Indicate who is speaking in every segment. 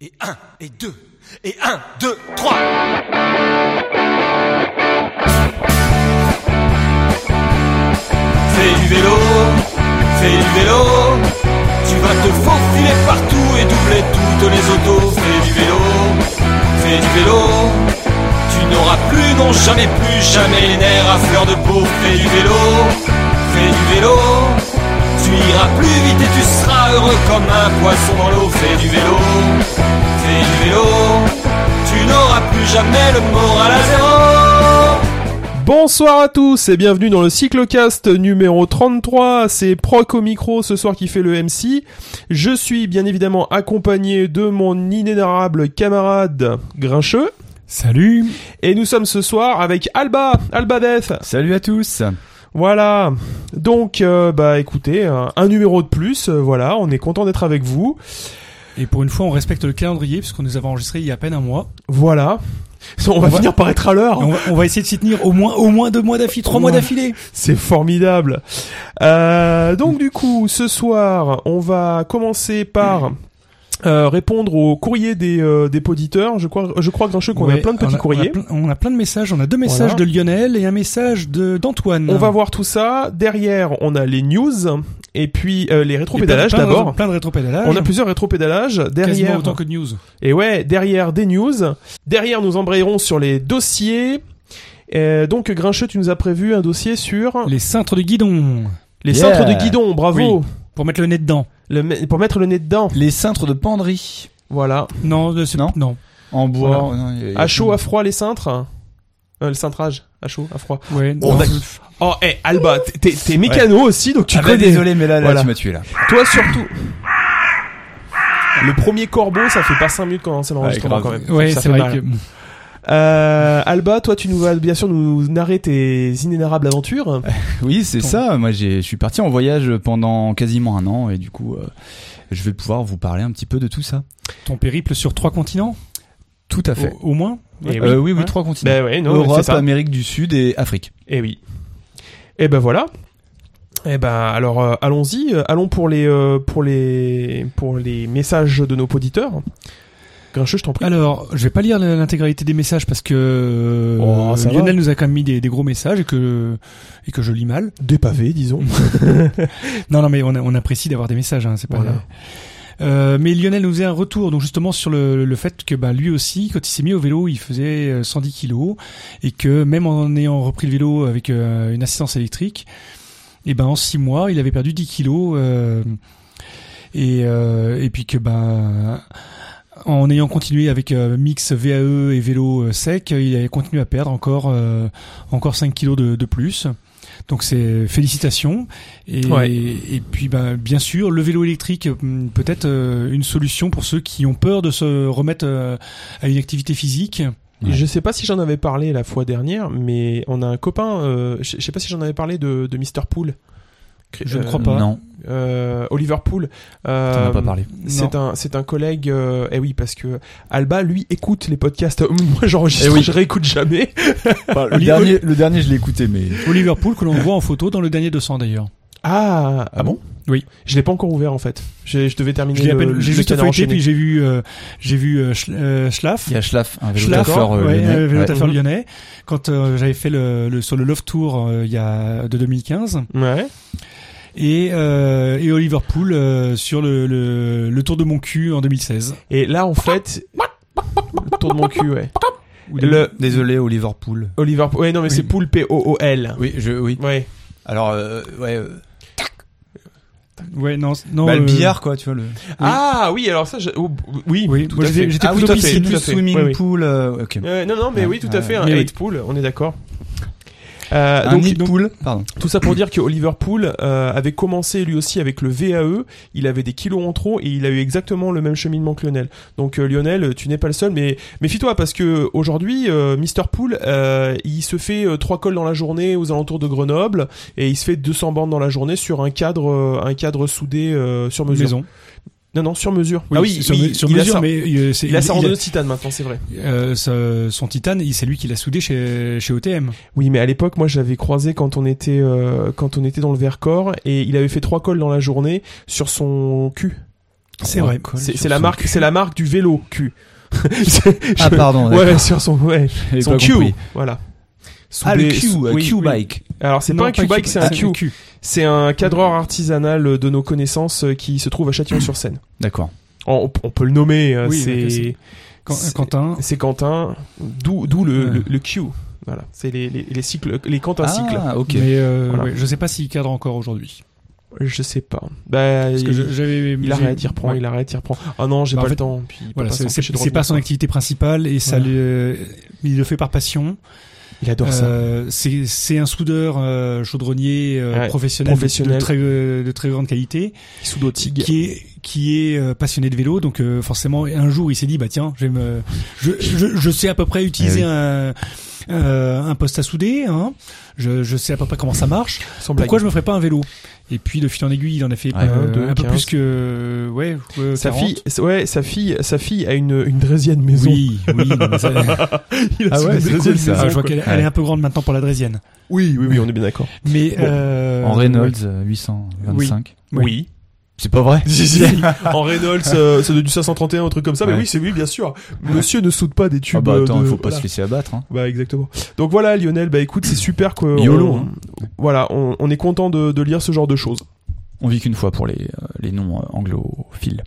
Speaker 1: Et 1, et 2, et 1, 2, 3.
Speaker 2: Fais du vélo, fais du vélo. Tu vas te faufiler partout et doubler toutes les autos. Fais du vélo, fais du vélo. Tu n'auras plus, non jamais plus, jamais les nerfs à fleur de peau. Fais du vélo, fais du vélo. Tu iras plus vite et tu seras heureux comme un poisson dans l'eau. Fais du vélo, fais du vélo. Tu n'auras plus jamais le moral à zéro.
Speaker 3: Bonsoir à tous et bienvenue dans le Cyclocast numéro 33. C'est Proc au micro ce soir qui fait le MC. Je suis bien évidemment accompagné de mon inénarrable camarade Grincheux.
Speaker 4: Salut
Speaker 3: Et nous sommes ce soir avec Alba, Alba Death.
Speaker 4: Salut à tous
Speaker 3: Voilà. Donc, euh, bah écoutez, un, un numéro de plus. euh, voilà, on est content d'être avec vous.
Speaker 4: Et pour une fois, on respecte le calendrier puisqu'on nous avait enregistré il y a à peine un mois.
Speaker 3: Voilà. On va,
Speaker 4: On va-
Speaker 3: finir par être à l'heure.
Speaker 4: Et On va, on va essayer de s'y tenir au moins, au moins deux mois d'affilée, trois mois
Speaker 3: Ouais.
Speaker 4: d'affilée.
Speaker 3: C'est formidable. Euh, donc du coup, ce soir, on va commencer par euh, répondre au courrier des, euh, des poditeurs. Je crois, je crois Grincheux qu'on a
Speaker 4: Ouais,
Speaker 3: plein de petits
Speaker 4: on
Speaker 3: courriers.
Speaker 4: On a, plein, on a plein de messages. On a deux messages
Speaker 3: Voilà.
Speaker 4: de Lionel et un message de d'Antoine.
Speaker 3: On va voir tout ça. Derrière, on a les news et puis euh, les
Speaker 4: Et plein de-
Speaker 3: rétropédalages
Speaker 4: plein de-
Speaker 3: d'abord.
Speaker 4: Plein de rétropédalages.
Speaker 3: On a plusieurs rétropédalages.
Speaker 4: quasiment
Speaker 3: Derrière,
Speaker 4: autant que de news.
Speaker 3: Et ouais, derrière des news. Derrière, nous embrayerons sur les dossiers. Euh, donc, Grincheux, tu nous as prévu un dossier sur les,
Speaker 4: Les cintres de guidon
Speaker 5: Yeah.
Speaker 3: cintres de guidon. Bravo.
Speaker 4: pour mettre le nez dedans.
Speaker 3: Le me- pour mettre le nez dedans.
Speaker 5: Les cintres de penderie
Speaker 3: Voilà.
Speaker 4: Non, de- c'est-
Speaker 5: Non.
Speaker 4: non.
Speaker 5: en bois. non, il y a- il y a
Speaker 3: À chaud,
Speaker 5: tout.
Speaker 3: à froid, les cintres Euh, Le cintrage. À chaud, à froid.
Speaker 4: Ouais,
Speaker 3: Oh,
Speaker 4: non.
Speaker 3: d'accord. Oh, eh, Alba, t'es- t'es t'es mécano aussi, donc tu
Speaker 5: Ah bah,
Speaker 3: connais.
Speaker 5: désolé, mais là, là,
Speaker 3: Voilà.
Speaker 5: tu m'as tué là.
Speaker 3: Toi surtout. Le premier corbeau, ça fait pas 5 minutes qu'on lance l'enregistrement
Speaker 5: Ouais,
Speaker 3: quand
Speaker 5: grave.
Speaker 3: même.
Speaker 4: Ouais,
Speaker 3: Ça
Speaker 4: c'est
Speaker 3: fait
Speaker 4: vrai
Speaker 3: mal.
Speaker 4: que
Speaker 3: Euh, Alba, toi, tu nous vas bien sûr nous narrer tes inénarrables aventures.
Speaker 5: Oui, c'est
Speaker 3: Ton-
Speaker 5: ça. Moi, j'ai- je suis parti en voyage pendant quasiment un an et du coup, euh, je vais pouvoir vous parler un petit peu de tout ça.
Speaker 4: ton périple sur trois continents,
Speaker 5: Tout à
Speaker 4: au, au moins.
Speaker 3: Eh
Speaker 5: Euh, oui, oui,
Speaker 4: Ouais.
Speaker 5: trois continents.
Speaker 3: Ben ouais, non, c'est
Speaker 5: Europe,
Speaker 3: ça.
Speaker 5: Amérique du Sud et Afrique.
Speaker 3: Et Eh oui. Et ben voilà. Et ben alors euh, allons-y, euh, allons pour les euh, pour les pour les messages de nos auditeurs. Grincheux, je t'en prie.
Speaker 4: Alors, je vais pas lire l'intégralité des messages parce que euh,
Speaker 3: Oh, ça va.
Speaker 4: Lionel nous a quand même mis des, des gros messages et que et que je lis mal.
Speaker 3: Des pavés, disons.
Speaker 4: Non, non, mais on, a- on apprécie d'avoir des messages, hein, c'est pas.
Speaker 3: Voilà.
Speaker 4: Euh, mais Lionel nous faisait un retour, donc justement sur le, le fait que bah, lui aussi, quand il s'est mis au vélo, il faisait euh, 110 kilos et que même en ayant repris le vélo avec euh, une assistance électrique, et ben en six mois, il avait perdu 10 kilos euh, et euh, et puis que ben en ayant continué avec euh, mix VAE et vélo euh, sec, il avait continué à perdre encore euh, encore 5 kilos de, de plus. Donc c'est félicitations et,
Speaker 3: Ouais.
Speaker 4: et puis ben, bien sûr le vélo électrique hum, peut-être euh, une solution pour ceux qui ont peur de se remettre euh, à une activité physique.
Speaker 5: Ouais.
Speaker 3: Je sais pas si j'en avais parlé la fois dernière, mais on a un copain. euh, je je sais pas si j'en avais parlé de, de Mr Pool.
Speaker 4: Je ne crois pas.
Speaker 5: Non,
Speaker 3: Euh, Oliver Pool. Euh,
Speaker 5: t'en as pas parlé.
Speaker 3: C'est un, c'est un collègue. Euh, eh oui, parce que Alba, lui, écoute les podcasts. Moi, j'enregistre,
Speaker 5: Eh oui.
Speaker 3: je réécoute jamais.
Speaker 5: le, dernier, le dernier, je l'ai écouté, mais
Speaker 4: Oliver Pool que l'on voit en photo dans le dernier 200 d'ailleurs.
Speaker 3: Ah, ah bon
Speaker 4: Oui.
Speaker 3: Je l'ai pas encore ouvert en fait. Je, je devais terminer
Speaker 4: Je l'ai à
Speaker 3: le,
Speaker 4: peine-
Speaker 3: le
Speaker 4: J'ai juste
Speaker 3: canard
Speaker 4: feuilleté
Speaker 3: enchaîné.
Speaker 4: puis j'ai vu euh, j'ai vu euh, Schla- euh, Schlaff.
Speaker 5: il y a Schlaff, un vélo
Speaker 4: Schlaff,
Speaker 5: taffeur, euh,
Speaker 4: ouais,
Speaker 5: lyonnais.
Speaker 4: euh, vélo
Speaker 5: Ouais.
Speaker 4: taffeur
Speaker 3: Mhm.
Speaker 4: lyonnais. Quand euh, j'avais fait le, le- sur le Love Tour euh, il y a de 2015
Speaker 3: Ouais.
Speaker 4: et euh, et Oliver Pool euh, sur le, le le Tour de mon cul en 2016.
Speaker 3: Et là, en fait, le tour de mon cul, ouais.
Speaker 4: Ou des-
Speaker 3: Le
Speaker 5: Désolé au Liverpool.
Speaker 3: Oliver, Pool- ouais, non, mais
Speaker 4: Oui.
Speaker 3: c'est Pool P O O L.
Speaker 5: Oui, je, oui.
Speaker 3: Ouais.
Speaker 5: Alors, euh, ouais. euh,
Speaker 4: ouais non c- non
Speaker 5: bah, le
Speaker 4: euh,
Speaker 5: billard, quoi, tu vois. Le...
Speaker 3: Ah oui, alors ça, je- oh, oui.
Speaker 4: Oui,
Speaker 3: tout
Speaker 4: moi,
Speaker 3: à
Speaker 4: j'étais-
Speaker 3: fait.
Speaker 4: j'étais
Speaker 3: Ah,
Speaker 4: plus
Speaker 3: tout à
Speaker 4: au
Speaker 3: fait,
Speaker 4: piscine, Ah,
Speaker 3: tout à fait.
Speaker 5: swimming
Speaker 3: Oui, oui.
Speaker 5: pool. euh, ok.
Speaker 3: Euh, non, non, mais oui, tout à fait, un
Speaker 4: Mais oui.
Speaker 3: hate pool, on est d'accord. Euh,
Speaker 5: Un
Speaker 3: donc,
Speaker 5: nid de
Speaker 3: donc,
Speaker 5: poule, pardon.
Speaker 3: tout ça pour dire que Oliver Pool euh, avait commencé lui aussi avec le VAE, il avait des kilos en trop et il a eu exactement le même cheminement que Lionel. Donc euh, Lionel, tu n'es pas le seul, mais méfie-toi parce que aujourd'hui, euh, Mister Pool, euh, il se fait euh, trois cols dans la journée aux alentours de Grenoble et il se fait 200 bandes dans la journée sur un cadre, euh, un cadre soudé euh, sur mesure.
Speaker 4: maison.
Speaker 3: Non, non, sur mesure.
Speaker 4: Oui,
Speaker 3: ah oui,
Speaker 4: sur,
Speaker 3: oui,
Speaker 4: sur
Speaker 3: il
Speaker 4: mesure,
Speaker 3: a ça.
Speaker 4: mais euh, c'est-
Speaker 3: Il a sa
Speaker 4: il-
Speaker 3: randonneuse titane maintenant, c'est vrai.
Speaker 4: Euh, ce- son titane, il- c'est lui qui l'a soudé chez, chez OTM.
Speaker 3: Oui, mais à l'époque, moi, j'avais croisé quand on était euh, quand on était dans le Vercors et il avait fait trois cols dans la journée sur son cul.
Speaker 4: C'est vrai.
Speaker 5: Colle
Speaker 3: C'est
Speaker 5: sur
Speaker 3: c'est la
Speaker 5: son
Speaker 3: marque,
Speaker 5: cul.
Speaker 3: c'est la marque du vélo Q. Je-
Speaker 5: Ah pardon. d'accord.
Speaker 3: ouais, sur son ouais,
Speaker 5: J'avais
Speaker 3: son
Speaker 5: pas
Speaker 3: Q,
Speaker 5: compris.
Speaker 3: voilà.
Speaker 5: Ah le
Speaker 3: Sous-
Speaker 5: Q,
Speaker 3: oui,
Speaker 5: euh,
Speaker 3: oui.
Speaker 5: Q bike.
Speaker 3: Alors c'est
Speaker 4: Non,
Speaker 3: pas un Q bike, c'est un Q.
Speaker 4: Q.
Speaker 3: C'est un cadreur artisanal euh, de nos connaissances euh, qui se trouve à Châtillon-sur-Seine.
Speaker 5: D'accord.
Speaker 3: On, on peut le nommer, euh,
Speaker 4: Oui, mais que
Speaker 3: c'est
Speaker 4: c'est- Quen-
Speaker 3: C'est-
Speaker 4: Quentin.
Speaker 3: c'est Quentin, d'où d'où le,
Speaker 4: Ouais.
Speaker 3: le- le Q. Voilà, c'est les, les, les cycles, les Quentin cycles.
Speaker 5: Ah ok.
Speaker 4: Mais euh,
Speaker 3: Voilà.
Speaker 4: ouais, je sais pas s'il cadre encore aujourd'hui.
Speaker 3: Je sais pas. Bah,
Speaker 4: Parce que
Speaker 3: il-
Speaker 4: je- j'avais.
Speaker 3: il
Speaker 4: j'ai-
Speaker 3: arrête, il reprend,
Speaker 4: ouais.
Speaker 3: il arrête, il reprend. Ah non, j'ai
Speaker 4: Bah, en
Speaker 3: pas le
Speaker 4: fait,
Speaker 3: temps. Puis il peut
Speaker 4: Voilà,
Speaker 3: pas
Speaker 4: c'est- c'est
Speaker 3: s'empêcher de
Speaker 4: c'est pas
Speaker 3: revenir.
Speaker 4: son activité principale et ça,
Speaker 3: Voilà.
Speaker 4: le- il le fait par passion.
Speaker 3: Il adore ça.
Speaker 4: Euh, c'est c'est un soudeur euh, chaudronnier euh,
Speaker 3: Ouais,
Speaker 4: professionnel, de-
Speaker 3: professionnel.
Speaker 4: De, très, euh, de très grande qualité
Speaker 3: Il soude au tigre.
Speaker 4: qui est qui est euh, passionné de vélo donc euh, forcément un jour il s'est dit bah tiens je vais me je, je, je sais à peu près utiliser
Speaker 5: Eh oui.
Speaker 4: un euh, un poste à souder hein. je, je sais à peu près comment ça marche
Speaker 3: Sans blague.
Speaker 4: pourquoi je me ferais pas un vélo et puis de fil en aiguille il en a fait
Speaker 5: Ouais,
Speaker 4: euh,
Speaker 3: un, deux,
Speaker 4: un peu
Speaker 3: 15.
Speaker 4: plus que ouais euh,
Speaker 3: Sa
Speaker 4: 40.
Speaker 3: fille, ouais, sa fille, sa fille a une, une draisienne maison.
Speaker 4: oui oui Ah non, mais ça-
Speaker 3: Il a
Speaker 5: Ah
Speaker 3: sous-
Speaker 5: ouais,
Speaker 3: des
Speaker 5: c'est cool,
Speaker 3: draisiennes
Speaker 5: ça.
Speaker 3: maison,
Speaker 4: Ah, je
Speaker 3: quoi.
Speaker 4: vois qu'elle elle est un peu grande maintenant pour la draisienne
Speaker 3: Oui, oui, oui, on est bien d'accord.
Speaker 4: mais
Speaker 3: Bon.
Speaker 4: euh,
Speaker 5: en Reynolds euh, 825.
Speaker 4: Oui.
Speaker 5: C'est pas vrai.
Speaker 3: Si, si. en Reynolds, euh, c'est du 531, un truc comme ça. Mais
Speaker 5: Ouais.
Speaker 3: oui, c'est lui, bien sûr. Monsieur ne soude pas des tubes.
Speaker 5: Ah bah attends,
Speaker 3: euh,
Speaker 5: il
Speaker 3: de-
Speaker 5: faut pas
Speaker 3: voilà.
Speaker 5: se laisser abattre. Hein.
Speaker 3: Bah exactement. Donc voilà Lionel, bah écoute, c'est super que
Speaker 5: YOLO,
Speaker 3: on-
Speaker 5: hein.
Speaker 3: Voilà, on, on est content de, de lire ce genre de choses.
Speaker 5: On vit qu'une fois pour les euh, les noms euh, anglophiles.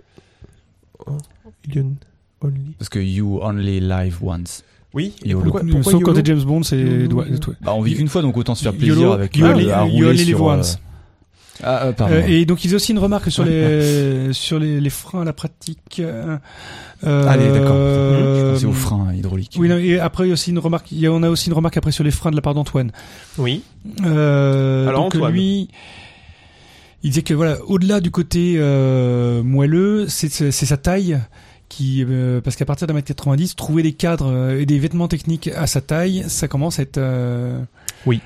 Speaker 3: Lion only.
Speaker 5: Parce que you only live once.
Speaker 3: Oui, et
Speaker 5: YOLO.
Speaker 3: pourquoi,
Speaker 4: Le-
Speaker 3: pourquoi
Speaker 4: sauf quand
Speaker 3: YOLO
Speaker 4: t'es James Bond, c'est
Speaker 3: YOLO,
Speaker 4: doigt-
Speaker 3: YOLO.
Speaker 4: doigt-
Speaker 5: Bah on vit qu'une fois donc autant se faire plaisir
Speaker 4: YOLO,
Speaker 5: avec
Speaker 4: you
Speaker 5: euh,
Speaker 4: only-
Speaker 5: à
Speaker 4: you
Speaker 5: rouler
Speaker 4: only live
Speaker 5: sur, euh,
Speaker 4: once.
Speaker 5: Ah, euh, pardon.
Speaker 4: Euh, et donc ils ont aussi une remarque sur les sur les, les freins à la pratique. euh, euh,
Speaker 5: Allez, d'accord. Je pensais aux
Speaker 4: euh,
Speaker 5: freins hydrauliques.
Speaker 4: Oui, non, et après il y a aussi une remarque. Il y a, on a aussi une remarque après sur les freins de la part d'Antoine.
Speaker 3: Oui.
Speaker 4: Euh,
Speaker 3: Alors,
Speaker 4: donc
Speaker 3: Antoine.
Speaker 4: lui, il disait que voilà, au-delà du côté euh, moelleux, c'est c'est sa taille qui, euh, parce qu'à partir d'un mètre 90, trouver des cadres euh, et des vêtements techniques à sa taille, ça commence à être. euh,
Speaker 3: Oui.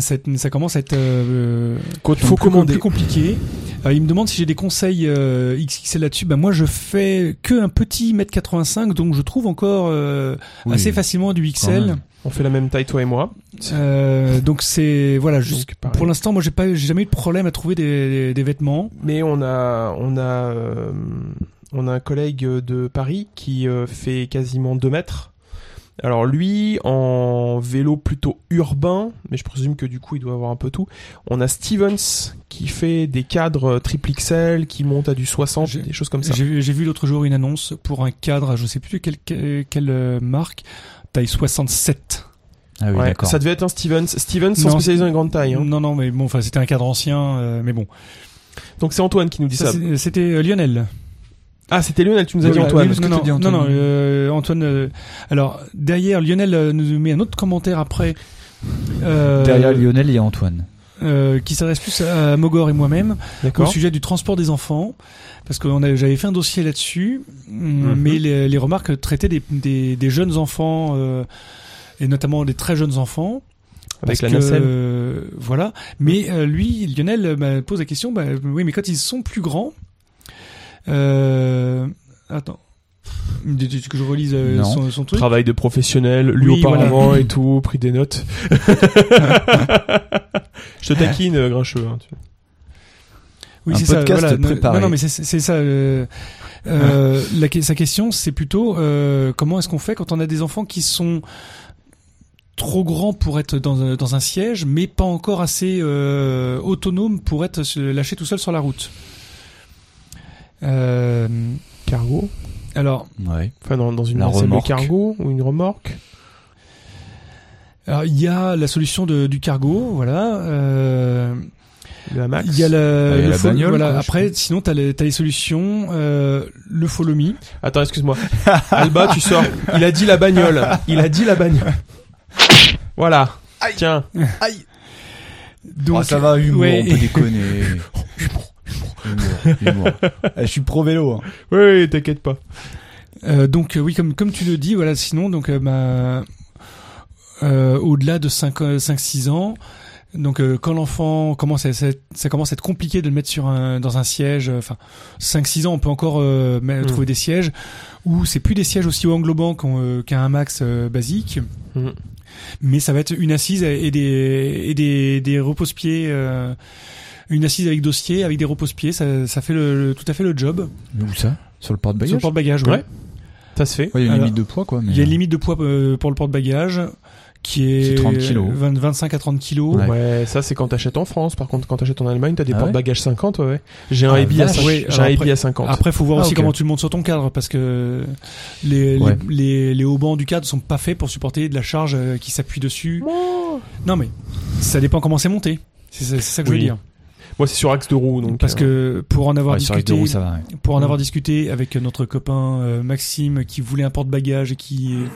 Speaker 4: Ça, ça commence à être euh,
Speaker 3: Quand il faut
Speaker 4: plus-
Speaker 3: commander.
Speaker 4: plus compliqué. Euh, il me demande si j'ai des conseils euh, XXL là-dessus. Ben moi, je fais que un petit mètre 85, donc je trouve encore euh,
Speaker 5: Oui,
Speaker 4: assez facilement du XL.
Speaker 5: même.
Speaker 3: On fait la même taille toi et moi.
Speaker 4: Euh, donc c'est voilà, juste
Speaker 3: Donc, pareil.
Speaker 4: pour l'instant, moi, j'ai pas, j'ai jamais eu de problème à trouver des, des, des vêtements.
Speaker 3: Mais on a, on a, euh, on a un collègue de Paris qui euh, fait quasiment 2 mètres. Alors lui, en vélo plutôt urbain, mais je présume que du coup il doit avoir un peu tout. On a Stevens qui fait des cadres triple XL qui montent à du 60,
Speaker 4: J'ai-
Speaker 3: des choses comme ça.
Speaker 4: J'ai j'ai vu l'autre jour une annonce pour un cadre, je sais plus quelle quelle euh, marque, taille 67.
Speaker 5: Ah oui,
Speaker 3: Ouais,
Speaker 5: d'accord.
Speaker 3: ça devait être un Stevens. Stevens sont
Speaker 4: Non.
Speaker 3: spécialisés dans les grandes tailles. hein.
Speaker 4: Non, non, mais bon, enfin, c'était un cadre ancien, euh, mais bon.
Speaker 3: Donc c'est Antoine qui nous dit
Speaker 4: Mm.
Speaker 3: ça.
Speaker 4: Ça, c'est- C'était euh, Lionel.
Speaker 3: Ah c'était Lionel, tu nous as dit
Speaker 4: Oui,
Speaker 3: Antoine.
Speaker 4: oui,
Speaker 5: Qu'est-ce que
Speaker 4: non,
Speaker 5: t'as dit,
Speaker 4: non,
Speaker 5: Antoine
Speaker 4: non, non, euh, Antoine. euh, alors derrière, Lionel euh, nous met un autre commentaire après. euh,
Speaker 5: Derrière Lionel, il y a Antoine.
Speaker 4: euh, qui s'adresse plus à Mogor et moi-même au
Speaker 3: D'accord.
Speaker 4: sujet du transport des enfants parce que on a- j'avais fait un dossier là-dessus hum,
Speaker 3: Mhm.
Speaker 4: mais les, les remarques traitaient des, des, des jeunes enfants euh, et notamment des très jeunes enfants
Speaker 3: Avec
Speaker 4: parce
Speaker 3: la
Speaker 4: que,
Speaker 3: nacelle.
Speaker 4: euh, voilà. Mais euh, lui, Lionel, euh, bah, pose la question. Bah, oui, mais quand ils sont plus grands, euh, attends, Tu- tu- que je relise euh,
Speaker 5: Non.
Speaker 4: son, son truc.
Speaker 3: Travail de professionnel, lu
Speaker 4: Oui,
Speaker 3: auparavant et tout, pris des notes. Je te taquine, euh, Grincheux. hein, tu-
Speaker 4: Oui,
Speaker 5: Un
Speaker 4: c'est ça.
Speaker 5: podcast
Speaker 4: Voilà. Non,
Speaker 5: préparé.
Speaker 4: Non, non, mais c'est- c'est c'est ça. euh, euh, la que- sa question, c'est plutôt euh, comment est-ce qu'on fait quand on a des enfants qui sont trop grands pour être dans, un- dans un siège, mais pas encore assez euh, autonomes pour être se- lâchés tout seuls sur la route. Euh,
Speaker 3: Cargo
Speaker 4: alors,
Speaker 5: Ouais.
Speaker 3: Enfin, dans, dans une
Speaker 5: La
Speaker 3: nacelle de
Speaker 5: remorque.
Speaker 3: cargo ou une remorque
Speaker 4: Alors il y a la solution de, du cargo, voilà. euh,
Speaker 3: Le hamac
Speaker 4: il y a
Speaker 5: Bah,
Speaker 4: la,
Speaker 5: il y a
Speaker 4: le
Speaker 5: la
Speaker 4: fo-
Speaker 5: bagnole,
Speaker 4: voilà.
Speaker 5: quoi, je
Speaker 4: Après, sinon t'as les, t'as les solutions, euh, le follow me.
Speaker 3: Attends, excuse-moi. Alba, tu sors. Il a dit la bagnole. Il a dit la bagnole. Voilà. Tiens.
Speaker 4: Donc
Speaker 5: Ah, ça va, humour,
Speaker 4: ouais.
Speaker 5: on peut déconner. humour, humour, humour. Eh, Je suis pro vélo. hein.
Speaker 3: Oui, oui, t'inquiète pas.
Speaker 4: euh, donc euh, oui, comme comme tu le dis, voilà. Sinon donc euh, bah, euh, au-delà de 5 5 6 ans. Donc euh, quand l'enfant commence à ça, ça commence à être compliqué de le mettre sur un dans un siège euh, enfin 5 6 ans on peut encore euh, ma-
Speaker 3: Mm.
Speaker 4: trouver des sièges ou c'est plus des sièges aussi englobants qu'un euh, qu'un max basique
Speaker 3: Mm.
Speaker 4: mais ça va être une assise et des et des des repose-pieds euh, une assise avec dossier, avec des repose-pieds, ça, ça fait le, le- tout à fait le job.
Speaker 5: Mais Où ça Sur le porte-bagages
Speaker 4: Sur le porte-bagages, ouais.
Speaker 3: Ouais. Ça se fait.
Speaker 5: Ouais, il y a une
Speaker 4: Alors,
Speaker 5: limite de poids, quoi. Mais...
Speaker 4: Il y a une limite de poids euh, pour le porte-bagages qui est
Speaker 5: C'est 30 kilos.
Speaker 4: 20 25 à 30 kilos.
Speaker 5: Ouais.
Speaker 3: Ouais. ça c'est quand t'achètes en France. Par contre, quand t'achètes en Allemagne, t'as des
Speaker 5: Ah ouais
Speaker 3: porte-bagages 50, ouais, ouais. J'ai un
Speaker 5: Ah,
Speaker 3: EBI à
Speaker 5: vache.
Speaker 3: 50.
Speaker 4: Oui,
Speaker 3: J'ai un
Speaker 4: alors
Speaker 3: EBI à 50.
Speaker 4: Après, faut voir
Speaker 5: Ah,
Speaker 4: aussi
Speaker 5: ok.
Speaker 4: comment tu le montes sur ton cadre, parce que les, les-
Speaker 5: Ouais.
Speaker 4: les, les haubans du cadre sont pas faits pour supporter de la charge euh, qui s'appuie dessus. Non, mais ça dépend comment c'est monté. C'est c'est- c'est ça que je
Speaker 3: Oui.
Speaker 4: veux dire.
Speaker 3: Moi, c'est sur axe de roue, donc.
Speaker 4: Parce
Speaker 3: euh,
Speaker 4: que pour en avoir
Speaker 5: Ouais, sur les deux
Speaker 4: discuté,
Speaker 5: roues, ça va. ouais.
Speaker 4: pour en
Speaker 3: Mm.
Speaker 4: avoir discuté avec notre copain euh, Maxime qui voulait un porte-bagages et qui euh,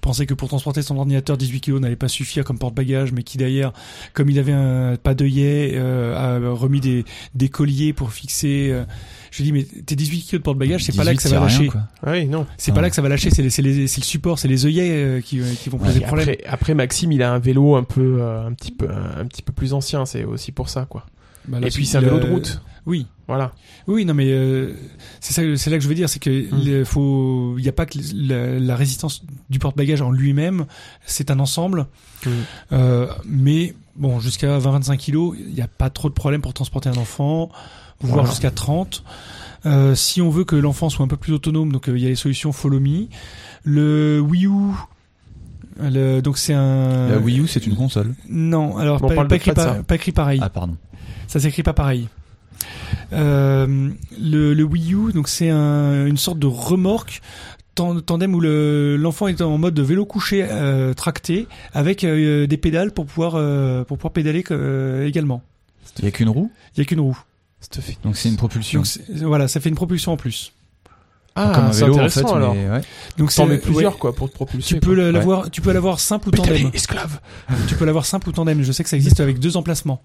Speaker 4: pensait que pour transporter son ordinateur 18 kg n'allait pas suffire comme porte-bagages, mais qui d'ailleurs, comme il avait un pas d'œillet, euh, a remis des, des colliers pour fixer. euh, je lui ai dit mais tes 18 kg de porte-bagages, c'est pas là
Speaker 5: 18,
Speaker 4: que ça va
Speaker 5: c'est rien,
Speaker 4: lâcher.
Speaker 5: quoi.
Speaker 3: ouais, Ah non.
Speaker 4: C'est pas là que ça va lâcher, c'est les- c'est les- c'est le support, c'est les œillets euh, qui, euh, qui vont poser
Speaker 3: Et
Speaker 4: problème.
Speaker 3: après, après, Maxime, il a un vélo un peu, euh, un petit peu, un, un petit peu plus ancien. C'est aussi pour ça, quoi.
Speaker 5: Ah,
Speaker 4: Bah, là,
Speaker 3: Et puis
Speaker 4: tu-
Speaker 3: c'est un vélo
Speaker 4: le-
Speaker 3: de route.
Speaker 4: Oui,
Speaker 3: Voilà.
Speaker 4: oui, non mais euh, c'est ça, c'est là que je veux dire, c'est que
Speaker 3: Mmh.
Speaker 4: le- faut, il n'y a pas que la, la résistance du porte-bagages en lui-même, c'est un ensemble.
Speaker 3: Mm.
Speaker 4: Euh, mais bon, jusqu'à 20-25 kilos, il n'y a pas trop de problème pour transporter un enfant, voire
Speaker 3: Voilà.
Speaker 4: jusqu'à 30. Euh, si on veut que l'enfant soit un peu plus autonome, donc euh, il y a les solutions Follow Me, le Wii U. Le, donc c'est un
Speaker 5: La Wii U, c'est une console.
Speaker 4: Non, alors
Speaker 3: On
Speaker 4: pas,
Speaker 3: parle
Speaker 4: pas
Speaker 3: de-
Speaker 4: écrit
Speaker 3: pas de
Speaker 4: par-
Speaker 3: ça.
Speaker 4: pas écrit pareil.
Speaker 5: Ah, pardon.
Speaker 4: Ça s'écrit pas pareil. Euh, le, le Wii U, donc c'est un- une sorte de remorque tan- tandem où le- l'enfant est en mode vélo couché euh, tracté avec euh, des pédales pour pouvoir euh, pour pouvoir pédaler euh, également.
Speaker 5: Il n'y a qu'une roue,
Speaker 4: Il y a qu'une roue.
Speaker 5: donc c'est une propulsion.
Speaker 3: Hmm.
Speaker 4: Donc c'est- voilà, ça fait une propulsion en plus.
Speaker 5: Comme un
Speaker 3: Ah, c'est
Speaker 5: vélo, en
Speaker 3: intéressant
Speaker 5: fait.
Speaker 3: alors.
Speaker 5: mais ouais.
Speaker 4: Donc
Speaker 3: T'en
Speaker 4: c'est-
Speaker 3: mets plusieurs,
Speaker 4: ouais.
Speaker 3: quoi, pour te propulser.
Speaker 4: Tu peux
Speaker 3: quoi.
Speaker 4: l'avoir, tu peux l'avoir simple ou tandem.
Speaker 3: Pédaler, esclave.
Speaker 4: tu peux l'avoir simple ou tandem. Je sais que ça existe avec deux emplacements.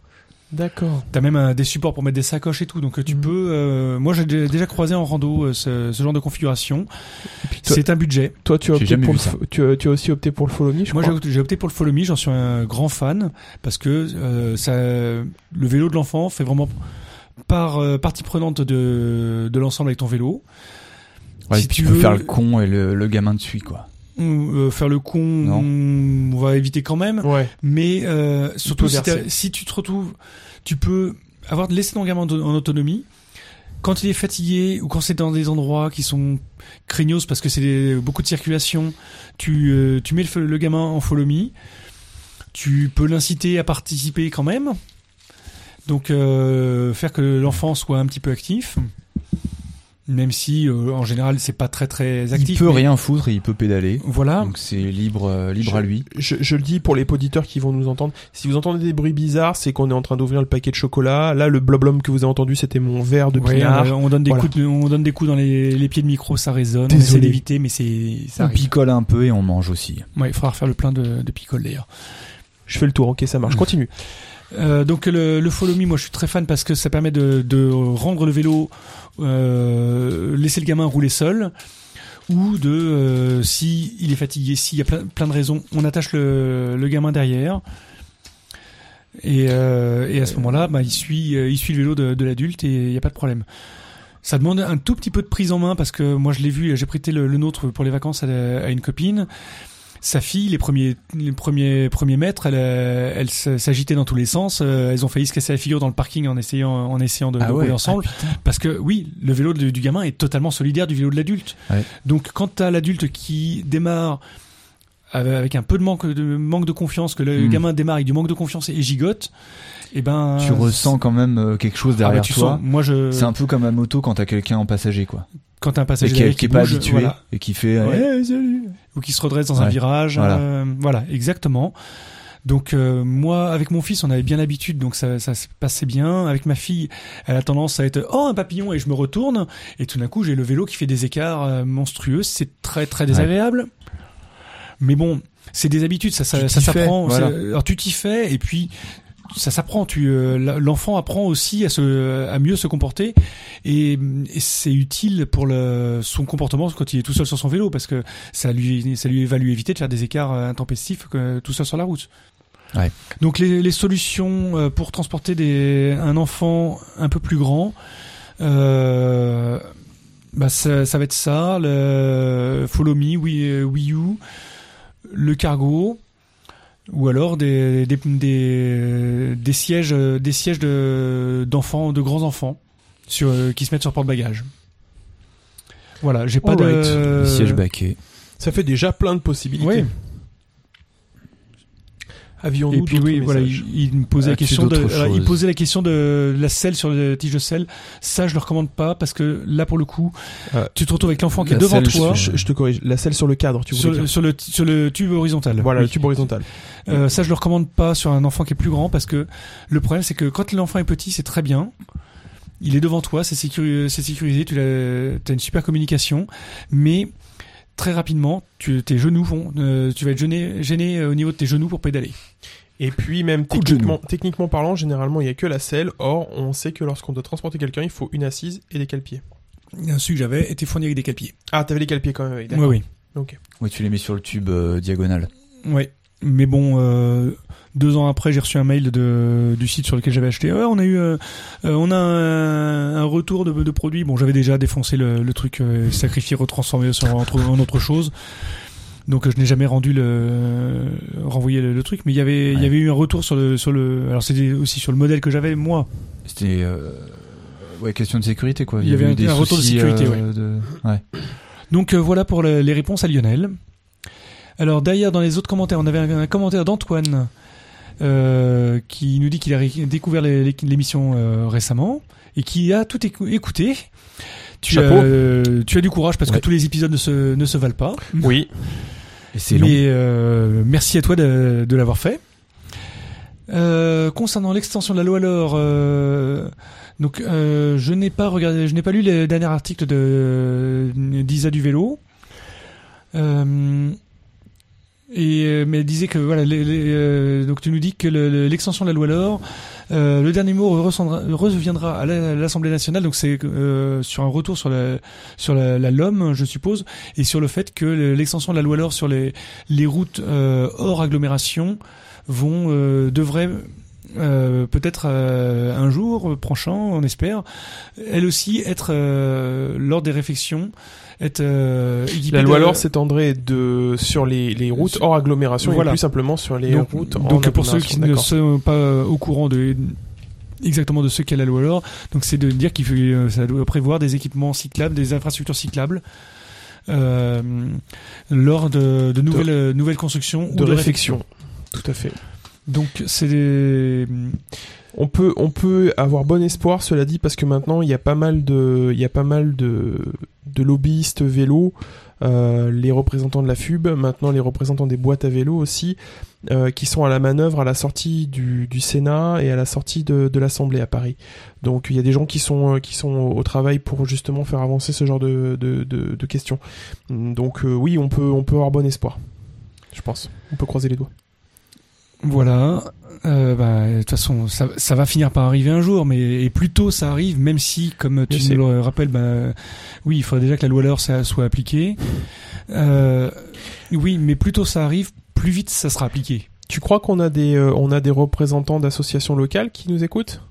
Speaker 3: D'accord.
Speaker 4: T'as même euh, des supports pour mettre des sacoches et tout, donc euh, tu
Speaker 3: Mhm.
Speaker 4: peux. euh, moi, j'ai dé- déjà croisé en rando euh, ce, ce genre de configuration.
Speaker 3: toi-
Speaker 4: C'est un budget.
Speaker 3: Toi, tu as
Speaker 5: J'ai
Speaker 3: opté
Speaker 5: jamais
Speaker 3: pour
Speaker 5: vu
Speaker 3: le
Speaker 5: ça.
Speaker 3: fo- tu as, tu as aussi opté pour le follow me, je
Speaker 4: Moi, j'ai
Speaker 3: crois.
Speaker 4: opté- j'ai opté pour le Follow Me. J'en suis un grand fan parce que euh, ça, le vélo de l'enfant fait vraiment par, euh, partie prenante de, de l'ensemble avec ton vélo.
Speaker 5: Ouais,
Speaker 4: Si
Speaker 5: et puis
Speaker 4: tu
Speaker 5: tu peux
Speaker 4: veux-
Speaker 5: faire le con et le, le gamin dessus, quoi.
Speaker 4: Euh, faire le con,
Speaker 5: Non.
Speaker 4: on va éviter quand même.
Speaker 3: Ouais.
Speaker 4: Mais euh, surtout si,
Speaker 3: verser.
Speaker 4: t'as- si tu te retrouves, tu peux avoir laissé ton gamin en en autonomie. Quand il est fatigué ou quand c'est dans des endroits qui sont craignos parce que c'est des- beaucoup de circulation, tu, euh, tu mets le, feu- le gamin en follow me. Tu peux l'inciter à participer quand même. Donc euh, faire que l'enfant soit un petit peu actif. Même si euh, en général c'est pas très très actif.
Speaker 5: il peut
Speaker 4: mais Ah.
Speaker 5: rien foutre et il peut pédaler.
Speaker 4: Voilà.
Speaker 5: Donc c'est libre, euh, libre à lui.
Speaker 3: Je, je le dis pour les auditeurs qui vont nous entendre. Si vous entendez des bruits bizarres, c'est qu'on est en train d'ouvrir le paquet de chocolat. Là, le bloblom que vous avez entendu, c'était mon verre de
Speaker 4: Ouais,
Speaker 3: pinard.
Speaker 4: on, on donne des
Speaker 3: Voilà.
Speaker 4: coups, de- on donne des coups dans les, les pieds de micro, ça résonne.
Speaker 3: Désolé.
Speaker 4: On essaie d'éviter, mais c'est ça
Speaker 5: on
Speaker 4: arrive.
Speaker 5: picole un peu et on mange aussi.
Speaker 4: Ouais, il faudra refaire le plein de, de picoles d'ailleurs.
Speaker 3: Je fais le tour, ok, ça
Speaker 5: Mm.
Speaker 3: marche. Continue.
Speaker 4: Euh, donc le, le follow me, moi je suis très fan parce que ça permet de, de rendre le vélo, euh, laisser le gamin rouler seul, ou de euh, si il est fatigué, s'il y a plein, plein de raisons, on attache le, le gamin derrière. Et, euh, et à ce moment-là, bah, il suit, euh, il suit le vélo de, de l'adulte et il n'y a pas de problème. Ça demande un tout petit peu de prise en main parce que moi je l'ai vu, j'ai prêté le, le nôtre pour les vacances à, la- à une copine. Sa fille, les premiers, les premiers, premiers mètres, elle, euh, elle s- s'agitait dans tous les sens. euh, Elles ont failli se casser la figure dans le parking en essayant, en essayant de,
Speaker 5: Ah
Speaker 4: de
Speaker 5: ouais.
Speaker 4: rouler ensemble. parce que oui, le vélo de- du gamin est totalement solidaire du vélo de l'adulte.
Speaker 5: Ouais.
Speaker 4: Donc quand t'as l'adulte qui démarre avec avec un peu de manque de, manque de confiance, que le
Speaker 5: Hmm.
Speaker 4: gamin démarre avec du manque de confiance et gigote, et ben
Speaker 5: tu ressens quand même euh, quelque chose
Speaker 4: Ah bah,
Speaker 5: derrière
Speaker 4: tu
Speaker 5: toi.
Speaker 4: sens- euh, moi je
Speaker 5: C'est un peu comme à moto quand t'as quelqu'un en passager, quoi.
Speaker 4: quand t'as un
Speaker 5: Et
Speaker 4: passager
Speaker 5: qui,
Speaker 4: derrière
Speaker 5: qui est pas
Speaker 4: bouge,
Speaker 5: habitué
Speaker 4: voilà,
Speaker 5: et qui fait. euh,
Speaker 4: Ouais.
Speaker 5: Eh, salut.
Speaker 4: ou qui se redresse dans un
Speaker 5: Ouais,
Speaker 4: virage,
Speaker 5: voilà.
Speaker 4: euh, voilà exactement. Donc euh, moi avec mon fils on avait bien l'habitude donc ça, ça se passait bien. Avec ma fille elle a tendance à être oh un papillon et je me retourne et tout d'un coup j'ai le vélo qui fait des écarts euh, monstrueux c'est très très désagréable. Mais bon c'est des habitudes ça ça
Speaker 5: Tu
Speaker 4: ça
Speaker 5: t'y fais,
Speaker 4: s'apprend.
Speaker 5: voilà.
Speaker 4: C'est- euh, Alors tu t'y fais et puis ça s'apprend. Tu euh, la- l'enfant apprend aussi à se à mieux se comporter et, et c'est utile pour le son comportement quand il est tout seul sur son vélo parce que ça lui ça lui va lui éviter de faire des écarts euh, intempestifs euh, tout seul sur la route.
Speaker 5: Ouais.
Speaker 4: Donc les, les solutions euh, pour transporter des, un enfant un peu plus grand, euh, bah ça, ça va être ça, le Follow Me, Wii, euh, Wii U, le cargo, ou alors des des, des, des sièges euh, des sièges de d'enfants de grands enfants sur euh, qui se mettent sur porte bagages. Voilà, j'ai pas de
Speaker 5: Des Siège baquet.
Speaker 3: Ça fait déjà plein de possibilités.
Speaker 4: Ouais.
Speaker 3: Avions-nous
Speaker 4: Et puis
Speaker 3: d'autres
Speaker 4: oui, voilà,
Speaker 3: messages
Speaker 4: il, il me posait la
Speaker 5: As-tu
Speaker 4: question de,
Speaker 5: Ah, d'autres
Speaker 4: alors, il
Speaker 5: choses
Speaker 4: posait la question de la selle sur le tige de selle. Ça, je le recommande pas parce que là, pour le coup,
Speaker 3: Euh,
Speaker 4: tu te retrouves avec l'enfant qui est
Speaker 5: Ah. la
Speaker 4: devant
Speaker 5: selle
Speaker 4: toi
Speaker 5: sur-
Speaker 3: je, je te corrige. La selle sur le cadre, tu
Speaker 4: sur,
Speaker 3: voulais
Speaker 4: le,
Speaker 3: dire.
Speaker 4: sur le sur le tube horizontal.
Speaker 3: Voilà,
Speaker 4: Oui.
Speaker 3: le tube horizontal.
Speaker 4: Euh, ça, je le recommande pas sur un enfant qui est plus grand parce que le problème, c'est que quand l'enfant est petit, c'est très bien. Il est devant toi, c'est sécurisé, c'est sécurisé tu as une super communication, mais très rapidement, tu, tes genoux vont, euh, tu vas être gêné, gêné euh, au niveau de tes genoux pour pédaler.
Speaker 3: Et puis même
Speaker 5: Coup de genou.
Speaker 3: techniquement, techniquement parlant, généralement il y a que la selle. Or, on sait que lorsqu'on doit transporter quelqu'un, il faut une assise et des calepieds.
Speaker 4: Celui que j'avais était fourni avec des calpiers.
Speaker 3: Ah, t'avais les calepieds quand même. Avec,
Speaker 4: Oui,
Speaker 3: d'accord.
Speaker 4: oui.
Speaker 5: Oui, tu les mets sur le tube euh, diagonal.
Speaker 4: Ouais. Mais bon, euh, deux ans après, j'ai reçu un mail de, du site sur lequel j'avais acheté. Ouais, on a eu, euh, euh, on a un, un retour de, de produit. Bon, j'avais déjà défoncé le, le truc, euh, sacrifié, retransformé sur, en, en autre chose. Donc, euh, je n'ai jamais rendu le, renvoyé le, le truc. Mais il y avait, il y
Speaker 5: Ouais.
Speaker 4: avait eu un retour sur le, sur le. Alors, c'était aussi sur le modèle que j'avais moi.
Speaker 5: C'était. euh, Ouais, question de sécurité quoi.
Speaker 4: Il y avait
Speaker 5: a eu
Speaker 4: un-
Speaker 5: des
Speaker 4: un retour de
Speaker 5: soucis,
Speaker 4: sécurité,
Speaker 5: euh, de- ouais.
Speaker 4: Donc euh, voilà pour le- les réponses à Lionel. Alors d'ailleurs dans les autres commentaires, on avait un, un commentaire d'Antoine euh, qui nous dit qu'il a ré- découvert les- les- l'émission euh, récemment et qui a tout écou- écouté. Tu,
Speaker 3: Chapeau.
Speaker 4: As, tu as du courage parce
Speaker 5: Ouais.
Speaker 4: que tous les épisodes ne se, ne se valent pas.
Speaker 3: Oui.
Speaker 5: Et c'est long.
Speaker 4: Mais euh, merci à toi de, de l'avoir fait. Euh, concernant l'extension de la loi alors euh, donc euh, je n'ai pas regardé je n'ai pas lu le dernier article de d'Isa du vélo Euh, et euh, mais elle disait que voilà les- les, euh, donc tu nous dis que le- le- l'extension de la loi alors euh, le dernier mot ressemblera- reviendra à la- à l'Assemblée nationale donc c'est euh, sur un retour sur la sur la, la LOM je suppose et sur le fait que le- l'extension de la loi LOR sur les, les routes euh, hors agglomération vont euh, devrait euh, peut-être euh, un jour euh, prochain, on espère, elle aussi être euh, lors des réflexions, être euh, équipée
Speaker 3: La
Speaker 4: de-
Speaker 3: loi alors s'étendrait de sur les, les routes
Speaker 4: Sur-
Speaker 3: hors agglomération
Speaker 4: Voilà.
Speaker 3: et plus simplement sur les
Speaker 4: donc,
Speaker 3: routes. en
Speaker 4: donc pour ceux qui
Speaker 3: agglomération,
Speaker 4: ne
Speaker 3: d'accord.
Speaker 4: sont pas euh, au courant de exactement de ce qu'est la loi LOR, donc c'est de dire qu'il faut, euh, ça doit prévoir des équipements cyclables, des infrastructures cyclables. euh, lors de, de nouvelles euh, nouvelles constructions ou
Speaker 3: de
Speaker 4: réfections.
Speaker 3: réflexion. Tout à fait.
Speaker 4: Donc c'est des...
Speaker 3: On peut, on peut avoir bon espoir, cela dit, parce que maintenant il y a pas mal de, il y a pas mal de, de lobbyistes vélo, euh, les représentants de la FUB, maintenant les représentants des boîtes à vélo aussi, euh, qui sont à la manœuvre à la sortie du, du Sénat et à la sortie de, de l'Assemblée à Paris. Donc il y a des gens qui sont, euh, qui sont au au travail pour justement faire avancer ce genre de, de, de, de questions. Donc euh, oui, on peut, on peut avoir bon espoir. Je pense. On peut croiser les doigts.
Speaker 4: voilà. Euh, bah, de toute façon, ça, ça va finir par arriver un jour, mais et plus tôt ça arrive, même si, comme tu
Speaker 3: Je sais.
Speaker 4: nous le rappelles, bah, oui, il faudrait déjà que la loi leur ça soit appliquée. Euh, oui, mais plus tôt ça arrive, plus vite ça sera appliqué.
Speaker 3: Tu crois qu'on a des euh, on a des représentants d'associations locales qui nous écoutent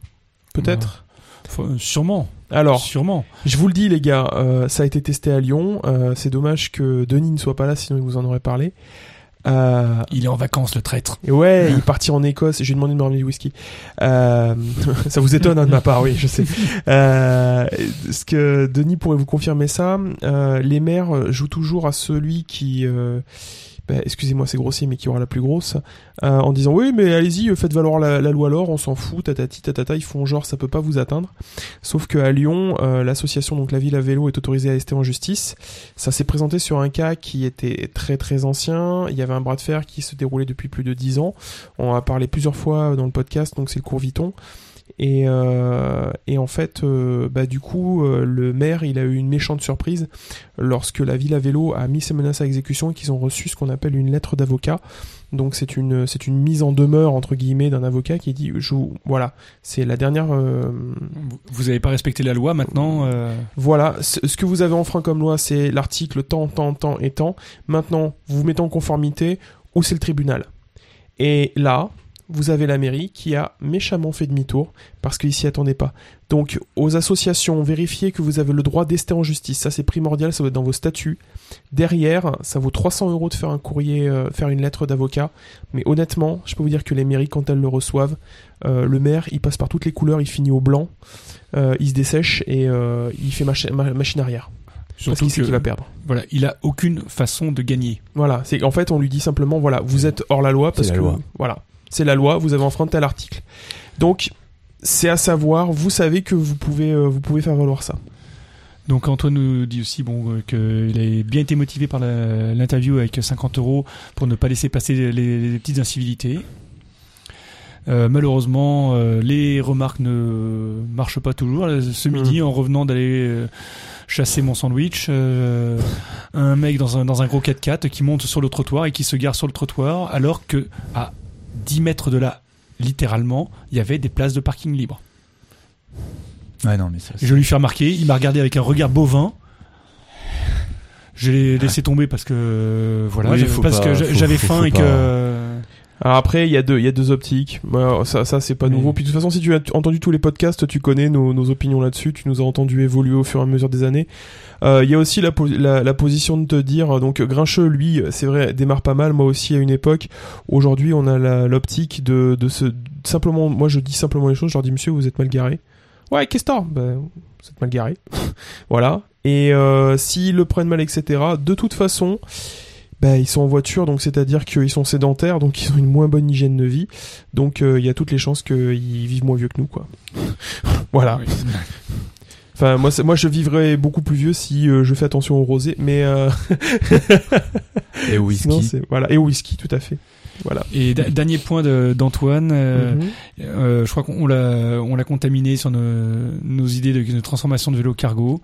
Speaker 3: Peut-être.
Speaker 4: Faut- sûrement,
Speaker 3: Alors,
Speaker 4: sûrement.
Speaker 3: je vous le dis les gars, euh, ça a été testé à Lyon. euh, c'est dommage que Denis ne soit pas là, sinon il vous en aurait parlé. Euh,
Speaker 4: Il est en vacances, le traître.
Speaker 3: et ouais, il est parti en Écosse. J'ai demandé de me ramener du whisky. Euh, ça vous étonne hein, de ma part, oui, je sais. Euh, ce que Denis pourrait vous confirmer ça. Euh, les maires jouent toujours à celui qui, euh, bah, excusez-moi, c'est grossier, mais qui aura la plus grosse, euh, en disant oui, mais allez-y, euh, faites valoir la, la loi alors, on s'en fout, tatati, tatata. Ils font genre ça peut pas vous atteindre. Sauf que à Lyon, euh, l'association donc la ville à vélo est autorisée à rester en justice. Ça s'est présenté sur un cas qui était très très ancien. Il y avait un bras de fer qui se déroulait depuis plus de 10 ans. On en a parlé plusieurs fois dans le podcast, donc c'est le cours Viton. Et, euh, et en fait, euh, bah, du coup, euh, le maire, il a eu une méchante surprise lorsque la ville à vélo a mis ses menaces à exécution et qu'ils ont reçu ce qu'on appelle une lettre d'avocat. Donc c'est une c'est une mise en demeure entre guillemets d'un avocat qui dit je vous- voilà c'est la dernière euh,
Speaker 4: Vous avez pas respecté la loi, maintenant. euh,
Speaker 3: voilà, ce ce que vous avez enfreint comme loi, c'est l'article temps, temps, temps et temps. Maintenant, vous vous mettez en conformité ou c'est le tribunal. Et là, vous avez la mairie qui a méchamment fait demi-tour parce qu'ils s'y attendaient pas. Donc, aux associations, vérifiez que vous avez le droit d'ester en justice. Ça, c'est primordial, ça doit être dans vos statuts. Derrière, ça vaut 300 euros de faire un courrier, euh, faire une lettre d'avocat. Mais honnêtement, je peux vous dire que les mairies, quand elles le reçoivent, euh, le maire, il passe par toutes les couleurs, il finit au blanc, euh, il se dessèche et euh, il fait machi- ma- machine arrière. parce
Speaker 4: Surtout
Speaker 3: qu'il sait
Speaker 4: que
Speaker 3: qu'il va perdre.
Speaker 4: voilà, il a aucune façon de gagner.
Speaker 3: Voilà, c'est en fait on lui dit simplement voilà, vous êtes hors la loi parce
Speaker 5: C'est la
Speaker 3: que
Speaker 5: loi.
Speaker 3: voilà, c'est la loi, vous avez enfreint tel article. Donc c'est à savoir, vous savez que vous pouvez euh, vous pouvez faire valoir ça.
Speaker 4: Donc Antoine nous dit aussi bon euh, qu'il a bien été motivé par la- l'interview avec 50 euros pour ne pas laisser passer les, les petites incivilités. Euh, malheureusement, euh, les remarques ne marchent pas toujours. Là, Ce midi, en revenant d'aller euh, chasser mon sandwich, euh, un mec dans un, dans un gros 4x4 qui monte sur le trottoir et qui se gare sur le trottoir, alors que à 10 mètres de là, littéralement, il y avait des places de parking libres.
Speaker 5: Ouais, non, mais ça.
Speaker 4: Je lui fais remarquer, il m'a regardé avec un regard bovin. Je l'ai laissé tomber parce que euh, voilà,
Speaker 5: Oui,
Speaker 4: j'avais-
Speaker 5: faut
Speaker 4: parce
Speaker 5: pas-
Speaker 4: que j'a-
Speaker 5: faut-
Speaker 4: j'avais
Speaker 5: faut-
Speaker 4: faim
Speaker 5: faut
Speaker 4: et
Speaker 5: pas-
Speaker 4: que
Speaker 3: Alors après, il y a deux il y a deux optiques. Voilà, ça ça c'est pas
Speaker 4: Mais-
Speaker 3: nouveau. Puis de toute façon, si tu as t- entendu tous les podcasts, tu connais nos, nos opinions là-dessus, tu nous as entendu évoluer au fur et à mesure des années. Euh, Il y a aussi la, po- la, la position de te dire, euh, donc Grincheux, lui, c'est vrai, démarre pas mal, moi aussi à une époque. Aujourd'hui, on a la- l'optique de, de se... Simplement, moi je dis simplement les choses, je leur dis, monsieur, vous êtes mal garé. Ouais, qu'est-ce que t'as Ben, vous êtes mal garé. voilà. Et euh, s'ils le prennent mal, etc., de toute façon, ben, ils sont en voiture, donc c'est-à-dire qu'ils sont sédentaires, donc ils ont une moins bonne hygiène de vie. Donc euh, il y a toutes les chances qu'ils vivent moins vieux que nous, quoi. voilà.
Speaker 4: Oui.
Speaker 3: Enfin, moi, c'est- moi, je vivrais beaucoup plus vieux si euh, je fais attention au rosé, mais euh,
Speaker 5: Et au
Speaker 3: sinon,
Speaker 5: whisky.
Speaker 3: c'est- voilà, et au whisky, tout à fait.
Speaker 4: Et da- dernier point de- d'Antoine, euh,
Speaker 3: Mhm.
Speaker 4: euh, je crois qu'on l'a on l'a contaminé sur nos, nos idées de, de transformation de vélo cargo.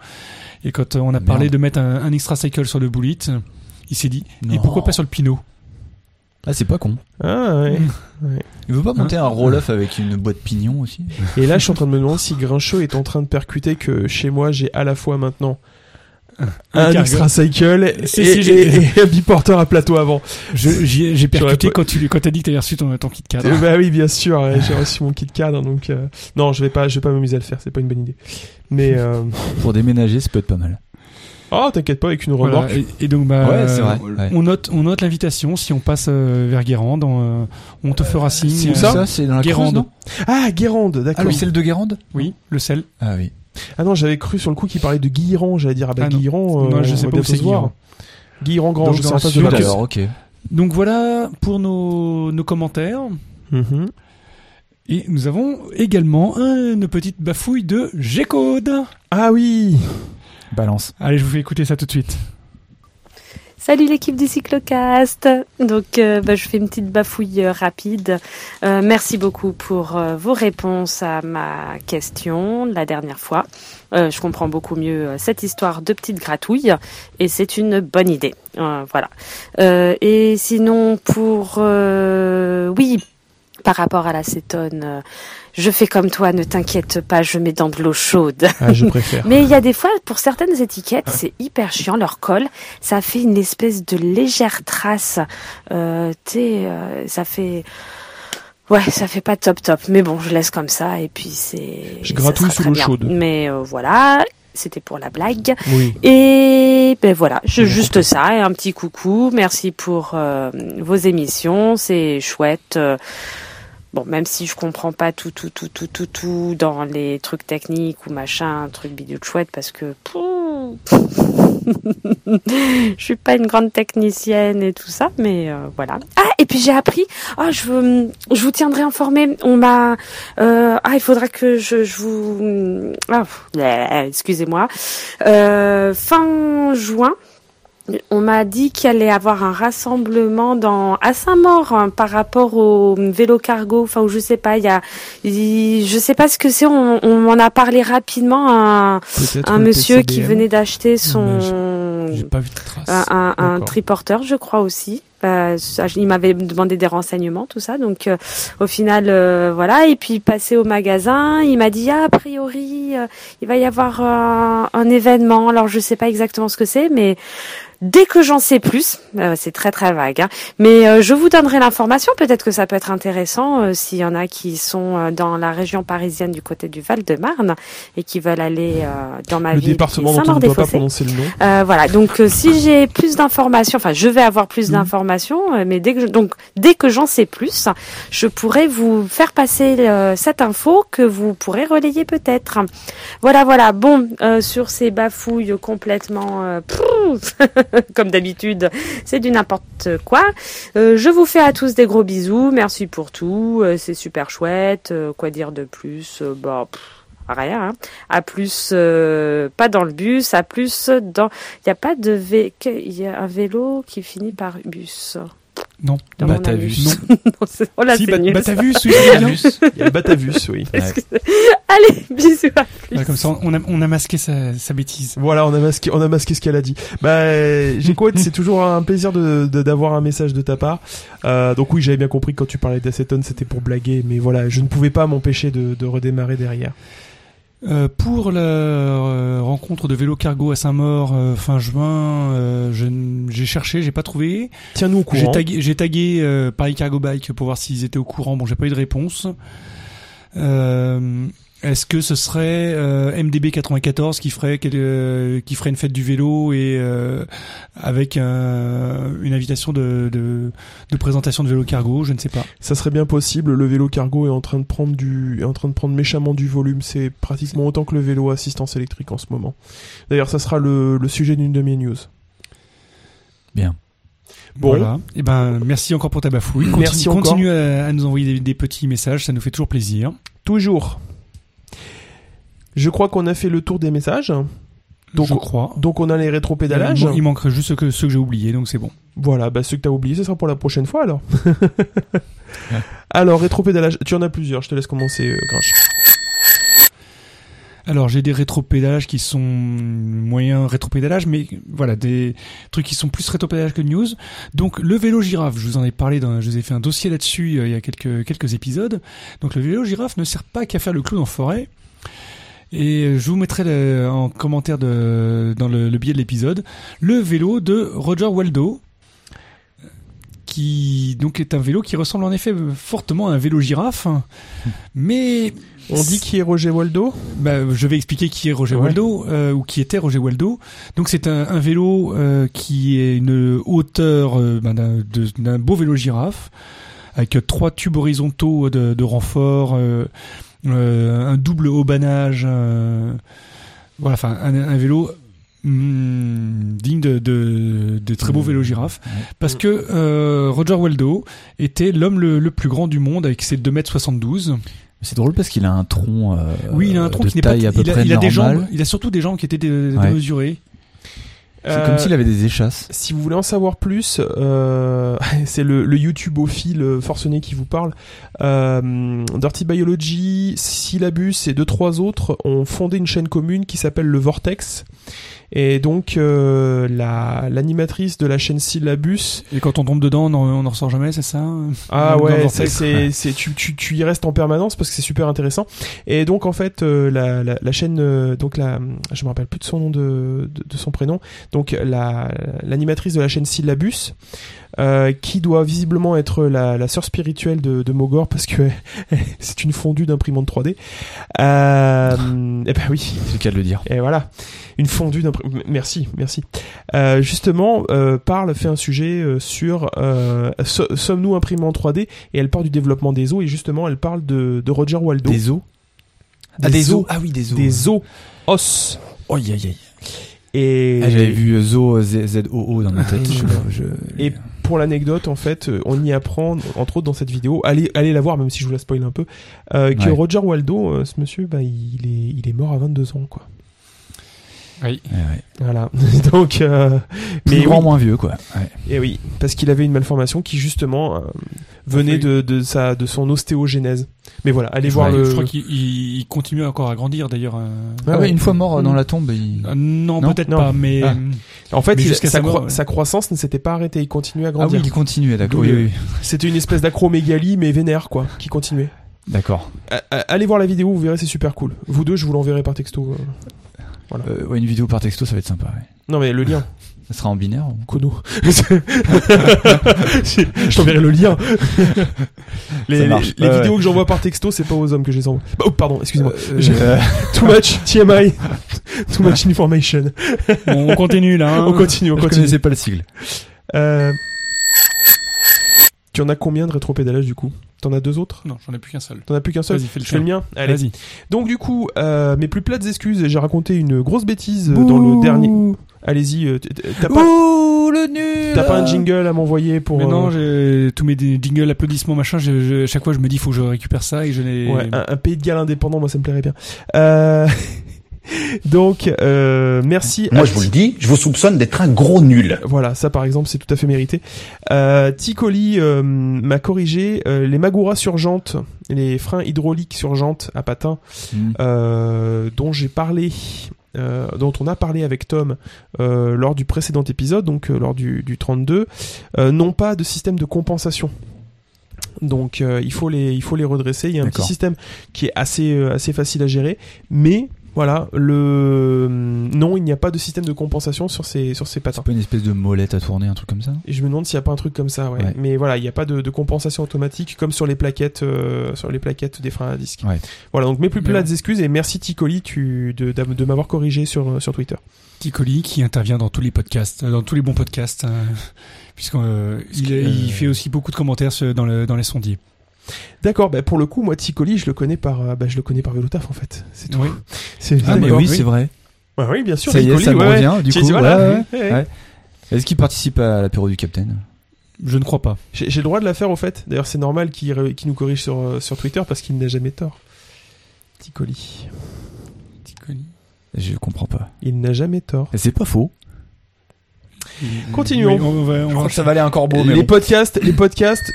Speaker 4: Et quand euh, on a parlé
Speaker 5: Ah, Merde.
Speaker 4: de mettre un, un extra cycle sur le bullet, il s'est dit et
Speaker 5: Non.
Speaker 4: pourquoi pas sur le Pinot
Speaker 5: Ah, c'est pas con.
Speaker 3: Ah, ouais.
Speaker 5: Il veut pas monter
Speaker 4: Ah.
Speaker 5: un roll-off avec une boîte pignon aussi
Speaker 3: Et là, je suis en train de me demander si Grincheux est en train de percuter que chez moi, j'ai à la fois maintenant un,
Speaker 4: cargo.
Speaker 3: extra cycle et,
Speaker 4: Si, si,
Speaker 3: et-
Speaker 4: j'ai-
Speaker 3: et un biporteur à plateau avant.
Speaker 4: Je- j'y ai- J'ai
Speaker 3: J'aurais
Speaker 4: percuté
Speaker 3: pas-
Speaker 4: quand tu quand t'as dit que t'avais reçu ton, ton kit cadre.
Speaker 3: Euh, bah oui, bien sûr, euh, j'ai reçu mon kit cadre, donc euh, non, je vais pas, je vais pas m'amuser à le faire, c'est pas une bonne idée. Mais euh,
Speaker 5: Pour déménager, ça peut être pas mal.
Speaker 3: oh, t'inquiète pas, avec une
Speaker 4: Voilà,
Speaker 3: remorque.
Speaker 4: et, et donc, bah,
Speaker 5: Ouais, c'est vrai,
Speaker 4: euh,
Speaker 5: ouais.
Speaker 4: On note, on note l'invitation. Si on passe euh, vers Guérande, on, euh, on te fera signe.
Speaker 3: c'est
Speaker 4: euh,
Speaker 3: ça
Speaker 5: c'est dans la
Speaker 4: Guérande.
Speaker 5: Creuse, non
Speaker 3: Ah, Guérande,
Speaker 5: Ah,
Speaker 3: d'accord.
Speaker 5: le celle de Guérande
Speaker 4: Oui, le sel.
Speaker 5: Ah oui.
Speaker 3: Ah non, j'avais cru sur le coup qu'il parlait de Guilherand, j'allais dire ah bah
Speaker 4: Ah non.
Speaker 3: Guilherand, euh,
Speaker 4: Non, je
Speaker 3: on
Speaker 4: sais
Speaker 3: va
Speaker 4: pas où
Speaker 3: bientôt
Speaker 4: c'est
Speaker 3: se voir.
Speaker 4: Guilherand.
Speaker 3: Guilherand Grand,
Speaker 4: Donc,
Speaker 3: je sais
Speaker 4: dans
Speaker 3: pas
Speaker 4: le sud,
Speaker 3: de Valence.
Speaker 5: D'accord, ok.
Speaker 4: Donc voilà pour nos, nos commentaires.
Speaker 3: Mhm.
Speaker 4: Et nous avons également une petite bafouille de G-Code.
Speaker 3: Ah oui,
Speaker 5: Balance.
Speaker 4: Allez, je vous fais écouter ça tout de suite.
Speaker 6: Salut l'équipe du Cyclocast. Donc euh, bah, je fais une petite bafouille euh, rapide. Euh, merci beaucoup pour euh, vos réponses à ma question de la dernière fois. Euh, je comprends beaucoup mieux euh, cette histoire de petite gratouille et c'est une bonne idée. Euh, voilà. Euh, et sinon pour euh, oui par rapport à la cétone, euh, je fais comme toi, ne t'inquiète pas, je mets dans de l'eau chaude.
Speaker 3: ah, je préfère.
Speaker 6: Mais il y a des fois, pour certaines étiquettes, c'est hyper chiant, leur colle, ça fait une espèce de légère trace. Euh, tu sais, euh, ça fait... Ouais, ça fait pas top top, mais bon, je laisse comme ça et puis c'est...
Speaker 3: Je gratouille sous
Speaker 6: ça sera très
Speaker 3: l'eau
Speaker 6: bien.
Speaker 3: chaude.
Speaker 6: Mais euh, voilà, c'était pour la blague.
Speaker 3: Oui.
Speaker 6: Et ben voilà, je- juste ça et un petit coucou. Merci pour euh, vos émissions, c'est chouette. Euh, Bon, même si je comprends pas tout, tout, tout, tout, tout, tout dans les trucs techniques ou machin, truc bidule chouette, parce que pouh, je suis pas une grande technicienne et tout ça, mais euh, voilà. Ah, et puis j'ai appris. Ah, je, veux- je vous tiendrai informé. On m'a. euh, ah, il faudra que je, je vous. Ah, pff, excusez-moi. Euh, fin juin, on m'a dit qu'il allait avoir un rassemblement dans à Saint-Maur hein, par rapport au vélo cargo. Enfin, ou je sais pas. Il y a, il- je sais pas ce que c'est. On, on en a parlé rapidement. Un,
Speaker 3: Peut-être
Speaker 6: un
Speaker 3: le
Speaker 6: monsieur qui
Speaker 3: PCBM.
Speaker 6: venait Ah. d'acheter
Speaker 4: Mais
Speaker 6: son
Speaker 4: J'ai pas vu de trace.
Speaker 6: un, un- un
Speaker 3: D'accord.
Speaker 6: triporteur, je crois aussi. Euh, ça, je- il m'avait demandé des renseignements, tout ça. Donc, euh, au final, euh, voilà. Et puis, passé au magasin, il m'a dit, ah, a euh, priori, euh, il va y avoir un, un événement. Alors, je sais pas exactement ce que c'est, mais Dès que j'en sais plus, euh, c'est très très vague, hein, mais euh, je vous donnerai l'information. Peut-être que ça peut être intéressant euh, s'il y en a qui sont euh, dans la région parisienne du côté du Val-de-Marne et qui veulent aller euh, dans ma
Speaker 3: Le
Speaker 6: ville. qui est
Speaker 3: département dont on ne doit pas
Speaker 6: Saint-Maur-des-Fossés.
Speaker 3: prononcer le nom.
Speaker 6: Euh, voilà. Donc euh, si j'ai plus d'informations, enfin je vais avoir plus d'informations, euh, mais dès que je- donc dès que j'en sais plus, je pourrai vous faire passer euh, cette info que vous pourrez relayer peut-être. Voilà, voilà. Bon, euh, sur ces bafouilles complètement euh, pfff, comme d'habitude, c'est du n'importe quoi. Euh, je vous fais à tous des gros bisous. Merci pour tout. euh, c'est super chouette. euh, quoi dire de plus Euh, Bah pff, rien. hein. À plus, euh, pas dans le bus, à plus dans. Il n'y a pas de vé... que- y a un vélo qui finit par bus.
Speaker 4: Non.
Speaker 6: Dans
Speaker 5: Bah,
Speaker 6: mon
Speaker 5: t'as
Speaker 6: avis.
Speaker 5: vu.
Speaker 6: Non, c'est- oh là,
Speaker 4: si,
Speaker 6: c'est
Speaker 4: bah,
Speaker 6: nul.
Speaker 4: bah, t'as vu, celui
Speaker 3: Il y a le Batavus, oui.
Speaker 6: Allez, bisous, à plus.
Speaker 4: Voilà, Bah, Comme ça, on a, on a masqué sa, sa bêtise.
Speaker 3: Voilà, on a masqué, on a masqué ce qu'elle a dit. Bah, j'écoute, c'est toujours un plaisir de de- d'avoir un message de ta part. Euh, donc oui, j'avais bien compris que quand tu parlais d'acétone, c'était pour blaguer, mais voilà, je ne pouvais pas m'empêcher de, de redémarrer derrière.
Speaker 4: Euh, pour la euh, rencontre de vélo cargo à Saint-Maur euh, fin juin, euh, je n- j'ai cherché, j'ai pas trouvé.
Speaker 3: Tiens-nous au
Speaker 4: J'ai
Speaker 3: courant.
Speaker 4: tagué, j'ai tagué euh, Paris Cargo Bike pour voir s'ils étaient au courant. Bon, j'ai pas eu de réponse. Euh, Est-ce que ce serait euh, MDB 94 qui ferait quel- euh, qui ferait une fête du vélo et euh, avec un- une invitation de, de de présentation de vélo cargo Je ne sais pas.
Speaker 3: Ça serait bien possible. Le vélo cargo est en train de prendre du, est en train de prendre méchamment du volume. C'est pratiquement autant que le vélo à assistance électrique en ce moment. D'ailleurs, ça sera le, le sujet d'une de mes news.
Speaker 5: Bien.
Speaker 3: Bon.
Speaker 4: Voilà. Et ben, merci encore pour ta bafouille. Continue,
Speaker 3: Merci encore.
Speaker 4: continue à, à nous envoyer des, des petits messages, ça nous fait toujours plaisir.
Speaker 3: Toujours. Je crois qu'on a fait le tour des messages. Donc-
Speaker 4: je crois.
Speaker 3: Donc on a les rétropédalages.
Speaker 4: Il man- Il manquerait juste ceux que, ceux que j'ai oubliés, donc c'est bon.
Speaker 3: Voilà, bah ceux que t'as oubliés, ce sera pour la prochaine fois alors. alors, rétropédalage, tu en as plusieurs, je te laisse commencer, euh, Grinch.
Speaker 4: Alors, j'ai des rétropédalages qui sont moyens rétropédalages, mais voilà, des trucs qui sont plus rétropédalages que news. Donc, le vélo girafe, je vous en ai parlé, dans, je vous ai fait un dossier là-dessus euh, il y a quelques, quelques épisodes. Donc, le vélo girafe ne sert pas qu'à faire le clown en forêt. Et euh, je vous mettrai le- en commentaire de, dans le, le biais de l'épisode le vélo de Roger Waldo, qui donc est un vélo qui ressemble en effet fortement à un vélo girafe, mais
Speaker 3: On dit qui est Roger Waldo
Speaker 4: bah, je vais expliquer qui est Roger
Speaker 3: Ouais.
Speaker 4: Waldo euh, ou qui était Roger Waldo. Donc c'est un, un vélo euh, qui est une hauteur euh, ben, d'un de- d'un beau vélo girafe avec euh, trois tubes horizontaux de, de renfort, euh, euh, un double haut-banage, euh, voilà, enfin un, un vélo hum, digne de, de, de très beaux vélos girafes parce que euh, Roger Waldo était l'homme le, le plus grand du monde avec ses 2m72
Speaker 5: C'est drôle parce qu'il a un tronc. euh,
Speaker 4: oui, il a un tronc
Speaker 5: de
Speaker 4: qui n'est pas.
Speaker 5: taille
Speaker 4: Il
Speaker 5: à peu
Speaker 4: a,
Speaker 5: près
Speaker 4: il a des
Speaker 5: normale.
Speaker 4: jambes. Il a surtout des jambes qui étaient dé-
Speaker 5: Ouais.
Speaker 4: démesurées.
Speaker 5: C'est comme s'il
Speaker 3: Euh,
Speaker 5: avait des échasses.
Speaker 3: Si vous voulez en savoir plus, euh, c'est le, le YouTubeophile euh, forcené qui vous parle. Euh, Dirty Biology, Syllabus et deux trois autres ont fondé une chaîne commune qui s'appelle le Vortex. Et donc euh, la l'animatrice de la chaîne Syllabus,
Speaker 4: Et quand on tombe dedans, on n'en on en ressort jamais, c'est ça
Speaker 3: Ah
Speaker 4: Dans
Speaker 3: ouais,
Speaker 4: le
Speaker 3: ça,
Speaker 4: vortex.
Speaker 3: c'est, c'est, tu, tu, tu y restes en permanence parce que c'est super intéressant. Et donc en fait, euh, la, la, la chaîne, euh, donc la, je me rappelle plus de son nom de, de, de son prénom, donc la, l'animatrice de la chaîne Syllabus, euh, qui doit visiblement être la, la sœur spirituelle de, de Mogor parce que c'est une fondue d'imprimante 3D. Euh, et ben oui.
Speaker 5: C'est le cas de le dire.
Speaker 3: Et voilà, une fondue d'un... Merci, merci. Euh, justement, euh, parle, fait un sujet euh, sur euh, so- sommes-nous imprimés en 3D et elle parle du développement des eaux et justement elle parle de, de Roger Waldo.
Speaker 5: Des os
Speaker 3: Ah, des os.
Speaker 5: Ah oui, des os.
Speaker 3: Des eaux, os.
Speaker 5: Aïe, aïe, aïe.
Speaker 3: Et,
Speaker 5: Ah, J'avais vu Zo Z-O-O dans ma tête.
Speaker 3: Ah,
Speaker 5: je- je-
Speaker 3: et pour l'anecdote, en fait, euh, on y apprend, entre autres dans cette vidéo, allez, allez la voir, même si je vous la spoil un peu, euh, que
Speaker 5: Ouais.
Speaker 3: Roger Waldo, euh, ce monsieur, bah, il, est, il est mort à 22 ans, quoi.
Speaker 5: Ouais, ouais.
Speaker 3: Voilà. Donc, euh,
Speaker 5: Plus
Speaker 3: mais
Speaker 5: grand,
Speaker 3: oui.
Speaker 5: moins vieux, quoi. Ouais. Ah
Speaker 3: Et Eh oui, parce qu'il avait une malformation qui justement euh, venait
Speaker 4: Oui.
Speaker 3: de, de sa de son ostéogénèse. Mais voilà, allez
Speaker 4: Je
Speaker 3: voir
Speaker 4: crois-
Speaker 3: le.
Speaker 4: Je crois qu'il il- il continue encore à grandir d'ailleurs. euh.
Speaker 3: Ouais,
Speaker 5: Ah
Speaker 3: ouais.
Speaker 5: ouais, une fois mort euh, dans
Speaker 3: Mm.
Speaker 5: la tombe, il.
Speaker 4: Ah, Non,
Speaker 5: Non,
Speaker 4: peut-être
Speaker 3: non.
Speaker 4: pas, mais.
Speaker 5: Ah.
Speaker 3: En fait,
Speaker 4: Mais
Speaker 3: il-
Speaker 4: jusqu'à
Speaker 3: sa,
Speaker 4: sa mort,
Speaker 3: croi-
Speaker 4: ouais.
Speaker 3: sa croissance ne s'était pas arrêtée, il continuait à
Speaker 5: Ah oui,
Speaker 3: grandir.
Speaker 5: il continuait, d'accord.
Speaker 3: D'où
Speaker 5: Oui,
Speaker 3: le-
Speaker 5: oui.
Speaker 3: C'était une espèce d'acromégalie mais vénère quoi, qui continuait.
Speaker 5: D'accord.
Speaker 3: A- a- Allez voir la vidéo, vous verrez, c'est super cool. Vous deux, je vous l'enverrai par texto. euh.
Speaker 5: Euh, ouais, une vidéo par texto, ça va être sympa. ouais.
Speaker 3: Non mais le lien.
Speaker 5: Ça sera en binaire ou-
Speaker 3: Kono. je je t'enverrai le lien. les
Speaker 5: marche.
Speaker 3: les
Speaker 5: Ouais,
Speaker 3: vidéos
Speaker 5: ouais.
Speaker 3: que j'envoie par texto, c'est pas aux hommes que je les envoie. Bah, oh, pardon, excusez-moi. J'ai-
Speaker 5: Euh,
Speaker 3: Too much TMI. Too much information.
Speaker 4: On continue là. hein.
Speaker 3: On continue, on
Speaker 5: Ah. je
Speaker 3: continue.
Speaker 5: connaissais pas le sigle.
Speaker 3: Euh, Tu en as combien de rétropédalages du coup T'en as deux autres
Speaker 4: Non, j'en ai plus qu'un seul.
Speaker 3: T'en as plus qu'un seul
Speaker 4: Vas-y, fais le
Speaker 3: Je fais le mien Allez.
Speaker 4: Vas-y.
Speaker 3: Donc du coup, euh, mes plus plates excuses, j'ai raconté une grosse bêtise euh, dans le dernier... Allez-y, euh, t- t- t'as pas,
Speaker 5: Ouh, le nul
Speaker 3: t'as pas un jingle à m'envoyer pour...
Speaker 4: Mais non,
Speaker 3: euh,
Speaker 4: j'ai tous mes dé- jingles, applaudissements, machin. je- je- chaque fois, je me dis, faut que je récupère ça et je les.
Speaker 3: Ouais, un, un pays de Galles indépendant, moi ça me plairait bien. Euh, Donc, euh, merci. à-
Speaker 7: Moi, je vous le dis, je vous soupçonne d'être un gros nul.
Speaker 3: Voilà, ça par exemple, c'est tout à fait mérité. Euh, Ticoli euh, m'a corrigé euh, les magouras sur jante, les freins hydrauliques sur jante à patin,
Speaker 5: Mm.
Speaker 3: euh, dont j'ai parlé. euh, dont on a parlé avec Tom euh, lors du précédent épisode, donc euh, lors du, du 32, euh, n'ont pas de système de compensation. Donc euh, il, faut les, il faut les redresser. Il y a un petit
Speaker 5: D'accord.
Speaker 3: système qui est assez, euh, assez facile à gérer, mais voilà, le non, il n'y a pas de système de compensation sur ces, sur ces patins.
Speaker 5: C'est pas une espèce de molette à tourner, un truc comme ça
Speaker 3: Et je me demande s'il n'y a pas un truc comme ça, ouais.
Speaker 5: Ouais.
Speaker 3: Mais voilà, il n'y a pas de, de compensation automatique comme sur les plaquettes, euh, sur les plaquettes des freins à disque.
Speaker 5: Ouais. Ah,
Speaker 3: Voilà, donc mes plus
Speaker 4: Mais
Speaker 3: plates excuses et merci Ticoli tu, de, d'av- de m'avoir corrigé sur, euh, sur Twitter.
Speaker 4: Petit colis qui intervient dans tous les podcasts, euh, dans tous les bons podcasts, euh, puisqu'il
Speaker 5: que- euh,
Speaker 4: il fait aussi beaucoup de commentaires sur- dans, le, dans les sondiers.
Speaker 3: D'accord, bah pour le coup, moi Ticoli, je le connais par, euh, bah, je le connais par Vélotaf en fait. C'est tout.
Speaker 4: Oui.
Speaker 3: C'est,
Speaker 5: Ah, mais
Speaker 3: d'accord.
Speaker 5: oui, c'est vrai.
Speaker 3: Ouais, oui, bien sûr.
Speaker 5: ça y est,
Speaker 3: Ticoli,
Speaker 5: ça me
Speaker 3: ouais, ouais.
Speaker 5: revient, du
Speaker 3: Tu-
Speaker 5: coup.
Speaker 3: tu- voilà, Eh,
Speaker 5: ouais, ouais.
Speaker 3: ouais, ouais.
Speaker 5: Ouais. Est-ce qu'il participe à l'apéro du Capitaine
Speaker 4: Je ne crois pas.
Speaker 3: J'ai, j'ai le droit de la faire au fait. D'ailleurs, c'est normal qu'il, re- qu'il nous corrige sur, euh, sur Twitter parce qu'il n'a jamais tort. Ticoli,
Speaker 4: Petit colis.
Speaker 5: Je comprends pas.
Speaker 3: il n'a jamais tort.
Speaker 5: Et C'est pas faux.
Speaker 3: Continuons.
Speaker 4: Euh, Oui, on va- on va-
Speaker 5: ça va aller encore beau,
Speaker 3: les podcasts, les podcasts.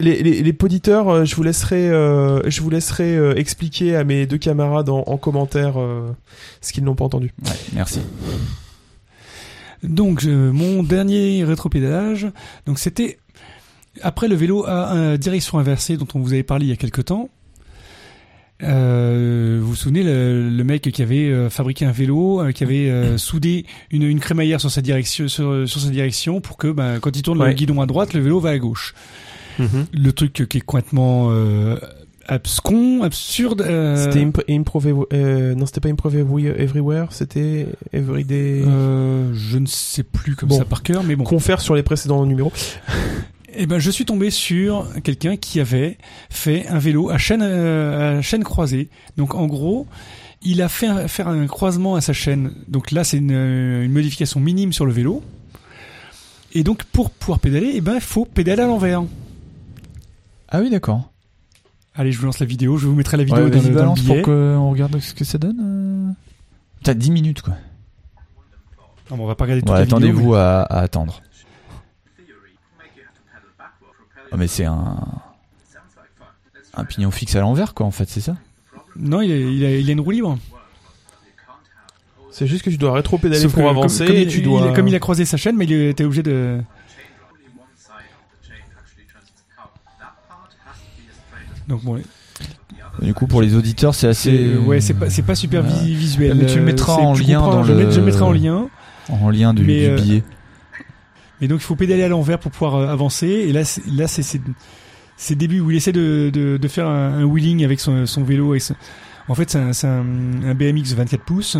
Speaker 3: Les, les, les poditeurs, euh, je vous laisserai, euh, je vous laisserai euh, expliquer à mes deux camarades en, en commentaire euh, ce qu'ils n'ont pas entendu.
Speaker 5: merci.
Speaker 4: Donc euh, mon dernier rétropédalage, donc c'était après le vélo à euh, direction inversée dont on vous avait parlé il y a quelque temps. Euh, vous vous souvenez le, le mec qui avait euh, fabriqué un vélo, euh, qui avait euh, soudé une, une crémaillère sur sa direction, sur, sur sa direction pour que ben, quand il tourne le
Speaker 3: Ouais.
Speaker 4: guidon à droite, le vélo va à gauche le truc qui est complètement euh, abscon, absurde. euh,
Speaker 3: C'était impro- improv, euh, non, c'était pas improv Every- everywhere, c'était everyday.
Speaker 4: euh, je ne sais plus comme
Speaker 3: Bon.
Speaker 4: ça par cœur, mais bon.
Speaker 3: Qu'on fait sur les précédents numéros.
Speaker 4: Eh ben, je suis tombé sur quelqu'un qui avait fait un vélo à chaîne, euh, à chaîne croisée. Donc, en gros, il a fait un- faire un croisement à sa chaîne. Donc là, c'est une, euh, une modification minime sur le vélo. Et donc, pour pouvoir pédaler, eh ben, il faut pédaler à l'envers.
Speaker 5: Ah oui, d'accord.
Speaker 4: Allez, je vous lance la vidéo. Je vous mettrai la vidéo
Speaker 5: Ouais,
Speaker 4: dans,
Speaker 5: vas-y,
Speaker 4: le, dans le
Speaker 5: balance
Speaker 4: billet.
Speaker 5: pour qu'on regarde ce que ça donne. euh. T'as 10 minutes, quoi.
Speaker 4: Non, mais on va pas regarder toute
Speaker 5: Ouais,
Speaker 4: la vidéo,
Speaker 5: attendez-vous à, à attendre. Oh, mais c'est un... Un pignon fixe à l'envers, quoi, en fait, c'est ça
Speaker 4: mais- Non, il a, il, a, il a une roue libre.
Speaker 3: C'est juste que tu dois rétro-pédaler
Speaker 4: Sauf
Speaker 3: pour
Speaker 4: que
Speaker 3: avancer
Speaker 4: comme- comme
Speaker 3: et
Speaker 4: il-
Speaker 3: tu
Speaker 4: il-
Speaker 3: dois.
Speaker 4: il a- comme il a croisé sa chaîne, mais il était obligé de. Donc bon,
Speaker 5: Du coup, pour les auditeurs, c'est assez...
Speaker 4: c'est ouais, c'est pas c'est pas super
Speaker 5: Voilà.
Speaker 4: vi- visuel.
Speaker 5: Mais tu le
Speaker 4: Euh,
Speaker 5: mettras
Speaker 4: c'est-
Speaker 5: en
Speaker 4: tu
Speaker 5: lien
Speaker 4: comprends,
Speaker 5: dans
Speaker 4: je
Speaker 5: le-
Speaker 4: je mettrai en lien.
Speaker 5: En lien du,
Speaker 4: Mais,
Speaker 5: du
Speaker 4: euh,
Speaker 5: billet.
Speaker 4: Mais donc il faut pédaler à l'envers pour pouvoir euh, avancer. Et là, c'est- là c'est c'est c'est début où il essaie de de, de faire un, un wheeling avec son, son vélo. Et son- En fait, c'est un, c'est un, un BMX 24 pouces.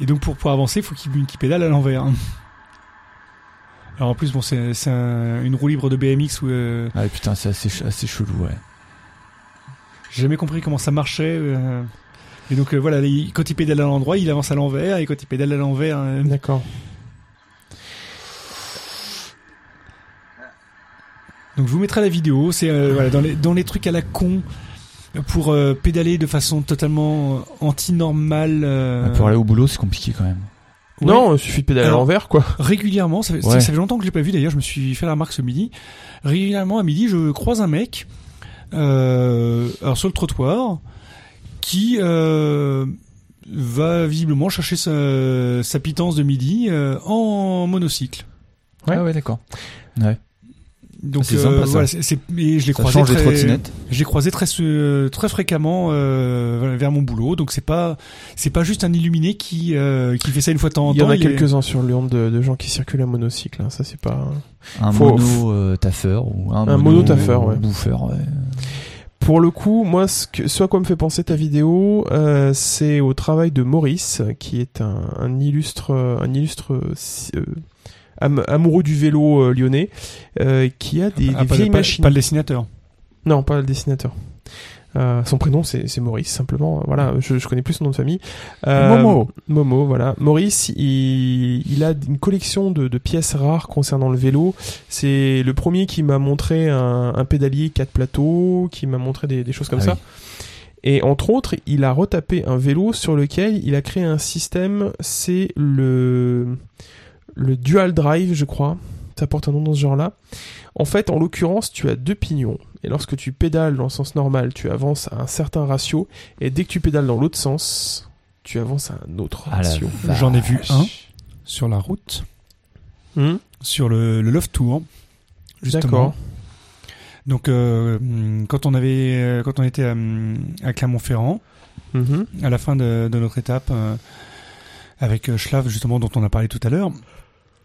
Speaker 4: Et donc pour pouvoir avancer, il faut qu'il qu'il pédale à l'envers. Alors en plus, bon, c'est c'est un- une roue libre de BMX où euh,
Speaker 5: Ah putain, c'est assez, ch- assez chelou, ouais.
Speaker 4: J'ai jamais compris comment ça marchait. euh. Et donc euh, voilà, il- quand il pédale à l'endroit, il avance à l'envers, et quand il pédale à l'envers, euh,
Speaker 3: D'accord.
Speaker 4: donc je vous mettrai la vidéo. C'est euh, voilà dans les dans les trucs à la con pour euh, pédaler de façon totalement euh, anti-normale. euh,
Speaker 5: Ah, Pour aller au boulot, c'est compliqué, quand même.
Speaker 4: ouais.
Speaker 3: Non, il suffit de pédaler à
Speaker 4: Alors-
Speaker 3: l'envers, quoi.
Speaker 4: régulièrement. Ça fait,
Speaker 5: Ouais.
Speaker 4: ça fait longtemps que je l'ai pas vu. D'ailleurs, je me suis fait la remarque ce midi. Régulièrement à midi, je croise un mec euh, alors sur le trottoir qui euh, va visiblement chercher sa, sa pitance de midi euh, en monocycle.
Speaker 5: Ah ouais, d'accord. Ouais.
Speaker 4: Donc
Speaker 5: C'est
Speaker 4: euh,
Speaker 5: sympa, ça.
Speaker 4: voilà, c'est- c'est- et je
Speaker 5: Ça
Speaker 4: l'ai croisé
Speaker 5: change les
Speaker 4: très-
Speaker 5: trottinettes.
Speaker 4: Je l'ai croisé très euh, très fréquemment euh, voilà, vers mon boulot, donc c'est pas c'est pas juste un illuminé qui euh, qui fait ça une fois de temps en
Speaker 3: Il y en
Speaker 4: temps.
Speaker 3: a
Speaker 4: est-
Speaker 3: quelques-uns sur Lyon de, de gens qui circulent à monocycle. hein, Ça, c'est pas.
Speaker 5: Un
Speaker 3: Faut-
Speaker 5: mono euh, taffeur ou un,
Speaker 3: Un mono taffeur, ouais.
Speaker 5: bouffeur. ouais.
Speaker 3: Pour le coup, moi, ce, que, ce à quoi me fait penser ta vidéo, euh, c'est au travail de Maurice, qui est un, un illustre, euh, un illustre euh, si- euh, am- amoureux du vélo euh, lyonnais, euh, qui a des,
Speaker 4: Ah,
Speaker 3: des
Speaker 4: pas,
Speaker 3: vieilles
Speaker 4: pas-
Speaker 3: machines.
Speaker 4: pas le dessinateur.
Speaker 3: Non, pas le dessinateur. Euh, son prénom, c'est c'est Maurice, simplement. Voilà, je, je connais plus son nom de famille. Euh,
Speaker 5: Momo.
Speaker 3: Momo, voilà. Maurice, il, il a une collection de, de pièces rares concernant le vélo. C'est le premier qui m'a montré un, un pédalier quatre plateaux, qui m'a montré des, des choses comme
Speaker 5: Ah
Speaker 3: ça.
Speaker 5: oui.
Speaker 3: Et entre autres, il a retapé un vélo sur lequel il a créé un système, c'est le, le dual drive, je crois. Ça porte un nom dans ce genre-là. En fait, en l'occurrence, tu as deux pignons. Et lorsque tu pédales dans le sens normal, tu avances à un certain ratio. Et dès que tu pédales dans l'autre sens, tu avances à un autre
Speaker 5: Ah la
Speaker 3: ratio.
Speaker 4: J'en ai vu
Speaker 5: vache.
Speaker 4: un sur la route,
Speaker 3: Hmm
Speaker 4: sur le, le Love Tour. justement.
Speaker 3: D'accord.
Speaker 4: Donc euh, quand on avait euh, quand on était à, à Clermont-Ferrand,
Speaker 3: Mhm.
Speaker 4: à la fin de, de notre étape euh, avec euh, Schlaf justement dont on a parlé tout à l'heure,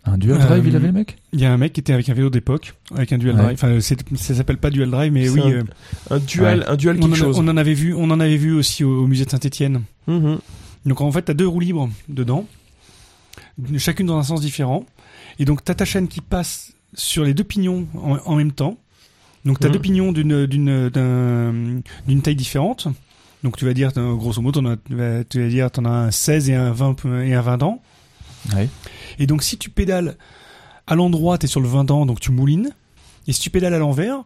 Speaker 5: Un dual
Speaker 4: Euh,
Speaker 5: drive, il avait le mec
Speaker 4: il y a un mec qui était avec un vélo d'époque, avec un dual
Speaker 5: Ouais.
Speaker 4: drive. Enfin, c'est- ça s'appelle pas dual drive, mais
Speaker 3: C'est
Speaker 4: oui.
Speaker 3: un-
Speaker 4: euh,
Speaker 3: Un dual, un dual
Speaker 4: on, en
Speaker 3: quelque
Speaker 4: a-
Speaker 3: chose.
Speaker 4: on en avait vu, on en avait vu aussi au, au musée de Saint-Étienne.
Speaker 3: Mhm.
Speaker 4: Donc en fait, t'as deux roues libres dedans, chacune dans un sens différent, et donc t'as ta chaîne qui passe sur les deux pignons en, en même temps. Donc t'as
Speaker 3: Mhm.
Speaker 4: deux pignons d'une d'une d'un- d'une taille différente. Donc tu vas dire t'as- grosso modo, t'en as- tu vas, tu vas dire t'en as un 16 et un 20 peu- et un 20 ans.
Speaker 5: Ouais.
Speaker 4: Et donc si tu pédales à l'endroit, t'es sur le 20 ans, donc tu moulines. Et si tu pédales à l'envers,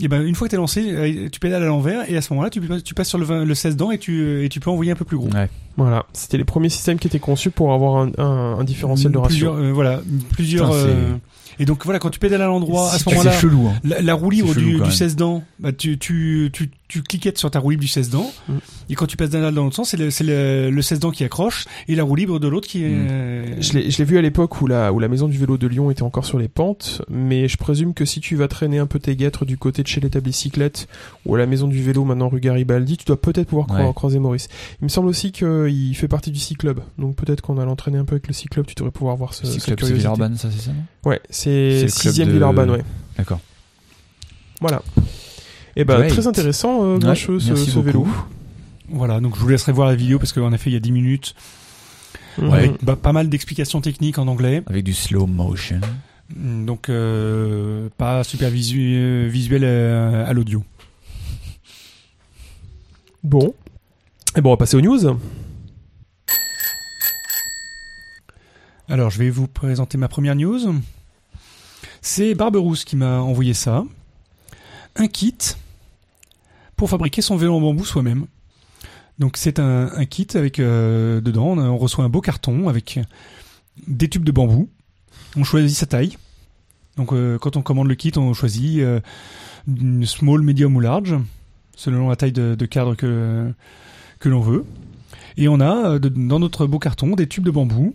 Speaker 4: et ben une fois que t'es lancé, euh, tu pédales à l'envers et à ce moment-là, tu, peux- tu passes sur le, 20 le 16 dents et tu, et tu peux envoyer un peu plus gros.
Speaker 5: Ouais.
Speaker 3: Voilà. C'était les premiers systèmes qui étaient conçus pour avoir un, un- un différentiel de ratio.
Speaker 4: Plusieurs, euh, voilà, plusieurs.
Speaker 5: Putain, c'est-
Speaker 4: euh, et donc voilà, quand tu pédales à l'endroit, à ce
Speaker 5: C'est
Speaker 4: moment-là,
Speaker 5: chelou. hein.
Speaker 4: la, la roue
Speaker 5: C'est
Speaker 4: libre
Speaker 5: chelou,
Speaker 4: du,
Speaker 5: quand
Speaker 4: du
Speaker 5: même.
Speaker 4: 16 dents, bah, tu, tu, tu, tu cliquettes sur ta roue libre du 16 dents,
Speaker 3: Mm.
Speaker 4: et quand tu passes d'un dans l'autre sens, c'est le, c'est le, le 16 dents qui accroche, et la roue libre de l'autre qui est.
Speaker 5: Mm.
Speaker 4: euh,
Speaker 3: Je l'ai je l'ai vu à l'époque où la, où la maison du vélo de Lyon était encore sur les pentes, mais je présume que si tu vas traîner un peu tes guêtres du côté de chez l'étable bicyclette ou à la maison du vélo maintenant rue Garibaldi, tu dois peut-être pouvoir cro-
Speaker 5: Ouais.
Speaker 3: croiser Maurice. Il me semble aussi qu'il fait partie du cyclub, donc peut-être qu'en allant traîner un peu avec le cyclub, tu devrais pouvoir voir ce,
Speaker 5: C'est
Speaker 3: cette
Speaker 5: Euh, club, c'est
Speaker 3: curiosité.
Speaker 5: Villeurbanne, ça, c'est ça non
Speaker 3: Ouais,
Speaker 5: C'est
Speaker 3: c'est
Speaker 5: le
Speaker 3: 6ème
Speaker 5: club de-
Speaker 3: Villeurbanne, ouais.
Speaker 5: D'accord.
Speaker 3: Voilà. Et ben
Speaker 5: Great.
Speaker 3: très intéressant, euh,
Speaker 5: Ouais,
Speaker 3: Grincheux, ce,
Speaker 5: merci
Speaker 3: ce vélo.
Speaker 5: beaucoup.
Speaker 4: Voilà, donc je vous laisserai voir la vidéo parce qu'en effet, il y a 10 minutes,
Speaker 3: Mhm.
Speaker 4: bah, pas mal d'explications techniques en anglais,
Speaker 5: Avec du slow motion.
Speaker 4: Mm, donc euh, pas super visu- euh, visuel euh, à l'audio.
Speaker 3: Bon. Et bon, on va passer aux news.
Speaker 4: Alors, je vais vous présenter ma première news. C'est Barberousse qui m'a envoyé ça. Un kit pour fabriquer son vélo en bambou soi-même. Donc, c'est un, un kit avec euh, dedans, on, a- on reçoit un beau carton avec des tubes de bambou. On choisit sa taille. Donc, euh, quand on commande le kit, on choisit euh, une small, medium ou large, selon la taille de, de cadre que, que l'on veut. Et on a euh, de- dans notre beau carton des tubes de bambou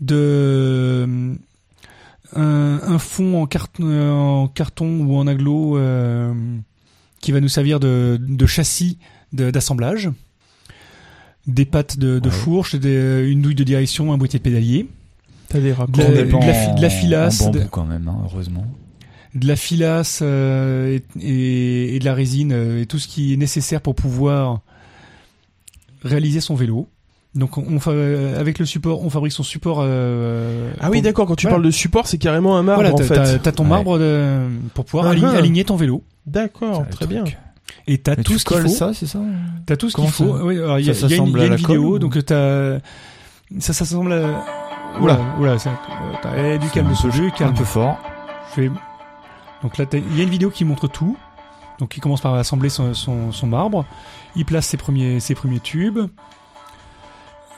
Speaker 4: de euh, un, un fond en, cart- euh, en carton ou en aglo euh, qui va nous servir de, de châssis de- d'assemblage, des pattes de, de
Speaker 5: Ouais.
Speaker 4: fourche, des- une douille de direction, un boîtier de pédalier,
Speaker 3: T'as des raccords.
Speaker 4: De-
Speaker 5: Tourné pas
Speaker 4: de la fi-
Speaker 5: en-
Speaker 4: de la filasse, Ah,
Speaker 5: En bambou
Speaker 4: de-
Speaker 5: quand même, hein, heureusement.
Speaker 4: de la filasse euh, et, et- et de la résine euh, et tout ce qui est nécessaire pour pouvoir réaliser son vélo. Donc on, on fa- euh, avec le support, on fabrique son support. euh,
Speaker 3: Ah oui,
Speaker 4: pour-
Speaker 3: d'accord, quand tu
Speaker 4: Voilà.
Speaker 3: parles de support, c'est carrément un marbre
Speaker 4: Voilà,
Speaker 3: en
Speaker 4: t'as- t'as
Speaker 3: fait.
Speaker 4: t'as ton
Speaker 5: Ouais.
Speaker 4: marbre de- pour pouvoir
Speaker 3: Ah,
Speaker 4: aligner,
Speaker 3: ah.
Speaker 4: aligner ton vélo.
Speaker 3: D'accord,
Speaker 5: C'est
Speaker 3: très
Speaker 5: le
Speaker 3: bien.
Speaker 5: truc.
Speaker 4: Et t'as
Speaker 5: Mais
Speaker 4: tout
Speaker 5: tu
Speaker 4: ce qu'il
Speaker 5: colles
Speaker 4: faut. Ah.
Speaker 5: ça, c'est ça
Speaker 4: T'as tout ce
Speaker 5: Comment
Speaker 4: qu'il faut.
Speaker 5: ça
Speaker 4: Oui, alors, il y a,
Speaker 5: Ça
Speaker 4: il y a une,
Speaker 5: s'assemble
Speaker 4: il y a
Speaker 5: à
Speaker 4: une
Speaker 5: la colle
Speaker 4: vidéo,
Speaker 5: ou-
Speaker 4: donc t'as ça, ça semble. à- Oula, oula, ça, euh, eh, du calme ce jeu,
Speaker 5: Un
Speaker 4: calme.
Speaker 5: peu fort.
Speaker 4: Je fais- Donc là, t'as- il y a une vidéo qui montre tout. Donc il commence par assembler son, son, son marbre. Il place ses premiers, ses premiers tubes.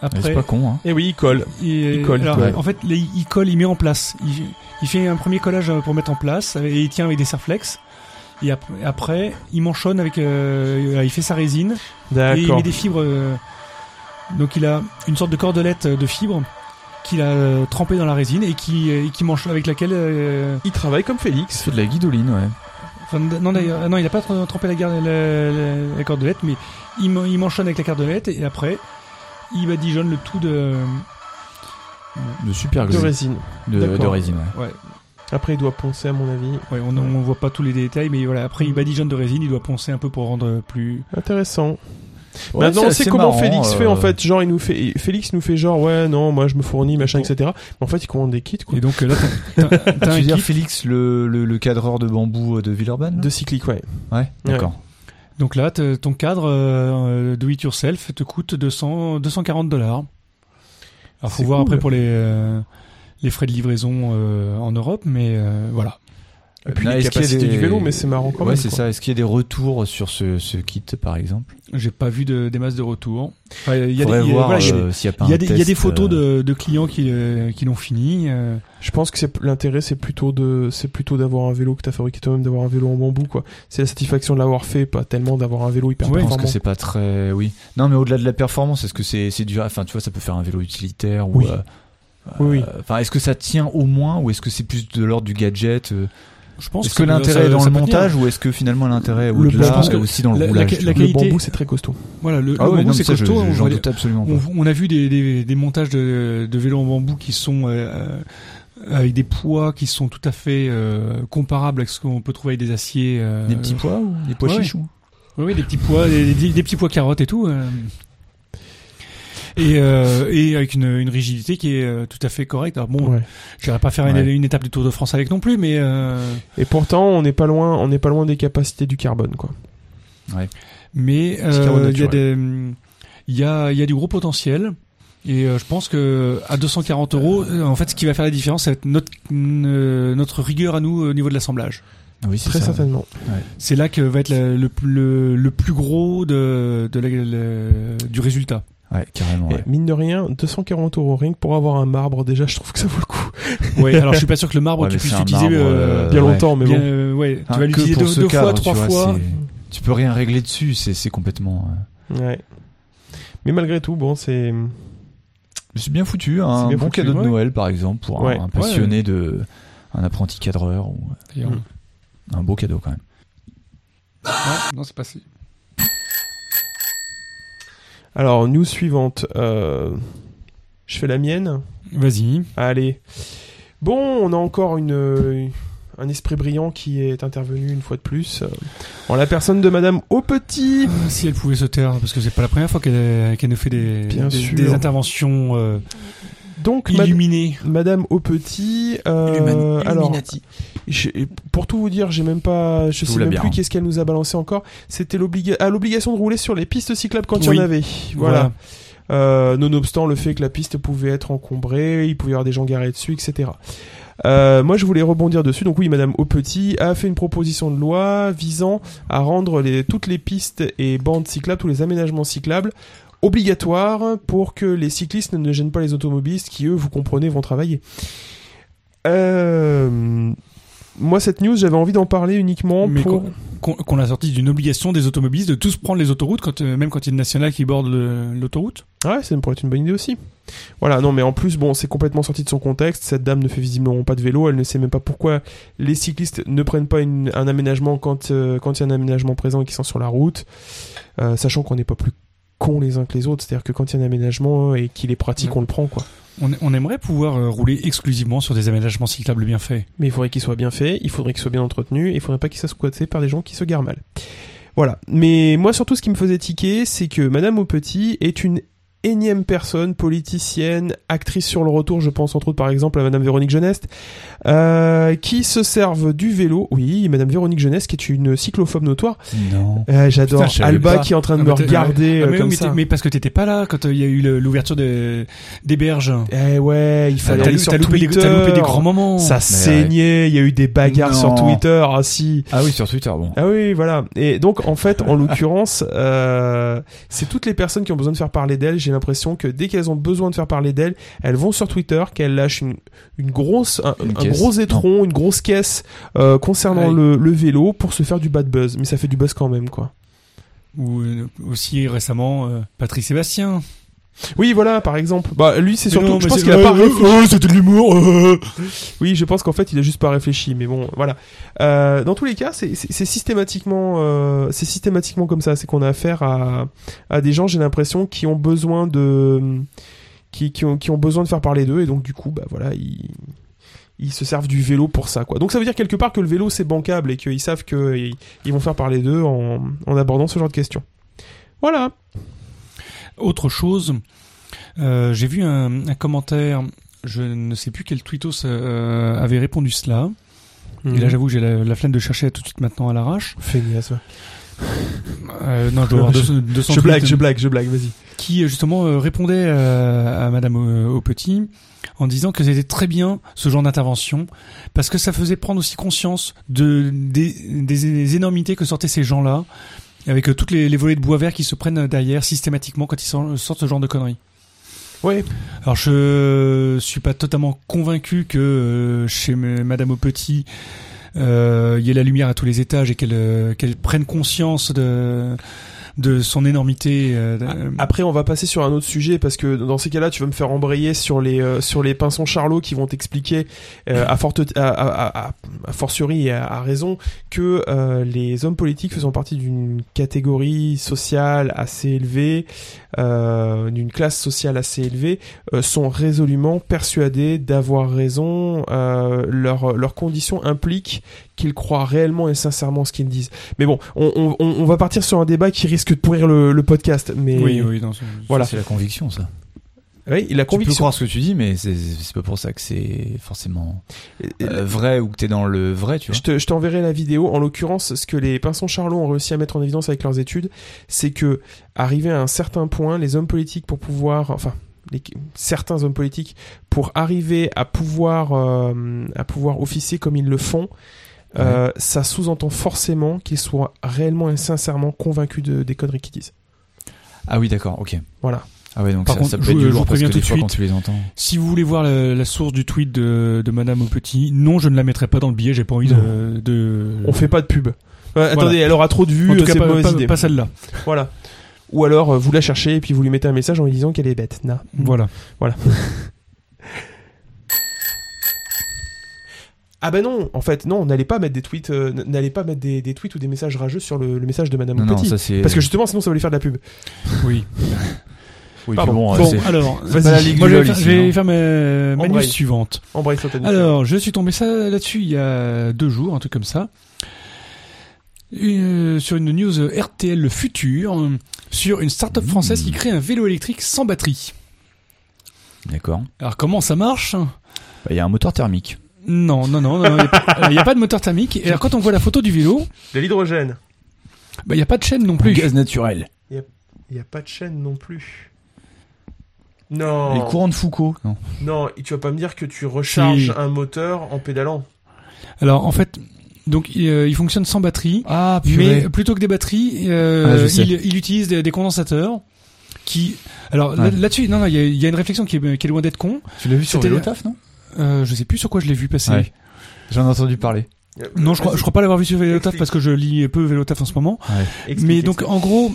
Speaker 5: Mais C'est
Speaker 4: Après,
Speaker 5: pas con, hein.
Speaker 3: Et Eh oui, il colle.
Speaker 4: Et-
Speaker 3: Il colle,
Speaker 4: alors,
Speaker 3: ouais.
Speaker 4: En fait, là, il il colle, il met en place. Il, il fait un premier collage euh, pour mettre en place euh, et il tient avec des serflex. Et ap- après, il manchonne avec. euh, voilà, il fait sa résine et il
Speaker 3: D'accord.
Speaker 4: met des fibres. euh, donc il a une sorte de cordelette euh, de fibres qu'il a euh, trempée dans la résine et qui, et qui mange avec laquelle. euh,
Speaker 3: Il travaille comme Félix.
Speaker 5: C'est de la guidoline, ouais.
Speaker 4: enfin, non, d'ailleurs, ah non, il a pas tr- trempé la, gar- la, la, la cordelette, mais il, man- il manchonne avec la cordelette et après, il badigeonne le tout de.
Speaker 5: De super
Speaker 3: De
Speaker 5: gris.
Speaker 3: résine.
Speaker 5: De, de
Speaker 3: d'accord.
Speaker 5: résine, ouais.
Speaker 4: Ouais,
Speaker 3: Après, il doit poncer, à mon avis.
Speaker 4: ouais, on, on voit pas tous les détails, mais voilà, après,
Speaker 5: Mm.
Speaker 4: il badigeonne de résine, il doit poncer un peu pour rendre plus.
Speaker 3: Intéressant.
Speaker 5: Ouais,
Speaker 3: Maintenant, on
Speaker 5: Bah, c'est
Speaker 3: sait
Speaker 5: assez
Speaker 3: comment
Speaker 5: marrant,
Speaker 3: Félix fait, en
Speaker 5: euh,
Speaker 3: fait. Genre, il nous fait, Félix nous fait genre, ouais, non, moi, je me fournis, machin, etc. Mais en fait, il commande des kits, quoi.
Speaker 4: Et donc euh, là, t'as- t'as- t'as
Speaker 5: Tu
Speaker 4: un
Speaker 5: veux dire
Speaker 4: kit.
Speaker 5: Félix, le, le, le cadreur de bambou euh, de Villeurbanne là
Speaker 3: De cyclique, ouais.
Speaker 5: Ouais, d'accord.
Speaker 4: Donc là, t'as- ton cadre euh, euh, do it yourself te coûte 200, 240 dollars. Alors faut
Speaker 5: C'est
Speaker 4: voir
Speaker 5: cool.
Speaker 4: après pour les euh, les frais de livraison euh, en Europe, mais euh, voilà.
Speaker 3: Et puis,
Speaker 5: Là,
Speaker 3: les
Speaker 5: est-ce qu'il y a
Speaker 3: capacités
Speaker 5: des-
Speaker 3: du vélo, mais c'est marrant quand
Speaker 5: ouais,
Speaker 3: même.
Speaker 5: c'est
Speaker 3: quoi.
Speaker 5: ça. Est-ce qu'il y a des retours sur ce, ce kit, par exemple
Speaker 4: J'ai pas vu de, des masses de retours. Enfin, il y a des,
Speaker 5: Faudrait
Speaker 4: il y a-
Speaker 5: voir,
Speaker 4: voilà, il y a des-
Speaker 5: euh, s'il y a pas
Speaker 4: il y a
Speaker 5: un
Speaker 4: des- il y a des
Speaker 5: test,
Speaker 4: photos
Speaker 5: euh,
Speaker 4: de, de clients qui euh, qui l'ont fini. euh,
Speaker 3: Je pense que c'est l'intérêt, c'est plutôt de, c'est plutôt d'avoir un vélo que t'as fabriqué toi-même, d'avoir un vélo en bambou, quoi. C'est la satisfaction de l'avoir fait, pas tellement d'avoir un vélo hyper
Speaker 5: Je pense
Speaker 3: performant.
Speaker 5: que c'est pas très. Oui. Non, mais au-delà de la performance, est-ce que c'est c'est du. Enfin, tu vois, ça peut faire un vélo utilitaire ou.
Speaker 3: Oui.
Speaker 5: euh,
Speaker 3: Oui, oui.
Speaker 5: euh, Enfin, est-ce que ça tient au moins ou est-ce que c'est plus de l'ordre du gadget euh,
Speaker 4: je pense
Speaker 5: Est-ce que
Speaker 4: ça-
Speaker 5: l'intérêt
Speaker 4: ça-
Speaker 5: est dans
Speaker 4: ça
Speaker 5: le
Speaker 4: peut tenir.
Speaker 5: montage ou est-ce que finalement l'intérêt est
Speaker 4: Le- je
Speaker 5: au-delà
Speaker 4: pense que
Speaker 5: et aussi dans le
Speaker 4: la- la-
Speaker 5: roulage
Speaker 4: la-
Speaker 5: tu
Speaker 4: la-
Speaker 5: vois
Speaker 3: Le
Speaker 4: qualité-
Speaker 3: bambou, c'est très costaud.
Speaker 4: Voilà, le, le
Speaker 5: Ah ouais,
Speaker 4: bambou,
Speaker 5: non, mais
Speaker 4: c'est
Speaker 5: ça, je-
Speaker 4: costaud. hein, on
Speaker 5: J'en
Speaker 4: voit-
Speaker 5: doute absolument pas.
Speaker 4: On, on a vu des, des, des montages de, de vélos en bambou qui sont euh, avec des poids qui sont tout à fait euh, comparables à ce qu'on peut trouver avec des aciers. euh,
Speaker 5: Des petits pois ou des pois
Speaker 4: ouais.
Speaker 5: chichous
Speaker 4: Oui, oui, des petits pois, des, des- des petits pois carottes et tout. euh. Et, euh, et avec une, une rigidité qui est euh, tout à fait correcte. Alors bon,
Speaker 3: Ouais.
Speaker 4: j'irai pas faire une,
Speaker 5: Ouais.
Speaker 4: une étape du Tour de France avec non plus, mais euh,
Speaker 3: Et pourtant, on n'est pas loin, on n'est pas loin des capacités du carbone, quoi.
Speaker 4: mais
Speaker 3: Petit carreau
Speaker 4: euh, il y a des, il y a, il y a du gros potentiel. Et euh, je pense que à 240 euros, euh, en fait, ce qui va faire la différence, c'est notre euh, notre rigueur à nous euh, au niveau de l'assemblage.
Speaker 5: Ah Oui, c'est
Speaker 3: Très
Speaker 5: ça.
Speaker 3: certainement.
Speaker 4: C'est là que va être la- le, plus- le, le plus gros de, de la- le- du résultat.
Speaker 5: Ouais, carrément. ouais.
Speaker 3: Et mine de rien, 240 euros rien que pour avoir un marbre, déjà, je trouve que ça vaut le coup.
Speaker 4: Ouais. Alors je suis pas sûr que le marbre
Speaker 5: Ouais,
Speaker 4: tu
Speaker 5: mais
Speaker 4: puisses
Speaker 5: c'est un
Speaker 4: l'utiliser
Speaker 5: marbre,
Speaker 4: euh,
Speaker 5: euh,
Speaker 3: Bien
Speaker 5: ouais.
Speaker 3: longtemps, mais
Speaker 4: Bien,
Speaker 3: bon.
Speaker 4: euh, ouais,
Speaker 5: Hein,
Speaker 4: tu vas
Speaker 5: que
Speaker 4: l'utiliser
Speaker 5: pour
Speaker 4: deux,
Speaker 5: ce
Speaker 4: deux
Speaker 5: cadre,
Speaker 4: fois, trois
Speaker 5: tu vois,
Speaker 4: fois.
Speaker 5: c'est- Tu peux rien régler dessus, c'est c'est complètement. euh,
Speaker 3: Ouais. Mais malgré tout, bon, c'est.
Speaker 5: C'est bien foutu, un
Speaker 3: C'est bien
Speaker 5: bon
Speaker 3: foutu,
Speaker 5: cadeau de
Speaker 3: ouais.
Speaker 5: Noël par exemple pour un-
Speaker 3: Ouais.
Speaker 5: un, passionné de un apprenti cadreur ou euh,
Speaker 4: D'ailleurs.
Speaker 5: Hmm.
Speaker 3: Mm.
Speaker 5: un beau cadeau quand même.
Speaker 4: Ah, Non, non, c'est pas si.
Speaker 3: Alors, news suivante. euh, Je fais la mienne.
Speaker 4: Vas-y.
Speaker 3: Allez. Bon, on a encore une, euh, un esprit brillant qui est intervenu une fois de plus. euh, en la personne de Madame Aupetit.
Speaker 4: Si elle pouvait se taire, parce que c'est pas la première fois qu'elle qu'elle nous fait des,
Speaker 3: Bien
Speaker 4: des-
Speaker 3: sûr.
Speaker 4: des interventions euh,
Speaker 3: Donc, Mad-
Speaker 4: illuminées.
Speaker 3: Madame Aupetit. Euh, alors, j'ai- pour tout vous dire, j'ai même pas, je
Speaker 5: Tout
Speaker 3: sais
Speaker 5: la
Speaker 3: même
Speaker 5: bière.
Speaker 3: plus qu'est-ce qu'elle nous a balancé encore. C'était l'obliga- ah, l'obligation de rouler sur les pistes cyclables quand il
Speaker 4: Oui.
Speaker 3: y en avait. Voilà. Euh, nonobstant le fait que la piste pouvait être encombrée, il pouvait y avoir des gens garés dessus, etc. Euh, moi, je voulais rebondir dessus. Donc oui, Madame Aupetit a fait une proposition de loi visant à rendre les, toutes les pistes et bandes cyclables, tous les aménagements cyclables obligatoires pour que les cyclistes ne gênent pas les automobilistes qui, eux, vous comprenez, vont travailler. Euh, moi, cette news, j'avais envie d'en parler uniquement
Speaker 4: Mais
Speaker 3: pour...
Speaker 4: qu'on- qu'on qu'on a sorti d'une obligation des automobilistes de tous prendre les autoroutes, quand, euh, même quand il y a une nationale qui borde le- l'autoroute.
Speaker 3: Ouais, ça pourrait être une bonne idée aussi. Voilà, non, mais en plus, bon, c'est complètement sorti de son contexte. Cette dame ne fait visiblement pas de vélo. Elle ne sait même pas pourquoi les cyclistes ne prennent pas une- un aménagement quand euh, quand il y a un aménagement présent et qu'ils sont sur la route. Euh, sachant qu'on n'est pas plus cons les uns que les autres. C'est-à-dire que quand il y a un aménagement et qu'il est pratique,
Speaker 4: Ouais.
Speaker 3: on le prend, quoi.
Speaker 4: On, on aimerait pouvoir euh, rouler exclusivement sur des aménagements cyclables bien faits.
Speaker 3: Mais il faudrait qu'il soit bien fait, il faudrait qu'il soit bien entretenu, et il faudrait pas qu'il soit squatté par des gens qui se garent mal. Voilà. Mais moi, surtout, ce qui me faisait tiquer, c'est que Madame Aupetit est une énième personne, politicienne, actrice sur le retour, je pense entre autres par exemple à Madame Véronique Jeunesse, euh, qui se servent du vélo. Oui, Madame Véronique Jeunesse, qui est une cyclophobe notoire.
Speaker 5: Non.
Speaker 3: Euh, J'adore
Speaker 5: Putain, je savais
Speaker 3: Alba
Speaker 5: pas.
Speaker 3: qui est en train de
Speaker 4: Ah,
Speaker 3: me
Speaker 4: mais t'es-
Speaker 3: regarder euh,
Speaker 4: Ah, mais, oui,
Speaker 3: comme
Speaker 4: mais, t'es-
Speaker 3: ça.
Speaker 4: mais parce que t'étais pas là quand euh, il y a eu le- l'ouverture des, des berges.
Speaker 3: Eh ouais, il
Speaker 4: T'as
Speaker 3: fallait
Speaker 4: Ah, t'as
Speaker 3: aller
Speaker 4: loupé,
Speaker 3: sur Twitter.
Speaker 4: des- t'as loupé des grands moments.
Speaker 3: Ça saignait, il y a eu des bagarres sur
Speaker 5: Non.
Speaker 3: Twitter. Ah si.
Speaker 5: Ah oui, sur Twitter, bon.
Speaker 3: Ah oui, voilà. Et donc, en fait, en l'occurrence, euh, c'est toutes les personnes qui ont besoin de faire parler d'elles. J'ai l'impression que dès qu'elles ont besoin de faire parler d'elles, elles vont sur Twitter, qu'elles lâchent une, une grosse, un,
Speaker 5: Une
Speaker 3: un
Speaker 5: caisse. Ah
Speaker 3: gros étron, une grosse caisse euh, concernant
Speaker 4: Ouais.
Speaker 3: le, le vélo pour se faire du bad buzz. Mais ça fait du buzz quand même, quoi.
Speaker 4: Ou euh, aussi récemment, euh, Patrick Sébastien.
Speaker 3: Oui, voilà, par exemple. Bah, lui, c'est
Speaker 4: Mais
Speaker 3: surtout.
Speaker 4: non,
Speaker 3: je
Speaker 4: mais
Speaker 3: pense
Speaker 4: c'est-
Speaker 3: qu'il a
Speaker 4: euh,
Speaker 3: pas
Speaker 4: euh,
Speaker 3: réfléchi. c'était de l'humour.
Speaker 4: oh.
Speaker 3: Oui, je pense qu'en fait, il a juste pas réfléchi. Mais bon, voilà. Euh, dans tous les cas, c'est c'est- c'est systématiquement, euh, c'est systématiquement comme ça. C'est qu'on a affaire à, à des gens, j'ai l'impression, qui ont besoin de, qui, qui ont, qui ont besoin de faire parler d'eux. Et donc, du coup, bah voilà, ils, ils se servent du vélo pour ça, quoi. Donc, ça veut dire quelque part que le vélo c'est bancable et qu'ils savent que euh, ils, ils vont faire parler d'eux en, en abordant ce genre de questions. Voilà.
Speaker 4: Autre chose, euh, j'ai vu un, un commentaire, je ne sais plus quel tweetos euh, avait répondu cela. Et
Speaker 3: Mhm.
Speaker 4: là, j'avoue que j'ai la, la flemme de chercher tout de suite maintenant à l'arrache.
Speaker 3: Feignasse, ouais.
Speaker 4: Euh, non, je dois avoir
Speaker 3: Je-
Speaker 4: 200, 200
Speaker 3: Je blague,
Speaker 4: tweets.
Speaker 3: je blague, je blague. Vas-y.
Speaker 4: qui euh, justement euh, répondait euh, à Madame euh, au petit en disant que c'était très bien ce genre d'intervention parce que ça faisait prendre aussi conscience de des, des- des énormités que sortaient ces gens-là avec euh, toutes les, les volées de bois vert qui se prennent euh, derrière systématiquement quand ils sor- sortent ce genre de conneries.
Speaker 3: Ouais.
Speaker 4: Alors je suis pas totalement convaincu que euh, chez m- Madame au petit euh, il y ait la lumière à tous les étages et qu'elle euh, qu'elle prenne conscience de de son énormité. euh,
Speaker 5: Ah,
Speaker 4: de-
Speaker 3: Après, on va passer sur un autre sujet parce que dans ces cas-là, tu vas me faire embrayer sur les euh, sur les pinsons Charlot qui vont t'expliquer euh, à, forte- à, à- à- à fortiori et à, à raison que euh, les hommes politiques faisant partie d'une catégorie sociale assez élevée, euh, d'une classe sociale assez élevée, euh, sont résolument persuadés d'avoir raison. Euh, leur- leurs conditions impliquent qu'ils croient réellement et sincèrement ce qu'ils disent. Mais bon, on, on- on- on va partir sur un débat qui risque de pourrir le, le podcast. Mais
Speaker 4: Oui, oui, non, c'est-
Speaker 3: Voilà.
Speaker 5: C'est la conviction, ça.
Speaker 3: Oui, la
Speaker 5: Tu peux
Speaker 3: conviction.
Speaker 5: croire ce que tu dis, mais c'est- c'est pas pour ça que c'est forcément
Speaker 3: Et- et-
Speaker 5: euh, vrai ou que t'es dans le vrai, tu vois.
Speaker 3: Je te- je t'enverrai la vidéo. En l'occurrence, ce que les pinsons Charlot ont réussi à mettre en évidence avec leurs études, c'est que, arrivé à un certain point, les hommes politiques pour pouvoir, enfin, les- certains hommes politiques pour arriver à pouvoir, euh, à pouvoir officier comme ils le font, euh, ça sous-entend forcément qu'ils soient réellement et sincèrement convaincus de, des conneries qu'ils disent.
Speaker 5: Ah oui, d'accord, ok.
Speaker 3: Voilà.
Speaker 5: Ah ouais, donc
Speaker 4: Par
Speaker 5: ça,
Speaker 4: contre,
Speaker 5: ça peut
Speaker 4: je
Speaker 5: être
Speaker 4: vous-
Speaker 5: du
Speaker 4: je
Speaker 5: lourd
Speaker 4: vous
Speaker 5: parce que
Speaker 4: préviens
Speaker 5: des
Speaker 4: tout de
Speaker 5: fois, quand
Speaker 4: suite.
Speaker 5: tu les entends.
Speaker 4: Si vous voulez voir la, la source du tweet de, de Madame au Petit, non, je ne la mettrai pas dans le billet. J'ai pas envie de, de.
Speaker 3: On fait pas de pub. Euh,
Speaker 4: Mmh. Voilà.
Speaker 3: Attendez, elle aura trop de
Speaker 4: en
Speaker 3: vues,
Speaker 4: tout cas
Speaker 3: c'est
Speaker 4: pas,
Speaker 3: une mauvaise
Speaker 4: pas-
Speaker 3: idée.
Speaker 4: pas celle-là.
Speaker 3: Voilà. Ou alors, euh, vous la cherchez et puis vous lui mettez un message en lui disant qu'elle est bête. Na.
Speaker 4: Voilà.
Speaker 3: Ah bah non, en fait, non, n'allez pas mettre des tweets, euh, n- n'allez pas mettre des, des tweets ou des messages rageux sur le, le message de Madame
Speaker 5: Non, non,
Speaker 3: Petit.
Speaker 5: ça c'est.
Speaker 3: Parce que justement, sinon, ça va lui faire de la pub.
Speaker 4: Oui.
Speaker 5: Oui, puis
Speaker 3: pardon.
Speaker 5: bon, euh,
Speaker 4: Bon,
Speaker 5: c'est-
Speaker 4: alors,
Speaker 5: c'est pas la Ligue
Speaker 4: moi,
Speaker 5: du
Speaker 4: je vais
Speaker 5: LOL
Speaker 4: faire,
Speaker 5: ici,
Speaker 4: je vais
Speaker 5: hein.
Speaker 4: faire ma ma
Speaker 3: En
Speaker 4: news
Speaker 3: braille.
Speaker 4: suivante.
Speaker 3: Embrace Satanisme.
Speaker 4: Alors, je suis tombé ça là-dessus il y a deux jours, un truc comme ça, Une- sur une news euh, RTL le futur, euh, sur une
Speaker 5: Mmh.
Speaker 4: start-up française qui crée un vélo électrique sans batterie.
Speaker 5: D'accord.
Speaker 4: Alors comment ça marche hein
Speaker 5: Bah, Il y a un moteur thermique.
Speaker 4: Non, non, non, non, il n'y a, pas- alors, il y a pas de moteur thermique. Et alors quand on voit la photo du vélo,
Speaker 3: De l'hydrogène.
Speaker 4: bah, il n'y a pas de chaîne non plus.
Speaker 5: Gaz naturel.
Speaker 3: Il n'y a pas de chaîne non plus. Non.
Speaker 5: Les courants de Foucault. Non.
Speaker 3: Non, et tu vas pas me dire que tu recharges
Speaker 4: Si.
Speaker 3: un moteur en pédalant.
Speaker 4: Alors en fait, donc il, euh, il fonctionne sans batterie,
Speaker 5: Ah,
Speaker 4: mais plutôt que des batteries, euh,
Speaker 5: Ah, je sais.
Speaker 4: il, il utilise des, des condensateurs qui... Alors là-
Speaker 5: Ouais.
Speaker 4: là-dessus, non, non, il y a, il y a une réflexion qui est, qui est loin d'être con.
Speaker 5: Tu l'as vu sur
Speaker 4: C'était-
Speaker 5: Vélo Taf, non
Speaker 4: Euh, je sais plus sur quoi je l'ai vu passer.
Speaker 5: Ouais. J'en ai entendu parler.
Speaker 4: Non, je crois, je crois pas l'avoir vu sur Vélotaf
Speaker 3: Explique.
Speaker 4: parce que je lis peu Vélotaf en ce moment.
Speaker 3: Explique,
Speaker 4: mais donc en gros,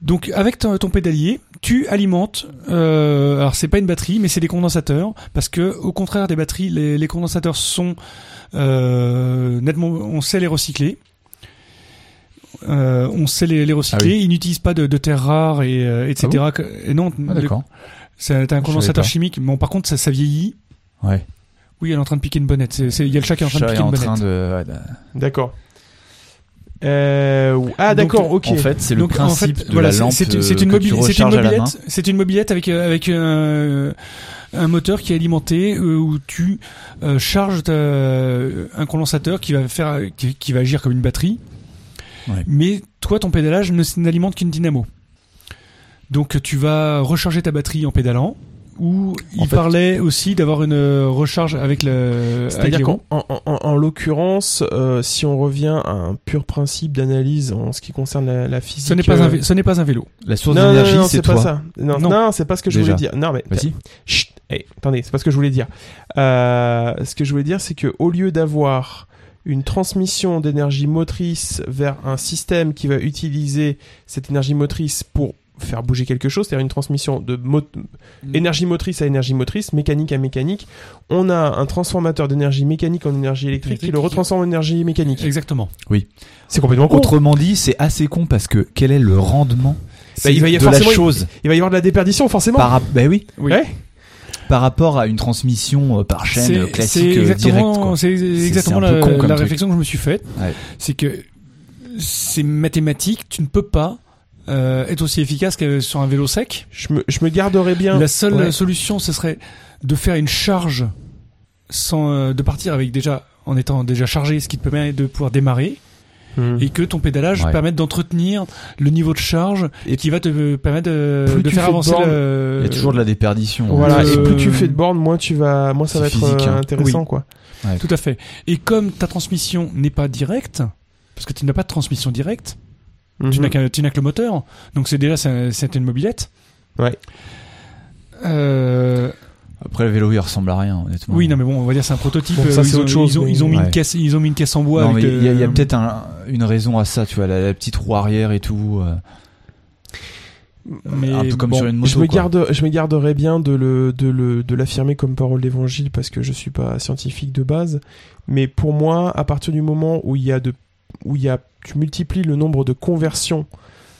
Speaker 4: donc avec ton, ton pédalier, tu alimentes. Euh, alors c'est pas une batterie, mais c'est des condensateurs parce que au contraire des batteries, les, les condensateurs sont euh, nettement, on sait les recycler. Euh, on sait les, les recycler,
Speaker 5: Ah
Speaker 4: ils n'utilisent pas de, de terres rares et euh, etc. Que- et non,
Speaker 5: Ah,
Speaker 4: le-
Speaker 5: d'accord.
Speaker 4: c'est un condensateur
Speaker 5: pas.
Speaker 4: chimique. Bon, par contre, ça, ça vieillit.
Speaker 5: Ouais.
Speaker 4: Oui, elle est en train de piquer une bonnette. C'est- c'est- Il y a le chat qui est en train de
Speaker 5: Chat est
Speaker 4: piquer une
Speaker 5: en
Speaker 4: bonnette.
Speaker 5: train de. ouais, de-
Speaker 3: D'accord. Euh, ou- Ah,
Speaker 4: Donc,
Speaker 3: d'accord, ok.
Speaker 5: En fait, c'est le
Speaker 4: Donc, en fait,
Speaker 5: principe de
Speaker 4: voilà,
Speaker 5: la
Speaker 4: c'est-
Speaker 5: lampe
Speaker 4: c'est une-
Speaker 5: euh,
Speaker 4: c'est une
Speaker 5: que tu
Speaker 4: mobile- c'est une
Speaker 5: recharges à la main.
Speaker 4: mobilette, c'est une mobilette avec euh, avec euh, un moteur qui est alimenté euh, où tu euh, charges ta- euh, un condensateur qui va faire qui, qui va agir comme une batterie.
Speaker 5: Ouais.
Speaker 4: Mais toi, ton pédalage ne s- n'alimente qu'une dynamo. Donc tu vas recharger ta batterie en pédalant. Ou il
Speaker 5: fait-
Speaker 4: parlait aussi d'avoir une euh, recharge avec le. avec
Speaker 3: C'est-à-dire
Speaker 4: les
Speaker 3: qu'en
Speaker 4: roues.
Speaker 3: en, en- en l'occurrence, euh, si on revient à un pur principe d'analyse en ce qui concerne la, la physique,
Speaker 4: Ce n'est pas
Speaker 3: euh,
Speaker 4: un vé- ce n'est pas un vélo.
Speaker 5: La source
Speaker 3: non, non, non, non,
Speaker 5: d'énergie, c'est
Speaker 3: pas
Speaker 5: toi.
Speaker 3: ça. Non,
Speaker 4: Non.
Speaker 3: non, c'est pas ce que je
Speaker 5: Déjà. Bah
Speaker 3: voulais dire. Non, mais
Speaker 5: Vas-y.
Speaker 3: Chut, Eh, attendez, c'est pas ce que je voulais dire. Euh, ce que je voulais dire, c'est que au lieu d'avoir une transmission d'énergie motrice vers un système qui va utiliser cette énergie motrice pour faire bouger quelque chose, c'est-à-dire une transmission de mot- énergie motrice à énergie motrice, mécanique à mécanique. On a un transformateur d'énergie mécanique en énergie électrique qui le retransforme en énergie mécanique. Oh,
Speaker 4: Exactement.
Speaker 3: C'est complètement con.
Speaker 5: Autrement dit, c'est assez con parce que quel est le rendement
Speaker 3: Bah, il va y
Speaker 5: de la
Speaker 3: forcément-
Speaker 5: chose
Speaker 3: Il va y avoir de la déperdition forcément.
Speaker 5: par, rap- bah oui,
Speaker 4: Oui.
Speaker 3: Ouais.
Speaker 5: par rapport à une transmission euh, par chaîne euh, classique euh, directe.
Speaker 4: exactement,
Speaker 5: quoi.
Speaker 4: c'est exactement
Speaker 5: c'est un peu
Speaker 4: la,
Speaker 5: con comme
Speaker 4: la
Speaker 5: truc.
Speaker 4: réflexion que je me suis faite.
Speaker 5: Ouais.
Speaker 4: C'est que c'est mathématique, tu ne peux pas euh, être aussi efficace que sur un vélo sec.
Speaker 3: Je me, je me garderai bien.
Speaker 4: La seule
Speaker 3: Ouais.
Speaker 4: solution, ce serait de faire une charge sans euh, de partir avec déjà en étant déjà chargé, ce qui te permet de pouvoir démarrer
Speaker 3: Hmm.
Speaker 4: et que ton pédalage
Speaker 5: Mmh. Ouais.
Speaker 4: permette d'entretenir le niveau de charge et qui va te permettre de,
Speaker 3: Plus
Speaker 4: de
Speaker 3: tu
Speaker 4: faire
Speaker 3: fais de
Speaker 4: avancer
Speaker 3: bornes,
Speaker 4: le...
Speaker 5: Il y a toujours de la déperdition.
Speaker 3: Voilà.
Speaker 4: Euh,
Speaker 3: Et plus tu fais de bornes, moins tu vas, moins ça
Speaker 5: c'est
Speaker 3: va être
Speaker 5: physique,
Speaker 3: euh,
Speaker 5: hein.
Speaker 3: intéressant quoi.
Speaker 4: Tout à fait. Et comme ta transmission n'est pas directe, parce que tu n'as pas de transmission directe, tu
Speaker 3: Mhm.
Speaker 4: n'as qu'un- tu n'as que le moteur, donc c'est déjà c'est un- c'est une mobilette.
Speaker 3: Ouais.
Speaker 4: Euh,
Speaker 5: Après, le vélo, il ressemble à rien, honnêtement.
Speaker 4: oui, non, mais bon, on va dire c'est un prototype.
Speaker 3: Bon, ça,
Speaker 4: euh,
Speaker 3: c'est
Speaker 4: ils ont-
Speaker 3: autre chose,
Speaker 4: Ils ont,
Speaker 3: mais-
Speaker 4: ils ont mis
Speaker 5: Ouais.
Speaker 4: une caisse, ils ont mis une caisse en bois.
Speaker 5: Non, mais
Speaker 4: avec,
Speaker 5: il y a, il y a
Speaker 4: euh,
Speaker 5: peut-être un- une raison à ça, tu vois, la, la petite roue arrière et tout. euh,
Speaker 4: mais
Speaker 5: un peu comme
Speaker 4: bon.
Speaker 5: sur une moto.
Speaker 3: je me
Speaker 5: quoi.
Speaker 3: garde, je me garderai bien de le, de le, de l'affirmer comme parole d'évangile parce que je suis pas scientifique de base. Mais pour moi, à partir du moment où il y a de, où il y a, tu multiplies le nombre de conversions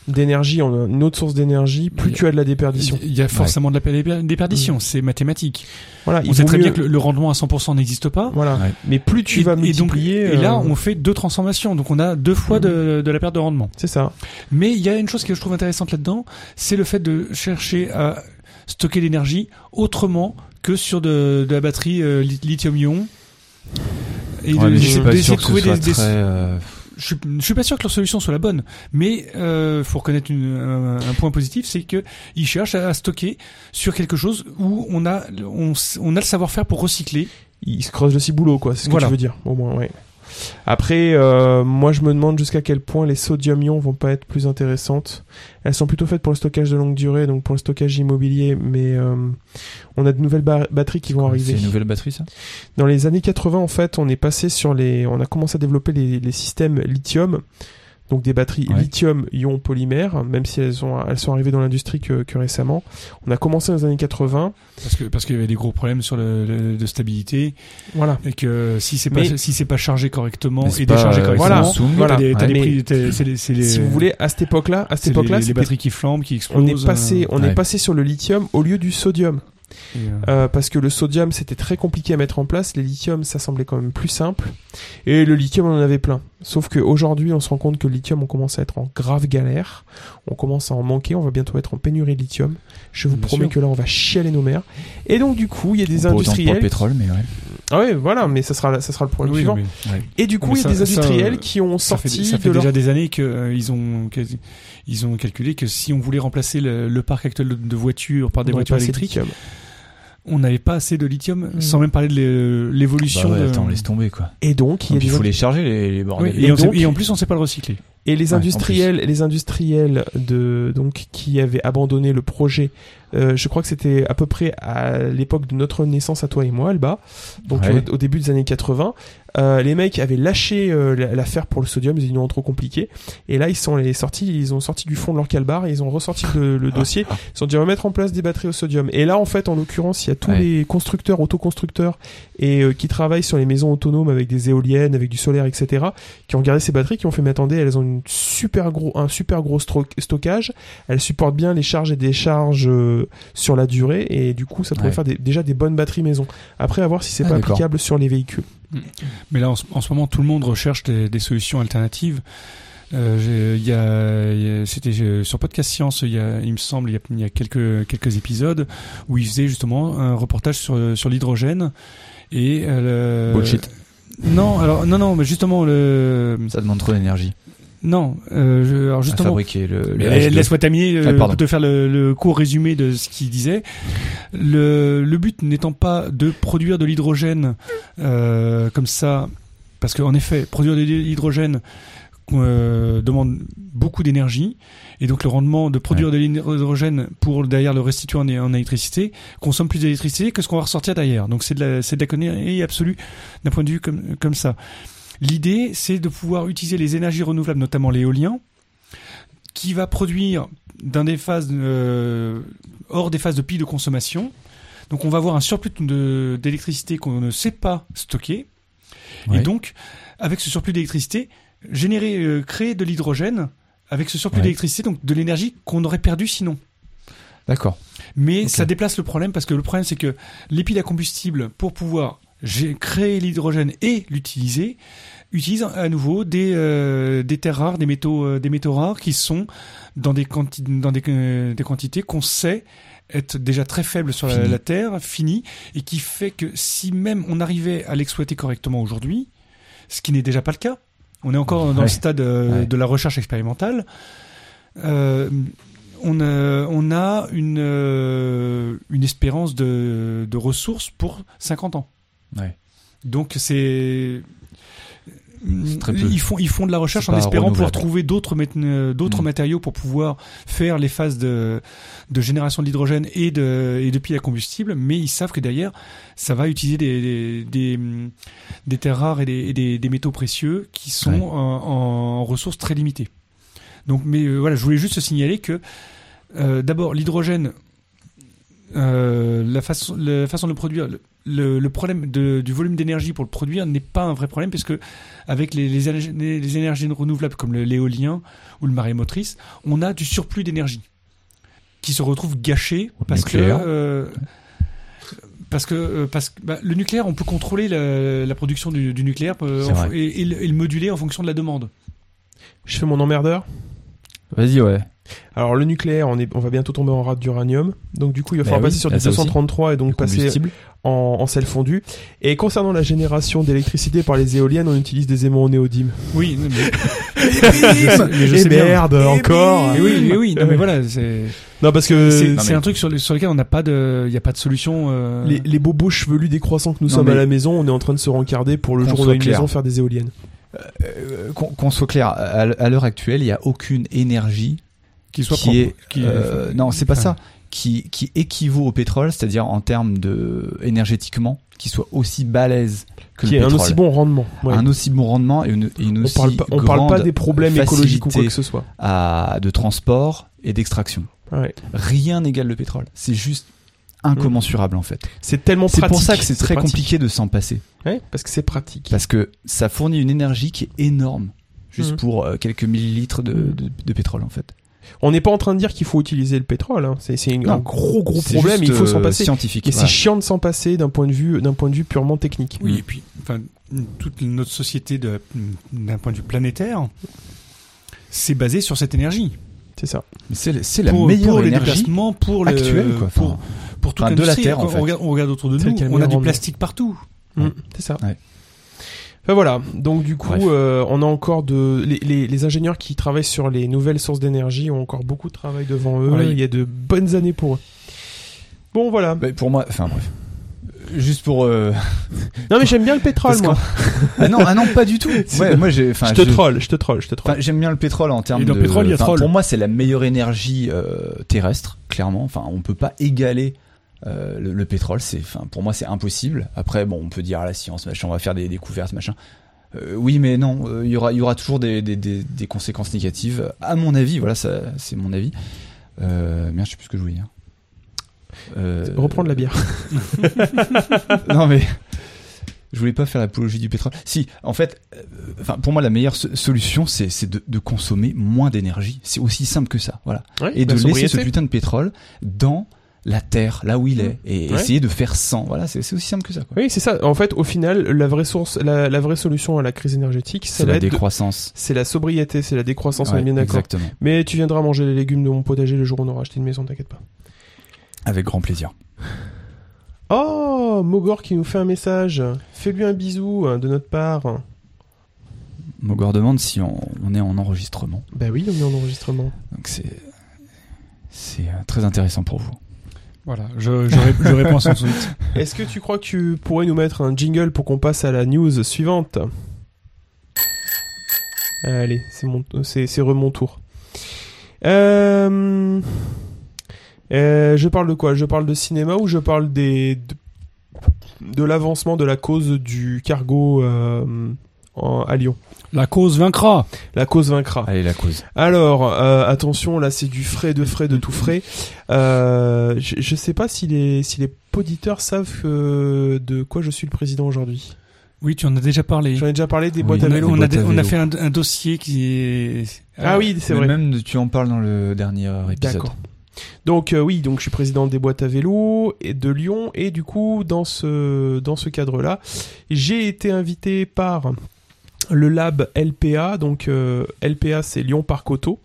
Speaker 3: d'énergie en une autre source d'énergie, plus
Speaker 4: Il y a-
Speaker 3: tu as de la déperdition.
Speaker 4: Il y a forcément de la per-
Speaker 5: Mm.
Speaker 4: déperdition, c'est mathématique.
Speaker 3: Voilà,
Speaker 5: Ah,
Speaker 4: On
Speaker 3: il
Speaker 4: sait
Speaker 3: vaut
Speaker 4: très
Speaker 3: mieux-
Speaker 4: bien que le, le rendement à 100% n'existe pas.
Speaker 3: Voilà.
Speaker 5: Ouais.
Speaker 3: Mais plus tu
Speaker 4: et,
Speaker 3: vas
Speaker 4: et donc,
Speaker 3: multiplier.
Speaker 4: et là,
Speaker 3: euh,
Speaker 4: on fait deux transformations, donc on a deux fois
Speaker 5: Mm.
Speaker 4: de, de la perte de rendement.
Speaker 3: C'est ça.
Speaker 4: Mais il y a une chose que je trouve intéressante là-dedans, c'est le fait de chercher à stocker l'énergie autrement que sur de, de la batterie euh, li- lithium-ion. Et
Speaker 5: Ouais,
Speaker 4: de-
Speaker 5: mais je suis
Speaker 4: d'essayer
Speaker 5: pas
Speaker 4: de
Speaker 5: sûr que ce
Speaker 4: trouver
Speaker 5: soit
Speaker 4: des- des-
Speaker 5: très, euh,
Speaker 4: je, suis- je suis pas sûr que leur solution soit la bonne, mais euh, faut reconnaître une- un, un point positif, c'est que ils cherchent à, à stocker sur quelque chose où on a on, s- on a le savoir-faire pour recycler.
Speaker 3: il se creuse le ciboulot, quoi. C'est ce que
Speaker 4: Voilà.
Speaker 3: tu veux dire, au moins, ouais. Après, euh, moi, je me demande jusqu'à quel point les sodium-ions vont pas être plus intéressantes. Elles sont plutôt faites pour le stockage de longue durée, donc pour le stockage immobilier, mais euh, on a de nouvelles ba- batteries qui vont
Speaker 5: C'est
Speaker 3: arriver.
Speaker 5: une nouvelle batterie, ça
Speaker 3: Dans les années 80, en fait, on est passé sur les, on a commencé à développer les, les systèmes lithium, donc des batteries
Speaker 5: Ouais.
Speaker 3: lithium-ion polymères, même si elles, ont, elles sont arrivées dans l'industrie que, que récemment. On a commencé dans les années 80,
Speaker 4: Parce que parce qu'il y avait des gros problèmes sur le, le- de stabilité
Speaker 3: voilà.
Speaker 4: et que si c'est
Speaker 3: Mais-
Speaker 4: pas si c'est pas chargé correctement
Speaker 5: Mais c'est
Speaker 4: et
Speaker 5: pas,
Speaker 4: déchargé
Speaker 5: euh,
Speaker 4: correctement,
Speaker 3: Bah, voilà.
Speaker 5: Samsung,
Speaker 3: Voilà.
Speaker 4: t'as des, t'as
Speaker 3: Ouais.
Speaker 4: des
Speaker 3: Mais-
Speaker 4: prix, t'as- c'est les- c'est les-
Speaker 3: si vous voulez, à cette époque-là, à
Speaker 4: c'est
Speaker 3: cette époque-là,
Speaker 4: les, les
Speaker 3: c'était-
Speaker 4: batteries euh, qui flambent, qui explosent.
Speaker 3: on est passé, on
Speaker 5: ouais.
Speaker 3: est passé sur le lithium au lieu du sodium.
Speaker 4: euh, et, euh,
Speaker 3: Euh, parce que le sodium c'était très compliqué à mettre en place, les lithiums ça semblait quand même plus simple, et le lithium on en avait plein. Sauf qu'aujourd'hui on se rend compte que le lithium on commence à être en grave galère, on commence à en manquer, on va bientôt être en pénurie de lithium. Je vous
Speaker 4: Bien
Speaker 3: promets
Speaker 4: sûr.
Speaker 3: que là on va chialer nos mères. Et donc du coup il y a des
Speaker 5: Pas autant que pour le
Speaker 3: industriels...
Speaker 5: pétrole, mais ouais.
Speaker 3: Ah ouais voilà, mais ça sera, ça sera le problème
Speaker 4: oui,
Speaker 3: suivant.
Speaker 4: mais
Speaker 3: Et du coup
Speaker 4: Mais
Speaker 3: il y a
Speaker 4: ça-
Speaker 3: des
Speaker 4: ça,
Speaker 3: industriels
Speaker 4: euh,
Speaker 3: qui ont
Speaker 4: ça fait,
Speaker 3: sorti
Speaker 4: ça fait
Speaker 3: de leur...
Speaker 4: déjà des années que euh, ils ont que- ils ont calculé que si on voulait remplacer le, le parc actuel de, de voitures par des
Speaker 3: on
Speaker 4: voitures
Speaker 3: est passé
Speaker 4: électriques,
Speaker 3: lithium.
Speaker 4: on n'avait pas assez de lithium,
Speaker 3: Mm.
Speaker 4: sans même parler de l'é- l'évolution.
Speaker 5: Bah ouais,
Speaker 4: de-
Speaker 5: attends, laisse tomber, quoi.
Speaker 3: Et donc il y
Speaker 5: Et
Speaker 3: a
Speaker 5: puis,
Speaker 3: des
Speaker 5: Il faut les charger, les, les
Speaker 4: Oui,
Speaker 5: bordels.
Speaker 4: et,
Speaker 3: Et
Speaker 4: on sait-
Speaker 3: donc-
Speaker 4: et en plus, on sait pas le recycler.
Speaker 3: Et les
Speaker 5: Ouais, en
Speaker 3: industriels, les industriels de donc qui avaient abandonné le projet, euh, je crois que c'était à peu près à l'époque de notre naissance à toi et moi, Alba, donc
Speaker 5: Ouais.
Speaker 3: au, au début des années 80, euh, les mecs avaient lâché euh, la- l'affaire pour le sodium, ils ont dit non trop compliqué, et là ils sont les sortis, ils ont sorti du fond de leur calbar, et ils ont ressorti le,
Speaker 5: Ah.
Speaker 3: le dossier, ils ont dit on va mettre en place des batteries au sodium. Et là en fait en l'occurrence il y a tous
Speaker 5: Ouais.
Speaker 3: les constructeurs, autoconstructeurs et euh, qui travaillent sur les maisons autonomes avec des éoliennes, avec du solaire, etc qui ont regardé ces batteries, qui ont fait mais attendez, elles ont une super gros, un super gros stro- stockage, elles supportent bien les charges et décharges euh, sur la durée, et du coup ça pourrait
Speaker 5: Ouais.
Speaker 3: faire des- déjà des bonnes batteries maison. Après à voir si c'est
Speaker 5: Ah,
Speaker 3: pas
Speaker 5: d'accord.
Speaker 3: applicable sur les véhicules.
Speaker 4: Mais là, en ce, en ce moment, tout le monde recherche des, des solutions alternatives. Euh, j'ai- il y a- il y a- c'était euh, sur Podcast Science, il, y a, il me semble, il y a, il y a quelques, quelques épisodes où ils faisaient justement un reportage sur, sur l'hydrogène et euh, le-
Speaker 5: Bullshit.
Speaker 4: Non, alors non, non, mais justement le
Speaker 5: Ça demande trop d'énergie
Speaker 4: non, euh, je- alors
Speaker 5: à
Speaker 4: justement
Speaker 5: fabriquer le, le
Speaker 4: Mais
Speaker 5: H2.
Speaker 4: Laisse-moi terminer euh,
Speaker 5: Ah, pardon.
Speaker 4: pour te faire le, le court résumé de ce qu'il disait. Le, le but n'étant pas de produire de l'hydrogène euh, comme ça, parce qu'en effet, produire de l'hydrogène euh, demande beaucoup d'énergie, et donc le rendement de produire de l'hydrogène pour derrière le restituer en, en électricité consomme plus d'électricité que ce qu'on va ressortir derrière. Donc c'est de la, c'est de la connerie absolue d'un point de vue comme, comme ça. L'idée, c'est de pouvoir utiliser les énergies renouvelables, notamment l'éolien, qui va produire d'un des phases euh, hors des phases de pic de consommation. Donc on va avoir un surplus de- d'électricité qu'on ne sait pas stocker.
Speaker 5: Ouais.
Speaker 4: Et donc, avec ce surplus d'électricité, générer, euh, créer de l'hydrogène avec ce surplus
Speaker 5: Ouais.
Speaker 4: d'électricité, donc de l'énergie qu'on aurait perdu sinon.
Speaker 5: D'accord.
Speaker 4: Mais
Speaker 5: Ok.
Speaker 4: ça déplace le problème parce que le problème c'est que les piles à combustible pour pouvoir gé- créer l'hydrogène et l'utiliser utilisent à nouveau des euh, des terres rares, des métaux euh, des métaux rares qui sont dans des quanti- dans des, euh, des quantités qu'on sait être déjà très faibles sur la,
Speaker 5: Fini.
Speaker 4: la terre, finies, et qui fait que si même on arrivait à l'exploiter correctement aujourd'hui, ce qui n'est déjà pas le cas, on est encore dans
Speaker 5: Ouais.
Speaker 4: le stade euh,
Speaker 5: Ouais.
Speaker 4: de la recherche expérimentale. Euh, on a, on a une, euh, une espérance de, de ressources pour 50 ans.
Speaker 5: Ouais.
Speaker 4: Donc c'est
Speaker 5: C'est très peu.
Speaker 4: ils font ils font de la recherche
Speaker 5: C'est
Speaker 4: en
Speaker 5: pas
Speaker 4: espérant pouvoir
Speaker 5: renouvelable.
Speaker 4: trouver d'autres mét- euh, d'autres
Speaker 5: Mm.
Speaker 4: matériaux pour pouvoir faire les phases de de génération de l'hydrogène et de et de piles à combustible, mais ils savent que derrière ça va utiliser des des des, hum, des terres rares et des, et des des métaux précieux qui sont
Speaker 5: Ouais.
Speaker 4: en, en ressources très limitées. Donc mais euh, voilà, je voulais juste signaler que euh, d'abord l'hydrogène euh, la façon la façon de le produire le, le- le problème de- du volume d'énergie pour le produire n'est pas un vrai problème parce que avec les, les, énerg- les- les énergies renouvelables comme le- l'éolien ou le marée motrice, on a du surplus d'énergie qui se retrouve gâché parce que,
Speaker 5: nucléaire.
Speaker 4: euh, parce que euh, parce que bah, le nucléaire, on peut contrôler la, la production du, du nucléaire euh,
Speaker 5: C'est
Speaker 4: en fon-
Speaker 5: vrai.
Speaker 4: et, et le- et le moduler en fonction de la demande.
Speaker 3: Je fais mon emmerdeur.
Speaker 5: Vas-y, ouais.
Speaker 3: Alors le nucléaire, on, est, on va bientôt tomber en rate d'uranium, donc du coup il va
Speaker 5: Bah
Speaker 3: falloir
Speaker 5: oui,
Speaker 3: passer sur
Speaker 5: bah
Speaker 3: des
Speaker 5: ça aussi.
Speaker 3: 233 et donc
Speaker 5: Le
Speaker 3: passer
Speaker 5: combustible.
Speaker 3: en, en sel fondu. Et concernant la génération d'électricité par les éoliennes, on utilise des aimants en néodyme.
Speaker 4: Oui, non, mais, Eh ben,
Speaker 3: Et
Speaker 4: mais je sais bien.
Speaker 3: Eh merde, encore
Speaker 4: Mais oui, mais oui, non, mais
Speaker 3: Ouais.
Speaker 4: voilà, c'est
Speaker 3: Non parce que
Speaker 4: c'est-
Speaker 5: mais-
Speaker 4: c'est un truc sur, le- sur lequel on n'a pas de, il y a pas de solution. euh,
Speaker 3: les, les bobos chevelus décroissants que nous
Speaker 5: Non,
Speaker 3: sommes à
Speaker 5: mais-
Speaker 3: la maison, on est en train de se rencarder pour le
Speaker 5: Qu'on
Speaker 3: jour où on
Speaker 5: soit
Speaker 3: a une
Speaker 5: clair.
Speaker 3: maison faire des éoliennes.
Speaker 5: Euh, Qu'on qu'on soit clair, à l- à l'heure actuelle, il n'y a aucune énergie
Speaker 4: qui soit
Speaker 5: qui
Speaker 4: propre,
Speaker 5: est
Speaker 4: qui-
Speaker 5: euh, non c'est pas
Speaker 3: Ah.
Speaker 4: enfin,
Speaker 5: ça qui qui équivaut au pétrole c'est-à-dire en termes de énergétiquement qui soit aussi balèze que
Speaker 3: Qui
Speaker 5: le
Speaker 3: est un
Speaker 5: pétrole
Speaker 3: aussi bon rendement. Ouais.
Speaker 5: un aussi bon rendement et une, et une
Speaker 3: on
Speaker 5: aussi
Speaker 3: parle pas, on parle pas
Speaker 5: grande
Speaker 3: des problèmes
Speaker 5: facilité
Speaker 3: écologiques ou quoi que ce soit.
Speaker 5: à de transport et d'extraction
Speaker 3: Ouais.
Speaker 5: rien n'égale le pétrole c'est juste incommensurable en fait
Speaker 3: C'est tellement
Speaker 5: c'est
Speaker 3: pratique.
Speaker 5: pour ça que c'est très
Speaker 3: pratique.
Speaker 5: compliqué de s'en passer
Speaker 3: Ouais, parce que c'est pratique.
Speaker 5: parce que ça fournit une énergie qui est énorme juste
Speaker 3: Mhm.
Speaker 5: pour euh, quelques millilitres de,
Speaker 3: Mhm.
Speaker 5: de, de pétrole en fait
Speaker 3: On n'est pas en train de dire qu'il faut utiliser le pétrole. Hein. C'est c'est une-
Speaker 5: Non.
Speaker 3: un gros gros
Speaker 5: C'est
Speaker 3: problème.
Speaker 5: juste,
Speaker 3: il faut s'en
Speaker 5: euh,
Speaker 3: passer.
Speaker 5: scientifique
Speaker 3: Et
Speaker 5: Voilà.
Speaker 3: c'est chiant de s'en passer d'un point de vue d'un point de vue purement technique.
Speaker 4: Oui, et puis, enfin, toute notre société de- d'un point de vue planétaire, c'est basé sur cette énergie.
Speaker 3: C'est ça.
Speaker 5: Mais c'est la- c'est la
Speaker 4: pour,
Speaker 5: meilleure
Speaker 4: pour les
Speaker 5: énergie
Speaker 4: déplacements, pour le,
Speaker 5: actuelle quoi
Speaker 4: pour,
Speaker 5: Enfin,
Speaker 4: pour toute
Speaker 5: enfin, de la
Speaker 4: l'industrie.
Speaker 5: Terre, en
Speaker 4: On
Speaker 5: fait.
Speaker 4: regarde, on regarde autour de
Speaker 3: C'est
Speaker 4: nous,
Speaker 3: le camion
Speaker 4: on a du
Speaker 3: rendu.
Speaker 4: plastique partout.
Speaker 5: Ouais.
Speaker 3: Mm, c'est ça.
Speaker 5: Ouais.
Speaker 3: Enfin voilà, donc du coup,
Speaker 5: Bref.
Speaker 3: euh, on a encore de les, les, les ingénieurs qui travaillent sur les nouvelles sources d'énergie ont encore beaucoup de travail devant eux.
Speaker 4: Voilà, il-
Speaker 3: Il y a de bonnes années pour eux. Bon voilà.
Speaker 5: Bah, pour moi, enfin bref. Juste pour. euh,
Speaker 3: Non mais j'aime bien le pétrole
Speaker 5: Parce
Speaker 3: moi.
Speaker 5: Ah non, ah non, pas du tout. Ouais, moi j'ai. enfin,
Speaker 3: Je te
Speaker 5: je-
Speaker 3: troll, je te troll, je te troll.
Speaker 5: enfin, j'aime bien le pétrole en termes
Speaker 4: Et dans
Speaker 5: de.
Speaker 4: le pétrole, il y a
Speaker 5: enfin,
Speaker 4: troll.
Speaker 5: Pour moi, c'est la meilleure énergie euh, terrestre, clairement. Enfin, on peut pas égaler. euh, le, le pétrole, c'est, enfin, pour moi, c'est impossible. Après, bon, on peut dire à la science, machin, on va faire des découvertes, machin. Euh, oui, mais non, euh, il y aura, il y aura toujours des, des, des, des conséquences négatives. À mon avis, voilà, ça, c'est mon avis. Euh, merde, je sais plus ce que je voulais dire. Euh,
Speaker 3: Reprendre la bière.
Speaker 5: non mais je voulais pas faire l'apologie du pétrole. Si, en fait, euh, enfin pour moi la meilleure so- solution c'est c'est de, de consommer moins d'énergie. C'est aussi simple que ça, voilà. Et
Speaker 3: Bah,
Speaker 5: de laisser ce putain de pétrole dans la terre, là où il est, et
Speaker 3: Mmh. Ouais.
Speaker 5: essayer de faire sans. Voilà, c'est c'est aussi simple que ça. quoi.
Speaker 3: Oui, c'est ça. En fait, au final, la vraie source, la, la vraie solution à la crise énergétique, ça
Speaker 5: C'est
Speaker 3: va
Speaker 5: la
Speaker 3: être de-
Speaker 5: décroissance.
Speaker 3: c'est la sobriété, c'est la décroissance, on est
Speaker 5: Ouais,
Speaker 3: bien d'accord.
Speaker 5: exactement.
Speaker 3: Mais tu viendras manger les légumes de mon potager le jour où on aura acheté une maison, t'inquiète pas.
Speaker 5: Avec grand plaisir.
Speaker 3: Oh, Mogor qui nous fait un message. Fais-lui un bisou euh, de notre part.
Speaker 5: Mogor demande si on, on est en enregistrement.
Speaker 3: Bah oui, on est en enregistrement.
Speaker 5: Donc c'est c'est euh, très intéressant pour vous.
Speaker 4: Voilà, je, je, ré- je réponds à son tweet.
Speaker 3: Est-ce que tu crois que tu pourrais nous mettre un jingle pour qu'on passe à la news suivante Allez, c'est mon, c'est, c'est re mon tour. Euh, euh, je parle de quoi Je parle de cinéma ou je parle des de, de l'avancement de la cause du cargo euh, en- à Lyon.
Speaker 4: La cause vaincra.
Speaker 3: La cause vaincra.
Speaker 5: Allez, la cause.
Speaker 3: Alors, euh, attention, là c'est du frais, de frais, de tout frais. Euh, je, je sais pas si les, si les poditeurs savent euh, de quoi je suis le président aujourd'hui.
Speaker 4: Oui, tu en as déjà parlé.
Speaker 3: J'en ai déjà parlé des
Speaker 5: Oui.
Speaker 3: boîtes à
Speaker 5: On a-
Speaker 3: vélo.
Speaker 5: Des
Speaker 4: on, a,
Speaker 5: boîtes à
Speaker 4: on a
Speaker 5: vélo.
Speaker 4: fait un, un dossier qui est.
Speaker 3: Ah oui, c'est
Speaker 5: Mais
Speaker 3: vrai.
Speaker 5: Même tu en parles dans le dernier épisode.
Speaker 3: D'accord. Donc euh, oui, donc je suis président des boîtes à vélo et de Lyon et du coup dans ce dans ce cadre-là, j'ai été invité par le lab LPA. Donc euh, LPA c'est Lyon Parc Auto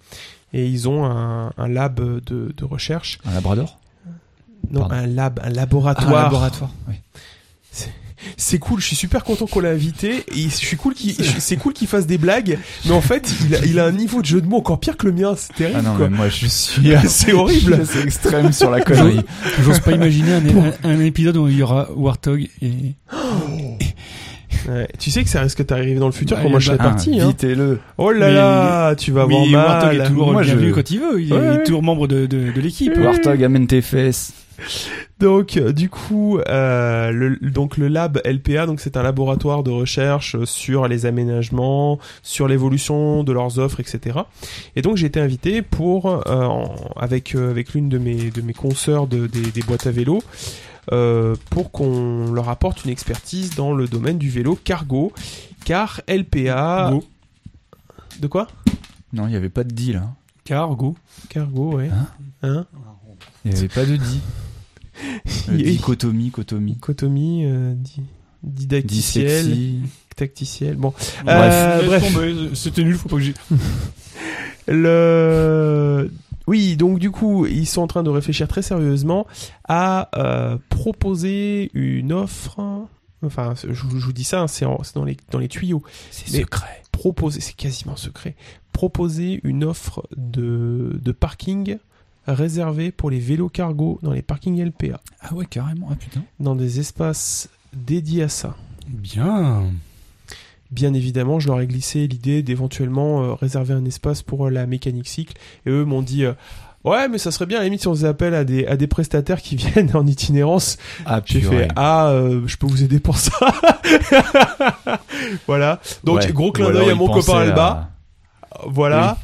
Speaker 3: et ils ont un, un lab de, de recherche,
Speaker 5: Un labrador
Speaker 3: non
Speaker 5: Pardon.
Speaker 3: un lab, un
Speaker 4: Ah,
Speaker 3: laboratoire.
Speaker 4: laboratoire.
Speaker 3: C'est cool, je suis super content qu'on l'a invité. Et je suis cool qu'il je- c'est cool qu'il fasse des blagues, mais en fait il a, il a un niveau de jeu de mots encore pire que le mien. C'est terrible
Speaker 5: Ah non,
Speaker 3: quoi.
Speaker 5: mais moi je suis
Speaker 3: C'est horrible.
Speaker 5: C'est extrême sur la connerie.
Speaker 4: J'ose pas imaginer un, un- un épisode où il y aura Warthog et.
Speaker 3: Ouais. Tu sais que ça risque d'arriver dans le futur
Speaker 4: Bah,
Speaker 3: quand moi
Speaker 4: il
Speaker 3: je
Speaker 4: y a
Speaker 3: serai
Speaker 5: Ah,
Speaker 4: pas-
Speaker 3: parti. hein.
Speaker 5: le
Speaker 3: Oh là
Speaker 4: Mais-
Speaker 3: là, tu vas avoir
Speaker 4: Mais
Speaker 3: mal.
Speaker 4: Warthog est toujours
Speaker 5: Moi,
Speaker 4: bienvenu
Speaker 5: je-
Speaker 4: quand il veut. Il
Speaker 3: Ouais,
Speaker 4: est
Speaker 3: ouais.
Speaker 4: toujours membre de, de, de l'équipe.
Speaker 5: Warthog, amène tes fesses.
Speaker 3: Donc euh, du coup, euh, le, donc le lab LPA, donc c'est un laboratoire de recherche sur les aménagements, sur l'évolution de leurs offres, etc. Et donc j'ai été invité pour euh, en- avec euh, avec l'une de mes de mes consoeurs de, des, des boîtes à vélo. euh, pour qu'on leur apporte une expertise dans le domaine du vélo cargo, car LPA.
Speaker 4: Go.
Speaker 3: De quoi
Speaker 5: Non, il n'y avait pas de deal. Hein.
Speaker 4: Cargo.
Speaker 3: Cargo, ouais.
Speaker 5: Hein
Speaker 3: Hein
Speaker 5: Il n'y avait pas de deal. Euh,
Speaker 3: Il-
Speaker 5: dichotomie, cotomie.
Speaker 3: dichotomie euh, di- didacticielle,
Speaker 5: Dissexy.
Speaker 3: tacticielle. Bon,
Speaker 5: Bref.
Speaker 3: Euh, bref.
Speaker 4: C'était nul, faut pas que j'y.
Speaker 3: le oui, donc du coup, ils sont en train de réfléchir très sérieusement à euh, proposer une offre. Enfin, je, vous je vous dis ça, hein, c'est en- c'est dans les dans les tuyaux.
Speaker 5: C'est
Speaker 3: Mais-
Speaker 5: secret.
Speaker 3: Proposer, c'est quasiment secret. Proposer une offre de de parking réservé pour les vélos cargo dans les parkings LPA,
Speaker 5: Ah ouais, carrément. Ah putain.
Speaker 3: dans des espaces dédiés à ça.
Speaker 4: Bien.
Speaker 3: Bien évidemment, je leur ai glissé l'idée d'éventuellement euh, réserver un espace pour euh, la mécanique cycle. Et eux m'ont dit euh, Ouais, mais ça serait bien à la limite si on faisait appel à des, à des prestataires qui viennent en itinérance.
Speaker 5: Ah
Speaker 3: J'ai fait Ah, euh, je peux vous aider pour ça. voilà.
Speaker 5: ah,
Speaker 3: Donc, gros clin d'œil à mon copain Alba. Voilà.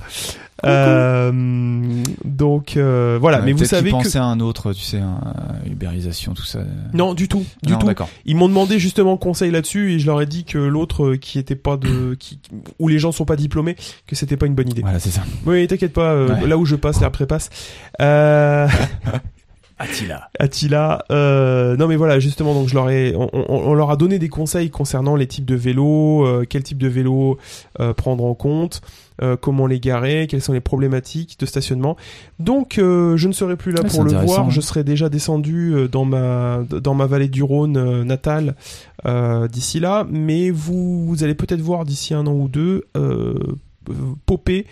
Speaker 3: Euh, donc, euh, voilà. mais vous savez que.
Speaker 5: pensait à un autre, tu sais, un- euh, ubérisation, tout ça.
Speaker 3: Non, du tout, du
Speaker 5: Non,
Speaker 3: tout.
Speaker 5: D'accord.
Speaker 3: Ils m'ont demandé justement conseil là-dessus et je leur ai dit que l'autre euh, qui était pas de, qui, où les gens sont pas diplômés, que c'était pas une bonne idée.
Speaker 5: Voilà, c'est ça.
Speaker 3: Oui, t'inquiète pas, euh,
Speaker 5: Ouais.
Speaker 3: là où je passe, la prépasse. Euh,
Speaker 5: Attila.
Speaker 3: Attila, euh, non mais voilà, justement, donc je leur ai, on, on- on leur a donné des conseils concernant les types de vélos, euh, quel type de vélo euh, prendre en compte, euh, comment les garer, quelles sont les problématiques de stationnement. Donc euh, je ne serai plus là
Speaker 5: Ah,
Speaker 3: pour
Speaker 5: c'est
Speaker 3: le
Speaker 5: intéressant,
Speaker 3: voir,
Speaker 5: hein.
Speaker 3: je serai déjà descendu euh, dans ma dans ma vallée du Rhône euh, natale euh, d'ici là, mais vous, vous allez peut-être voir d'ici un an ou deux euh, popper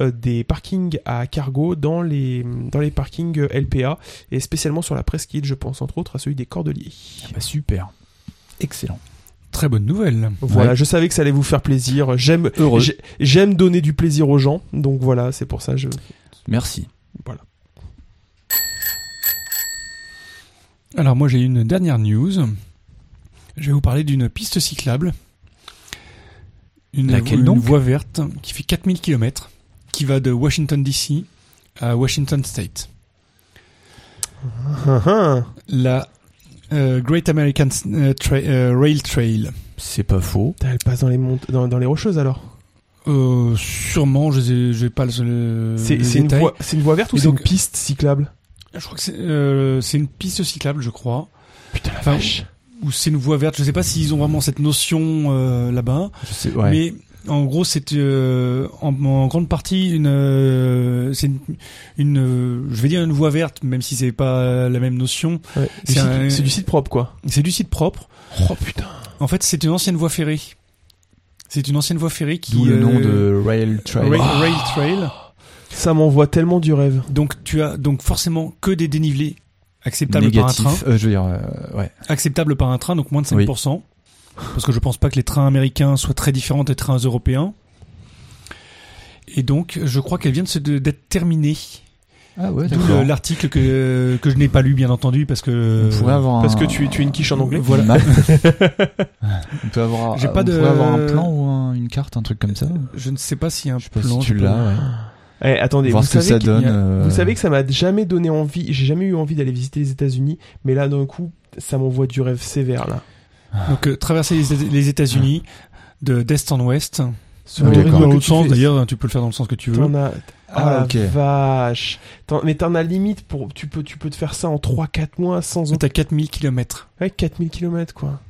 Speaker 3: euh, des parkings à cargo dans les dans les parkings euh, LPA et spécialement sur la presqu'île, je pense entre autres à celui des Cordeliers.
Speaker 5: Bah, super. Excellent.
Speaker 4: Très bonne nouvelle.
Speaker 3: Voilà,
Speaker 5: Ouais.
Speaker 3: je savais que ça allait vous faire plaisir. J'aime
Speaker 5: Heureux.
Speaker 3: j'ai- j'aime donner du plaisir aux gens, donc voilà, c'est pour ça je
Speaker 5: Merci.
Speaker 4: Alors moi j'ai une dernière news. Je vais vous parler d'une piste cyclable. Une,
Speaker 5: Laquelle
Speaker 4: une
Speaker 5: donc
Speaker 4: voie verte qui fait 4000 km, qui va de Washington DC à Washington State.
Speaker 3: Hein, hein.
Speaker 4: La euh, Great American euh, Tra- euh, Rail Trail.
Speaker 5: C'est pas faux.
Speaker 3: Putain, elle passe dans les mont- dans, dans les rocheuses alors.
Speaker 4: Euh, sûrement, je sais- je vais pas le- le.
Speaker 3: C'est
Speaker 4: le
Speaker 3: c'est une
Speaker 4: détail.
Speaker 3: voie c'est une voie verte ou
Speaker 4: Et
Speaker 3: c'est une
Speaker 4: donc-
Speaker 3: piste cyclable
Speaker 4: Je crois que c'est euh, c'est une piste cyclable, je crois.
Speaker 3: Putain la
Speaker 4: Enfin,
Speaker 3: vache.
Speaker 4: Ou c'est une voie verte. Je sais pas s'ils ont vraiment cette notion euh, là-bas.
Speaker 5: Je sais, ouais.
Speaker 4: Mais en gros, c'est euh, en, en grande partie une, euh, c'est une, une, euh, je vais dire une voie verte, même si c'est pas la même notion.
Speaker 3: Ouais. Du
Speaker 4: c'est
Speaker 3: site-
Speaker 4: un-
Speaker 3: C'est du site propre quoi.
Speaker 4: C'est du site propre.
Speaker 3: Oh putain.
Speaker 4: En fait, c'est une ancienne voie ferrée. C'est une ancienne voie ferrée qui
Speaker 5: D'où le nom
Speaker 4: euh,
Speaker 5: de Rail Trail.
Speaker 4: Rail, Rail Trail.
Speaker 3: Ça m'envoie tellement du rêve.
Speaker 4: Donc tu as donc forcément que des dénivelés acceptables
Speaker 5: Négatif.
Speaker 4: par un train,
Speaker 5: Euh, je veux dire, euh, ouais.
Speaker 4: acceptables par un train, donc moins de 5%. Parce que je pense pas que les trains américains soient très différents des trains européens. Et donc, je crois qu'elle vient de se- de- d'être terminée.
Speaker 5: Ah ouais,
Speaker 4: D'où
Speaker 5: d'accord.
Speaker 4: le- l'article que, que je n'ai pas lu, bien entendu, parce que.
Speaker 5: On pourrait avoir
Speaker 3: Parce
Speaker 5: un-
Speaker 3: que tu, tu es une quiche en anglais.
Speaker 5: Voilà. on peut avoir,
Speaker 4: J'ai
Speaker 5: on
Speaker 4: pas de-
Speaker 5: pourrait avoir un plan ou un- une carte, un truc comme ça.
Speaker 4: Je ne sais pas si un
Speaker 5: Je sais pas
Speaker 4: plan,
Speaker 5: si tu
Speaker 4: je peux-
Speaker 5: l'as. ouais.
Speaker 3: Eh, attendez,
Speaker 5: Voir
Speaker 3: vous
Speaker 5: ce que
Speaker 3: savez
Speaker 5: ça
Speaker 3: qu'il y a-
Speaker 5: donne. euh,
Speaker 3: Vous savez que ça m'a jamais donné envie, j'ai jamais eu envie d'aller visiter les États-Unis, mais là d'un coup, ça m'envoie du rêve sévère là.
Speaker 4: Donc, euh, traverser les, Éta- les États-Unis de d'est en ouest.
Speaker 3: Selon
Speaker 5: oui,
Speaker 3: le
Speaker 5: d'accord.
Speaker 3: rythme
Speaker 4: Dans
Speaker 3: que
Speaker 4: l'autre
Speaker 3: tu
Speaker 4: sens,
Speaker 3: fais,
Speaker 4: d'ailleurs, hein, tu peux le faire dans le sens que tu veux.
Speaker 3: T'en as, ah,
Speaker 5: Hmm. Ah,
Speaker 3: la
Speaker 5: ok.
Speaker 3: vache. T'en- mais t'en as limite pour, tu peux, tu peux te faire ça en 3-4 mois sans aucun.
Speaker 4: T'as 4000 km.
Speaker 3: Ouais, 4000 km quoi.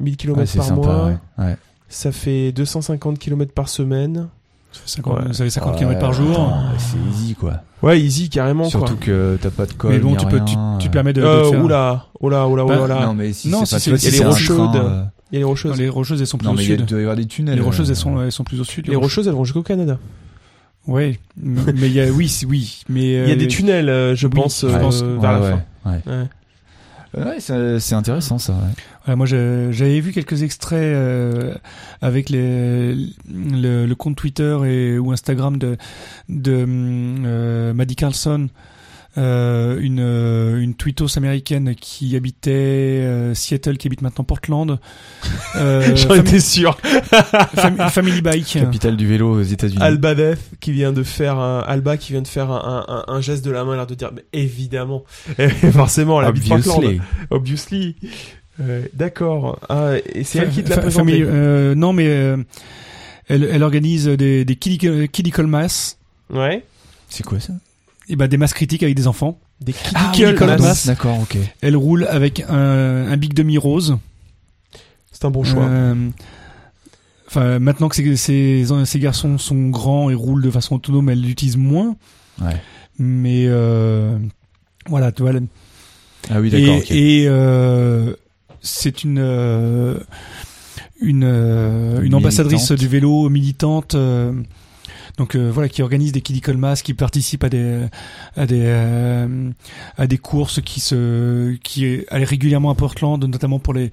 Speaker 3: 1000 km
Speaker 5: ouais, c'est
Speaker 3: par
Speaker 5: sympa.
Speaker 3: mois,
Speaker 5: ouais. Ouais.
Speaker 3: ça fait 250 km par semaine.
Speaker 4: Ça fait 50,
Speaker 3: Ouais.
Speaker 4: ça fait 50
Speaker 5: Ouais,
Speaker 4: km par jour.
Speaker 5: attends, ouais, C'est easy quoi.
Speaker 3: Ouais, easy carrément
Speaker 5: Surtout
Speaker 3: quoi.
Speaker 5: que t'as pas de colle.
Speaker 4: mais bon,
Speaker 5: y a
Speaker 4: tu peux, tu,
Speaker 5: rien,
Speaker 4: tu
Speaker 5: euh,
Speaker 4: permets de, de
Speaker 3: Euh,
Speaker 4: le faire.
Speaker 3: oula, oula, oula,
Speaker 4: Bah,
Speaker 3: oula, oula.
Speaker 5: Non mais si
Speaker 4: Non,
Speaker 5: c'est
Speaker 4: si
Speaker 5: pas toi,
Speaker 4: c'est- il y a
Speaker 5: si
Speaker 4: les
Speaker 5: c'est un
Speaker 3: rocheuses.
Speaker 5: train, euh,
Speaker 3: Il y a les rocheuses.
Speaker 4: Les rocheuses, elles sont plus
Speaker 5: Non
Speaker 4: au
Speaker 5: mais il y a-
Speaker 4: sud.
Speaker 5: doit y avoir des tunnels.
Speaker 4: Les rocheuses, elles
Speaker 5: euh,
Speaker 4: sont, elles sont plus au sud.
Speaker 3: Les rocheuses, elles vont jusqu'au Canada.
Speaker 4: Ouais. Mais mais il y a, oui, c'est- oui. Mais
Speaker 3: Il y a
Speaker 4: euh,
Speaker 3: des tunnels, euh, je
Speaker 4: oui,
Speaker 3: pense,
Speaker 4: je
Speaker 3: euh,
Speaker 4: pense.
Speaker 3: vers
Speaker 5: ouais,
Speaker 3: la
Speaker 5: ouais,
Speaker 3: fin.
Speaker 5: ouais.
Speaker 3: Ouais.
Speaker 5: Euh, ouais, c'est c'est intéressant ça. ouais.
Speaker 4: Voilà, Ah, moi, je- j'avais vu quelques extraits euh, avec les, le, le compte Twitter et, ou Instagram de, de hum, euh, Maddie Carlson, euh, une, euh, une tweetos américaine qui habitait euh, Seattle, qui habite maintenant Portland. Euh,
Speaker 3: J'en étais sûr.
Speaker 4: fami- fami- family Bike.
Speaker 5: Capitale du vélo aux États-Unis.
Speaker 3: Alba Def qui vient de faire un Alba qui vient de faire un, un- un- un geste de la main, l'air de dire mais évidemment, Et forcément, elle habite Portland,
Speaker 5: Obviously.
Speaker 3: obviously. Euh, D'accord. Ah, et c'est elle qui te l'a
Speaker 4: Fa-
Speaker 3: présenté.
Speaker 4: family- euh, non, mais euh, elle, elle organise des, des kiddie- kiddical mass,
Speaker 5: euh,
Speaker 3: Ouais.
Speaker 5: C'est quoi ça
Speaker 4: et ben des masses critiques avec des enfants.
Speaker 3: Des kids
Speaker 4: Ah oui,
Speaker 3: kill
Speaker 4: Nicolas
Speaker 3: mass.
Speaker 4: Mass.
Speaker 5: D'accord, ok.
Speaker 4: Elle roule avec un, un big demi rose.
Speaker 3: C'est un bon choix.
Speaker 4: Euh, Enfin, maintenant que ces, ces, ces garçons sont grands et roulent de façon autonome, elle l'utilise moins.
Speaker 5: Ouais.
Speaker 4: Mais euh, voilà, tu vois. elle-
Speaker 5: Ah oui,
Speaker 4: et
Speaker 5: d'accord. ok.
Speaker 4: et, euh, c'est une euh, une euh, une
Speaker 5: Militante.
Speaker 4: ambassadrice du vélo militante. euh, donc euh, voilà, qui organise des kiddie colmas, qui participe à des à des euh, à des courses, qui se qui allait régulièrement à Portland, notamment pour les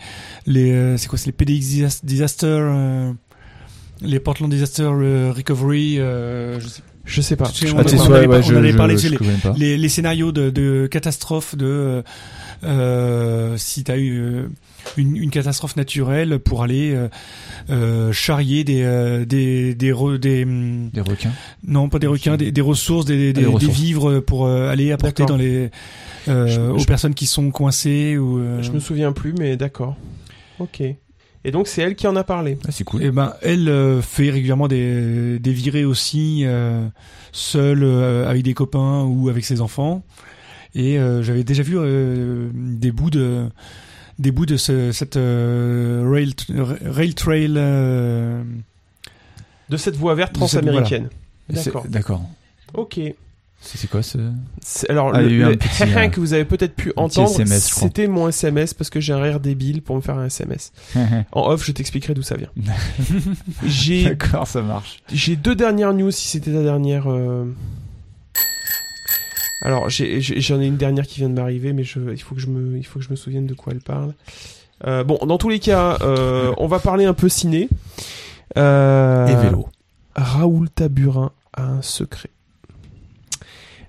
Speaker 4: les euh, c'est quoi, c'est les PDX disaster, euh, les Portland disaster euh, recovery, euh, je sais
Speaker 3: Je sais pas.
Speaker 4: Tu sais,
Speaker 3: Je
Speaker 4: on
Speaker 5: Ah,
Speaker 3: connais
Speaker 5: t'es
Speaker 3: pas.
Speaker 5: sûr,
Speaker 4: avait
Speaker 5: ouais,
Speaker 4: pas- on avait parlé de
Speaker 5: je
Speaker 4: les-
Speaker 5: connais pas.
Speaker 4: les, les scénarios de, de catastrophes de euh, euh, si t'as eu euh, une, une catastrophe naturelle pour aller euh, euh, charrier des euh, des des, re- des, hum,
Speaker 5: Des requins.
Speaker 4: non pas des requins des, des ressources des, des,
Speaker 5: des
Speaker 4: des
Speaker 5: ressources.
Speaker 4: vivres pour euh, aller apporter
Speaker 3: D'accord.
Speaker 4: dans les euh,
Speaker 3: Je-
Speaker 4: aux
Speaker 3: je-
Speaker 4: personnes qui sont coincées ou euh,
Speaker 3: Je me souviens plus, mais d'accord. Ok. Et donc c'est elle qui en a parlé.
Speaker 5: Ah, c'est cool.
Speaker 4: Eh ben, elle euh, fait régulièrement des, des virées aussi, euh, seule, euh, avec des copains ou avec ses enfants. Et euh, j'avais déjà vu euh, des bouts de des bouts de ce- cette euh, rail, rail trail. euh,
Speaker 3: De cette voie verte
Speaker 4: De cette-
Speaker 3: transaméricaine.
Speaker 5: C'est-
Speaker 3: D'accord.
Speaker 5: D'accord.
Speaker 3: Ok.
Speaker 5: C'est c'est quoi ce
Speaker 3: C'est- Alors,
Speaker 5: Ah,
Speaker 3: le,
Speaker 5: il y a eu un
Speaker 3: le-
Speaker 5: petit, euh,
Speaker 3: que vous avez peut-être pu entendre,
Speaker 5: SMS, je crois.
Speaker 3: c'était mon SMS parce que j'ai un rire débile pour me faire un SMS. En off, je t'expliquerai d'où ça vient. j'ai,
Speaker 5: D'accord, ça marche.
Speaker 3: j'ai deux dernières news si c'était ta dernière. euh. Alors, j'ai- j'ai- j'en ai, une dernière qui vient de m'arriver, mais je, il, faut que je me, il faut que je me souvienne de quoi elle parle. Euh, bon, dans tous les cas, euh, on va parler un peu ciné. Euh,
Speaker 5: Et vélo.
Speaker 3: Raoul Taburin a un secret.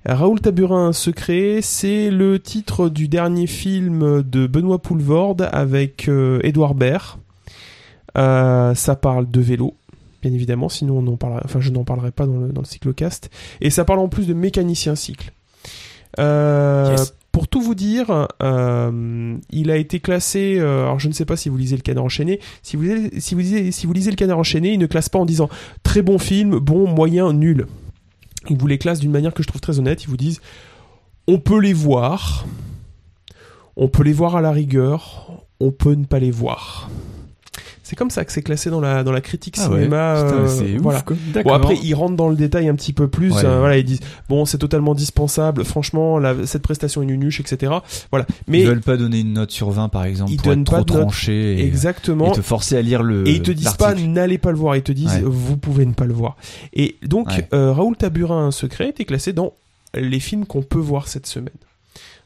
Speaker 3: Raoul Taburin a un secret, c'est le titre du dernier film de Benoît Poulvorde avec euh, Édouard Baird. Euh, ça parle de vélo, bien évidemment, sinon on en parlera- enfin, je n'en parlerai pas dans le, dans le cyclocast. Et ça parle en plus de mécanicien cycle. Euh,
Speaker 1: Yes.
Speaker 3: Pour tout vous dire, euh, il a été classé. euh, alors je ne sais pas si vous lisez le Canard enchaîné. Si vous, lisez- si vous lisez, si vous lisez le Canard enchaîné, il ne classe pas en disant très bon film, bon, moyen, nul. Ils vous les classent d'une manière que je trouve très honnête. Ils vous disent on peut les voir, on peut les voir à la rigueur, on peut ne pas les voir. C'est comme ça que c'est classé dans la, dans la critique
Speaker 5: Ah ouais,
Speaker 3: cinéma.
Speaker 5: putain,
Speaker 3: euh,
Speaker 5: c'est ouf,
Speaker 3: voilà.
Speaker 5: quoi.
Speaker 3: Bon après ils rentrent dans le détail un petit peu plus.
Speaker 5: Ouais.
Speaker 3: euh, voilà ils disent bon c'est totalement dispensable. Franchement la- cette prestation est nunuche etc. Voilà. Mais
Speaker 5: ils veulent pas donner une note sur 20 par exemple
Speaker 3: Ils
Speaker 5: pour
Speaker 3: donnent
Speaker 5: être trop
Speaker 3: pas de note.
Speaker 5: tranché et, et
Speaker 3: exactement.
Speaker 5: te forcer à lire le
Speaker 3: Et ils te disent pas
Speaker 5: l'article.
Speaker 3: n'allez pas le voir, ils te disent
Speaker 5: Ouais.
Speaker 3: vous pouvez ne pas le voir. Et donc
Speaker 5: Ouais.
Speaker 3: euh, Raoul Taburin un secret était classé dans les films qu'on peut voir cette semaine.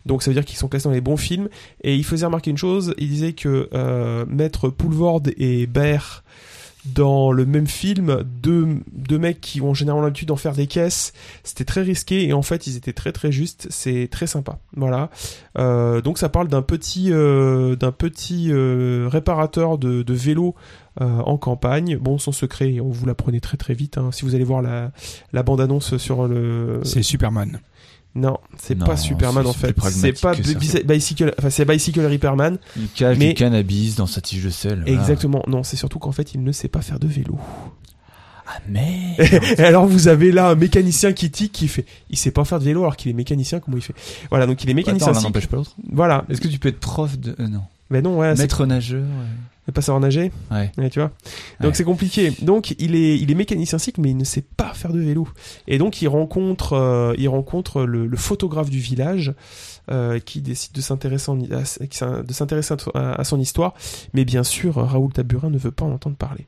Speaker 3: Donc ça veut dire qu'ils sont classés dans les bons films et il faisait remarquer une chose, il disait que euh, mettre Poulvord et Baer dans le même film deux, deux mecs qui ont généralement l'habitude d'en faire des caisses. C'était très risqué et en fait ils étaient très très justes. C'est très sympa. Voilà. Euh, donc ça parle d'un petit euh, d'un petit euh, réparateur de, de vélo. euh, en campagne, bon, son secret, on vous l'apprenez très très vite. hein. Si vous allez voir la, la bande-annonce sur le,
Speaker 4: C'est Superman.
Speaker 3: non, c'est
Speaker 5: Non,
Speaker 3: pas Superman
Speaker 5: c'est-
Speaker 3: en
Speaker 5: c'est plus
Speaker 3: fait. C'est
Speaker 5: pragmatique
Speaker 3: pas
Speaker 5: que ça.
Speaker 3: Bicy- Bicycle, enfin c'est Bicycle Repairman.
Speaker 5: Il cache
Speaker 3: Mais-
Speaker 5: du cannabis dans sa tige de sel. voilà.
Speaker 3: Exactement. Non, c'est surtout qu'en fait, il ne sait pas faire de vélo.
Speaker 5: Ah, mais.
Speaker 3: Et alors vous avez là un mécanicien qui tique qui fait, il sait pas faire de vélo alors qu'il est mécanicien. Comment il fait Voilà, donc il est mécanicien.
Speaker 5: Bah, Attends, l'un
Speaker 3: cycle.
Speaker 5: n'empêche pas l'autre.
Speaker 3: voilà.
Speaker 5: Est-ce que tu peux être prof de. euh, non.
Speaker 3: Mais non, ouais, c'est
Speaker 5: Maître nageur.
Speaker 3: ne pas savoir nager.
Speaker 5: Ouais.
Speaker 3: Ouais, tu vois. Donc
Speaker 5: Ouais.
Speaker 3: c'est compliqué. Donc il est il est mécanicien cycle mais il ne sait pas faire de vélo. Et donc il rencontre euh, il rencontre le, le photographe du village euh, qui décide de s'intéresser en- à, qui s'in- de s'intéresser à, à son histoire. Mais bien sûr Raoul Taburin ne veut pas en entendre parler.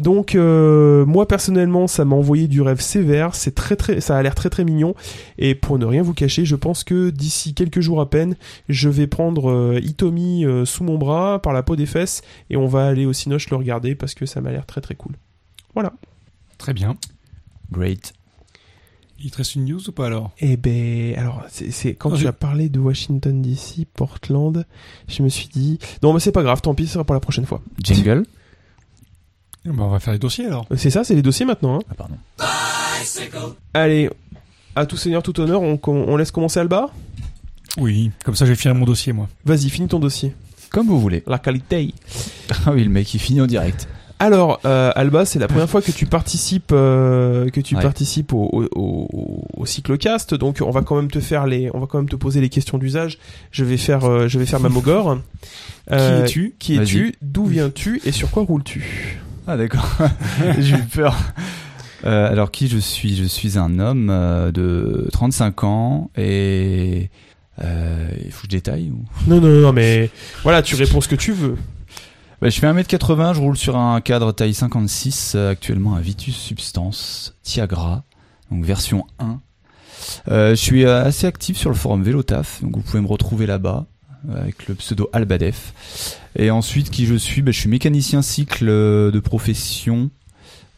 Speaker 3: Donc euh, moi personnellement ça m'a envoyé du rêve sévère. C'est très très ça a l'air très très mignon. Et pour ne rien vous cacher je pense que d'ici quelques jours à peine je vais prendre euh, Itomi euh, sous mon bras par la peau des fesses et on va aller au Cinoche le regarder parce que ça m'a l'air très très cool.
Speaker 4: Très bien.
Speaker 5: Great.
Speaker 4: Il te reste une news ou pas alors
Speaker 3: Et ben alors c'est- c'est quand
Speaker 4: Ah,
Speaker 3: tu
Speaker 4: je-
Speaker 3: as parlé de Washington DC, Portland, je me suis dit non mais c'est pas grave, tant pis, ce sera pour la prochaine fois.
Speaker 5: Jingle.
Speaker 4: Eh ben, On va faire les dossiers alors.
Speaker 3: Euh, C'est ça, c'est les dossiers maintenant. hein.
Speaker 5: Ah, pardon.
Speaker 3: Allez, à tout seigneur tout honneur, on, com- on laisse commencer Alba.
Speaker 4: Oui. Comme ça, j'ai fini mon dossier moi.
Speaker 3: Vas-y, finis ton dossier.
Speaker 5: Comme vous voulez.
Speaker 3: La qualité.
Speaker 5: Ah oui, le mec, il finit en direct.
Speaker 3: Alors euh, Alba, c'est la première fois que tu participes euh, que tu
Speaker 5: Ouais.
Speaker 3: participes au, au, au, au cyclocast, donc on va quand même te faire les on va quand même te poser les questions d'usage. Je vais faire euh, je vais faire ma mogore. Euh,
Speaker 4: Qui es-tu
Speaker 3: Qui
Speaker 5: Vas-y.
Speaker 3: es-tu D'où viens-tu Et sur quoi roules-tu
Speaker 5: Ah, d'accord. J'ai eu peur. Euh, alors, qui je suis Je suis un homme euh, de 35 ans et. euh, Il faut que je détaille ou...
Speaker 3: Non, non, non, mais voilà, tu réponds ce que tu veux.
Speaker 5: Bah, je fais 1m80, je roule sur un cadre taille 56, euh, actuellement un Vitus Substance Tiagra, donc version 1. Euh, je suis euh, assez actif sur le forum Vélotaf, donc vous pouvez me retrouver là-bas euh, avec le pseudo Albadef. Et ensuite, qui je suis Bah, Je suis mécanicien cycle euh, de profession.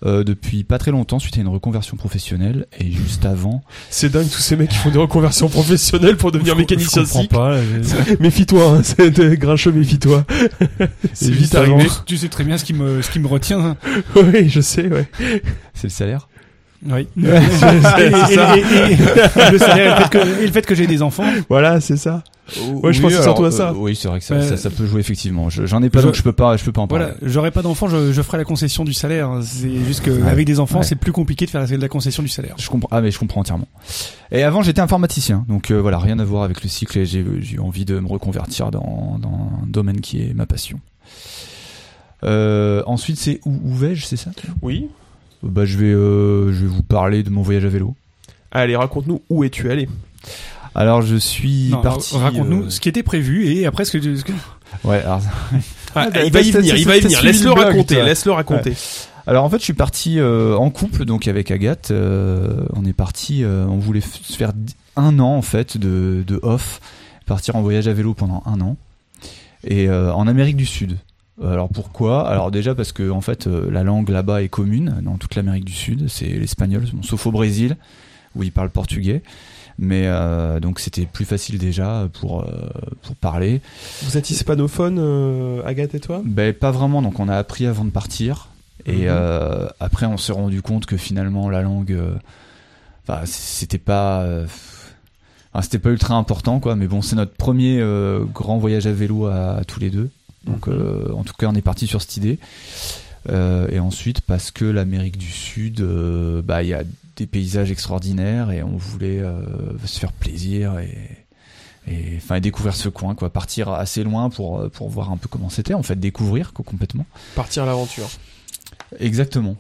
Speaker 5: euh, depuis pas très longtemps suite à une reconversion professionnelle et juste avant
Speaker 3: C'est dingue, tous ces mecs qui font des reconversions professionnelles pour devenir
Speaker 4: Je-
Speaker 3: mécanicien
Speaker 4: Je comprends
Speaker 3: cycle.
Speaker 4: pas. euh,
Speaker 3: Méfie-toi, hein, c'est euh, grincheux, méfie-toi. C'est vite
Speaker 4: tu sais-
Speaker 3: arrivé.
Speaker 4: Tu sais très bien ce qui me, ce qui me retient.
Speaker 3: Oui, je sais, ouais.
Speaker 5: c'est le salaire
Speaker 4: Oui. et,
Speaker 3: c'est ça.
Speaker 4: et- et- et- le salaire, et le fait que, et le fait que j'ai des enfants.
Speaker 3: Voilà, c'est ça.
Speaker 5: Oui,
Speaker 3: je pense que c'est
Speaker 5: alors,
Speaker 3: surtout à ça.
Speaker 5: euh, oui c'est vrai que ça,
Speaker 4: Euh,
Speaker 5: ça, ça peut jouer effectivement Je- j'en ai pas
Speaker 4: je-
Speaker 5: donc je peux pas je peux pas en parler
Speaker 4: Voilà, j'aurais pas d'enfants, je, je ferai la concession du salaire. C'est juste que
Speaker 5: Ouais.
Speaker 4: avec des enfants,
Speaker 5: Ouais.
Speaker 4: c'est plus compliqué de faire la- la concession du salaire.
Speaker 5: Je comprends. Ah mais je comprends entièrement. Et avant j'étais informaticien, donc euh, voilà rien à voir avec le cycle. Et j'ai j'ai eu envie de me reconvertir dans, dans un domaine qui est ma passion. Euh, ensuite c'est où, où vais-je, c'est ça
Speaker 3: Oui.
Speaker 5: Bah je vais euh, je vais vous parler de mon voyage à vélo.
Speaker 3: Allez, raconte-nous où es-tu allé.
Speaker 5: Alors je suis
Speaker 4: Non,
Speaker 5: parti.
Speaker 4: ra- Raconte-nous
Speaker 5: euh,
Speaker 4: ce qui était prévu et après ce que, tu- ce que-
Speaker 5: Ouais. Alors,
Speaker 3: Ah,
Speaker 5: bah,
Speaker 3: il va y
Speaker 5: t'as-
Speaker 3: venir,
Speaker 5: t'as-
Speaker 3: il va y
Speaker 5: t'as
Speaker 3: venir.
Speaker 5: suivi
Speaker 3: Laisse-le
Speaker 5: le blog,
Speaker 3: raconter,
Speaker 5: toi.
Speaker 3: laisse-le raconter.
Speaker 5: Alors en fait, je suis parti euh, en couple, donc avec Agathe. euh, on est parti, euh, on voulait f- se faire d- un an en fait de, de off, partir en voyage à vélo pendant un an, et euh, en Amérique du Sud. Alors pourquoi Alors déjà parce que en fait, euh, la langue là-bas est commune dans toute l'Amérique du Sud. C'est l'espagnol, bon, sauf au Brésil où ils parlent portugais. Mais euh, donc c'était plus facile déjà pour euh, pour parler.
Speaker 3: Vous êtes hispanophone, euh, Agathe et toi
Speaker 5: Ben pas vraiment, donc on a appris avant de partir. Et
Speaker 3: Mhm.
Speaker 5: euh, après, on s'est rendu compte que finalement, la langue, euh, enfin, c- c'était pas, euh, enfin, c'était pas ultra important, quoi. Mais bon, c'est notre premier euh, grand voyage à vélo à, à tous les deux. Donc, euh, en tout cas, on est parti sur cette idée. Euh, et ensuite, parce que l'Amérique du Sud, euh, bah, il y a des paysages extraordinaires et on voulait euh, se faire plaisir et et enfin et découvrir ce coin quoi partir assez loin pour euh, pour voir un peu comment c'était en fait découvrir quoi, complètement
Speaker 3: Partir à l'aventure.
Speaker 5: Exactement.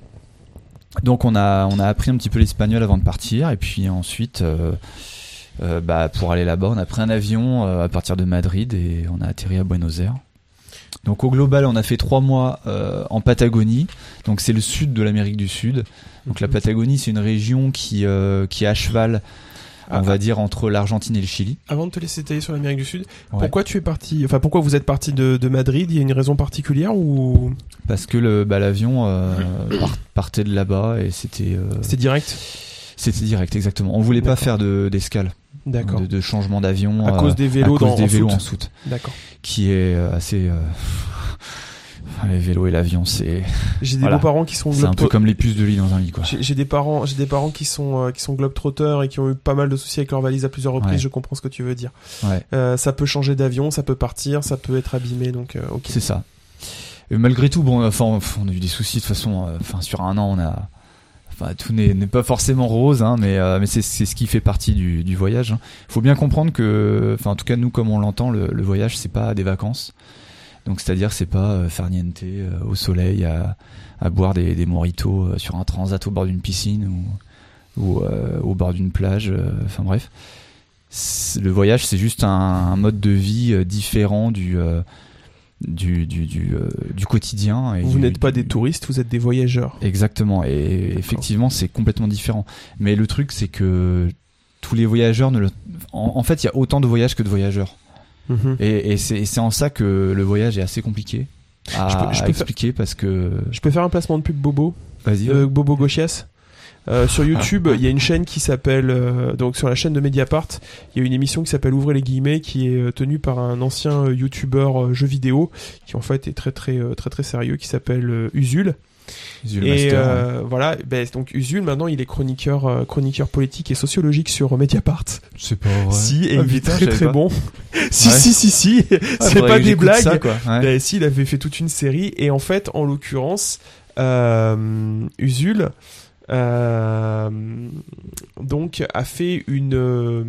Speaker 5: Donc on a, on a appris un petit peu l'espagnol avant de partir et puis ensuite euh, euh, bah, pour aller là-bas on a pris un avion euh, à partir de Madrid et on a atterri à Buenos Aires. Donc au global on a fait trois mois euh, en Patagonie, donc c'est le
Speaker 3: Mhm.
Speaker 5: sud de l'Amérique du Sud. Donc la Patagonie c'est une région qui, euh, qui est à cheval
Speaker 3: Ah.
Speaker 5: on va dire entre l'Argentine et le Chili.
Speaker 3: Avant de te laisser tailler sur l'Amérique du Sud,
Speaker 5: Ouais.
Speaker 3: pourquoi tu es parti, enfin pourquoi vous êtes parti de, de Madrid Il y a une raison particulière ou
Speaker 5: Parce que le bah, l'avion euh,
Speaker 3: Mhm.
Speaker 5: part- partait de là-bas et c'était euh,
Speaker 3: c'était direct
Speaker 5: c'était direct exactement. On voulait pas
Speaker 3: D'accord.
Speaker 5: faire de d'escale,
Speaker 3: D'accord.
Speaker 5: de, de changement d'avion
Speaker 3: À
Speaker 5: euh,
Speaker 3: cause des vélos
Speaker 5: à cause
Speaker 3: dans-
Speaker 5: des
Speaker 3: en
Speaker 5: vélos
Speaker 3: soute.
Speaker 5: en soute,
Speaker 3: D'accord.
Speaker 5: qui est euh, assez. euh, Les vélos et l'avion, c'est
Speaker 3: J'ai des
Speaker 5: Voilà.
Speaker 3: beaux-parents qui sont
Speaker 5: c'est un peu
Speaker 3: globe-
Speaker 5: comme les puces de lit dans un lit quoi.
Speaker 3: J'ai j'ai des parents, j'ai des parents qui sont euh, qui sont globetrotters et qui ont eu pas mal de soucis avec leur valise à plusieurs reprises.
Speaker 5: Ouais.
Speaker 3: Je comprends ce que tu veux dire.
Speaker 5: Ouais.
Speaker 3: Euh, ça peut changer d'avion, ça peut partir, ça peut être abîmé. Donc euh, ok.
Speaker 5: C'est ça. Et malgré tout, bon, enfin, on a eu des soucis de toute façon. euh, Enfin, sur un an, on a. Enfin, tout n'est n'est pas forcément rose, hein, mais, euh, mais c'est c'est ce qui fait partie du, du voyage. hein. faut bien comprendre que, enfin, en tout cas, nous, comme on l'entend, le, le voyage, c'est pas des vacances. Donc, c'est-à-dire, c'est pas euh, faire niente euh, au soleil, à, à boire des, des moritos euh, sur un transat au bord d'une piscine ou, ou euh, au bord d'une plage. euh, Enfin, bref. C'est- Le voyage, c'est juste un, un mode de vie euh, différent du. euh, du, du, du, euh, du quotidien. Et
Speaker 3: Vous
Speaker 5: du-
Speaker 3: n'êtes pas des
Speaker 5: du-
Speaker 3: touristes, vous êtes des voyageurs.
Speaker 5: Exactement, et effectivement, c'est complètement différent. Mais le truc, c'est que tous les voyageurs ne le. En, en fait, il y a autant de voyages que de voyageurs.
Speaker 3: Mhm.
Speaker 5: Et, et c'est et c'est en ça que le voyage est assez compliqué à,
Speaker 3: Je peux- je
Speaker 5: à
Speaker 3: peux
Speaker 5: expliquer parce que.
Speaker 3: Je peux faire un placement de pub Bobo,
Speaker 5: Vas-y.
Speaker 3: de Bobo Gauchias. Euh, sur YouTube,
Speaker 5: Ah.
Speaker 3: il y a une chaîne qui s'appelle euh, donc sur la chaîne de Mediapart, il y a une émission qui s'appelle Ouvrez les guillemets qui est euh, tenue par un ancien euh, youtubeur euh, jeu vidéo qui en fait est très très euh, très très sérieux qui s'appelle euh, Usul
Speaker 5: Zul
Speaker 3: Et
Speaker 5: Master, ouais.
Speaker 3: euh, voilà, ben, donc Usul maintenant il est chroniqueur, euh, chroniqueur politique et sociologique sur Mediapart.
Speaker 5: C'est pas vrai.
Speaker 3: Si, et
Speaker 5: Ah,
Speaker 3: il est
Speaker 5: putain,
Speaker 3: très
Speaker 5: je savais
Speaker 3: très
Speaker 5: pas.
Speaker 3: bon. si,
Speaker 5: Ouais.
Speaker 3: si, si, si,
Speaker 5: Ah,
Speaker 3: c'est
Speaker 5: faudrait
Speaker 3: pas
Speaker 5: que
Speaker 3: des
Speaker 5: j'écoute
Speaker 3: blagues.
Speaker 5: ça, quoi. Ouais.
Speaker 3: Ben, si, il avait fait toute une série et en fait, en l'occurrence, euh, Usul euh, donc a fait une euh,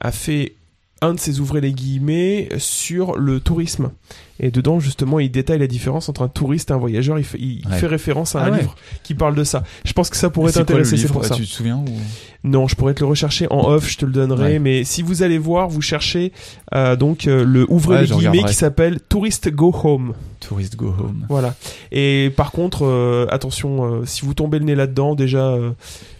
Speaker 3: a fait un de ses ouvrez les guillemets sur le tourisme et dedans justement il détaille la différence entre un touriste et un voyageur il fait, il
Speaker 5: Ouais.
Speaker 3: fait référence à
Speaker 5: Ah
Speaker 3: un
Speaker 5: ouais.
Speaker 3: livre qui parle de ça je pense que ça pourrait
Speaker 5: C'est quoi
Speaker 3: t'intéresser
Speaker 5: le
Speaker 3: c'est
Speaker 5: livre
Speaker 3: pour ça
Speaker 5: Tu te souviens ou...
Speaker 3: non, je pourrais te le rechercher en off, je te le donnerai.
Speaker 5: Ouais.
Speaker 3: Mais si vous allez voir, vous cherchez euh, donc euh, le ouvrez
Speaker 5: Ouais,
Speaker 3: les
Speaker 5: je
Speaker 3: guillemets
Speaker 5: regarderai.
Speaker 3: qui s'appelle Tourist Go Home.
Speaker 5: Tourist Go Home.
Speaker 3: Voilà. Et par contre, euh, attention, euh, si vous tombez le nez là-dedans, déjà, euh,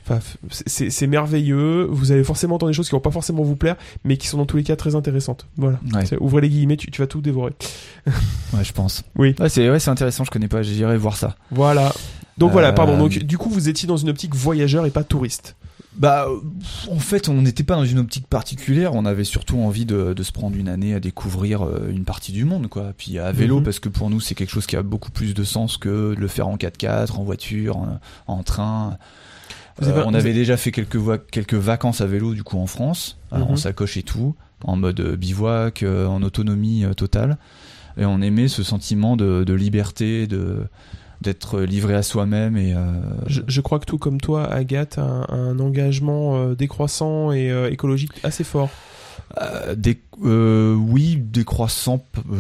Speaker 3: enfin, f- c'est c'est merveilleux. Vous allez forcément entendre des choses qui vont pas forcément vous plaire, mais qui sont dans tous les cas très intéressantes. Voilà.
Speaker 5: Ouais.
Speaker 3: C'est- Ouvrez les guillemets, tu, tu vas tout dévorer.
Speaker 5: Ouais, je pense.
Speaker 3: Oui.
Speaker 5: Ouais, c'est ouais, c'est intéressant, je connais pas, j'irai voir ça.
Speaker 3: Voilà. Donc voilà,
Speaker 5: Euh,
Speaker 3: pardon. Donc du coup, vous étiez dans une optique voyageur et pas touriste.
Speaker 5: Bah, euh, en fait, on n'était pas dans une optique particulière. On avait surtout envie de, de se prendre une année à découvrir euh, une partie du monde, quoi. Puis à vélo,
Speaker 3: Mhm.
Speaker 5: parce que pour nous, c'est quelque chose qui a beaucoup plus de sens que de le faire en 4x4, en voiture, en, en train.
Speaker 3: Vous
Speaker 5: Euh,
Speaker 3: avez-
Speaker 5: on
Speaker 3: vous
Speaker 5: avait déjà fait quelques, voies- quelques vacances à vélo, du coup, en France, euh,
Speaker 3: Mhm.
Speaker 5: en sacoche et tout, en mode euh, bivouac, euh, en autonomie euh, totale. Et on aimait ce sentiment de, de liberté, de d'être livré à soi-même et euh,
Speaker 3: Je, je crois que tout comme toi, Agathe, a un, un engagement euh, décroissant et euh, écologique assez fort.
Speaker 5: Euh, des, euh, oui, décroissant. p- Euh,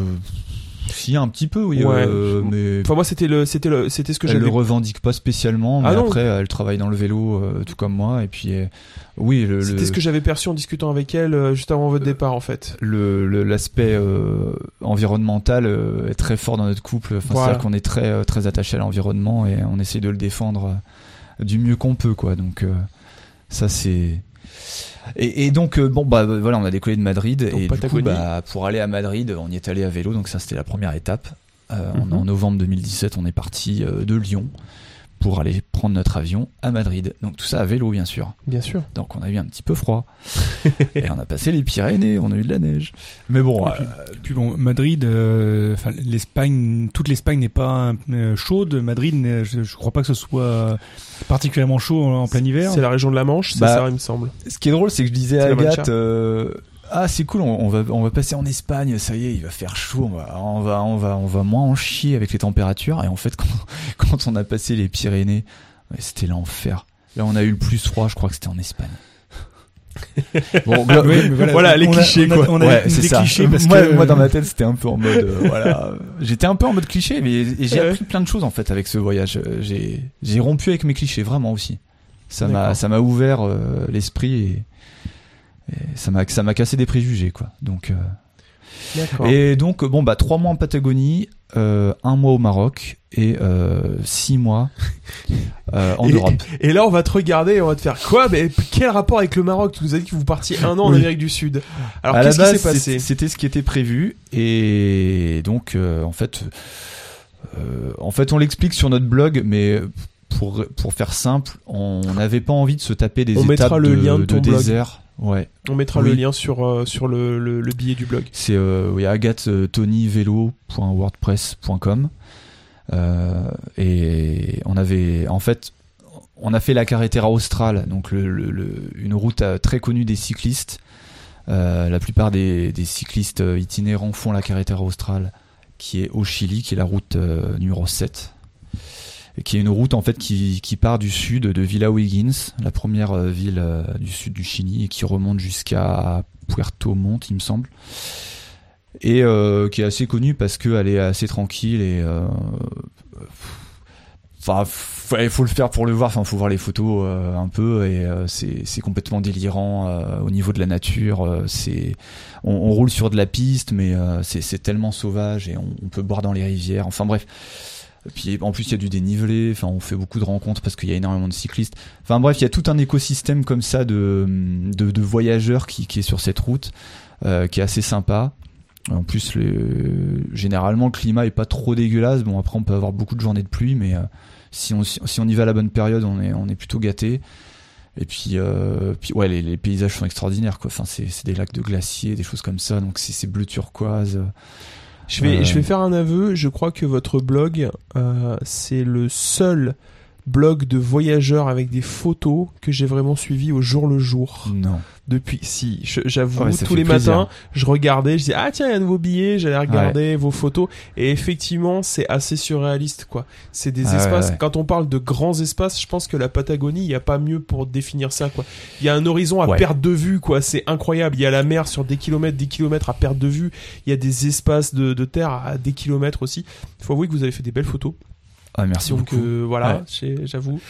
Speaker 5: si, un petit peu, oui.
Speaker 3: Ouais.
Speaker 5: euh, mais
Speaker 3: Enfin moi c'était le c'était le c'était ce que
Speaker 5: elle
Speaker 3: j'avais.
Speaker 5: le revendique pas spécialement. Mais
Speaker 3: Ah non.
Speaker 5: après, elle travaille dans le vélo, euh, tout comme moi. Et puis, euh, oui, le,
Speaker 3: C'était
Speaker 5: le,
Speaker 3: ce que j'avais perçu en discutant avec elle euh, juste avant votre
Speaker 5: Euh,
Speaker 3: départ en fait.
Speaker 5: le- le- l'aspect euh, environnemental euh, est très fort dans notre couple. Enfin,
Speaker 3: Voilà.
Speaker 5: C'est-à-dire qu'on est très euh, très attaché à l'environnement et on essaie de le défendre euh, du mieux qu'on peut, quoi. Donc euh, ça c'est. Et, et donc euh, bon bah euh, voilà, on a décollé de Madrid
Speaker 3: Donc,
Speaker 5: et du
Speaker 3: Patagonie.
Speaker 5: coup bah, pour aller à Madrid, on y est allé à vélo. Donc ça c'était la première étape. Euh, en-
Speaker 3: Mhm.
Speaker 5: En novembre 2017, on est parti euh, de Lyon pour aller prendre notre avion à Madrid. Donc tout ça à vélo bien sûr.
Speaker 3: Bien sûr.
Speaker 5: Donc on a eu un petit peu froid. et on a passé les Pyrénées, on a eu de la neige. Mais bon, euh,
Speaker 4: Et puis, puis bon, Madrid, euh, enfin, l'Espagne, toute l'Espagne n'est pas euh, chaude. Madrid, n'est- je, je crois pas que ce soit euh, particulièrement chaud en, en plein hiver.
Speaker 3: C'est la région de la Manche, c'est
Speaker 5: Bah,
Speaker 3: ça il me semble.
Speaker 5: ce qui est drôle, c'est que je disais à
Speaker 3: C'est la bonne
Speaker 5: Agathe,
Speaker 3: charte.
Speaker 5: euh, ah c'est cool, on, on va on va passer en Espagne, ça y est, il va faire chaud, on va on va on va, on va moins en chier avec les températures. Et en fait, quand, quand on a passé les Pyrénées, ouais, c'était l'enfer. Là, on a eu le plus froid, je crois que c'était en Espagne. Bon, glo-
Speaker 4: Ouais, mais
Speaker 3: Voilà, les
Speaker 4: on a-
Speaker 3: clichés,
Speaker 4: on a-
Speaker 3: quoi.
Speaker 4: On a,
Speaker 5: ouais,
Speaker 4: des
Speaker 5: c'est ça.
Speaker 4: clichés parce
Speaker 5: moi,
Speaker 4: que
Speaker 5: moi, dans ma tête, c'était un peu en mode, euh, voilà, j'étais un peu en mode cliché, mais et j'ai
Speaker 3: Ouais.
Speaker 5: appris plein de choses en fait avec ce voyage. Euh, J'ai, j'ai rompu avec mes clichés vraiment aussi. Ça m'a,
Speaker 3: D'accord.
Speaker 5: ça m'a ouvert euh, l'esprit et, et ça m'a, ça m'a cassé des préjugés quoi. Donc, euh,
Speaker 3: D'accord.
Speaker 5: Et donc, bon, bah, trois mois en Patagonie, euh, un mois au Maroc et euh, six mois euh, en
Speaker 3: Et-
Speaker 5: Europe.
Speaker 3: Et là, on va te regarder et on va te faire quoi Mais quel rapport avec le Maroc Tu nous as dit que vous partiez un an en
Speaker 5: Oui.
Speaker 3: Amérique du Sud. Alors,
Speaker 5: à la
Speaker 3: qu'est-ce qui
Speaker 5: base,
Speaker 3: s'est passé
Speaker 5: c'est- c'était ce qui était prévu et donc, euh, en fait, euh, en fait, on l'explique sur notre blog, mais pour pour faire simple, on n'avait pas envie de se taper des
Speaker 3: On
Speaker 5: étapes
Speaker 3: mettra le
Speaker 5: de,
Speaker 3: lien de
Speaker 5: de
Speaker 3: ton blog.
Speaker 5: désert. Ouais,
Speaker 3: On mettra
Speaker 5: Oui.
Speaker 3: le lien sur, euh, sur le, le, le billet du blog.
Speaker 5: c'est euh, oui, agathe-tonyvélo.wordpress.com. Euh, et on avait, en fait, on a fait la Carretera Austral, donc le- le- le- une route euh, très connue des cyclistes. Euh, la plupart des, des cyclistes euh, itinérants font la Carretera Austral, qui est au Chili, qui est la route euh, numéro 7. Et qui est une route en fait qui, qui part du sud de Villa Wiggins, la première euh, ville euh, du sud du Chili, et qui remonte jusqu'à Puerto Montt, il me semble et euh, qui est assez connue parce qu'elle est assez tranquille et euh, enfin f- ouais, faut le faire pour le voir enfin faut voir les photos euh, un peu et euh, c'est c'est complètement délirant euh, au niveau de la nature euh, c'est on, on roule sur de la piste mais euh, c'est c'est tellement sauvage et on, on peut boire dans les rivières enfin bref puis en plus il y a du dénivelé enfin on fait beaucoup de rencontres parce qu'il y a énormément de cyclistes enfin bref il y a tout un écosystème comme ça de de, de voyageurs qui qui est sur cette route euh, qui est assez sympa en plus, le- généralement, le climat est pas trop dégueulasse. Bon, après, on peut avoir beaucoup de journées de pluie, mais euh, si, on, si on y va à la bonne période, on est, on est plutôt gâté. Et puis, euh, puis ouais, les, les paysages sont extraordinaires, quoi. Enfin, c'est c'est des lacs de glaciers, des choses comme ça. Donc, c'est c'est bleu turquoise.
Speaker 3: Je vais,
Speaker 5: Euh,
Speaker 3: je vais faire un aveu. Je crois que votre blog, euh, c'est le seul blog de voyageurs avec des photos que j'ai vraiment suivi au jour le jour.
Speaker 5: Non.
Speaker 3: Depuis, si, je- j'avoue,
Speaker 5: Ah Ouais, ça
Speaker 3: tous
Speaker 5: fait
Speaker 3: les
Speaker 5: plaisir.
Speaker 3: matins, je regardais, je disais, ah tiens, il y a un nouveau billet, j'allais regarder vos photos. Et effectivement, c'est assez surréaliste, quoi. C'est des
Speaker 5: Ah ouais,
Speaker 3: espaces,
Speaker 5: ouais.
Speaker 3: quand on parle de grands espaces, je pense que la Patagonie, il n'y a pas mieux pour définir ça, quoi. Il y a un horizon à
Speaker 5: Ouais.
Speaker 3: perte de vue, quoi. C'est incroyable. Il y a la mer sur des kilomètres, des kilomètres à perte de vue. Il y a des espaces de, de terre à des kilomètres aussi. Il faut avouer que vous avez fait des belles photos.
Speaker 5: Ah, merci
Speaker 3: Donc,
Speaker 5: beaucoup.
Speaker 3: euh, voilà,
Speaker 5: Ouais.
Speaker 3: j'ai- j'avoue.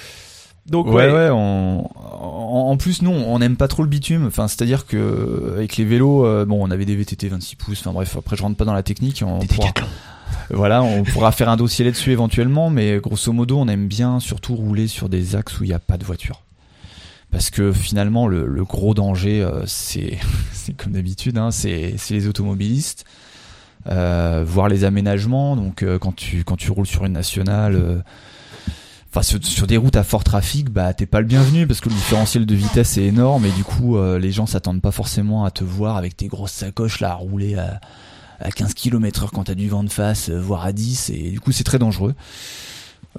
Speaker 3: Donc,
Speaker 5: ouais, ouais, on- en, en plus, nous, on n'aime pas trop le bitume. Enfin, c'est-à-dire que avec les vélos, euh, bon, on avait des VTT 26 pouces. Enfin, bref, après, je rentre pas dans la technique. On pourra, voilà, on pourra faire un dossier là-dessus éventuellement, mais grosso modo, on aime bien surtout rouler sur des axes où il n'y a pas de voiture. Parce que finalement, le, le gros danger, euh, c'est c'est comme d'habitude, hein, c'est c'est les automobilistes, euh, voir les aménagements. Donc, euh, quand, tu, quand tu roules sur une nationale. euh, Enfin, sur, sur des routes à fort trafic, bah t'es pas le bienvenu parce que le différentiel de vitesse est énorme et du coup euh, les gens s'attendent pas forcément à te voir avec tes grosses sacoches là à rouler à, à 15 km heure quand t'as du vent de face, euh, voire à 10 et du coup c'est très dangereux.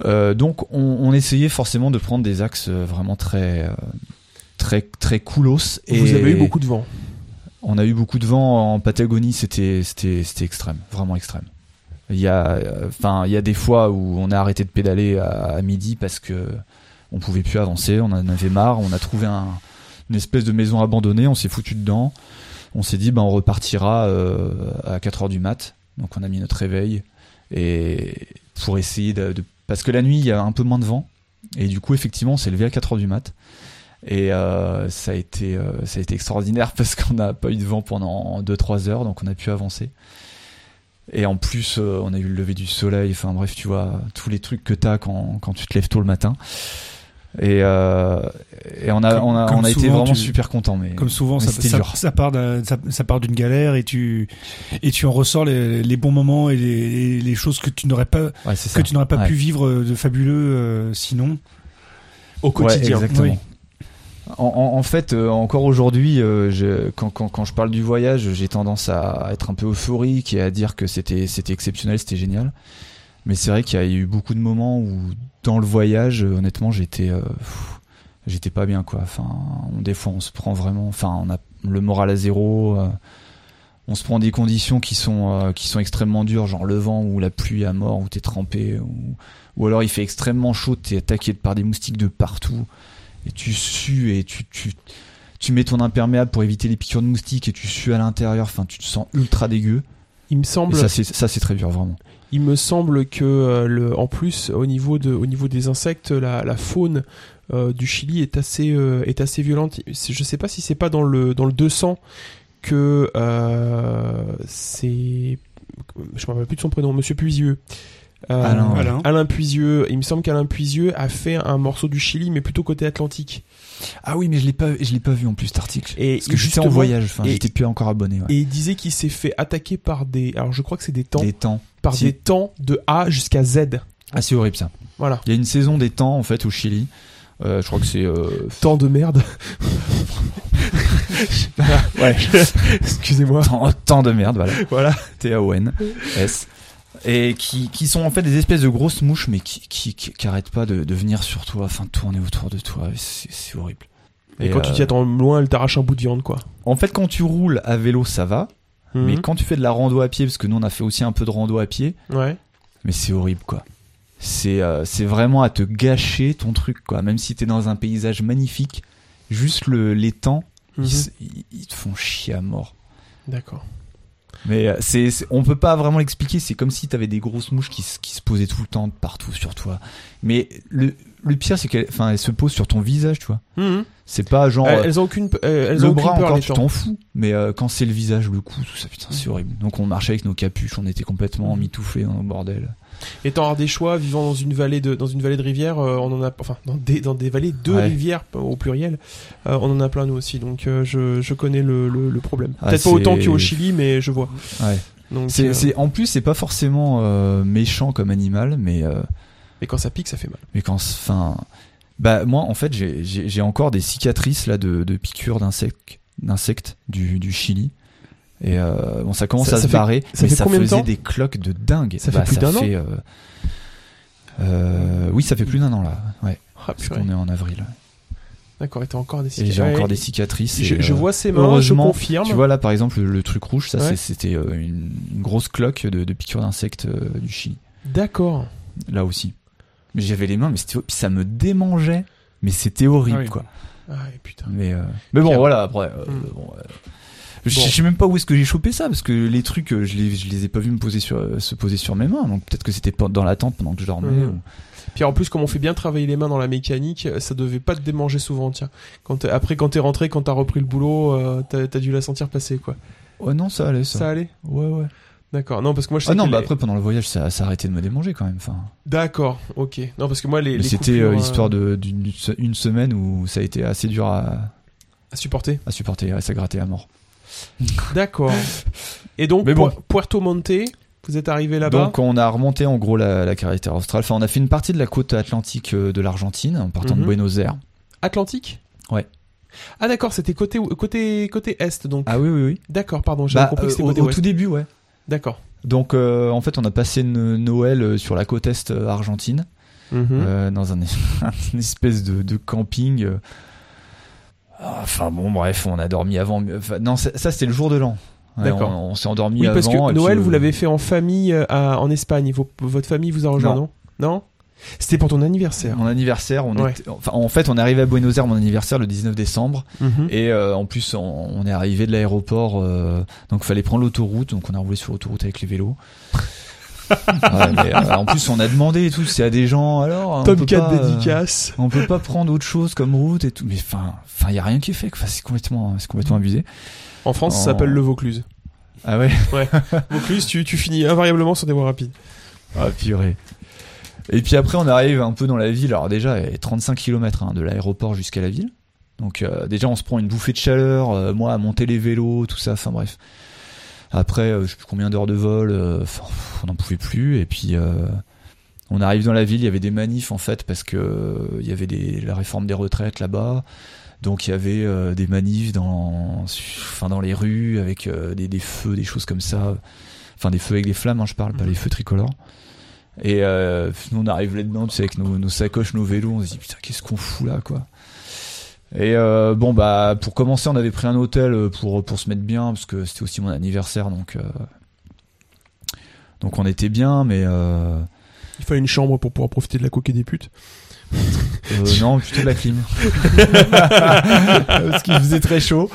Speaker 5: Euh, donc on, on essayait forcément de prendre des axes euh, vraiment très euh, très très coolos et
Speaker 3: Vous avez eu beaucoup de vent.
Speaker 5: on a eu beaucoup de vent en Patagonie, c'était c'était c'était extrême, vraiment extrême. Il y a euh, enfin il y a des fois où on a arrêté de pédaler à, à midi parce que on pouvait plus avancer, on en avait marre, on a trouvé un, une espèce de maison abandonnée, on s'est foutu dedans. On s'est dit ben on repartira euh, à 4 heures du mat. Donc on a mis notre réveil et pour essayer de, de- parce que la nuit il y a un peu moins de vent et du coup effectivement on s'est levé à 4 heures du mat. Et euh, ça, a été, euh, ça a été extraordinaire parce qu'on n'a pas eu de vent pendant 2-3 heures, donc on a pu avancer. Et en plus, euh, on a eu le lever du soleil, enfin bref, tu vois, tous les trucs que t'as quand, quand tu te lèves tôt le matin. Et, euh, et on a,
Speaker 4: Comme-
Speaker 5: on a,
Speaker 4: comme
Speaker 5: on a été
Speaker 4: souvent,
Speaker 5: vraiment
Speaker 4: tu-
Speaker 5: super contents. Mais,
Speaker 4: Comme souvent,
Speaker 5: mais
Speaker 4: ça,
Speaker 5: c'était
Speaker 4: ça,
Speaker 5: dur.
Speaker 4: ça part d'un- ça, ça part d'une galère et tu et tu en ressors les, les bons moments et les, les choses que tu n'aurais pas
Speaker 5: Ouais, c'est ça.
Speaker 4: que tu n'aurais pas
Speaker 5: Ouais.
Speaker 4: pu vivre de fabuleux euh, sinon.
Speaker 3: Au quotidien.
Speaker 5: Ouais, exactement.
Speaker 4: Oui.
Speaker 5: En, en- en fait, euh, encore aujourd'hui, euh, je- quand, quand- quand je parle du voyage, j'ai tendance à être un peu euphorique et à dire que c'était c'était exceptionnel, c'était génial. Mais c'est vrai qu'il y a eu beaucoup de moments où, dans le voyage, euh, honnêtement, j'étais euh, pff, j'étais pas bien quoi. Enfin, on- des fois, on se prend vraiment, enfin, on a le moral à zéro. euh, on se prend des conditions qui sont euh, qui sont extrêmement dures, genre le vent ou la pluie à mort, où t'es trempé, ou, ou alors il fait extrêmement chaud, t'es attaqué par des moustiques de partout, et tu sues et tu tu tu mets ton imperméable pour éviter les piqûres de moustiques et tu sues à l'intérieur. Enfin, tu te sens ultra dégueu.
Speaker 3: Il me
Speaker 5: Et
Speaker 3: semble.
Speaker 5: ça c'est ça c'est très dur vraiment.
Speaker 3: Il me semble que euh, le, en plus au niveau de, au niveau des insectes, la, la faune euh, du Chili est assez, euh, est assez violente. C'est- Je sais pas si c'est pas dans le, dans le 200 que euh, c'est je me rappelle plus de son prénom, Monsieur Puisieux. Euh,
Speaker 5: Alain.
Speaker 4: Alain.
Speaker 3: Alain Puisieux. Il me semble qu'Alain Puisieux a fait un morceau du Chili, mais plutôt côté Atlantique.
Speaker 5: Ah oui, mais je l'ai pas, je l'ai pas vu en plus cet article.
Speaker 3: Et
Speaker 5: Parce que j'étais en
Speaker 3: justement-
Speaker 5: voyage, enfin,
Speaker 3: et-
Speaker 5: j'étais plus encore abonné. ouais.
Speaker 3: Et il disait qu'il s'est fait attaquer par des, alors je crois que c'est des temps,
Speaker 5: Des temps.
Speaker 3: par
Speaker 5: si.
Speaker 3: des temps de A jusqu'à Z.
Speaker 5: Ah, c'est horrible ça.
Speaker 3: Voilà.
Speaker 5: Il y a une saison des temps en fait au Chili. Euh, je crois que c'est. euh,
Speaker 3: Temps de merde. Je sais pas.
Speaker 5: Ouais.
Speaker 3: Excusez-moi.
Speaker 5: temps, temps de merde, voilà.
Speaker 3: Voilà.
Speaker 5: T-A-O-N-S. Et qui, qui sont en fait des espèces de grosses mouches, mais qui, qui, qui, qui arrêtent pas de, de venir sur toi, enfin de tourner autour de toi. C'est c'est horrible.
Speaker 3: Et, quand tu
Speaker 5: euh,
Speaker 3: t'y attends loin, elle t'arrache un bout de viande, quoi.
Speaker 5: En fait, quand tu roules à vélo, ça va.
Speaker 3: Mhm.
Speaker 5: Mais quand tu fais de la rando à pied, parce que nous on a fait aussi un peu de rando à pied,
Speaker 3: Ouais.
Speaker 5: mais c'est horrible quoi. C'est euh, c'est vraiment à te gâcher ton truc quoi. Même si t'es dans un paysage magnifique, juste le, les temps,
Speaker 3: Mhm.
Speaker 5: ils, s- ils- ils te font chier à mort.
Speaker 3: D'accord.
Speaker 5: Mais euh, c'est c'est- on peut pas vraiment l'expliquer. C'est comme si t'avais des grosses mouches qui, se- qui se posaient tout le temps partout sur toi. Mais le, le pire c'est qu'elles enfin, elles se posent sur ton visage, tu vois. C'est pas genre
Speaker 3: Elles,
Speaker 5: Hmm. euh,
Speaker 3: elles ont aucune, euh, elles
Speaker 5: le
Speaker 3: ont aucune
Speaker 5: bras
Speaker 3: peur,
Speaker 5: encore,
Speaker 3: les
Speaker 5: tu
Speaker 3: temps.
Speaker 5: t'en fous. Mais euh, quand c'est le visage, le cou, tout ça, putain, c'est horrible. Donc on marchait avec nos capuches, on était complètement mitouffés dans le bordel.
Speaker 3: Étant ardéchois, vivant dans une vallée de dans une vallée de rivière, euh, on en a enfin dans des dans des vallées de
Speaker 5: Ouais.
Speaker 3: rivières p- au pluriel, euh, on en a plein nous aussi. Donc euh, je, je connais le, le, le problème.
Speaker 5: Ah,
Speaker 3: Peut-être pas
Speaker 5: c'est-
Speaker 3: autant qu'au Chili, mais je vois.
Speaker 5: Ouais.
Speaker 3: Donc
Speaker 5: C'est,
Speaker 3: euh,
Speaker 5: c'est- en plus, c'est pas forcément euh, méchant comme animal, mais, euh,
Speaker 3: mais quand ça pique, ça fait mal.
Speaker 5: mais quand. c'est- Enfin, bah, moi, en fait, j'ai, j'ai, j'ai encore des cicatrices là, de, de piqûres d'insectes, d'insectes du, du Chili. Et euh, bon, ça commence
Speaker 3: Ça-
Speaker 5: à
Speaker 3: ça
Speaker 5: se
Speaker 3: fait-
Speaker 5: barrer,
Speaker 3: ça
Speaker 5: mais
Speaker 3: fait
Speaker 5: ça
Speaker 3: combien de
Speaker 5: faisait
Speaker 3: temps
Speaker 5: des cloques de dingue.
Speaker 3: Ça fait
Speaker 5: Bah,
Speaker 3: plus d'un an
Speaker 5: euh, euh, oui, ça fait plus d'un an là. Ouais,
Speaker 3: Ah,
Speaker 5: parce
Speaker 3: purée.
Speaker 5: qu'on est en avril.
Speaker 3: D'accord, et t'as encore des
Speaker 5: Et j'ai
Speaker 3: cicatrices.
Speaker 5: encore des
Speaker 3: Ouais,
Speaker 5: cicatrices. et,
Speaker 3: Je, je
Speaker 5: euh,
Speaker 3: vois ses mains, je
Speaker 5: heureusement,
Speaker 3: confirme.
Speaker 5: Tu vois là, par exemple, le, le truc rouge, ça,
Speaker 3: Ouais.
Speaker 5: c'est- c'était euh, une, une grosse cloque de, de piqûres d'insectes euh, du Chili.
Speaker 3: D'accord.
Speaker 5: là aussi. Mais J'avais les mains, mais c'était, puis ça me démangeait. Mais c'était horrible,
Speaker 4: Ah oui.
Speaker 5: quoi.
Speaker 3: Ah ouais, putain.
Speaker 5: Mais, euh, Mmh. mais bon,
Speaker 3: Pierre.
Speaker 5: voilà, après. euh,
Speaker 3: Mm.
Speaker 5: bon, euh, je,
Speaker 3: Bon.
Speaker 5: je sais même pas où est-ce que j'ai chopé ça, parce que les trucs, euh, je les, je les ai pas vus me poser sur, euh, se poser sur mes mains. Donc peut-être que c'était pas dans la tente pendant que je dormais.
Speaker 3: Mm.
Speaker 5: ou-
Speaker 3: Puis en plus, comme on fait bien travailler les mains dans la mécanique, euh, ça devait pas te démanger souvent, tiens. Quand t'es- après, quand t'es rentré, quand t'as repris le boulot, euh, t'as t'as dû la sentir passer, quoi.
Speaker 5: Oh non, ça allait, ça.
Speaker 3: Ça allait
Speaker 5: Ouais, ouais.
Speaker 3: D'accord. Non, parce que moi, je sais
Speaker 5: Ah non,
Speaker 3: que
Speaker 5: bah
Speaker 3: les-
Speaker 5: après, pendant le voyage, ça, ça arrêtait de me démanger quand même. Enfin,
Speaker 3: D'accord, ok. Non, parce que moi,
Speaker 5: mais
Speaker 3: les. les
Speaker 5: c'était
Speaker 3: coupures,
Speaker 5: euh,
Speaker 3: euh,
Speaker 5: histoire de, d'une une semaine où ça a été assez dur à,
Speaker 3: À supporter.
Speaker 5: à supporter, ouais, ça grattait à mort.
Speaker 3: D'accord. Et donc,
Speaker 5: Mais bon.
Speaker 3: Pu- Puerto Monte, vous êtes arrivé là-bas
Speaker 5: Donc on a remonté en gros la, la carrière australe. Enfin, on a fait une partie de la côte atlantique euh, de l'Argentine en partant de
Speaker 3: Mhm.
Speaker 5: Buenos Aires.
Speaker 3: Atlantique
Speaker 5: Ouais.
Speaker 3: Ah, d'accord, c'était côté, côté, côté Est, donc.
Speaker 5: Ah oui, oui, oui.
Speaker 3: D'accord, pardon, j'avais compris que c'était
Speaker 5: Bah, euh, au,
Speaker 3: côté
Speaker 5: au
Speaker 3: Ouest.
Speaker 5: tout début, ouais.
Speaker 3: D'accord.
Speaker 5: Donc euh, en fait, on a passé no- Noël euh, sur la côte est euh, argentine,
Speaker 3: Mhm.
Speaker 5: euh, dans un, un espèce de, de camping. euh. Ah, Enfin bon, bref, on a dormi avant. Enfin, non, ça, ça, c'était le jour de l'an. Ouais,
Speaker 3: D'accord.
Speaker 5: On, on s'est endormi
Speaker 3: Oui,
Speaker 5: avant.
Speaker 3: parce que
Speaker 5: et puis,
Speaker 3: Noël,
Speaker 5: euh,
Speaker 3: vous l'avez fait en famille euh, à- en Espagne. Vos- votre famille vous a rejoint, non Non, C'était pour ton anniversaire.
Speaker 5: Mon anniversaire, on
Speaker 3: Ouais.
Speaker 5: était- enfin, en fait, on est arrivé à Buenos Aires, mon anniversaire, le 19 décembre.
Speaker 3: Mhm.
Speaker 5: Et euh, en plus, on, on est arrivé de l'aéroport, euh, donc fallait prendre l'autoroute, donc on a roulé sur l'autoroute avec les vélos. Ouais, mais, euh, en plus, on a demandé et tout, c'est à des gens, alors. on
Speaker 3: Top
Speaker 5: peut
Speaker 3: 4
Speaker 5: pas, euh,
Speaker 3: dédicace.
Speaker 5: on peut pas prendre autre chose comme route et tout, mais enfin, enfin, y a rien qui est fait, quoi. c'est complètement, c'est complètement abusé.
Speaker 3: En France, ça
Speaker 5: en-
Speaker 3: s'appelle le Vaucluse.
Speaker 5: Ah ouais.
Speaker 3: Oh. Vaucluse, tu, tu finis invariablement sur des voies rapides.
Speaker 5: Ah purée. Et puis après, on arrive un peu dans la ville. Alors déjà, il y a 35 km de l'aéroport jusqu'à la ville. Donc euh, déjà, on se prend une bouffée de chaleur. euh, moi, à monter les vélos, tout ça. Enfin bref. Après, euh, je sais plus combien d'heures de vol. euh, enfin, pff, on n'en pouvait plus. Et puis, euh, on arrive dans la ville. Il y avait des manifs en fait parce que euh, il y avait des, la réforme des retraites là-bas. Donc il y avait euh, des manifs dans, enfin, dans les rues avec euh, des, des feux, des choses comme ça. Enfin des feux avec des flammes, hein, je parle, pas les feux tricolores. Et euh, nous, on arrive là-dedans, tu sais, avec nos, nos sacoches, nos vélos, on se dit putain, qu'est-ce qu'on fout là, quoi. Et euh, bon, bah, pour commencer, on avait pris un hôtel euh, pour, pour se mettre bien, parce que c'était aussi mon anniversaire, donc. euh, donc on était bien, mais. Euh,
Speaker 3: Il fallait une chambre pour pouvoir profiter de la coque et des putes.
Speaker 5: euh, non, plutôt de la clim. parce qu'il faisait très chaud.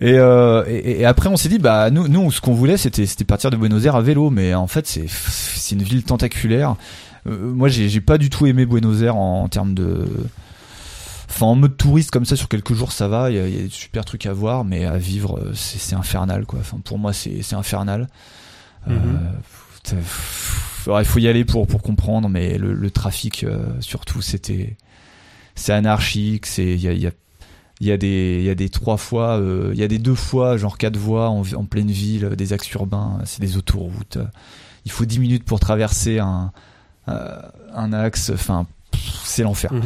Speaker 5: Et, euh, et, et après, on s'est dit, bah, nous, nous ce qu'on voulait, c'était c'était partir de Buenos Aires à vélo, mais en fait, c'est c'est une ville tentaculaire. Euh, moi, j'ai j'ai pas du tout aimé Buenos Aires en, en termes de. Enfin, en mode touriste comme ça, sur quelques jours, ça va. Il y, a- il y a des super trucs à voir, mais à vivre, euh, c'est c'est infernal, quoi. Enfin, pour moi, c'est c'est infernal. Euh,
Speaker 3: Mhm.
Speaker 5: putain, pff, ouais, Il faut y aller pour, pour comprendre, mais le, le trafic, euh, surtout, c'était. C'est anarchique, c'est. Il y a, il y a il y a des il y a des trois fois euh, il y a des deux fois genre quatre voies en, en pleine ville euh, des axes urbains euh, c'est des autoroutes euh, il faut 10 minutes pour traverser un euh, un axe enfin pff, c'est l'enfer
Speaker 3: Mhm.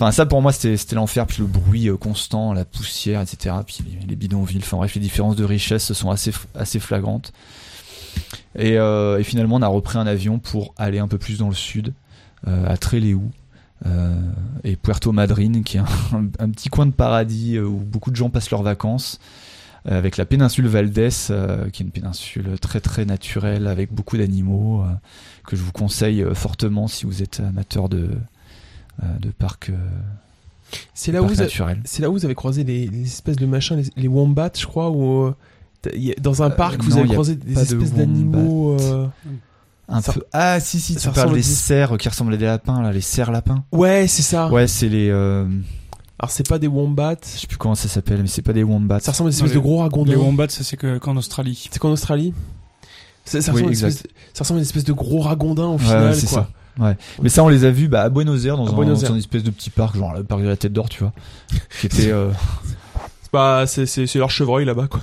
Speaker 5: enfin ça pour moi c'était c'était l'enfer puis le bruit euh, constant la poussière etc puis les, les bidonvilles enfin bref les différences de richesse sont assez f- assez flagrantes et, euh, et finalement on a repris un avion pour aller un peu plus dans le sud euh, à Trelew euh, et Puerto Madryn, qui est un, un petit coin de paradis euh, où beaucoup de gens passent leurs vacances, euh, avec la péninsule Valdés, euh, qui est une péninsule très très naturelle, avec beaucoup d'animaux, euh, que je vous conseille euh, fortement si vous êtes amateur de, euh, de parcs euh,
Speaker 3: C'est là où
Speaker 5: parcs
Speaker 3: vous a-
Speaker 5: naturels.
Speaker 3: c'est là où vous avez croisé les, les espèces de machins, les, les wombats, je crois, ou euh, t'as- y a- dans un
Speaker 5: Euh,
Speaker 3: parc vous
Speaker 5: non,
Speaker 3: avez
Speaker 5: y a
Speaker 3: croisé des
Speaker 5: pas de
Speaker 3: espèces d'animaux.
Speaker 5: wombats.
Speaker 3: euh,
Speaker 5: Un
Speaker 3: Ça-
Speaker 5: peu... Ah si si, tu
Speaker 3: ça
Speaker 5: parles
Speaker 3: ressemble
Speaker 5: des
Speaker 3: au dis-
Speaker 5: cerfs euh, qui ressemblent à des lapins, là, les cerfs lapins.
Speaker 3: Ouais, c'est ça.
Speaker 5: Ouais, c'est les... euh,
Speaker 3: Alors c'est pas des wombats.
Speaker 5: je sais plus comment ça s'appelle, mais c'est pas des wombats.
Speaker 3: Ça ressemble à des
Speaker 4: Non,
Speaker 3: espèces
Speaker 4: les-
Speaker 3: de gros
Speaker 4: Les
Speaker 3: ragondins.
Speaker 4: wombats, ça c'est que- qu'en Australie.
Speaker 3: C'est qu'en Australie. Ça, ça
Speaker 5: Oui,
Speaker 3: ressemble à une
Speaker 5: exact.
Speaker 3: espèce- ça ressemble à une espèce de gros ragondin au
Speaker 5: Ouais,
Speaker 3: final.
Speaker 5: ouais, c'est
Speaker 3: quoi.
Speaker 5: Mais ça, on les a vus bah, à Buenos Aires, dans,
Speaker 3: À
Speaker 5: un,
Speaker 3: Buenos
Speaker 5: dans
Speaker 3: Aires.
Speaker 5: un espèce de petit parc, genre le parc de la Tête d'Or, tu vois. Qui était. euh,
Speaker 3: C'est pas- c'est- c'est c'est leur chevreuil là-bas quoi.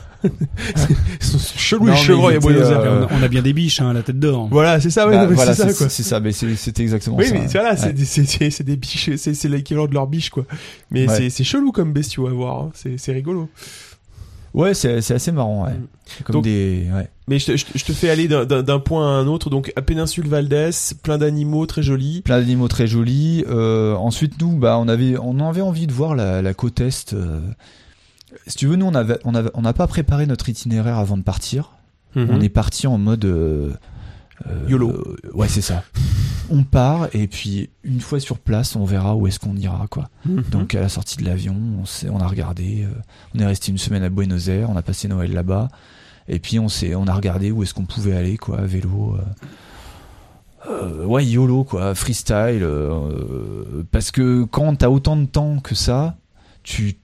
Speaker 3: Ils sont chelous
Speaker 5: Non,
Speaker 3: les
Speaker 5: mais
Speaker 3: chevreuils
Speaker 5: ils
Speaker 3: à Buenos
Speaker 5: étaient,
Speaker 3: Aires.
Speaker 5: euh,
Speaker 4: Et on, a, on a bien des biches, hein, à la tête d'or.
Speaker 3: Voilà, c'est ça, ouais,
Speaker 5: bah,
Speaker 3: non, mais
Speaker 5: voilà,
Speaker 3: c'est ça quoi.
Speaker 5: c'est ça, mais c'est- c'était exactement
Speaker 3: Oui,
Speaker 5: ça.
Speaker 3: mais voilà, c'est
Speaker 5: Ouais.
Speaker 3: des- c'est- c'est c'est des biches, c'est c'est l'équivalent de leur biche, quoi. Mais
Speaker 5: Ouais.
Speaker 3: c'est- c'est chelou comme bestiaux à voir, hein. c'est c'est rigolo.
Speaker 5: Ouais, c'est c'est assez marrant, ouais.
Speaker 3: Mm.
Speaker 5: Comme
Speaker 3: Donc-
Speaker 5: des. Ouais.
Speaker 3: Mais je te, je te- je te fais aller d'un- d'un d'un point à un autre, donc à Péninsule Valdés, plein d'animaux, très jolis.
Speaker 5: Plein d'animaux très jolis. Euh, ensuite, nous, bah, on, avait, on avait envie de voir la, la côte est. euh. Si tu veux, nous, on n'a on avait- on n'a pas préparé notre itinéraire avant de partir. On est parti en mode euh, euh,
Speaker 3: Mhm. YOLO.
Speaker 5: euh, ouais, c'est ça. on part et puis une fois sur place, on verra où est-ce qu'on ira quoi.
Speaker 3: Mhm.
Speaker 5: Donc à la sortie de l'avion, on, s'est- on a regardé. euh, on est resté une semaine à Buenos Aires, on a passé Noël là-bas et puis on s'est, on a regardé où est-ce qu'on pouvait aller quoi, à vélo. euh. Euh, ouais, YOLO quoi, freestyle. euh, parce que quand t'as autant de temps que ça, tu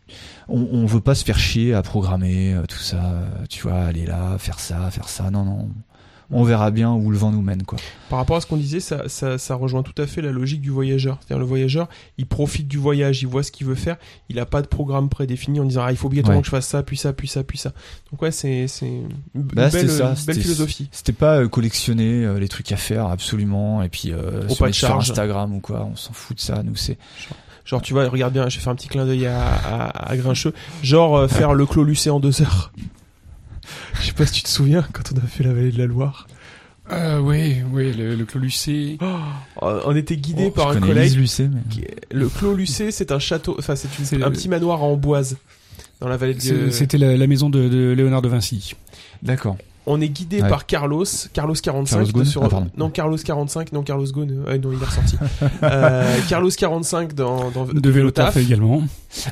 Speaker 5: on, on veut pas se faire chier à programmer euh, tout ça, euh, tu vois, aller là, faire ça, faire ça. Non, non. On verra bien où le vent nous mène, quoi.
Speaker 3: Par rapport à ce qu'on disait, ça, ça, ça rejoint tout à fait la logique du voyageur. C'est-à-dire le voyageur, il profite du voyage, il voit ce qu'il veut faire, il n'a pas de programme prédéfini en disant ah il faut obligatoirement
Speaker 5: Ouais.
Speaker 3: que je fasse ça, puis ça, puis ça, puis ça. Donc ouais, c'est c'est une b-
Speaker 5: Bah,
Speaker 3: belle,
Speaker 5: c'était ça,
Speaker 3: belle
Speaker 5: c'était-
Speaker 3: philosophie.
Speaker 5: C'était pas euh, collectionner euh, les trucs à faire, absolument, et puis euh,
Speaker 3: Au
Speaker 5: se
Speaker 3: pas de
Speaker 5: mettre sur
Speaker 3: charge.
Speaker 5: Instagram ou quoi, on s'en fout de ça, nous c'est.
Speaker 3: Genre tu vois, regarde bien, je vais faire un petit clin d'œil à, à, à Grincheux. Genre euh, faire le clos lucé en deux heures. Je sais pas si tu te souviens quand on a fait la vallée de la Loire.
Speaker 4: Euh, oui, oui, le, le Clos Lucé.
Speaker 3: Euh, On était guidé
Speaker 5: Oh,
Speaker 3: par
Speaker 5: je
Speaker 3: un
Speaker 5: connais
Speaker 3: collègue.
Speaker 5: Lise Lucet, mais-
Speaker 3: qui est- Le clos lucé, c'est un château, enfin c'est une-
Speaker 4: C'est-
Speaker 3: un petit manoir en boise dans la vallée de.
Speaker 4: C'est- C'était la, la maison de, de Léonard de Vinci.
Speaker 5: D'accord.
Speaker 3: On est guidé
Speaker 5: Ouais.
Speaker 3: par Carlos, Carlos 45
Speaker 5: Carlos Ghosn
Speaker 3: de sur-
Speaker 5: Ah, pardon.
Speaker 3: non Carlos 45, non Carlos Ghosn, euh, non il est ressorti. Euh, Carlos 45 dans dans
Speaker 4: De Vélotaf également.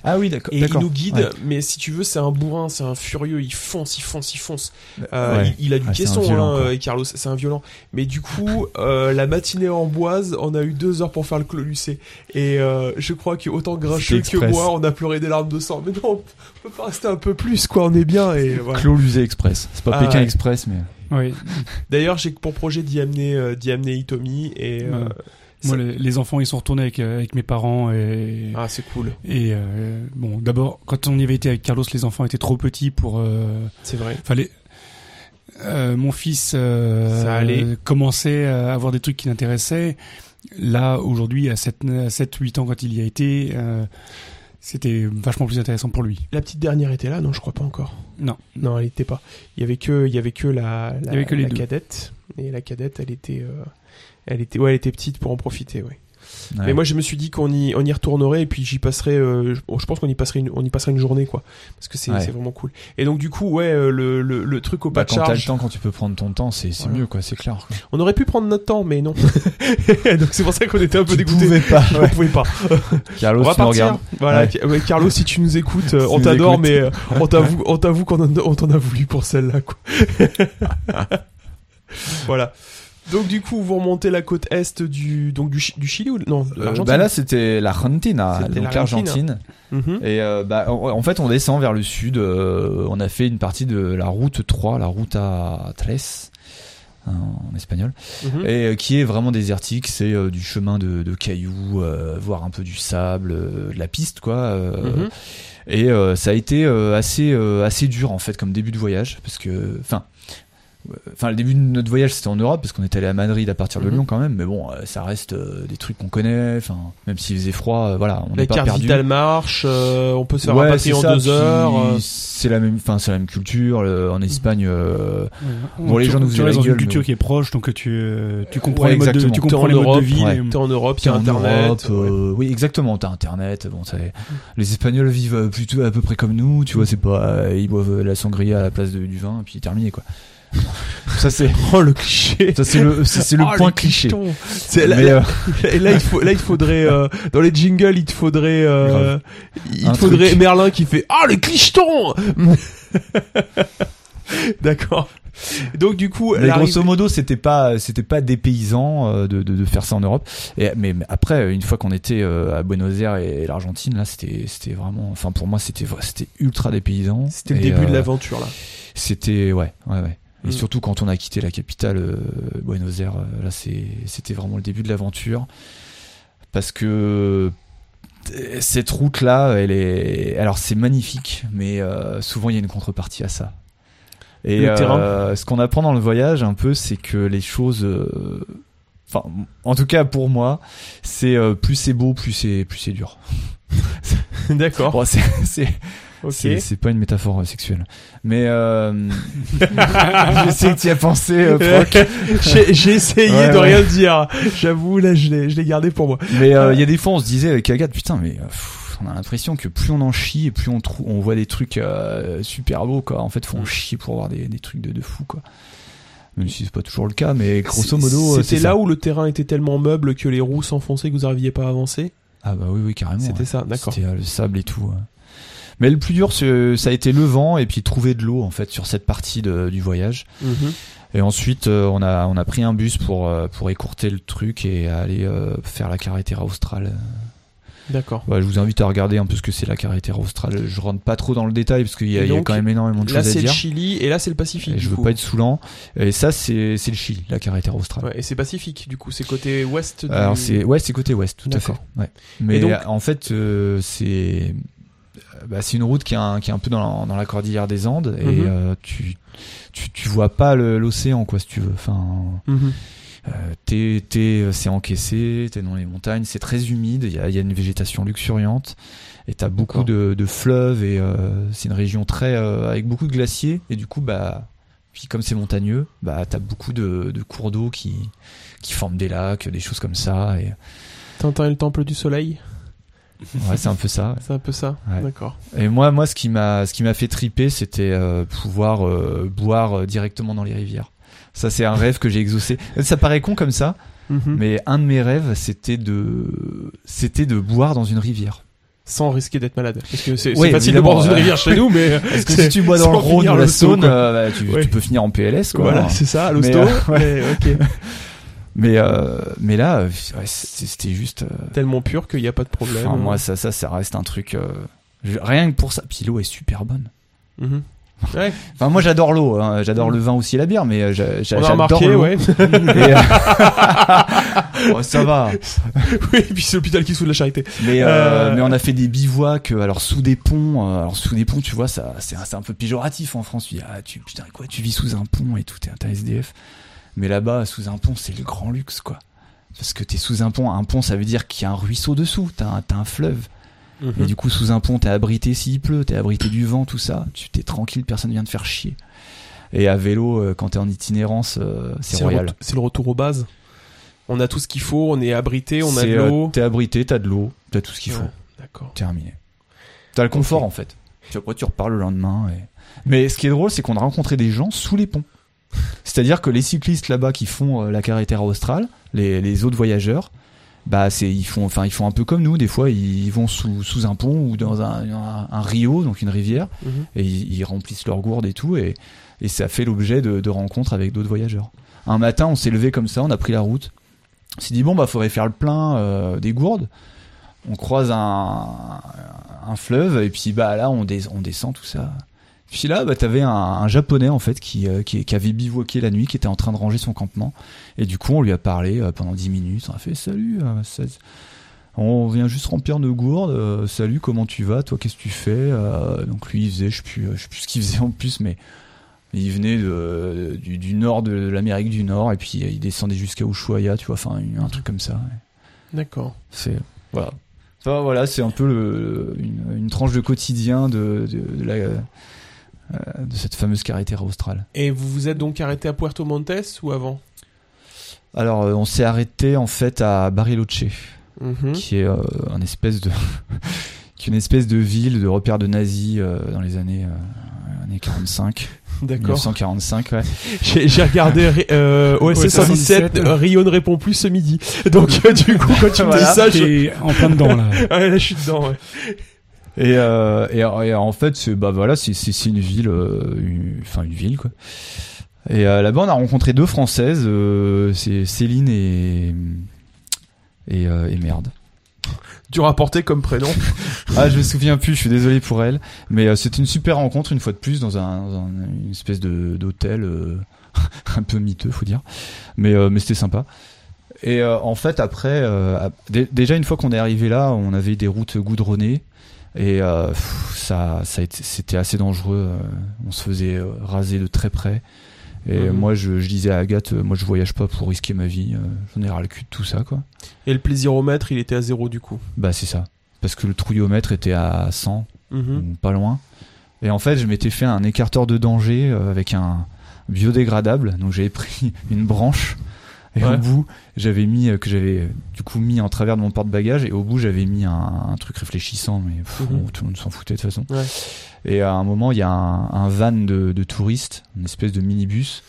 Speaker 5: Ah oui, d'accord.
Speaker 3: Et il
Speaker 5: d'accord.
Speaker 3: nous guide,
Speaker 5: Ouais.
Speaker 3: mais si tu veux, c'est un bourrin, c'est un furieux, il fonce, il fonce, il fonce. Euh,
Speaker 5: Bah, Ouais.
Speaker 3: il, il a du
Speaker 5: Ouais, c'est un
Speaker 3: caisson,
Speaker 5: violent,
Speaker 3: hein,
Speaker 5: quoi.
Speaker 3: euh, Carlos, c'est un violent. Mais du coup, euh, la matinée en boise, on a eu deux heures pour faire le clos lucé. Et euh, je crois que autant Grincheux que
Speaker 5: express.
Speaker 3: moi, on a pleuré des larmes de sang. Mais non, on peut pas rester un peu plus, quoi, on est bien. Et voilà.
Speaker 5: Clos Lucet Express. C'est pas
Speaker 3: Ah,
Speaker 5: Pékin
Speaker 3: ouais.
Speaker 5: Express, mais.
Speaker 4: Oui.
Speaker 3: D'ailleurs, j'ai pour projet d'y amener, euh, d'y amener Itomi. Et, euh,
Speaker 4: Ouais. Moi, les, les enfants, ils sont retournés avec, euh, avec mes parents et,
Speaker 3: Ah, c'est cool,
Speaker 4: et euh, bon, d'abord, quand on y avait été avec Carlos, les enfants étaient trop petits pour. euh,
Speaker 3: c'est vrai.
Speaker 4: fallait. euh, mon fils euh,
Speaker 3: Ça allait.
Speaker 4: euh, commençait à avoir des trucs qui l'intéressaient. Là, aujourd'hui, à 7-8 ans, quand il y a été, euh, c'était vachement plus intéressant pour lui.
Speaker 3: La petite dernière était là, non, je crois pas encore.
Speaker 4: Non.
Speaker 3: Non, elle était pas. Il y avait que, il y avait que la, la,
Speaker 4: y avait que les
Speaker 3: la
Speaker 4: deux.
Speaker 3: cadette. Et la cadette, elle était, euh, elle était, ouais, elle était petite pour en profiter, ouais.
Speaker 5: Ouais.
Speaker 3: Mais moi, je me suis dit qu'on y, on y retournerait et puis j'y passerai. euh, je, je pense qu'on y passerait, une, on y passerait une journée, quoi, parce que c'est,
Speaker 5: Ouais.
Speaker 3: c'est vraiment cool. Et donc du coup, ouais, euh, le, le, le truc au
Speaker 5: Bah,
Speaker 3: pas de
Speaker 5: quand t'as le
Speaker 3: charge.
Speaker 5: temps, quand tu peux prendre ton temps, c'est c'est
Speaker 3: Voilà.
Speaker 5: mieux, quoi, c'est clair. quoi.
Speaker 3: On aurait pu prendre notre temps, mais non. donc c'est pour ça qu'on était un peu
Speaker 5: Tu
Speaker 3: dégoûté.
Speaker 5: pouvais pas.
Speaker 3: On pouvait pas.
Speaker 5: Carlos,
Speaker 3: on va
Speaker 5: tu nous
Speaker 3: partir.
Speaker 5: regardes.
Speaker 3: Voilà,
Speaker 5: Ouais.
Speaker 3: Ca- ouais, Carlos, si tu nous écoutes, euh,
Speaker 5: Si
Speaker 3: on
Speaker 5: nous
Speaker 3: t'adore,
Speaker 5: écoutes.
Speaker 3: mais euh, on t'avoue, on t'avoue qu'on en- on t'en a voulu pour celle-là, quoi. voilà. Donc du coup, vous remontez la côte est du donc du, Chi- du Chili ou non de
Speaker 5: Euh,
Speaker 3: l'Argentine.
Speaker 5: bah là, c'était l'Argentine, hein,
Speaker 3: C'était
Speaker 5: donc l'Argentine.
Speaker 3: l'Argentine. hein. Mhm.
Speaker 5: Et euh, bah, en, en fait, on descend vers le sud. euh, on a fait une partie de la route 3, la route à 3 en espagnol,
Speaker 3: Mhm.
Speaker 5: et euh, qui est vraiment désertique. C'est euh, du chemin de, de cailloux, euh, voire un peu du sable, euh, de la piste, quoi. euh,
Speaker 3: Mhm.
Speaker 5: Et euh, ça a été euh, assez euh, assez dur en fait comme début de voyage parce que enfin euh, enfin le début de notre voyage c'était en Europe parce qu'on est allé à Madrid à partir de
Speaker 3: Mhm.
Speaker 5: Lyon quand même mais bon euh, ça reste euh, des trucs qu'on connaît enfin même s'il faisait froid euh, voilà on n'est
Speaker 3: La
Speaker 5: pas
Speaker 3: carte
Speaker 5: perdu.
Speaker 3: vitale marche, euh, on peut se faire
Speaker 5: Ouais,
Speaker 3: un papier
Speaker 5: c'est
Speaker 3: en
Speaker 5: ça,
Speaker 3: deux
Speaker 5: puis
Speaker 3: heures. euh.
Speaker 5: c'est la même enfin c'est la même culture le- en Espagne euh, Bon, les
Speaker 4: Tu-
Speaker 5: gens nous
Speaker 4: tu
Speaker 5: faisaient
Speaker 4: restes
Speaker 5: la
Speaker 4: dans une
Speaker 5: gueule,
Speaker 4: culture
Speaker 5: mais-
Speaker 4: qui est proche, donc tu, euh, tu comprends
Speaker 5: Ouais,
Speaker 4: les modes de,
Speaker 5: exactement.
Speaker 4: tu
Speaker 3: T'es en
Speaker 4: comprends les modes de
Speaker 3: Europe,
Speaker 4: vie. euh,
Speaker 5: ouais.
Speaker 4: les-
Speaker 3: T'es en Europe, il y
Speaker 5: T'es
Speaker 3: a
Speaker 5: en
Speaker 3: Internet.
Speaker 5: Europe, euh, oui, exactement. T'as Internet. Bon, ça- les Espagnols vivent euh, plutôt à peu près comme nous. Tu vois, c'est pas, euh, ils boivent euh, la sangria à la place de- du vin, et puis terminé quoi. ça c'est,
Speaker 3: Oh le cliché.
Speaker 5: ça c'est le, ça, c'est le
Speaker 3: Oh,
Speaker 5: point
Speaker 3: les
Speaker 5: cliché.
Speaker 3: clichons. C'est là,
Speaker 5: Mais, euh,
Speaker 3: et là, il faut, là il faudrait euh, dans les jingles il te faudrait euh,
Speaker 5: Grave.
Speaker 3: il
Speaker 5: Un
Speaker 3: te faudrait
Speaker 5: truc.
Speaker 3: Merlin qui fait ah le clichetons D'accord. Donc du coup
Speaker 5: mais
Speaker 3: l'arrivée-
Speaker 5: grosso modo, c'était pas, c'était pas dépaysant euh, de, de, de faire ça en Europe. Et, mais, mais après, une fois qu'on était euh, à Buenos Aires et, l'Argentine, là, c'était, c'était vraiment, enfin pour moi, c'était, c'était ultra dépaysant.
Speaker 3: c'était le
Speaker 5: Et,
Speaker 3: début de
Speaker 5: euh,
Speaker 3: l'aventure là.
Speaker 5: C'était ouais, ouais, ouais. Et
Speaker 3: Mm.
Speaker 5: surtout quand on a quitté la capitale, euh, Buenos Aires, euh, là c'est- c'était vraiment le début de l'aventure. Parce que euh, cette route-là, elle est. Alors c'est magnifique, mais euh, souvent il y a une contrepartie à ça. Et
Speaker 3: Le
Speaker 5: euh,
Speaker 3: terrain.
Speaker 5: ce qu'on apprend dans le voyage un peu, c'est que les choses. euh, Enfin, en tout cas pour moi, c'est euh, plus c'est beau, plus c'est plus c'est dur.
Speaker 3: D'accord.
Speaker 5: Bon, c'est- c'est
Speaker 3: OK.
Speaker 5: c'est- c'est pas une métaphore euh, sexuelle. Mais euh, je sais que tu y as pensé, euh, Franck.
Speaker 3: J'ai j'ai essayé
Speaker 5: Ouais,
Speaker 3: de
Speaker 5: ouais.
Speaker 3: rien dire. J'avoue là je l'ai je l'ai gardé pour moi.
Speaker 5: Mais euh, il y a des fois, on se disait avec Agathe, putain, mais euh, pff, on a l'impression que plus on en chie et plus on, trou- on voit des trucs euh, super beaux, quoi. En fait, faut en
Speaker 3: Mm.
Speaker 5: chier pour voir des, des trucs de, de fou, quoi. Même si c'est pas toujours le cas, mais grosso modo, euh, c'est
Speaker 3: c'était
Speaker 5: ça.
Speaker 3: là où le terrain était tellement meuble que les roues s'enfonçaient que vous n'arriviez pas à avancer.
Speaker 5: Ah bah oui, oui, carrément.
Speaker 3: C'était
Speaker 5: ouais.
Speaker 3: ça, d'accord.
Speaker 5: C'était euh, le sable et tout. ouais. Mais le plus dur, c'est- ça a été le vent et puis trouver de l'eau, en fait, sur cette partie de- du voyage.
Speaker 3: Mhm.
Speaker 5: Et ensuite, euh, on, a, on a pris un bus pour, euh, pour écourter le truc et aller euh, faire la carretera australe.
Speaker 3: D'accord.
Speaker 5: Ouais, je vous invite à regarder un peu ce que c'est la carretera australe. Je rentre pas trop dans le détail parce qu'il y, a-
Speaker 3: Et
Speaker 5: il y a
Speaker 3: donc,
Speaker 5: quand même énormément de
Speaker 3: Là
Speaker 5: choses à
Speaker 3: c'est le
Speaker 5: dire.
Speaker 3: Chili et là c'est le Pacifique.
Speaker 5: Et
Speaker 3: du
Speaker 5: je veux
Speaker 3: coup.
Speaker 5: pas être saoulant. Et ça, c'est c'est le Chili, la carretera australe.
Speaker 3: Ouais, et c'est Pacifique, du coup, c'est côté ouest du...
Speaker 5: Alors c'est ouais, c'est côté ouest, tout à fait.
Speaker 3: D'accord.
Speaker 5: Ouais. Mais
Speaker 3: Et donc-
Speaker 5: euh, en fait, euh, c'est euh, bah, c'est une route qui est un, qui est un peu dans la, dans la cordillère des Andes et
Speaker 3: Mhm.
Speaker 5: euh, tu, tu tu vois pas le- l'océan quoi si tu veux. Enfin,
Speaker 3: Mhm.
Speaker 5: Euh, t'es- t'es, euh, c'est encaissé, t'es dans les montagnes, c'est très humide, il y a, il y a une végétation luxuriante, et t'as beaucoup
Speaker 3: D'accord.
Speaker 5: de, de fleuves, et euh, c'est une région très euh, avec beaucoup de glaciers, et du coup, bah, puis comme c'est montagneux, bah, t'as beaucoup de, de cours d'eau qui, qui forment des lacs, des choses comme ça, et
Speaker 3: Tintin et le Temple du Soleil,
Speaker 5: ouais, c'est un peu ça.
Speaker 3: c'est un peu ça
Speaker 5: Ouais.
Speaker 3: D'accord.
Speaker 5: Et moi, moi, ce qui m'a, ce qui m'a fait triper, c'était euh, pouvoir euh, boire euh, directement dans les rivières. Ça, c'est un rêve que j'ai exaucé. Ça paraît con comme ça,
Speaker 3: Mhm.
Speaker 5: Mais un de mes rêves, c'était de, c'était de boire dans une rivière.
Speaker 3: Sans risquer d'être malade. Parce que c'est c'est
Speaker 5: Ouais,
Speaker 3: facile de
Speaker 5: évidemment,
Speaker 3: boire dans une
Speaker 5: ouais.
Speaker 3: rivière chez nous, mais...
Speaker 5: Parce que
Speaker 3: c'est-
Speaker 5: si tu bois dans
Speaker 3: sans
Speaker 5: le Rhône
Speaker 3: finir
Speaker 5: ou la
Speaker 3: l'hosto,
Speaker 5: Saône,
Speaker 3: quoi.
Speaker 5: euh, bah, tu, tu
Speaker 3: Ouais.
Speaker 5: peux finir en PLS. Quoi.
Speaker 3: Voilà, c'est ça, à
Speaker 5: Mais,
Speaker 3: l'hosto.
Speaker 5: euh, ouais.
Speaker 3: mais, ok.
Speaker 5: Mais, euh, mais là, euh, ouais, c'est- c'était juste. euh,
Speaker 3: Tellement pur qu'il n'y a pas de problème. hein.
Speaker 5: enfin, moi, ça, ça, ça reste un truc. euh, je- rien que pour ça. Puis l'eau est super bonne.
Speaker 3: Mhm. Ouais,
Speaker 5: Enfin, moi, j'adore l'eau. hein. J'adore le vin aussi et la bière, mais euh, j'a- j'a-
Speaker 3: on a
Speaker 5: j'adore
Speaker 3: remarqué,
Speaker 5: l'eau.
Speaker 3: ouais.
Speaker 5: Et, euh, ouais, ça va.
Speaker 3: oui, et puis c'est l'hôpital qui se fout de la charité.
Speaker 5: Mais, euh,
Speaker 3: Euh,
Speaker 5: mais on a fait des bivouacs, euh, alors sous des ponts, euh, alors sous des ponts, tu vois, ça, c'est un, c'est un peu péjoratif en France. Tu dis, ah, tu, putain, quoi, tu vis sous un pont et tout, t'es un t'es un SDF. Mais là-bas, sous un pont, c'est le grand luxe, quoi. Parce que t'es sous un pont, un pont, ça veut dire qu'il y a un ruisseau dessous, t'as un, t'as un fleuve.
Speaker 3: Mhm.
Speaker 5: Et du coup, sous un pont, t'es abrité s'il pleut, t'es abrité du vent, tout ça. Tu t'es tranquille, personne vient te faire chier. Et à vélo, euh, quand t'es en itinérance, euh, c'est
Speaker 3: C'est le,
Speaker 5: royal.
Speaker 3: ret- c'est le retour aux bases. On a tout ce qu'il faut, on est abrité, on a de
Speaker 5: C'est, euh,
Speaker 3: l'eau.
Speaker 5: T'es abrité, t'as de l'eau, t'as tout ce qu'il faut.
Speaker 3: Ouais, D'accord.
Speaker 5: terminé. T'as le confort
Speaker 3: Ok.
Speaker 5: en fait. Puis après tu repars le lendemain. et- Mais ce qui est drôle, c'est qu'on a rencontré des gens sous les ponts. C'est-à-dire que les cyclistes là-bas qui font euh, la carretera australe, les, les autres voyageurs, bah c'est ils font, enfin ils font un peu comme nous. Des fois ils vont sous, sous un pont ou dans un, un- un rio, donc une rivière,
Speaker 3: Mhm.
Speaker 5: et ils, ils remplissent leurs gourdes et tout, et, et ça fait l'objet de, de rencontres avec d'autres voyageurs. Un matin, on s'est levé comme ça, on a pris la route. On s'est dit, bon, bah, faudrait faire le plein euh, des gourdes. On croise un, un fleuve, et puis, bah, là, on, des- on descend tout ça. Puis là, bah, t'avais un, un japonais, en fait, qui, euh, qui, qui avait bivouaqué la nuit, qui était en train de ranger son campement. Et du coup, on lui a parlé euh, pendant 10 minutes. On a fait, salut, euh, ça- on vient juste remplir nos gourdes. euh, salut, comment tu vas Toi, qu'est-ce que tu fais Euh, Donc lui, il faisait, je sais plus, euh, je sais plus ce qu'il faisait en plus, mais il venait de, du, du nord de l'Amérique du Nord et puis euh, il descendait jusqu'à Ushuaia, tu vois, enfin un, un truc comme ça. ouais.
Speaker 3: D'accord.
Speaker 5: C'est voilà. Ça, voilà, c'est un peu le- une, une tranche de quotidien de, de, de la, euh, de cette fameuse carretera australe.
Speaker 3: Et vous vous êtes donc arrêté à Puerto Montes ou avant
Speaker 5: Alors, euh, on s'est arrêté en fait à Bariloche.
Speaker 3: Mhm.
Speaker 5: qui est euh, un espèce de qui est une espèce de ville de repère de nazis euh, dans les années euh, années 45
Speaker 3: D'accord.
Speaker 5: 1945 ouais.
Speaker 3: J'ai j'ai regardé euh, OSS 117,
Speaker 4: 117,
Speaker 3: euh, Rio ne répond plus ce midi. Donc euh, du coup, quand tu me dis
Speaker 5: Voilà.
Speaker 3: ça, je...
Speaker 4: T'es en plein dedans là.
Speaker 3: Ah, là, je suis dedans. ouais.
Speaker 5: et, euh, et, et en fait c'est bah voilà c'est c'est c'est une ville euh, une- enfin une, ville quoi et euh, là-bas on a rencontré deux françaises euh, c'est Céline et et, euh, et merde
Speaker 3: Tu rapportais comme prénom.
Speaker 5: ah je me souviens plus je suis désolé pour elle mais euh, c'était une super rencontre une fois de plus dans un, dans un- une espèce de d'hôtel euh, un peu miteux faut dire mais euh, mais c'était sympa et euh, en fait après euh, ap- dé- déjà une fois qu'on est arrivé là on avait des routes goudronnées et euh, pff, ça ça a été- c'était assez dangereux euh, on se faisait euh, raser de très près et
Speaker 3: Mhm.
Speaker 5: moi je, je disais à Agathe euh, moi je voyage pas pour risquer ma vie euh, j'en ai ras le cul de tout ça quoi
Speaker 3: Et le plaisiromètre, il était à zéro du coup.
Speaker 5: bah c'est ça parce que le trouillomètre était à 100
Speaker 3: Mhm.
Speaker 5: ou pas loin. Et en fait, je m'étais fait un écarteur de danger euh, avec un biodégradable. Donc j'avais pris une branche et
Speaker 3: Ouais.
Speaker 5: au bout, j'avais mis euh, que j'avais euh, du coup mis en travers de mon porte-bagages et au bout, j'avais mis un, un truc réfléchissant mais pff,
Speaker 3: Mhm.
Speaker 5: bon, tout le monde s'en foutait de toute façon.
Speaker 3: Ouais.
Speaker 5: Et à un moment, il y a un, un van de, de touristes, une espèce de minibus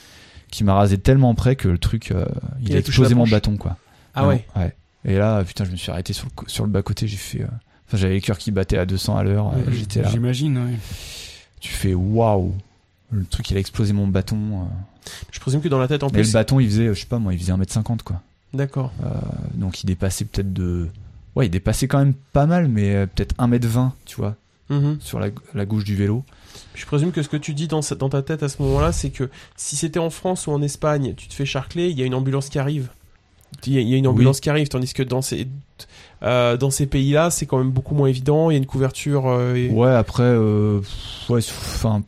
Speaker 5: qui m'a rasé tellement près que le truc euh, il,
Speaker 3: Il
Speaker 5: a
Speaker 3: a touché la
Speaker 5: explosé mon
Speaker 3: branche.
Speaker 5: bâton quoi.
Speaker 3: Ah
Speaker 5: Non,
Speaker 3: ouais.
Speaker 5: Et là, putain, je me suis arrêté sur le, co- sur le bas-côté, j'ai fait. euh, Enfin, j'avais le cœur qui battait à 200 à l'heure, euh,
Speaker 3: Mhm.
Speaker 5: j'étais là.
Speaker 4: J'imagine. ouais.
Speaker 5: Tu fais waouh! Le truc, il a explosé mon bâton. euh.
Speaker 3: Je présume que dans la tête en
Speaker 5: Mais le
Speaker 3: plus.
Speaker 5: bâton, il faisait, euh, je sais pas moi, il faisait 1m50 quoi.
Speaker 3: D'accord.
Speaker 5: Euh, Donc il dépassait peut-être de. Ouais, il dépassait quand même pas mal, mais euh, peut-être 1m20, tu vois,
Speaker 3: Mhm.
Speaker 5: sur la, la gauche du vélo.
Speaker 3: Je présume que ce que tu dis dans, sa- dans ta tête à ce moment-là, c'est que si c'était en France ou en Espagne, tu te fais charcler, il y a une ambulance qui arrive. Il y a, il y a une ambulance qui arrive, tandis que dans ces, euh, dans ces pays-là, c'est quand même beaucoup moins évident, il y a une couverture. euh, et-
Speaker 5: Ouais, après, euh, pff, ouais, enfin,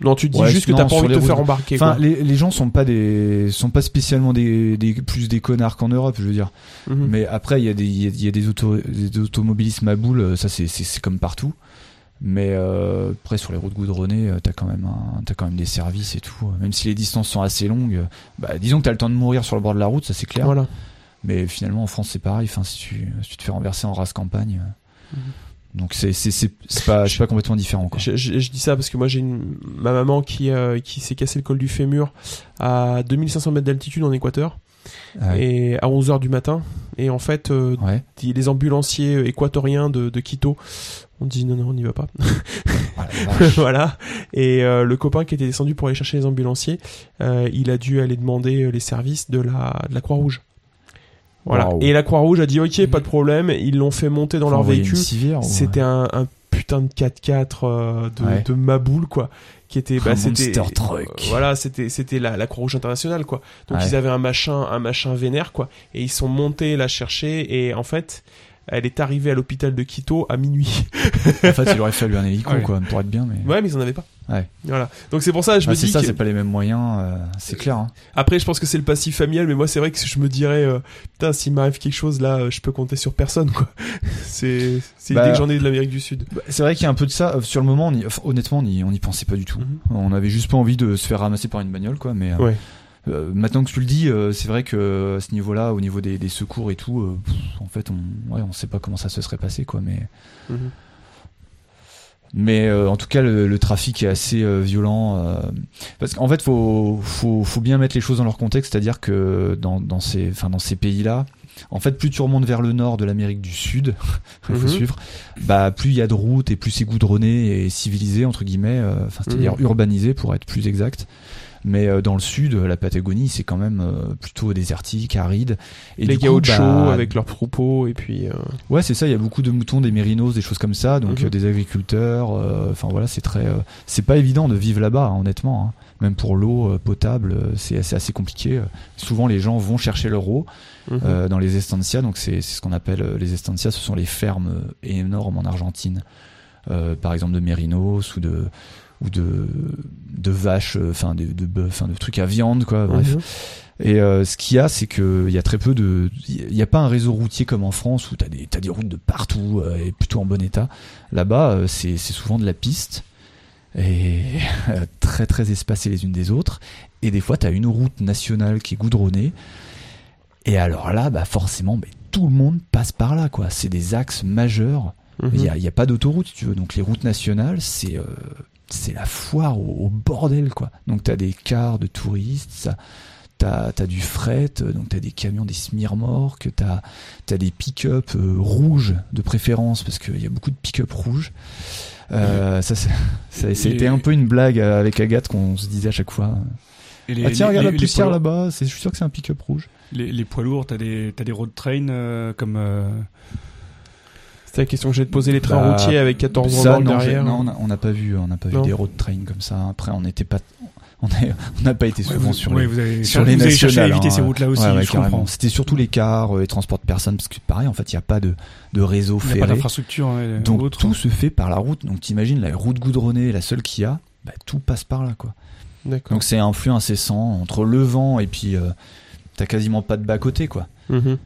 Speaker 3: Non, tu te dis
Speaker 5: Ouais,
Speaker 3: juste que
Speaker 5: non,
Speaker 3: t'as pas
Speaker 5: sur
Speaker 3: envie de
Speaker 5: les
Speaker 3: te faire
Speaker 5: routes-
Speaker 3: embarquer.
Speaker 5: enfin,
Speaker 3: quoi.
Speaker 5: les, les gens sont pas des, sont pas spécialement des, des plus des connards qu'en Europe, je veux dire.
Speaker 3: Mhm.
Speaker 5: Mais après, il y a des, il y a- il y a des, auto, des automobilismes à boule, ça c'est- c'est c'est comme partout. Mais euh, après, sur les routes goudronnées, euh, t'as quand, même un- t'as quand même des services et tout. Même si les distances sont assez longues, euh, bah, disons que t'as le temps de mourir sur le bord de la route, ça c'est clair.
Speaker 3: Voilà.
Speaker 5: Mais finalement, en France, c'est pareil. Enfin, si, tu, si tu te fais renverser en race campagne. euh,
Speaker 3: Mm-hmm.
Speaker 5: Donc c'est c'est- c'est- c'est pas, c'est pas complètement différent. Quoi.
Speaker 3: Je, je- je dis ça parce que moi j'ai une- ma maman qui, euh, qui s'est cassé le col du fémur à 2500 mètres d'altitude en Équateur
Speaker 5: Ouais.
Speaker 3: et à 11h du matin et en fait euh,
Speaker 5: Ouais.
Speaker 3: les ambulanciers euh, équatoriens de, de Quito on dit non non on n'y va pas
Speaker 5: Ah, la vache.
Speaker 3: voilà et euh, le copain qui était descendu pour aller chercher les ambulanciers euh, il a dû aller demander euh, les services de la, de la Croix-Rouge voilà
Speaker 5: Waouh. Mhm.
Speaker 3: et la Croix-Rouge a dit ok pas de problème ils l'ont fait monter dans
Speaker 5: Faut
Speaker 3: leur
Speaker 5: envoyer une
Speaker 3: véhicule
Speaker 5: civière, ou-
Speaker 3: c'était un, un putain de 4x4 euh, de,
Speaker 5: Oh, Ouais.
Speaker 3: de Maboule quoi qui était bah,
Speaker 5: Un
Speaker 3: c'était
Speaker 5: monster
Speaker 3: euh,
Speaker 5: truck.
Speaker 3: voilà c'était c'était la, la Croix Rouge internationale quoi donc
Speaker 5: Ouais.
Speaker 3: ils avaient un machin un machin vénère quoi et ils sont montés la chercher et en fait elle est arrivée à l'hôpital de Quito à minuit
Speaker 5: euh, En fait, il aurait fallu un hélico
Speaker 4: Ouais.
Speaker 5: quoi, pour être bien. Mais...
Speaker 3: ouais mais ils en avaient pas
Speaker 5: Ouais.
Speaker 3: voilà donc c'est pour ça je
Speaker 5: Ah,
Speaker 3: me
Speaker 5: c'est
Speaker 3: dis
Speaker 5: ça,
Speaker 3: que-
Speaker 5: c'est pas les mêmes moyens, euh, c'est clair. hein.
Speaker 3: après je pense que c'est le passif familial mais moi c'est vrai que je me dirais euh, putain s'il m'arrive quelque chose là euh, je peux compter sur personne quoi c'est c'est
Speaker 5: Bah,
Speaker 3: l'idée que j'en ai de l'Amérique du Sud
Speaker 5: Bah, C'est vrai qu'il y a un peu de ça. Euh, Sur le moment, on y- enfin, honnêtement, on y, on y pensait pas du tout.
Speaker 3: Mhm.
Speaker 5: On avait juste pas envie de se faire ramasser par une bagnole, quoi. Mais euh,
Speaker 3: Ouais.
Speaker 5: euh, maintenant que tu le dis, euh, c'est vrai que euh, à ce niveau-là, au niveau des, des secours et tout, euh, pff, en fait, on, ouais, on sait pas comment ça se serait passé, quoi. Mais,
Speaker 3: Mhm.
Speaker 5: mais euh, en tout cas, le, le trafic est assez euh, violent. euh, parce qu'en fait, faut, faut, faut bien mettre les choses dans leur contexte, c'est-à-dire que dans, dans ces, enfin, dans ces pays-là, en fait, plus tu remontes vers le nord de l'Amérique du Sud, il faut
Speaker 3: Mhm.
Speaker 5: suivre, bah, plus il y a de routes
Speaker 3: Mhm.
Speaker 5: et plus c'est goudronné et civilisé, entre guillemets, euh, enfin, c'est-à-dire urbanisé pour être plus exact. Mais euh, dans le sud, euh, la Patagonie, c'est quand même euh, plutôt désertique, aride. Et
Speaker 3: les
Speaker 5: du coup,
Speaker 3: gauchos
Speaker 5: bah,
Speaker 3: avec leurs troupeaux et puis euh,
Speaker 5: Ouais, c'est ça. Il y a beaucoup de moutons, des mérinos, des choses comme ça. Donc
Speaker 3: Ok.
Speaker 5: euh, des agriculteurs. euh, Enfin voilà, c'est très. euh, c'est pas évident de vivre là-bas, hein, honnêtement. hein. Même pour l'eau euh, potable, euh, c'est c'est assez compliqué. Euh, Souvent, les gens vont chercher leur eau
Speaker 3: mhm.
Speaker 5: euh, dans les estancias. Donc c'est c'est ce qu'on appelle euh, les estancias. Ce sont les fermes euh, énormes en Argentine, Euh, par exemple de mérinos ou de ou de de vaches, euh, enfin de, de bœufs, enfin de trucs à viande, quoi. Bref.
Speaker 3: Mhm.
Speaker 5: Et euh, ce qu'il y a, c'est que il y a très peu de, il y a pas un réseau routier comme en France où t'as des t'as des routes de partout euh, et plutôt en bon état. Là-bas, euh, c'est c'est souvent de la piste et euh, très très espacées les unes des autres. Et des fois, t'as une route nationale qui est goudronnée. Et alors là, bah forcément, mais tout le monde passe par là, quoi. C'est des axes majeurs. Il
Speaker 4: Mhm.
Speaker 5: n'y a, il y a pas d'autoroute, si tu veux. Donc les routes nationales, c'est euh, c'est la foire au, au bordel, quoi. Donc t'as des cars de touristes, ça- t'as as du fret, euh, donc t'as des camions, des smirmorques, t'as as des pick-up euh, rouges de préférence, parce qu'il y a beaucoup de pick-up rouges. Euh, ça, c'est- ça, c'était un peu une blague euh, avec Agathe qu'on se disait à chaque fois.
Speaker 4: Et les-
Speaker 5: ah tiens,
Speaker 4: les-
Speaker 5: regarde
Speaker 4: les-
Speaker 5: la
Speaker 4: les
Speaker 5: poussière
Speaker 4: poids-
Speaker 5: là-bas, c'est- je suis sûr que c'est un pick-up rouge.
Speaker 4: Les, les poids lourds, t'as des, t'as des road trains euh, comme. euh,
Speaker 3: C'était la question que j'ai de poser les trains
Speaker 5: Bah,
Speaker 3: routiers avec 14
Speaker 5: Ça,
Speaker 3: remorques
Speaker 5: non, j'ai-
Speaker 3: derrière.
Speaker 5: non,
Speaker 4: hein.
Speaker 5: on a- on n'a pas vu, on n'a pas
Speaker 3: Non.
Speaker 5: vu des road trains comme ça. Après, on n'était pas, on a- on n'a pas été
Speaker 4: ouais,
Speaker 5: souvent
Speaker 4: vous-
Speaker 5: sur
Speaker 4: ouais,
Speaker 5: les,
Speaker 4: vous avez,
Speaker 5: sur
Speaker 4: vous
Speaker 5: les
Speaker 4: avez cherché à
Speaker 5: nationales,
Speaker 4: éviter
Speaker 5: hein,
Speaker 4: ces routes-là aussi,
Speaker 5: Ouais, ouais,
Speaker 4: je
Speaker 5: carrément.
Speaker 4: comprends.
Speaker 5: C'était surtout les cars euh, et transports de personnes parce que pareil, en fait, il n'y a pas de, de réseau
Speaker 4: Il n'y a pas
Speaker 5: ferré.
Speaker 4: d'infrastructure. ouais,
Speaker 5: Donc
Speaker 4: autre. hein.
Speaker 5: tout se fait par la route. Donc t'imagines la route goudronnée, la seule qu'il y a, bah, tout passe par là, quoi.
Speaker 3: D'accord.
Speaker 5: Donc c'est un flux incessant entre le vent et puis euh, t'as quasiment pas de bas côté, quoi.
Speaker 3: Mhm.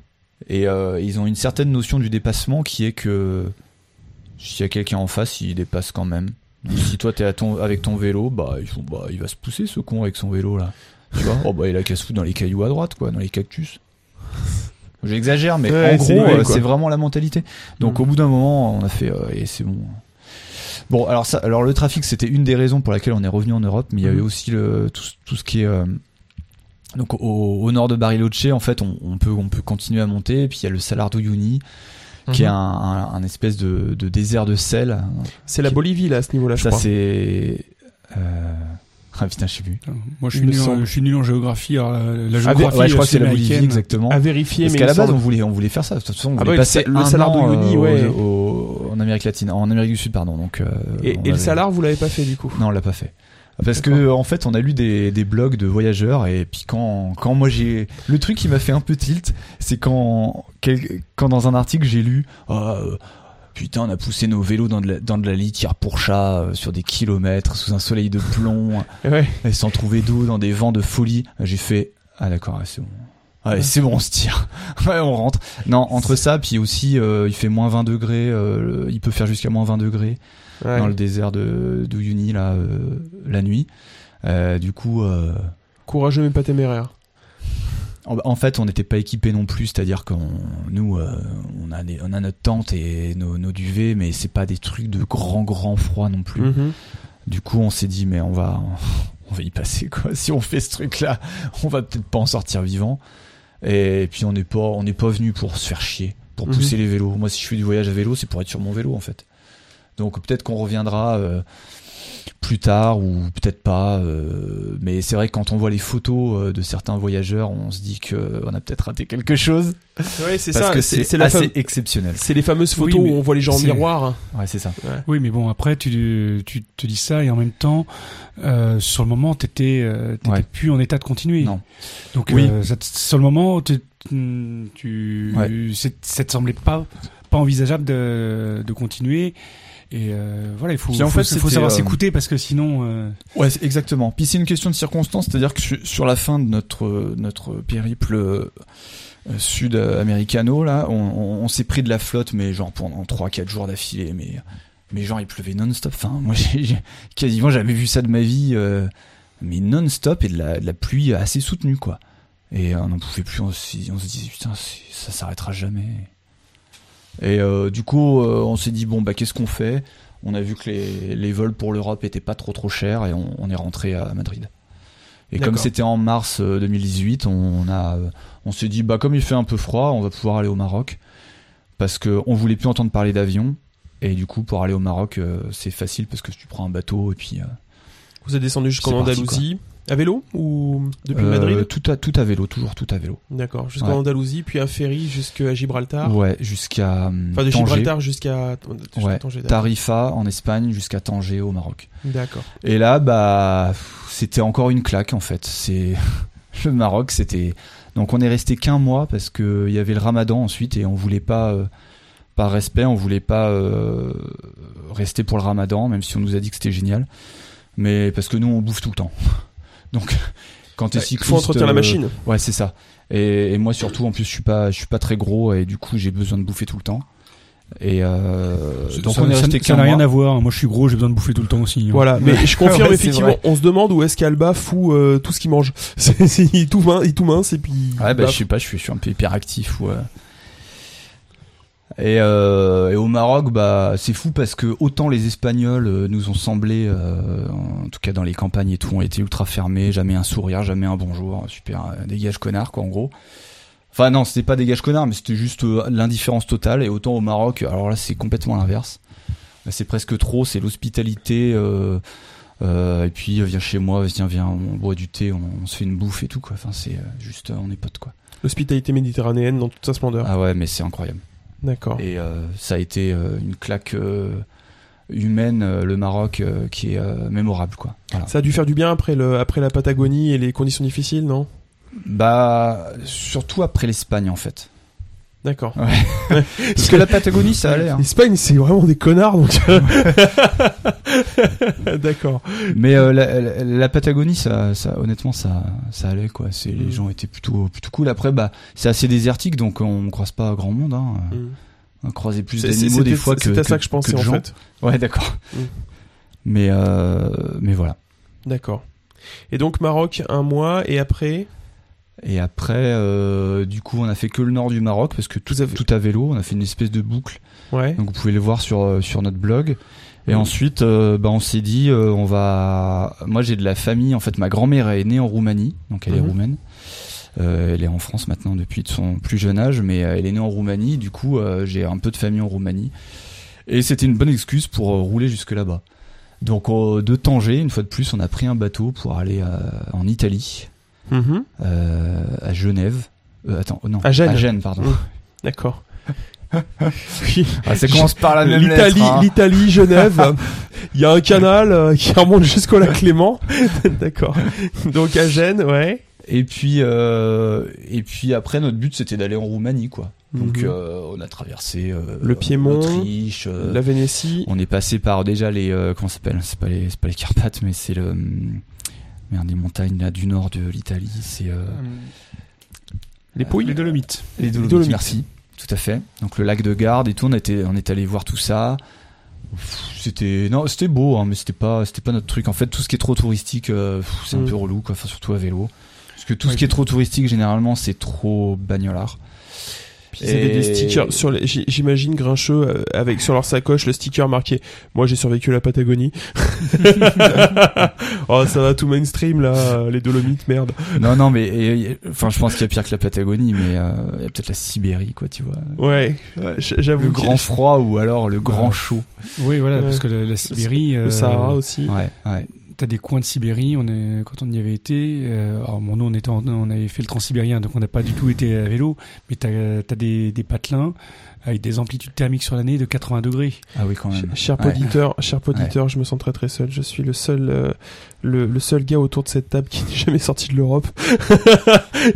Speaker 5: Et euh, ils ont une certaine notion du dépassement qui est que s'il y a quelqu'un en face, il dépasse quand même. Donc, si toi t'es à ton, avec ton vélo, bah, ils font, bah il va se pousser ce con avec son vélo là. Tu vois Oh bah il a qu'à se foutre dans les cailloux à droite quoi, dans les cactus. J'exagère, mais
Speaker 3: Ouais,
Speaker 5: en
Speaker 3: c'est
Speaker 5: gros,
Speaker 3: l'idée,
Speaker 5: euh,
Speaker 3: quoi.
Speaker 5: c'est vraiment la mentalité. Donc
Speaker 3: Mhm.
Speaker 5: au bout d'un moment, on a fait euh, et c'est bon. Bon, alors ça, alors le trafic, c'était une des raisons pour laquelle on est revenu en Europe, mais il y
Speaker 3: Mm.
Speaker 5: avait aussi le, tout, ce- tout ce qui est euh, donc au, au nord de Bariloche, en fait, on, on peut on peut continuer à monter. Et puis il y a le Salar d'Uyuni, qui est
Speaker 3: Mhm.
Speaker 5: un, un- un espèce de, de désert de sel.
Speaker 3: C'est la Bolivie là à ce niveau-là, je
Speaker 5: Ça
Speaker 3: crois.
Speaker 5: c'est euh... ah putain, je sais plus.
Speaker 4: Putain, Moi, je
Speaker 3: Il
Speaker 4: suis,
Speaker 3: me
Speaker 4: nul, en-
Speaker 3: semble.
Speaker 4: je suis nul en géographie. Alors, la, la
Speaker 5: Ah,
Speaker 4: géographie, euh,
Speaker 5: ouais, je crois que c'est la
Speaker 4: sud-américaine,
Speaker 5: Bolivie exactement.
Speaker 3: À vérifier,
Speaker 5: Parce
Speaker 3: mais
Speaker 5: qu'à
Speaker 3: il
Speaker 5: la
Speaker 3: me
Speaker 5: base,
Speaker 3: semble-
Speaker 5: on voulait, on voulait faire ça. De toute façon, on
Speaker 3: Ah
Speaker 5: voulait
Speaker 3: oui,
Speaker 5: passer
Speaker 3: le
Speaker 5: un
Speaker 3: Salar
Speaker 5: an,
Speaker 3: d'Uyuni,
Speaker 5: euh,
Speaker 3: ouais.
Speaker 5: au- au- en Amérique latine, en Amérique du Sud, pardon. Donc, euh,
Speaker 3: Et,
Speaker 5: on
Speaker 3: et le
Speaker 5: avait-
Speaker 3: salar, vous l'avez pas fait du coup
Speaker 5: Non, on l'a pas fait. Parce que en fait, on a lu des, des blogs de voyageurs et puis quand quand moi j'ai le truc qui m'a fait un peu tilt, c'est quand quel- quand dans un article j'ai lu Ah, euh, putain on a poussé nos vélos dans de la, dans de la litière pour chat euh, sur des kilomètres sous un soleil de plomb
Speaker 3: Ouais.
Speaker 5: et sans trouver d'eau dans des vents de folie. J'ai fait ah d'accord ouais, c'est bon. Ah, Ouais, c'est bon, on se tire. Ouais, on rentre. Non, entre ça, puis aussi, euh, il fait moins 20 degrés, euh, il peut faire jusqu'à moins 20 degrés
Speaker 3: Ouais.
Speaker 5: dans le désert de d'Uyuni là euh, la nuit. Euh, du coup, euh,
Speaker 3: Courageux mais pas téméraire.
Speaker 5: en, en fait, on n'était pas équipés non plus, c'est-à-dire qu'on nous euh, on a des- on a notre tente et nos, nos duvets, mais c'est pas des trucs de grand grand froid non plus.
Speaker 3: Mhm.
Speaker 5: Du coup, on s'est dit mais on va on va y passer quoi. Si on fait ce truc là, on va peut-être pas en sortir vivant. Et puis on n'est pas on n'est pas venu pour se faire chier, pour
Speaker 3: Mhm.
Speaker 5: pousser les vélos. Moi, si je fais du voyage à vélo, c'est pour être sur mon vélo en fait. Donc peut-être qu'on reviendra euh, plus tard ou peut-être pas. euh, mais c'est vrai que quand on voit les photos euh, de certains voyageurs, on se dit que euh, on a peut-être raté quelque chose
Speaker 3: Ouais, c'est
Speaker 5: parce
Speaker 3: ça.
Speaker 5: que
Speaker 3: C'est
Speaker 5: c'est
Speaker 3: c'est la
Speaker 5: assez
Speaker 3: fame-
Speaker 5: exceptionnel.
Speaker 3: c'est les fameuses
Speaker 4: Oui,
Speaker 3: photos
Speaker 4: mais
Speaker 3: où on voit les gens en
Speaker 4: c'est-
Speaker 3: miroir.
Speaker 5: Ouais, c'est ça.
Speaker 4: Oui, mais bon, après, tu, tu te dis ça et en même temps, euh, sur le moment, t'étais, euh, t'étais
Speaker 5: Ouais.
Speaker 4: plus en état de continuer.
Speaker 5: Non.
Speaker 4: Donc,
Speaker 5: Oui.
Speaker 4: euh, ça te- sur le moment, tu, tu c'est- ça te semblait pas, pas envisageable de, de continuer. Et euh, voilà, il faut,
Speaker 5: Puis en
Speaker 4: faut,
Speaker 5: fait,
Speaker 4: faut
Speaker 5: c'était,
Speaker 4: savoir
Speaker 5: euh,
Speaker 4: s'écouter parce que sinon, euh,
Speaker 5: Ouais, c'est- exactement. Puis c'est une question de circonstance, c'est-à-dire que su- sur la fin de notre notre périple euh, euh, sud-américano là, on, on- on s'est pris de la flotte, mais genre pendant 3-4 jours d'affilée, mais mais genre il pleuvait non-stop. Enfin, moi j'ai j'ai quasiment jamais vu ça de ma vie, euh, mais non-stop et de la, de la pluie assez soutenue quoi. Et euh, on n'en pouvait plus, on, s'y- on se disait putain c'est- ça s'arrêtera jamais. Et euh, du coup euh, on s'est dit bon bah qu'est-ce qu'on fait on a vu que les, les vols pour l'Europe étaient pas trop trop chers et on, on est rentré à Madrid. Et
Speaker 3: D'accord.
Speaker 5: comme c'était en mars euh, 2018, on, a, euh, on s'est dit bah comme il fait un peu froid, on va pouvoir aller au Maroc parce que on voulait plus entendre parler d'avion et du coup pour aller au Maroc euh, c'est facile parce que tu prends un bateau et puis euh,
Speaker 3: Vous êtes descendu jusqu'en
Speaker 5: C'est parti,
Speaker 3: Andalousie. À vélo ou depuis
Speaker 5: Euh,
Speaker 3: Madrid
Speaker 5: tout à, tout à vélo, toujours tout à vélo.
Speaker 3: D'accord, jusqu'en
Speaker 5: ouais.
Speaker 3: Andalousie, puis un ferry jusqu'à Gibraltar.
Speaker 5: Ouais, jusqu'à hum,
Speaker 3: Ah. Enfin, de
Speaker 5: Tanger.
Speaker 3: Gibraltar jusqu'à jusqu'à
Speaker 5: Ouais.
Speaker 3: Tanger, d'accord.
Speaker 5: Tarifa en Espagne jusqu'à Tanger au Maroc.
Speaker 3: D'accord.
Speaker 5: Et là, bah, pff, c'était encore une claque en fait. C'est le Maroc, c'était. Donc on est resté qu'un mois parce que il y avait le Ramadan ensuite et on voulait pas, euh, par respect, on voulait pas euh, rester pour le Ramadan, même si on nous a dit que c'était génial. Mais parce que nous, on bouffe tout le temps. Donc quand t'es
Speaker 3: Ouais,
Speaker 5: cycliste,
Speaker 3: faut entretenir la
Speaker 5: euh,
Speaker 3: machine.
Speaker 5: Ouais, c'est ça. Et, et moi surtout, en plus, je suis pas, je suis pas très gros et du coup, j'ai besoin de bouffer tout le temps. Et euh, donc
Speaker 4: ça,
Speaker 5: on est
Speaker 4: ça-
Speaker 5: resté
Speaker 4: ça
Speaker 5: qu'un
Speaker 4: n'a
Speaker 5: mois.
Speaker 4: rien à voir. Moi, je suis gros, j'ai besoin de bouffer tout le temps aussi. hein.
Speaker 3: Voilà, mais je confirme
Speaker 5: Ouais, c'est
Speaker 3: effectivement,
Speaker 5: vrai.
Speaker 3: on se demande où est-ce qu'Alba fout euh, tout ce qu'il mange. C'est c'est- il est tout mince, il est tout mince et puis
Speaker 5: Ouais, bah,
Speaker 3: bah,
Speaker 5: je sais pas, je suis, je suis un peu hyperactif ou. euh. Et, euh, et au Maroc, bah, c'est fou parce que autant les Espagnols euh, nous ont semblé, euh, en tout cas dans les campagnes et tout, ont été ultra fermés, jamais un sourire, jamais un bonjour, super, euh, dégage connard quoi en gros. Enfin non, c'était pas dégage connard, mais c'était juste euh, l'indifférence totale. Et autant au Maroc, alors là c'est complètement l'inverse. Là, C'est presque trop, c'est l'hospitalité. euh, euh, et puis euh, viens chez moi, viens, viens, on boit du thé, on, on se fait une bouffe et tout quoi. Enfin c'est euh, juste, euh, on est potes quoi.
Speaker 3: l'hospitalité méditerranéenne dans toute sa splendeur.
Speaker 5: Ah ouais, mais c'est incroyable.
Speaker 3: D'accord.
Speaker 5: Et euh, ça a été euh, une claque euh, humaine, euh, le Maroc, euh, qui est euh, mémorable, quoi. Voilà.
Speaker 3: Ça a dû faire du bien après le après la Patagonie et les conditions difficiles, non
Speaker 5: Bah, surtout après l'Espagne, en fait.
Speaker 3: D'accord.
Speaker 5: Parce que la Patagonie, ça allait. hein.
Speaker 3: L'Espagne, c'est vraiment des connards donc. D'accord.
Speaker 5: Mais euh, la, la- la Patagonie, ça, ça, honnêtement, ça, ça allait, quoi. C'est
Speaker 3: Mm.
Speaker 5: les gens étaient plutôt, plutôt cool. Après, bah, c'est assez désertique, donc on croise pas grand monde. Hein.
Speaker 3: Mm.
Speaker 5: On croisait plus
Speaker 3: C'est-
Speaker 5: d'animaux
Speaker 3: c'était-
Speaker 5: des fois que
Speaker 3: C'était à ça
Speaker 5: que-
Speaker 3: que je pensais
Speaker 5: de
Speaker 3: en
Speaker 5: gens.
Speaker 3: fait.
Speaker 5: Ouais, d'accord.
Speaker 3: Mm.
Speaker 5: Mais, euh, mais voilà.
Speaker 3: D'accord. Et donc Maroc un mois et après
Speaker 5: Et après, euh, du coup, on a fait que le nord du Maroc parce que tout,
Speaker 3: Vous avez-
Speaker 5: tout à vélo, on a fait une espèce de boucle.
Speaker 3: ouais.
Speaker 5: Donc vous pouvez le voir sur euh, sur notre blog. Et
Speaker 3: Mhm.
Speaker 5: ensuite, euh, bah, on s'est dit, euh, on va. Moi, j'ai de la famille. En fait, ma grand-mère est née en Roumanie, donc elle est
Speaker 3: Mhm.
Speaker 5: roumaine. Euh, elle est en France maintenant depuis de son plus jeune âge, mais euh, elle est née en Roumanie. Du coup, euh, j'ai un peu de famille en Roumanie. Et c'était une bonne excuse pour euh, rouler jusque là-bas. Donc, euh, de Tanger, une fois de plus, on a pris un bateau pour aller euh, en Italie
Speaker 3: Mhm.
Speaker 5: euh, à Genève. Euh, attends, oh non,
Speaker 3: À Gênes.
Speaker 5: pardon.
Speaker 3: Mm. D'accord. Oui.
Speaker 5: Ah, ça commence par la même
Speaker 3: L'Italie,
Speaker 5: lettre, hein.
Speaker 3: l'Italie, Genève. Il y a un canal euh, qui remonte jusqu'au lac Clément. D'accord. Donc à Gênes, ouais.
Speaker 5: Et puis, euh, et puis après, notre but c'était d'aller en Roumanie, quoi. Donc,
Speaker 3: Mhm.
Speaker 5: euh, on a traversé euh,
Speaker 3: Le Piémont,
Speaker 5: l'Autriche. euh,
Speaker 3: La Vénétie.
Speaker 5: On est passé par déjà les euh, comment ça s'appelle C'est pas les, c'est pas les Carpates, mais c'est le hum, merde des montagnes là du nord de l'Italie. C'est euh,
Speaker 3: Les Pouilles.
Speaker 4: Les Dolomites.
Speaker 5: Les Dolomites,
Speaker 3: Dolomites.
Speaker 5: Merci. Tout à fait. Donc le lac de Garde et tout, on était, on est allé voir tout ça. Pff, C'était non, c'était beau, hein, mais c'était pas, c'était pas notre truc. En fait, tout ce qui est trop touristique, euh, pff, c'est un
Speaker 3: Mm.
Speaker 5: peu relou, quoi. Enfin, surtout à vélo. Parce que tout
Speaker 4: Ouais,
Speaker 5: ce qui est trop touristique, généralement, c'est trop bagnolard.
Speaker 3: Puis ils avaient
Speaker 5: Et-
Speaker 3: des stickers sur les, j'ai- j'imagine grincheux euh, avec sur leur sacoche le sticker marqué moi j'ai survécu à la Patagonie. oh ça va tout mainstream là euh, les Dolomites merde.
Speaker 5: non, non, mais et- et- enfin, je pense qu'il y a pire que la Patagonie, mais euh, il y a peut-être la Sibérie, quoi, tu vois.
Speaker 3: Ouais, j- j'avoue
Speaker 5: Le
Speaker 3: que-
Speaker 5: grand froid ou alors le grand chaud.
Speaker 4: Oui, voilà,
Speaker 3: Ouais.
Speaker 4: parce que la, la Sibérie.
Speaker 3: le
Speaker 4: euh,
Speaker 3: Sahara aussi.
Speaker 5: Ouais, ouais.
Speaker 4: T'as des coins de Sibérie. On est, quand on y avait été, euh, alors bon, nous on était, en- on avait fait le transsibérien, donc on n'a pas du tout été à vélo. Mais t'as, t'as des, des patelins avec des amplitudes thermiques sur l'année de 80 degrés.
Speaker 5: Ah oui, quand même.
Speaker 3: Ch- Cher
Speaker 5: Ouais.
Speaker 3: auditeur, cher auditeur, je me sens très très seul. Je suis le seul, euh, le, le seul gars autour de cette table qui n'est jamais sorti de l'Europe.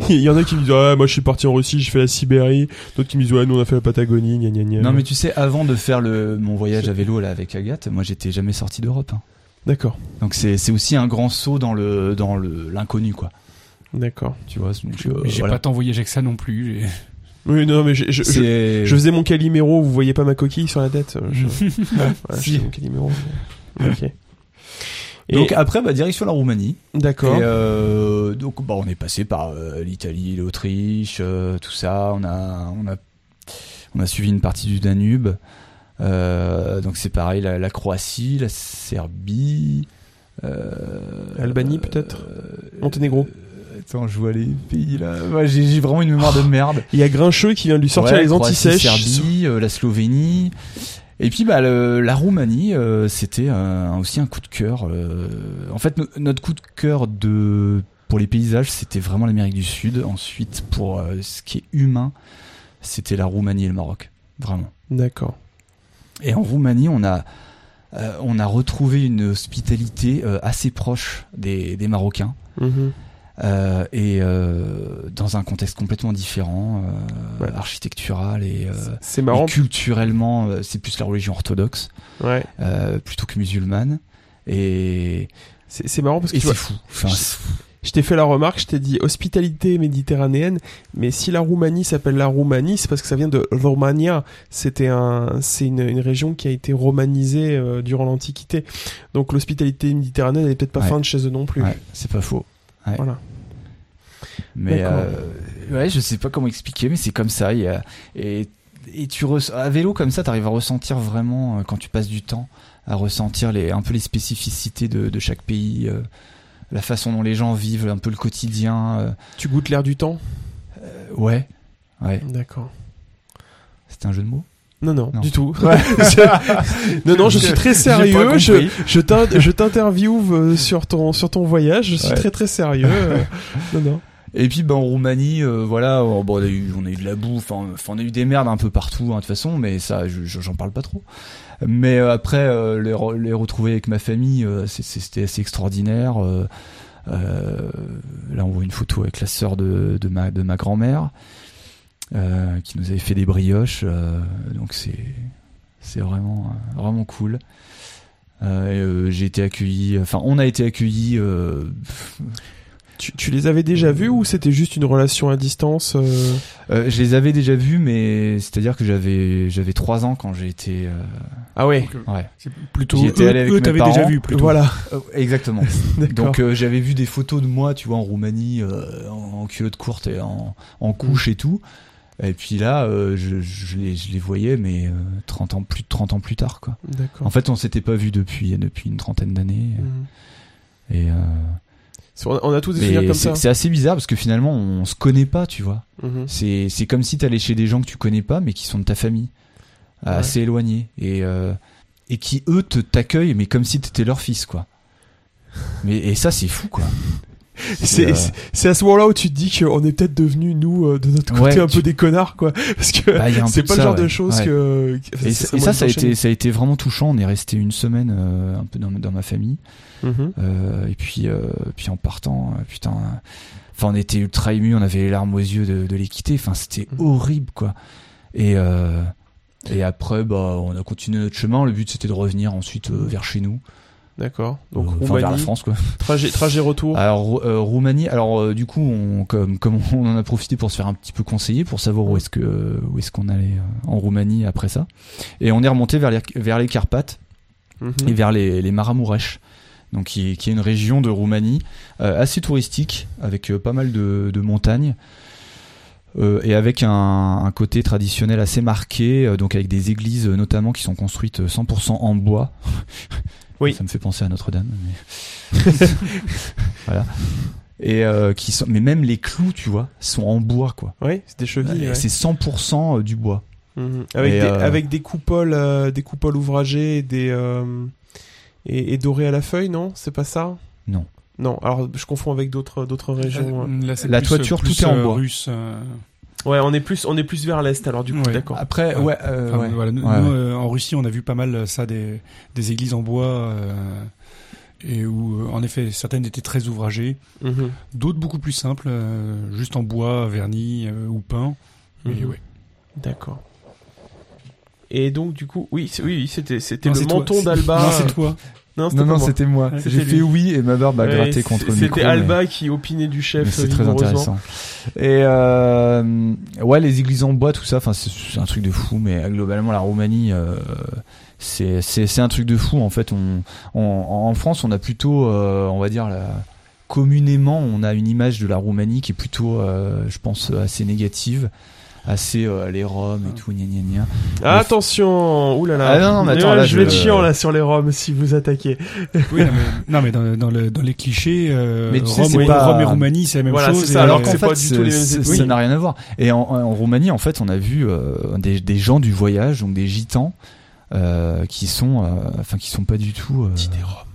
Speaker 3: Il y en a qui me disent ah moi je suis parti en Russie, j'ai fait la Sibérie. D'autres qui me disent ouais nous on a fait la Patagonie, gna gna gna.
Speaker 5: Non, mais tu sais, avant de faire le mon voyage à vélo là avec Agathe, moi, j'étais jamais sorti d'Europe. hein.
Speaker 3: D'accord,
Speaker 5: Donc c'est c'est aussi un grand saut dans le dans le l'inconnu quoi.
Speaker 3: d'accord.
Speaker 5: Tu vois donc, euh,
Speaker 4: Mais j'ai
Speaker 5: voilà.
Speaker 4: pas tant voyagé que ça non plus. J'ai-
Speaker 3: Oui non mais je, je, je,
Speaker 5: C'est- euh,
Speaker 3: je faisais mon Calimero, vous voyez pas ma coquille sur la tête. euh, Je, Ouais, je
Speaker 5: Si.
Speaker 3: faisais mon Calimero. Ok. Et
Speaker 5: Donc après bah direction la Roumanie. Et,
Speaker 3: d'accord.
Speaker 5: euh, donc bah on est passé par euh, l'Italie, l'Autriche, euh, tout ça. On a on a on a suivi une partie du Danube. Euh, donc c'est pareil la, la Croatie, la Serbie. euh,
Speaker 3: Albanie,
Speaker 5: euh,
Speaker 3: peut-être
Speaker 5: euh,
Speaker 3: Monténégro.
Speaker 5: Attends, je vois les pays là. Ouais, j'ai j'ai vraiment une mémoire de merde.
Speaker 3: Il y a Grincheux qui vient de lui sortir
Speaker 5: Ouais,
Speaker 3: les
Speaker 5: Croatie,
Speaker 3: antisèches.
Speaker 5: Serbie, euh, la Slovénie. Et puis bah le- la Roumanie, euh, c'était un- aussi un coup de cœur. euh. en fait, no- notre coup de cœur de pour les paysages, c'était vraiment l'Amérique du Sud. Ensuite, pour euh, ce qui est humain, c'était la Roumanie et le Maroc, vraiment.
Speaker 3: D'accord.
Speaker 5: Et en Roumanie, on a euh, on a retrouvé une hospitalité euh, assez proche des, des Marocains.
Speaker 3: Mhm.
Speaker 5: Euh, et euh, dans un contexte complètement différent, euh,
Speaker 3: Ouais.
Speaker 5: architectural et, euh,
Speaker 3: C'est
Speaker 5: et
Speaker 3: marrant.
Speaker 5: culturellement, euh, c'est plus la religion orthodoxe
Speaker 3: Ouais.
Speaker 5: euh, plutôt que musulmane. Et,
Speaker 3: C'est c'est marrant parce que
Speaker 5: et
Speaker 3: tu vois,
Speaker 5: c'est fou. Enfin, c'est-
Speaker 3: je t'ai fait la remarque, je t'ai dit hospitalité méditerranéenne, mais si la Roumanie s'appelle la Roumanie, c'est parce que ça vient de Romania. C'était un, c'est une, une région qui a été romanisée euh, durant l'Antiquité. Donc l'hospitalité méditerranéenne, elle est peut-être pas
Speaker 5: Ouais.
Speaker 3: fin de chez eux non plus.
Speaker 5: ouais, c'est pas faux. Ouais.
Speaker 3: Voilà.
Speaker 5: Mais
Speaker 3: D'accord.
Speaker 5: euh, ouais, je sais pas comment expliquer, mais c'est comme ça. il y a- et, et tu res- à vélo comme ça, t'arrives à ressentir vraiment euh, quand tu passes du temps à ressentir les, un peu les spécificités de, de chaque pays, euh, la façon dont les gens vivent, un peu le quotidien. euh,
Speaker 3: Tu goûtes l'air du temps
Speaker 5: Ouais, ouais.
Speaker 3: D'accord.
Speaker 5: C'était un jeu de mots.
Speaker 3: Non, non,
Speaker 5: Non.
Speaker 3: du tout. Je- non, non, je suis très sérieux. Je, je t'in- je t'interviewe euh, sur ton, sur ton voyage. Je suis
Speaker 5: Ouais.
Speaker 3: très, très sérieux. euh. non, non.
Speaker 5: Et puis ben en Roumanie, euh, voilà, euh, bon, on, a eu, on a eu de la boue, enfin enfin, on a eu des merdes un peu partout hein, de toute façon, mais ça, je- je- j'en parle pas trop. Mais euh, après euh, les, re- les retrouver avec ma famille, euh, c'est- c'est- c'était assez extraordinaire. euh, euh, là, on voit une photo avec la sœur de, de ma de ma grand-mère euh, qui nous avait fait des brioches, euh, donc c'est c'est vraiment euh, vraiment cool. Euh, et, euh, J'ai été accueilli, enfin on a été accueilli. Euh,
Speaker 3: Tu, tu les avais déjà vus ou c'était juste une relation à distance euh,
Speaker 5: Euh, je les avais déjà vus, mais c'est-à-dire que j'avais j'avais trois ans quand j'ai été. euh,
Speaker 3: Ah ouais.
Speaker 5: ouais.
Speaker 4: C'est plutôt.
Speaker 5: J'y étais
Speaker 4: eux-
Speaker 5: allé avec
Speaker 4: eux,
Speaker 5: mes
Speaker 4: t'avais
Speaker 5: parents.
Speaker 4: déjà vu plutôt.
Speaker 3: Voilà.
Speaker 5: Euh, exactement.
Speaker 3: D'accord.
Speaker 5: Donc euh, j'avais vu des photos de moi, tu vois, en Roumanie, euh, en, en culotte courte et en, en couche
Speaker 3: Mm.
Speaker 5: et tout. Et puis là, euh, je, je, les, je les voyais, mais euh, 30 ans plus de 30 ans plus tard, quoi.
Speaker 3: D'accord.
Speaker 5: En fait, on s'était pas vus depuis depuis une trentaine d'années.
Speaker 3: Mhm.
Speaker 5: Et euh,
Speaker 3: C'est- On a- on a tous des souvenirs
Speaker 5: mais
Speaker 3: comme ça.
Speaker 5: c'est c'est assez bizarre parce que finalement, on se connaît pas, tu vois.
Speaker 3: Mhm.
Speaker 5: C'est, c'est comme si t'allais chez des gens que tu connais pas, mais qui sont de ta famille, euh, assez éloignés, et, euh, et qui eux te t'accueillent, mais comme si t'étais leur fils, quoi. Mais et ça c'est fou, quoi.
Speaker 3: C'est
Speaker 5: euh,
Speaker 3: c'est à ce moment-là où tu te dis qu'on est peut-être devenus nous euh, de notre côté
Speaker 5: Ouais,
Speaker 3: un
Speaker 5: tu-
Speaker 3: peu des connards quoi parce que
Speaker 5: Bah, il y a un
Speaker 3: c'est
Speaker 5: peu de
Speaker 3: pas le
Speaker 5: ça,
Speaker 3: genre de
Speaker 5: ouais.
Speaker 3: choses
Speaker 5: Ouais.
Speaker 3: que
Speaker 5: Et, ça, et ça, ça a été, ça a été vraiment touchant. On est resté une semaine euh, un peu dans, dans ma famille,
Speaker 3: Mhm.
Speaker 5: Euh, et puis, euh, puis en partant, euh, putain. euh, Enfin, on était ultra émus, on avait les larmes aux yeux de, de les quitter. Enfin, c'était
Speaker 3: Mhm.
Speaker 5: horrible, quoi. Et euh, et après, bah, on a continué notre chemin. Le but, c'était de revenir ensuite euh, vers chez nous.
Speaker 3: D'accord.
Speaker 5: Euh,
Speaker 3: Donc
Speaker 5: enfin, vers la
Speaker 3: Roumanie,
Speaker 5: France quoi.
Speaker 3: trajet trajet retour.
Speaker 5: Alors Rou- euh, Roumanie, alors euh, du coup on comme comme on en a profité pour se faire un petit peu conseiller pour savoir où est-ce que euh, où est-ce qu'on allait euh, en Roumanie après ça. Et on est remonté vers les vers les Carpates
Speaker 3: Mhm.
Speaker 5: et vers les les Maramouresh. Donc qui, est- qui est une région de Roumanie euh, assez touristique avec euh, pas mal de de montagnes. euh, et avec un, un côté traditionnel assez marqué, euh, donc avec des églises euh, notamment qui sont construites euh, 100% en bois.
Speaker 3: Oui.
Speaker 5: Ça me fait penser à Notre-Dame. mais- et euh, qui sont mais même les clous tu vois sont en bois quoi
Speaker 3: Oui, c'est des chevilles.
Speaker 5: Et
Speaker 3: ouais.
Speaker 5: c'est 100% euh, du bois
Speaker 3: Mhm. Avec
Speaker 5: Et,
Speaker 3: des
Speaker 5: euh,
Speaker 3: avec des coupoles euh, des coupoles ouvragées et des euh, et, et dorées à la feuille non c'est pas ça
Speaker 5: Non.
Speaker 3: Non, alors je confonds avec d'autres d'autres régions.
Speaker 4: Euh, Là, c'est
Speaker 5: La
Speaker 4: plus,
Speaker 5: toiture,
Speaker 4: euh, plus,
Speaker 5: tout est en
Speaker 4: euh,
Speaker 5: bois.
Speaker 4: Russe. euh,
Speaker 3: Ouais, on est plus on est plus vers l'est alors du coup,
Speaker 4: Ouais.
Speaker 3: d'accord.
Speaker 5: après
Speaker 4: Ouais.
Speaker 5: ouais, euh,
Speaker 4: enfin,
Speaker 5: ouais.
Speaker 4: voilà, nous,
Speaker 5: Ouais,
Speaker 4: nous,
Speaker 5: ouais.
Speaker 4: euh, en Russie, on a vu pas mal euh, ça des, des églises en bois euh, et où, euh, en effet, certaines étaient très ouvragées,
Speaker 3: Mhm.
Speaker 4: d'autres beaucoup plus simples, euh, juste en bois, vernis euh, ou peint. Mais
Speaker 3: Mhm.
Speaker 4: ouais.
Speaker 3: D'accord. Et donc du coup, oui, c'est- oui, oui, c'était c'était
Speaker 4: Non,
Speaker 3: le
Speaker 4: c'est toi.
Speaker 3: menton
Speaker 4: C'est-
Speaker 3: d'Alba.
Speaker 4: Non, c'est toi.
Speaker 3: Non, c'était
Speaker 5: non
Speaker 3: pas
Speaker 5: non
Speaker 3: moi.
Speaker 5: c'était moi
Speaker 3: Ouais,
Speaker 5: j'ai
Speaker 3: c'était
Speaker 5: fait
Speaker 3: lui.
Speaker 5: oui et ma barbe a
Speaker 3: Ouais,
Speaker 5: gratté contre le
Speaker 3: C'était
Speaker 5: micro mais-
Speaker 3: Alba qui opinait du
Speaker 5: mais
Speaker 3: chef.
Speaker 5: c'est très
Speaker 3: vigoureusement.
Speaker 5: intéressant et euh, ouais les églises en bois tout ça enfin c'est- c'est un truc de fou mais euh, globalement la Roumanie euh, c'est c'est c'est un truc de fou en fait on, on- en France on a plutôt euh, on va dire la- communément on a une image de la Roumanie qui est plutôt euh, je pense assez négative assez euh, les Roms et tout gna gna gna
Speaker 3: Ah, attention, oulala.
Speaker 5: Ah non, non, mais attends, là,
Speaker 3: je vais être
Speaker 5: je- Euh,
Speaker 3: chiant là sur les Roms si vous attaquez.
Speaker 4: Oui, non, mais, non, mais dans, dans, le- dans les clichés, euh,
Speaker 5: Mais tu sais,
Speaker 4: Rome,
Speaker 5: c'est
Speaker 4: oui,
Speaker 5: pas-
Speaker 4: Rome et Roumanie, c'est la même
Speaker 3: Voilà,
Speaker 4: chose.
Speaker 3: c'est ça,
Speaker 4: et,
Speaker 3: alors
Speaker 4: euh,
Speaker 3: qu'en
Speaker 5: c'est
Speaker 3: fait, pas du tout les mêmes
Speaker 5: c'est-
Speaker 3: études.
Speaker 5: ça n'a rien à voir. Et en, en Roumanie, en fait, on a vu euh, des, des gens du voyage, donc des gitans, euh, qui sont, euh, enfin, qui sont pas du tout. euh,
Speaker 3: Didérum.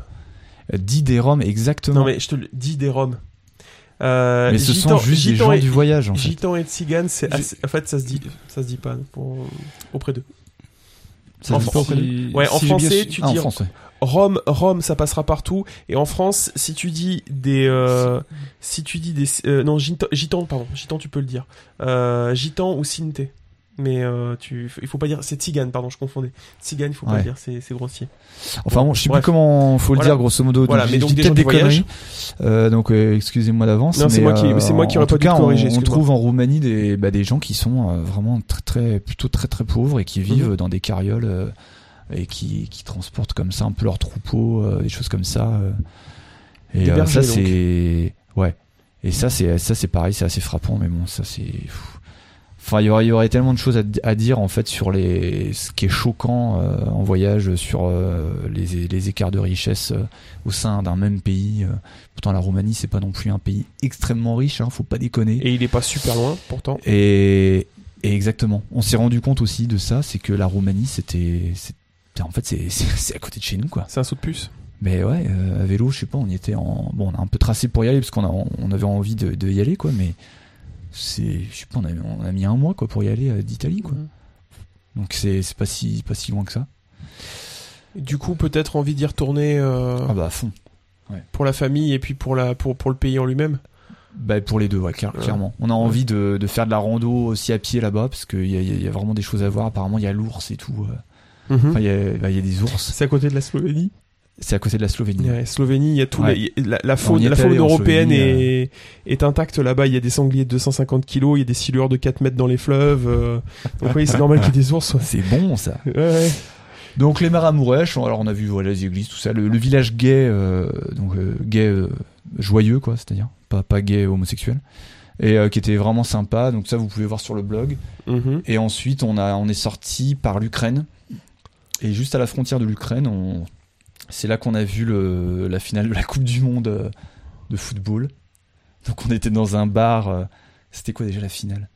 Speaker 5: Didérum, exactement.
Speaker 3: Non, mais je te le dis des Roms. Euh,
Speaker 5: Mais ce
Speaker 3: Gitan-
Speaker 5: sont juste des
Speaker 3: Gitan
Speaker 5: gens
Speaker 3: et-
Speaker 5: du voyage, en fait.
Speaker 3: Gitan et Tziganes, c'est assez- en fait ça se dit ça se dit pas pour, auprès d'eux.
Speaker 5: Ça
Speaker 3: en
Speaker 5: se dit pas
Speaker 3: Fran-
Speaker 5: auprès de-
Speaker 3: Ouais, en
Speaker 4: j'ai bien
Speaker 3: français,
Speaker 4: su-
Speaker 3: tu
Speaker 5: Ah, en
Speaker 3: dis
Speaker 5: France, ouais.
Speaker 3: Rome, Rome, ça passera partout. Et en France, si tu dis des, euh, si tu dis des, euh, non, gitan, gitan, pardon, gitan, tu peux le dire, euh, gitan ou sinté. Mais euh, tu, il faut pas dire, c'est tzigane, pardon, je confondais. Tzigane, il faut pas
Speaker 5: Ouais.
Speaker 3: le dire, c'est c'est grossier.
Speaker 5: Enfin bon, je sais
Speaker 3: Bref.
Speaker 5: plus comment faut le
Speaker 3: Voilà.
Speaker 5: dire grosso modo.
Speaker 3: Voilà,
Speaker 5: donc,
Speaker 3: mais
Speaker 5: j'ai
Speaker 3: donc
Speaker 5: dit
Speaker 3: des gens
Speaker 5: peut-être
Speaker 3: du
Speaker 5: des
Speaker 3: voyage.
Speaker 5: conneries. Euh, donc euh, excusez-moi d'avance.
Speaker 3: Non, c'est
Speaker 5: mais,
Speaker 3: moi qui-
Speaker 5: euh,
Speaker 3: c'est moi qui
Speaker 5: en
Speaker 3: aurais
Speaker 5: tout
Speaker 3: pas dû
Speaker 5: cas,
Speaker 3: te corriger,
Speaker 5: On, on
Speaker 3: excuse-moi.
Speaker 5: trouve en Roumanie des bah, des gens qui sont euh, vraiment très très plutôt très très pauvres et
Speaker 3: Mhm.
Speaker 5: qui vivent dans des carrioles euh, et qui qui transportent comme ça un peu leurs troupeaux, euh, des choses comme ça. euh. Et
Speaker 3: Des
Speaker 5: euh,
Speaker 3: bergers,
Speaker 5: ça
Speaker 3: donc.
Speaker 5: c'est ouais. Et ça c'est ça c'est pareil, c'est assez frappant, mais bon ça c'est. pff. Enfin, il y aurait, il y aurait tellement de choses à, à dire en fait sur les ce qui est choquant euh, en voyage sur euh, les, les écarts de richesse euh, au sein d'un même pays. euh. Pourtant, la Roumanie, c'est pas non plus un pays extrêmement riche, hein, faut pas déconner.
Speaker 3: Et il est pas super loin, pourtant.
Speaker 5: Et, et exactement. On s'est rendu compte aussi de ça, c'est que la Roumanie, c'était, c'était- en fait, c'est- c'est c'est à côté de chez nous, quoi.
Speaker 3: C'est un saut de puce.
Speaker 5: Mais ouais, euh, à vélo, je sais pas, on y était en, bon, on a un peu tracé pour y aller parce qu'on a, on avait envie de, de y aller, quoi. Mais c'est, je sais pas, on a, on a mis un mois, quoi, pour y aller euh, d'Italie, quoi. Donc c'est, c'est pas si, pas si loin que ça.
Speaker 3: Du coup, peut-être envie d'y retourner euh,
Speaker 5: Ah bah à fond.
Speaker 3: pour la famille et puis pour la, pour pour le pays en lui-même.
Speaker 5: Bah pour les deux, ouais, clair-
Speaker 3: Ouais.
Speaker 5: clairement. On a envie de, de faire de la rando aussi à pied là-bas parce qu'il y a, il y a- il y a vraiment des choses à voir. Apparemment, il y a l'ours et tout. euh. Enfin, il y, a- bah, il y a des ours.
Speaker 3: C'est à côté de la Slovénie.
Speaker 5: C'est à côté de la Slovénie.
Speaker 3: Ouais, Slovénie, il y a tout
Speaker 5: Ouais.
Speaker 3: les- il y a la, la
Speaker 5: On y
Speaker 3: faune,
Speaker 5: est
Speaker 3: la faune
Speaker 5: allé en
Speaker 3: européenne
Speaker 5: Slovénie,
Speaker 3: est, est intacte là-bas. Il y a des sangliers de 250 kilos, il y a des silures de 4 mètres dans les fleuves. euh, donc oui, c'est normal qu'il y ait des ours. ouais.
Speaker 5: C'est bon ça.
Speaker 3: Ouais, ouais.
Speaker 5: Donc les Maramourèches, alors on a vu voilà, les églises, tout ça. Le, le village gay, euh, donc euh, gay euh, joyeux quoi, c'est-à-dire pas, pas gay homosexuel. Et euh, qui était vraiment sympa. Donc ça, vous pouvez voir sur le blog.
Speaker 3: Mhm.
Speaker 5: Et ensuite, on, a, on est sorti par l'Ukraine. Et juste à la frontière de l'Ukraine, on... c'est là qu'on a vu le- la finale de la Coupe du Monde euh, de football. Donc on était dans un bar. euh, C'était quoi déjà la finale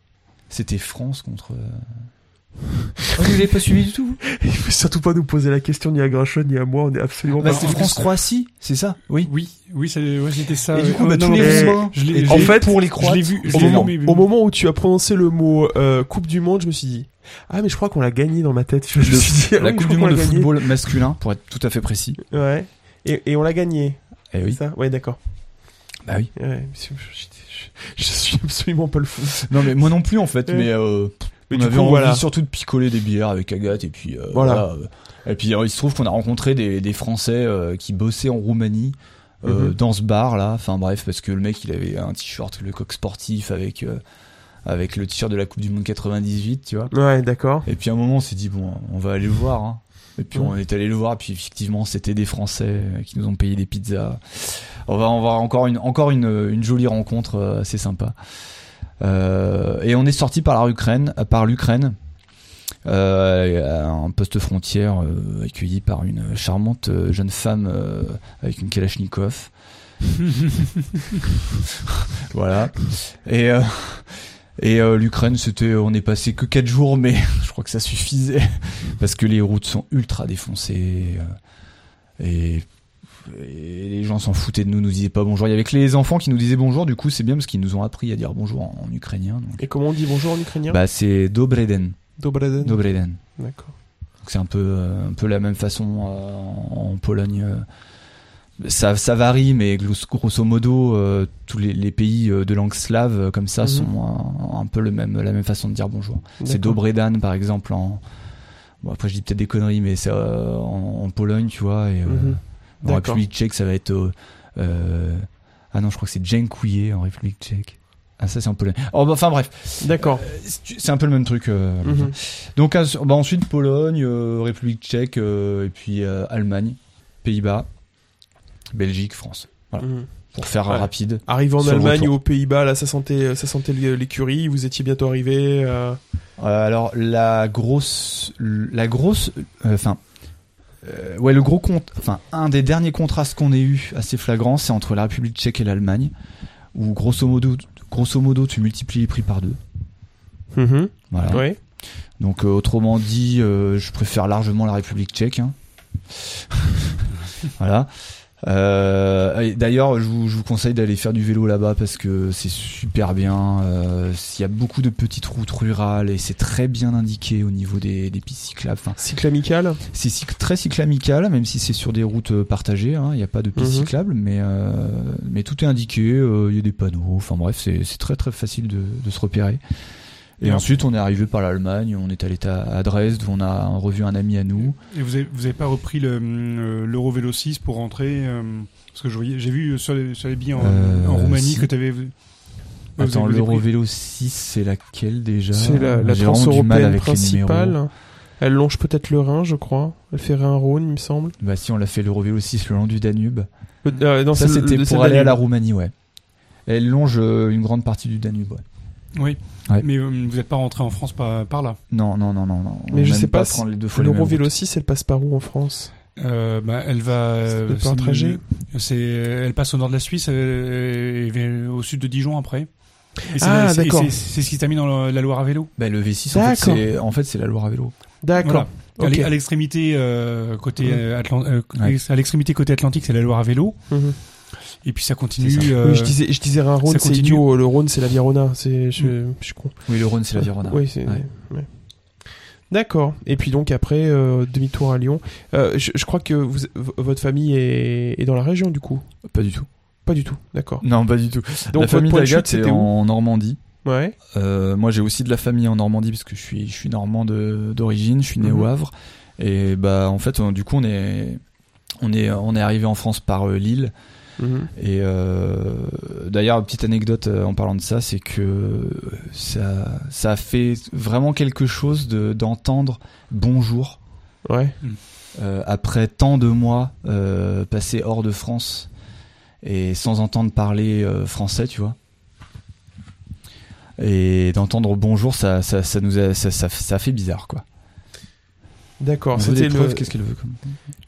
Speaker 5: C'était France contre. euh, Ah, vous l'avez pas suivi du tout
Speaker 3: Il faut surtout pas nous poser la question ni à Grinchon ni à moi, on est absolument
Speaker 5: bah,
Speaker 3: pas.
Speaker 5: C'était France-Croatie, c'est ça Oui.
Speaker 4: Oui, oui, ça- ouais, c'était ça.
Speaker 5: Et du
Speaker 4: ouais.
Speaker 5: coup,
Speaker 4: Oh,
Speaker 5: bah,
Speaker 4: non,
Speaker 5: tous
Speaker 4: non,
Speaker 5: les
Speaker 4: mais
Speaker 5: Roumains,
Speaker 4: je l'ai-
Speaker 5: et
Speaker 4: je
Speaker 5: en
Speaker 4: l'ai-
Speaker 5: fait, pour les Croates,
Speaker 4: je l'ai vu, je
Speaker 5: au
Speaker 4: l'ai vu,
Speaker 5: moment-
Speaker 4: mais- mais-
Speaker 3: Au moment où tu as prononcé le mot euh, Coupe du Monde, je me suis dit Ah, mais je crois qu'on l'a gagné dans ma tête. Je me
Speaker 5: Le-
Speaker 3: suis dit, ah
Speaker 5: La
Speaker 3: oui,
Speaker 5: Coupe
Speaker 3: je crois
Speaker 5: du
Speaker 3: qu'on
Speaker 5: Monde de
Speaker 3: l'a gagné.
Speaker 5: football masculin, pour être tout à fait précis.
Speaker 3: Ouais. Et, et on l'a gagné.
Speaker 5: Eh
Speaker 3: c'est
Speaker 5: oui.
Speaker 3: Ça ouais, d'accord.
Speaker 5: Bah oui.
Speaker 3: Ouais, mais c'est- je, je- je- je suis absolument pas le fou.
Speaker 5: Non, mais moi non plus en fait,
Speaker 3: Ouais.
Speaker 5: mais. euh,
Speaker 3: Mais
Speaker 5: on
Speaker 3: du
Speaker 5: avait
Speaker 3: coup,
Speaker 5: envie
Speaker 3: voilà.
Speaker 5: surtout de picoler des bières avec Agathe et puis euh,
Speaker 3: Voilà.
Speaker 5: voilà, euh. Et puis euh, il se trouve qu'on a rencontré des, des Français euh, qui bossaient en Roumanie euh,
Speaker 3: Mhm.
Speaker 5: dans ce bar là. Enfin bref, parce que le mec il avait un t-shirt le coq sportif avec euh, avec le t-shirt de la Coupe du Monde 98, tu vois.
Speaker 3: Ouais, d'accord.
Speaker 5: Et puis à un moment on s'est dit bon, on va aller le voir. hein. Et puis
Speaker 3: Mhm.
Speaker 5: on est allé le voir. Puis effectivement c'était des Français euh, qui nous ont payé des pizzas. On va on va encore une encore une, une jolie rencontre euh, assez sympa. Euh, et on est sorti par la Ukraine, par l'Ukraine, euh, à un poste frontière euh, accueilli par une charmante euh, jeune femme euh, avec une Kalachnikov. voilà. Et euh, et euh, l'Ukraine, c'était, on est passé que quatre jours, mais je crois que ça suffisait parce que les routes sont ultra défoncées euh, et et les gens s'en foutaient de nous, nous disaient pas bonjour. Il y avait que les enfants qui nous disaient bonjour, du coup c'est bien parce qu'ils nous ont appris à dire bonjour en, en ukrainien. donc.
Speaker 3: Et comment on dit bonjour en ukrainien
Speaker 5: Bah c'est Dobreden.
Speaker 3: Dobraden.
Speaker 5: Dobreden.
Speaker 3: D'accord.
Speaker 5: Donc c'est un peu, euh, un peu la même façon euh, en, en Pologne. euh. ça, ça varie, mais glos- grosso modo, euh, tous les, les pays euh, de langue slave euh, comme ça
Speaker 3: Mhm.
Speaker 5: sont euh, un, un peu le même, la même façon de dire bonjour. C'est
Speaker 3: D'accord.
Speaker 5: Dobredan, par exemple, en... Bon, après, je dis peut-être des conneries, mais c'est euh, en, en Pologne, tu vois, et euh,
Speaker 3: Mhm.
Speaker 5: en
Speaker 3: D'accord.
Speaker 5: République tchèque, ça va être... euh, euh, ah non, je crois que c'est Dziękuję en République tchèque. Ah, ça, c'est en Pologne. Oh, bah, Enfin, bref,
Speaker 3: D'accord.
Speaker 5: c'est un peu le même truc. euh,
Speaker 3: Mhm.
Speaker 5: donc à- bah, ensuite Pologne, euh, République tchèque, euh, et puis euh, Allemagne, Pays-Bas, Belgique, France. Voilà.
Speaker 3: Mhm.
Speaker 5: Pour faire
Speaker 3: Ouais.
Speaker 5: rapide.
Speaker 3: Arrivé en
Speaker 5: Sur le
Speaker 3: Allemagne
Speaker 5: retour.
Speaker 3: ou aux Pays-Bas, là, ça sentait, ça sentait l'é- l'écurie. Vous étiez bientôt arrivé. euh,
Speaker 5: Euh, alors la grosse, la grosse, euh, enfin, euh, ouais, le gros compte, enfin, un des derniers contrastes qu'on ait eu assez flagrant, c'est entre la République tchèque et l'Allemagne,
Speaker 3: Mhm.
Speaker 5: où grosso modo, grosso modo, tu multiplies les prix par deux. Voilà.
Speaker 3: Ouais.
Speaker 5: Donc euh, autrement dit, euh, je préfère largement la République tchèque. hein. voilà. Euh, et D'ailleurs, je vous, je vous conseille d'aller faire du vélo là-bas parce que c'est super bien. Euh, Il y a beaucoup de petites routes rurales et c'est très bien indiqué au niveau des, des pistes cyclables. Enfin,
Speaker 3: Cycle amical.
Speaker 5: c'est cyc- très cyclamical, même si c'est sur des routes euh, partagées. hein, Il n'y a pas de piste
Speaker 3: Mhm.
Speaker 5: cyclable, mais, euh, mais tout est indiqué. euh, Il y a des panneaux. Enfin bref, c'est c'est très très facile de, de se repérer. Et
Speaker 4: Bien.
Speaker 5: ensuite, on est arrivé par l'Allemagne. On est allé à à Dresde où on a revu un ami à nous.
Speaker 4: Et vous avez, vous avez pas repris le, hum, euh, l'Eurovélo 6 pour rentrer euh, Parce que je voyais- j'ai vu sur les, sur les billets en,
Speaker 5: Euh,
Speaker 4: en Roumanie
Speaker 5: si.
Speaker 4: que tu avais.
Speaker 5: Attends, l'Eurovélo 6, c'est laquelle déjà
Speaker 3: C'est la, la
Speaker 5: J'ai vraiment du mal
Speaker 3: transeuropéenne
Speaker 5: avec les numéros.
Speaker 3: principale. Elle longe peut-être le Rhin, je crois. Elle fait Rhin-Rhône, il me semble.
Speaker 5: Bah si, on l'a fait l'Eurovélo 6 le long du Danube.
Speaker 3: Le- euh, non,
Speaker 5: Ça,
Speaker 3: c'est le-
Speaker 5: c'était
Speaker 3: le- c'est
Speaker 5: pour
Speaker 3: le
Speaker 5: aller à la
Speaker 3: Danube.
Speaker 5: Roumanie, ouais. Elle longe euh, une grande partie du Danube, ouais.
Speaker 4: Oui,
Speaker 5: Ouais.
Speaker 4: mais hum, vous n'êtes pas rentré en France par, par là.
Speaker 5: Non, non, non, non, non.
Speaker 3: Mais
Speaker 5: On
Speaker 3: je
Speaker 5: aime
Speaker 3: sais pas si
Speaker 5: prendre les deux fois les mêmes
Speaker 3: L'Eurovélo 6, elle passe par où en France
Speaker 4: Euh, bah, elle va.
Speaker 3: C'est le
Speaker 4: c'est
Speaker 3: plan trajet.
Speaker 4: le- C'est, elle passe au nord de la Suisse euh, et vient au sud de Dijon après. Et c'est
Speaker 3: Ah,
Speaker 4: la- et
Speaker 3: d'accord.
Speaker 4: c'est- C'est ce qui termine dans la Loire à vélo.
Speaker 5: Bah, le V6, en fait,
Speaker 3: D'accord.
Speaker 5: c'est, en fait, c'est la Loire à vélo.
Speaker 3: D'accord.
Speaker 4: Voilà. À l'e-
Speaker 3: Ok.
Speaker 4: À l'extrémité euh, côté
Speaker 3: Mhm.
Speaker 4: euh, Atlan- euh,
Speaker 5: Ouais.
Speaker 4: à l'extrémité côté Atlantique, c'est la Loire à vélo.
Speaker 3: Mhm.
Speaker 4: Et puis ça continue.
Speaker 5: C'est
Speaker 4: euh,
Speaker 3: Oui, je disais, je disais Rhin-Rhône,
Speaker 4: ça
Speaker 3: c'est
Speaker 4: continue.
Speaker 3: idiot. Le Rhône, c'est la Virona. C'est, je, je suis con.
Speaker 5: Oui, le Rhône, c'est la Virona.
Speaker 3: Oui, c'est.
Speaker 5: Hmm. Ouais.
Speaker 3: ouais. D'accord. Et puis donc après euh, demi-tour à Lyon. Euh, je, je crois que vous- v- votre famille est, est dans la région du coup.
Speaker 5: Pas du tout.
Speaker 3: Pas du tout. D'accord.
Speaker 5: Non, pas du tout.
Speaker 3: Donc
Speaker 5: la famille
Speaker 3: votre point de chute
Speaker 5: d'Agathe, c'est
Speaker 3: c'était où
Speaker 5: en Normandie.
Speaker 3: Ouais.
Speaker 5: Euh, moi, j'ai aussi de la famille en Normandie parce que je suis, je suis normand de- d'origine, je suis né
Speaker 3: Mhm.
Speaker 5: au Havre. Et bah, en fait, on- du coup, on est, on est, on est arrivé en France par euh, Lille.
Speaker 3: Mhm.
Speaker 5: Et euh, d'ailleurs, petite anecdote euh, en parlant de ça, c'est que euh, ça, ça a fait vraiment quelque chose de- d'entendre bonjour
Speaker 3: Ouais.
Speaker 5: euh, après tant de mois euh, passés hors de France et sans entendre parler euh, français, tu vois. Et d'entendre bonjour, ça, ça, ça nous a, ça, ça, ça fait bizarre, quoi.
Speaker 3: D'accord.
Speaker 5: On veut des
Speaker 3: C'était
Speaker 5: preuves,
Speaker 3: le.
Speaker 5: Qu'est-ce qu'elle veut comme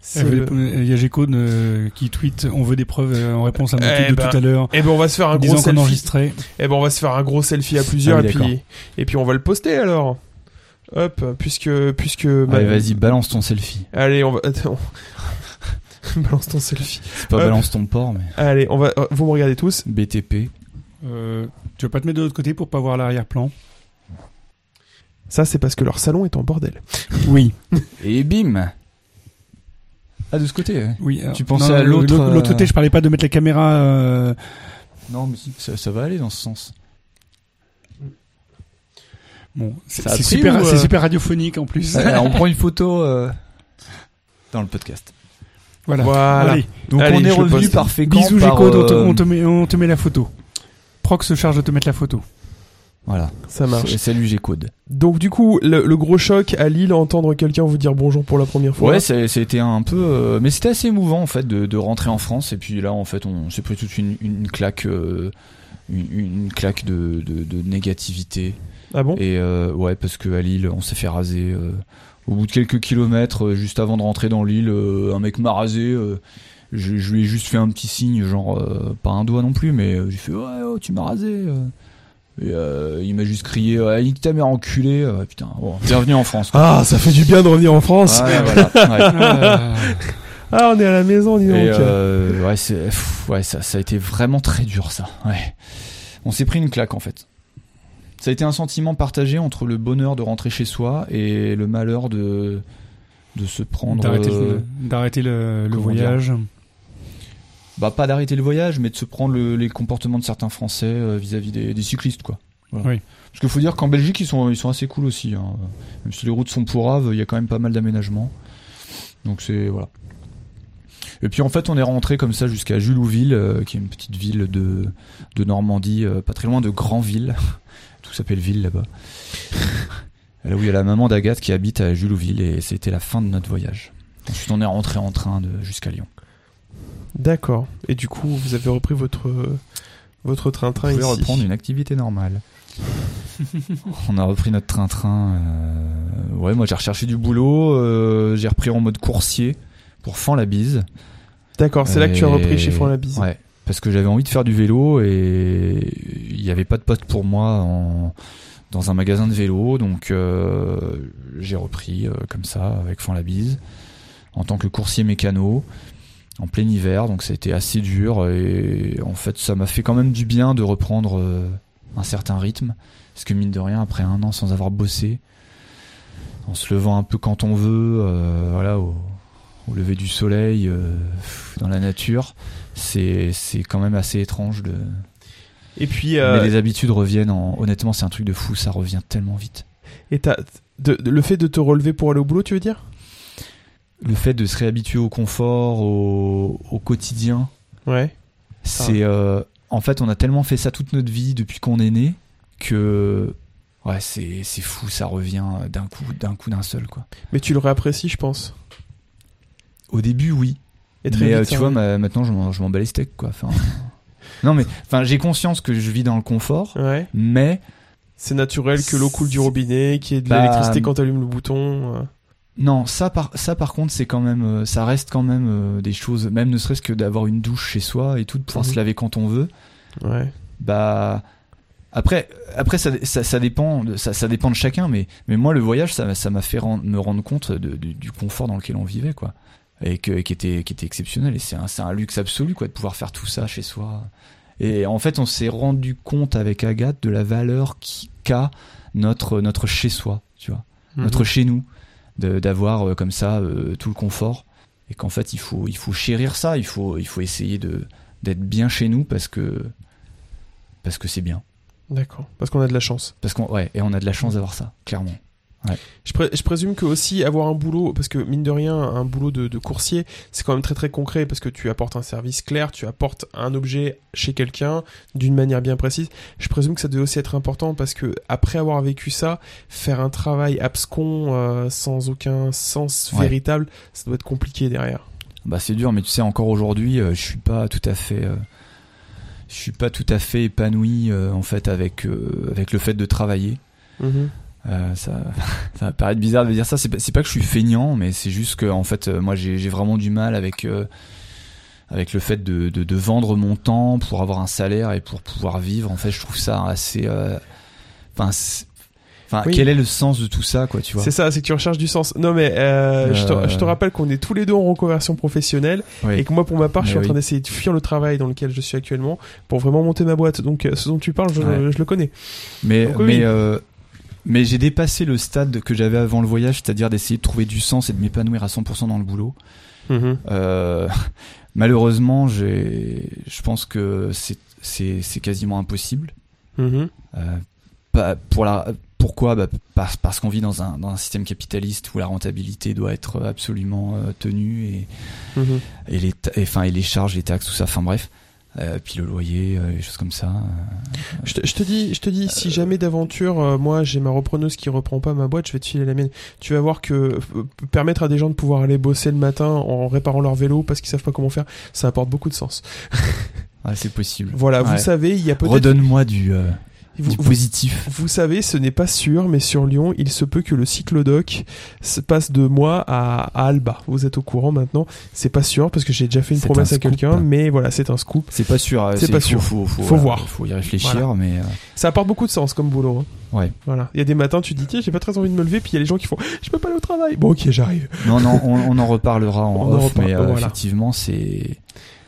Speaker 3: c'est
Speaker 4: elle veut
Speaker 3: le-
Speaker 4: des- euh, Il y a Gécone euh, qui tweet On veut des preuves euh, en réponse à mon
Speaker 3: Eh
Speaker 4: tweet de
Speaker 3: ben,
Speaker 4: tout à l'heure.
Speaker 3: Eh ben on va se faire un gros
Speaker 4: Disant qu'on
Speaker 3: selfie.
Speaker 4: enregistrait.
Speaker 3: Eh ben on va se faire un gros selfie à plusieurs
Speaker 5: Ah oui,
Speaker 3: et puis et puis on va le poster alors. Hop, puisque puisque. ma-
Speaker 5: Allez, vas-y, balance ton selfie.
Speaker 3: Allez, on va. Attends. Balance ton selfie.
Speaker 5: C'est pas
Speaker 3: Hop.
Speaker 5: balance ton port, mais
Speaker 3: Allez, on va. euh, Vous me regardez tous.
Speaker 5: BTP.
Speaker 4: Euh, tu vas pas te mettre de l'autre côté pour pas voir l'arrière-plan
Speaker 3: Ça, c'est parce que leur salon est en bordel.
Speaker 4: Oui.
Speaker 5: Et bim Ah, de ce côté, ouais.
Speaker 4: oui alors-
Speaker 5: Tu pensais
Speaker 4: non, non,
Speaker 5: à l'autre,
Speaker 4: l'autre- L'autre
Speaker 5: euh,
Speaker 4: côté, je parlais pas de mettre la caméra. euh,
Speaker 5: Non, mais si, ça, ça va aller dans ce sens.
Speaker 4: Bon, c'est
Speaker 5: Ça a
Speaker 4: c'est
Speaker 5: pris
Speaker 4: super,
Speaker 5: ou, euh,
Speaker 4: c'est super radiophonique en plus.
Speaker 5: on prend une photo euh, dans le podcast.
Speaker 4: voilà.
Speaker 3: Voilà.
Speaker 4: Allez,
Speaker 5: Donc
Speaker 3: Allez,
Speaker 5: on
Speaker 3: je
Speaker 5: est
Speaker 3: le
Speaker 5: revenu
Speaker 3: poste.
Speaker 5: par Fécamp.
Speaker 4: bisous
Speaker 5: par,
Speaker 4: Gécode, on, te-
Speaker 5: euh,
Speaker 4: on te met, on te met la photo. Proc se charge de te mettre la photo.
Speaker 5: Voilà,
Speaker 3: Ça marche.
Speaker 5: C'est- salut G-Code.
Speaker 3: Donc du coup, le, le gros choc à Lille, entendre quelqu'un vous dire bonjour pour la première fois.
Speaker 5: Ouais, c'est- c'était un peu... euh, mais c'était assez émouvant en fait de, de rentrer en France et puis là en fait on s'est pris toute une, une claque... euh, une, une claque de, de- de négativité
Speaker 3: ah bon
Speaker 5: et euh, ouais parce que à Lille on s'est fait raser euh, au bout de quelques kilomètres euh, juste avant de rentrer dans Lille euh, un mec m'a rasé euh, je, je lui ai juste fait un petit signe, genre euh, pas un doigt non plus, mais euh, j'ai fait ouais, oh, tu m'as rasé. euh. Et, euh, il m'a juste crié ouais, nique ta mère enculée. euh, putain, bon, bienvenue en France. quoi.
Speaker 3: Ah, ça fait du bien de revenir en France.
Speaker 5: Ouais, voilà, ouais.
Speaker 4: Euh,
Speaker 3: Ah, on est à la maison, dis donc.
Speaker 5: Et, euh, ouais, c'est- pff, ouais, ça, ça a été vraiment très dur ça. Ouais. On s'est pris une claque en fait. Ça a été un sentiment partagé entre le bonheur de rentrer chez soi et le malheur de de se prendre
Speaker 4: D'arrêter
Speaker 5: euh,
Speaker 4: le, d'arrêter le, le
Speaker 5: comment
Speaker 4: voyage.
Speaker 5: bah pas d'arrêter le voyage, mais de se prendre le- les comportements de certains Français euh, vis-à-vis des, des cyclistes, quoi. Voilà.
Speaker 4: Oui.
Speaker 5: Parce qu'il faut dire qu'en Belgique, ils sont, ils sont assez cool aussi. hein. Même si les routes sont pourraves, il y a quand même pas mal d'aménagements. Donc c'est voilà. Et puis en fait, on est rentré comme ça jusqu'à Julouville, euh, qui est une petite ville de, de Normandie, euh, pas très loin de Granville. Tout s'appelle ville là-bas. là où il y a la maman d'Agathe qui habite à Julouville, et c'était la fin de notre voyage. Ensuite, on est rentré en train de- jusqu'à Lyon.
Speaker 3: D'accord. Et du coup, vous avez repris votre euh, votre train-train
Speaker 5: On
Speaker 3: ici.
Speaker 5: pouvait reprendre une activité normale. on a repris notre train-train. euh, Ouais, moi j'ai recherché du boulot. euh, j'ai repris en mode coursier pour Fan la bise.
Speaker 3: D'accord, c'est là que tu as
Speaker 5: Et-
Speaker 3: repris chez Franck Labise.
Speaker 5: Ouais, parce que j'avais envie de faire du vélo et il n'y avait pas de pote pour moi en- dans un magasin de vélo. Donc euh, j'ai repris euh, comme ça avec Fan la bise en tant que coursier mécano en plein hiver. Donc ça a été assez dur et en fait ça m'a fait quand même du bien de reprendre euh, un certain rythme parce que mine de rien après un an sans avoir bossé, en se levant un peu quand on veut, euh, voilà au, au lever du soleil euh, pff, dans la nature, c'est c'est quand même assez étrange de
Speaker 3: Et puis,
Speaker 5: mais
Speaker 3: euh,
Speaker 5: les habitudes reviennent. en- Honnêtement, c'est un truc de fou. Ça revient tellement vite.
Speaker 3: et t'as- de- de- le fait de te relever pour aller au boulot, tu veux dire
Speaker 5: Le fait de se réhabituer au confort, au, au quotidien,
Speaker 3: Ah. Ouais.
Speaker 5: c'est euh, en fait, on a tellement fait ça toute notre vie depuis qu'on est né que ouais, c'est c'est fou. Ça revient d'un coup, d'un coup, d'un seul quoi.
Speaker 3: Mais tu le réapprécies, je pense.
Speaker 5: Au début, oui.
Speaker 3: Et très
Speaker 5: mais
Speaker 3: vite, hein.
Speaker 5: euh,
Speaker 3: ça
Speaker 5: tu vois,
Speaker 3: revient.
Speaker 5: ma- maintenant, je m'en je m'en bats les steaks quoi. Enfin, non mais enfin, j'ai conscience que je vis dans le confort,
Speaker 3: Ouais.
Speaker 5: mais
Speaker 3: C'est naturel que l'eau coule du robinet, qu'il y ait de
Speaker 5: Bah,
Speaker 3: l'électricité quand t'allumes le bouton. euh.
Speaker 5: Non, ça par ça par contre, c'est quand même euh, ça reste quand même euh, des choses même ne serait-ce que d'avoir une douche chez soi et tout de pouvoir
Speaker 3: Mhm.
Speaker 5: se laver quand on veut.
Speaker 3: Ouais.
Speaker 5: Bah après après ça ça, ça dépend de, ça, ça dépend de chacun mais mais moi le voyage ça m'a- ça m'a fait rend- me rendre compte de- du, du confort dans lequel on vivait quoi et que, qui était qui était exceptionnel et c'est un c'est un luxe absolu quoi de pouvoir faire tout ça chez soi. Et en fait, on s'est rendu compte avec Agathe de la valeur qui- qu'a notre notre chez soi, tu vois
Speaker 3: Mhm.
Speaker 5: notre chez nous, de- d'avoir euh, comme ça euh, tout le confort et qu'en fait il faut il faut chérir ça, il faut il faut essayer de d'être bien chez nous parce que parce que c'est bien,
Speaker 3: D'accord. Parce qu'on a de la chance.
Speaker 5: parce qu'on ouais et on a de la chance d'avoir ça clairement.
Speaker 3: Je, pré- je présume que aussi avoir un boulot, parce que mine de rien, un boulot de, de coursier, c'est quand même très très concret parce que tu apportes un service clair, tu apportes un objet chez quelqu'un d'une manière bien précise. Je présume que ça devait aussi être important parce que après avoir vécu ça, faire un travail abscon euh, sans aucun sens
Speaker 5: Ouais.
Speaker 3: véritable, ça doit être compliqué derrière.
Speaker 5: Bah c'est dur mais tu sais encore aujourd'hui euh, je suis pas tout à fait euh, je suis pas tout à fait épanoui euh, en fait avec euh, avec le fait de travailler.
Speaker 3: Mhm.
Speaker 5: Euh, ça, ça va paraître bizarre de dire ça. C'est pas, c'est pas que je suis feignant, mais c'est juste que en fait, euh, moi, j'ai j'ai vraiment du mal avec euh, avec le fait de, de, de vendre mon temps pour avoir un salaire et pour pouvoir vivre. En fait, je trouve ça assez. euh, Enfin, c'est- enfin,
Speaker 3: Oui.
Speaker 5: quel est le sens de tout ça, quoi, tu vois
Speaker 3: C'est ça, c'est que tu recherches du sens. Non mais euh, Je, te,
Speaker 5: Euh.
Speaker 3: je te rappelle qu'on est tous les deux en reconversion professionnelle
Speaker 5: Oui.
Speaker 3: et que moi pour ma part
Speaker 5: Mais
Speaker 3: je suis en train
Speaker 5: oui.
Speaker 3: d'essayer de fuir le travail dans lequel je suis actuellement pour vraiment monter ma boîte. Donc euh, ce dont tu parles, je,
Speaker 5: Ouais.
Speaker 3: je le connais.
Speaker 5: Mais,
Speaker 3: Donc, oui.
Speaker 5: mais, euh, mais j'ai dépassé le stade que j'avais avant le voyage, c'est-à-dire d'essayer de trouver du sens et de m'épanouir à 100% dans le boulot.
Speaker 3: Mhm.
Speaker 5: Euh, malheureusement, j'ai, je pense que c'est, c'est, c'est quasiment impossible.
Speaker 3: Mhm.
Speaker 5: Euh, pas pour la, pourquoi bah, parce, parce qu'on vit dans un, dans un système capitaliste où la rentabilité doit être absolument euh, tenue et,
Speaker 3: Mhm.
Speaker 5: et, les, ta- et, enfin, et les charges, les taxes, tout ça, enfin bref. Euh, puis le loyer, euh, les choses comme ça.
Speaker 3: Je, te, je te dis, je te dis, si jamais d'aventure, euh, moi j'ai ma repreneuse qui reprend pas ma boîte, je vais te filer la mienne. Tu vas voir que euh, p- permettre à des gens de pouvoir aller bosser le matin en réparant leur vélo parce qu'ils savent pas comment faire, ça apporte beaucoup de sens.
Speaker 5: Ouais, c'est possible.
Speaker 3: Voilà, vous
Speaker 5: Ouais.
Speaker 3: savez, il y a peut-être.
Speaker 5: Redonne-moi du, euh,
Speaker 3: Vous,
Speaker 5: du
Speaker 3: vous-
Speaker 5: positif.
Speaker 3: vous savez, ce n'est pas sûr, mais sur Lyon, il se peut que le cyclodoc se passe de moi à, à Alba. Vous êtes au courant maintenant. C'est pas sûr parce que j'ai déjà fait une
Speaker 5: C'est
Speaker 3: promesse
Speaker 5: un
Speaker 3: à
Speaker 5: scoop.
Speaker 3: quelqu'un, mais voilà, c'est un scoop.
Speaker 5: C'est pas sûr. euh,
Speaker 3: C'est pas
Speaker 5: faut-
Speaker 3: sûr.
Speaker 5: Faut, faut,
Speaker 3: Faut
Speaker 5: voilà,
Speaker 3: voir.
Speaker 5: Faut y réfléchir,
Speaker 3: Voilà.
Speaker 5: mais. euh,
Speaker 3: Ça apporte beaucoup de sens comme boulot. hein.
Speaker 5: Ouais.
Speaker 3: Voilà. Il y a des matins, tu te dis, tiens, j'ai pas très envie de me lever, puis il y a les gens qui font, je peux pas aller au travail. Bon, ok, j'arrive.
Speaker 5: Non, non, on, on en reparlera en
Speaker 3: On en
Speaker 5: off,
Speaker 3: reparle-
Speaker 5: mais euh,
Speaker 3: voilà.
Speaker 5: effectivement, c'est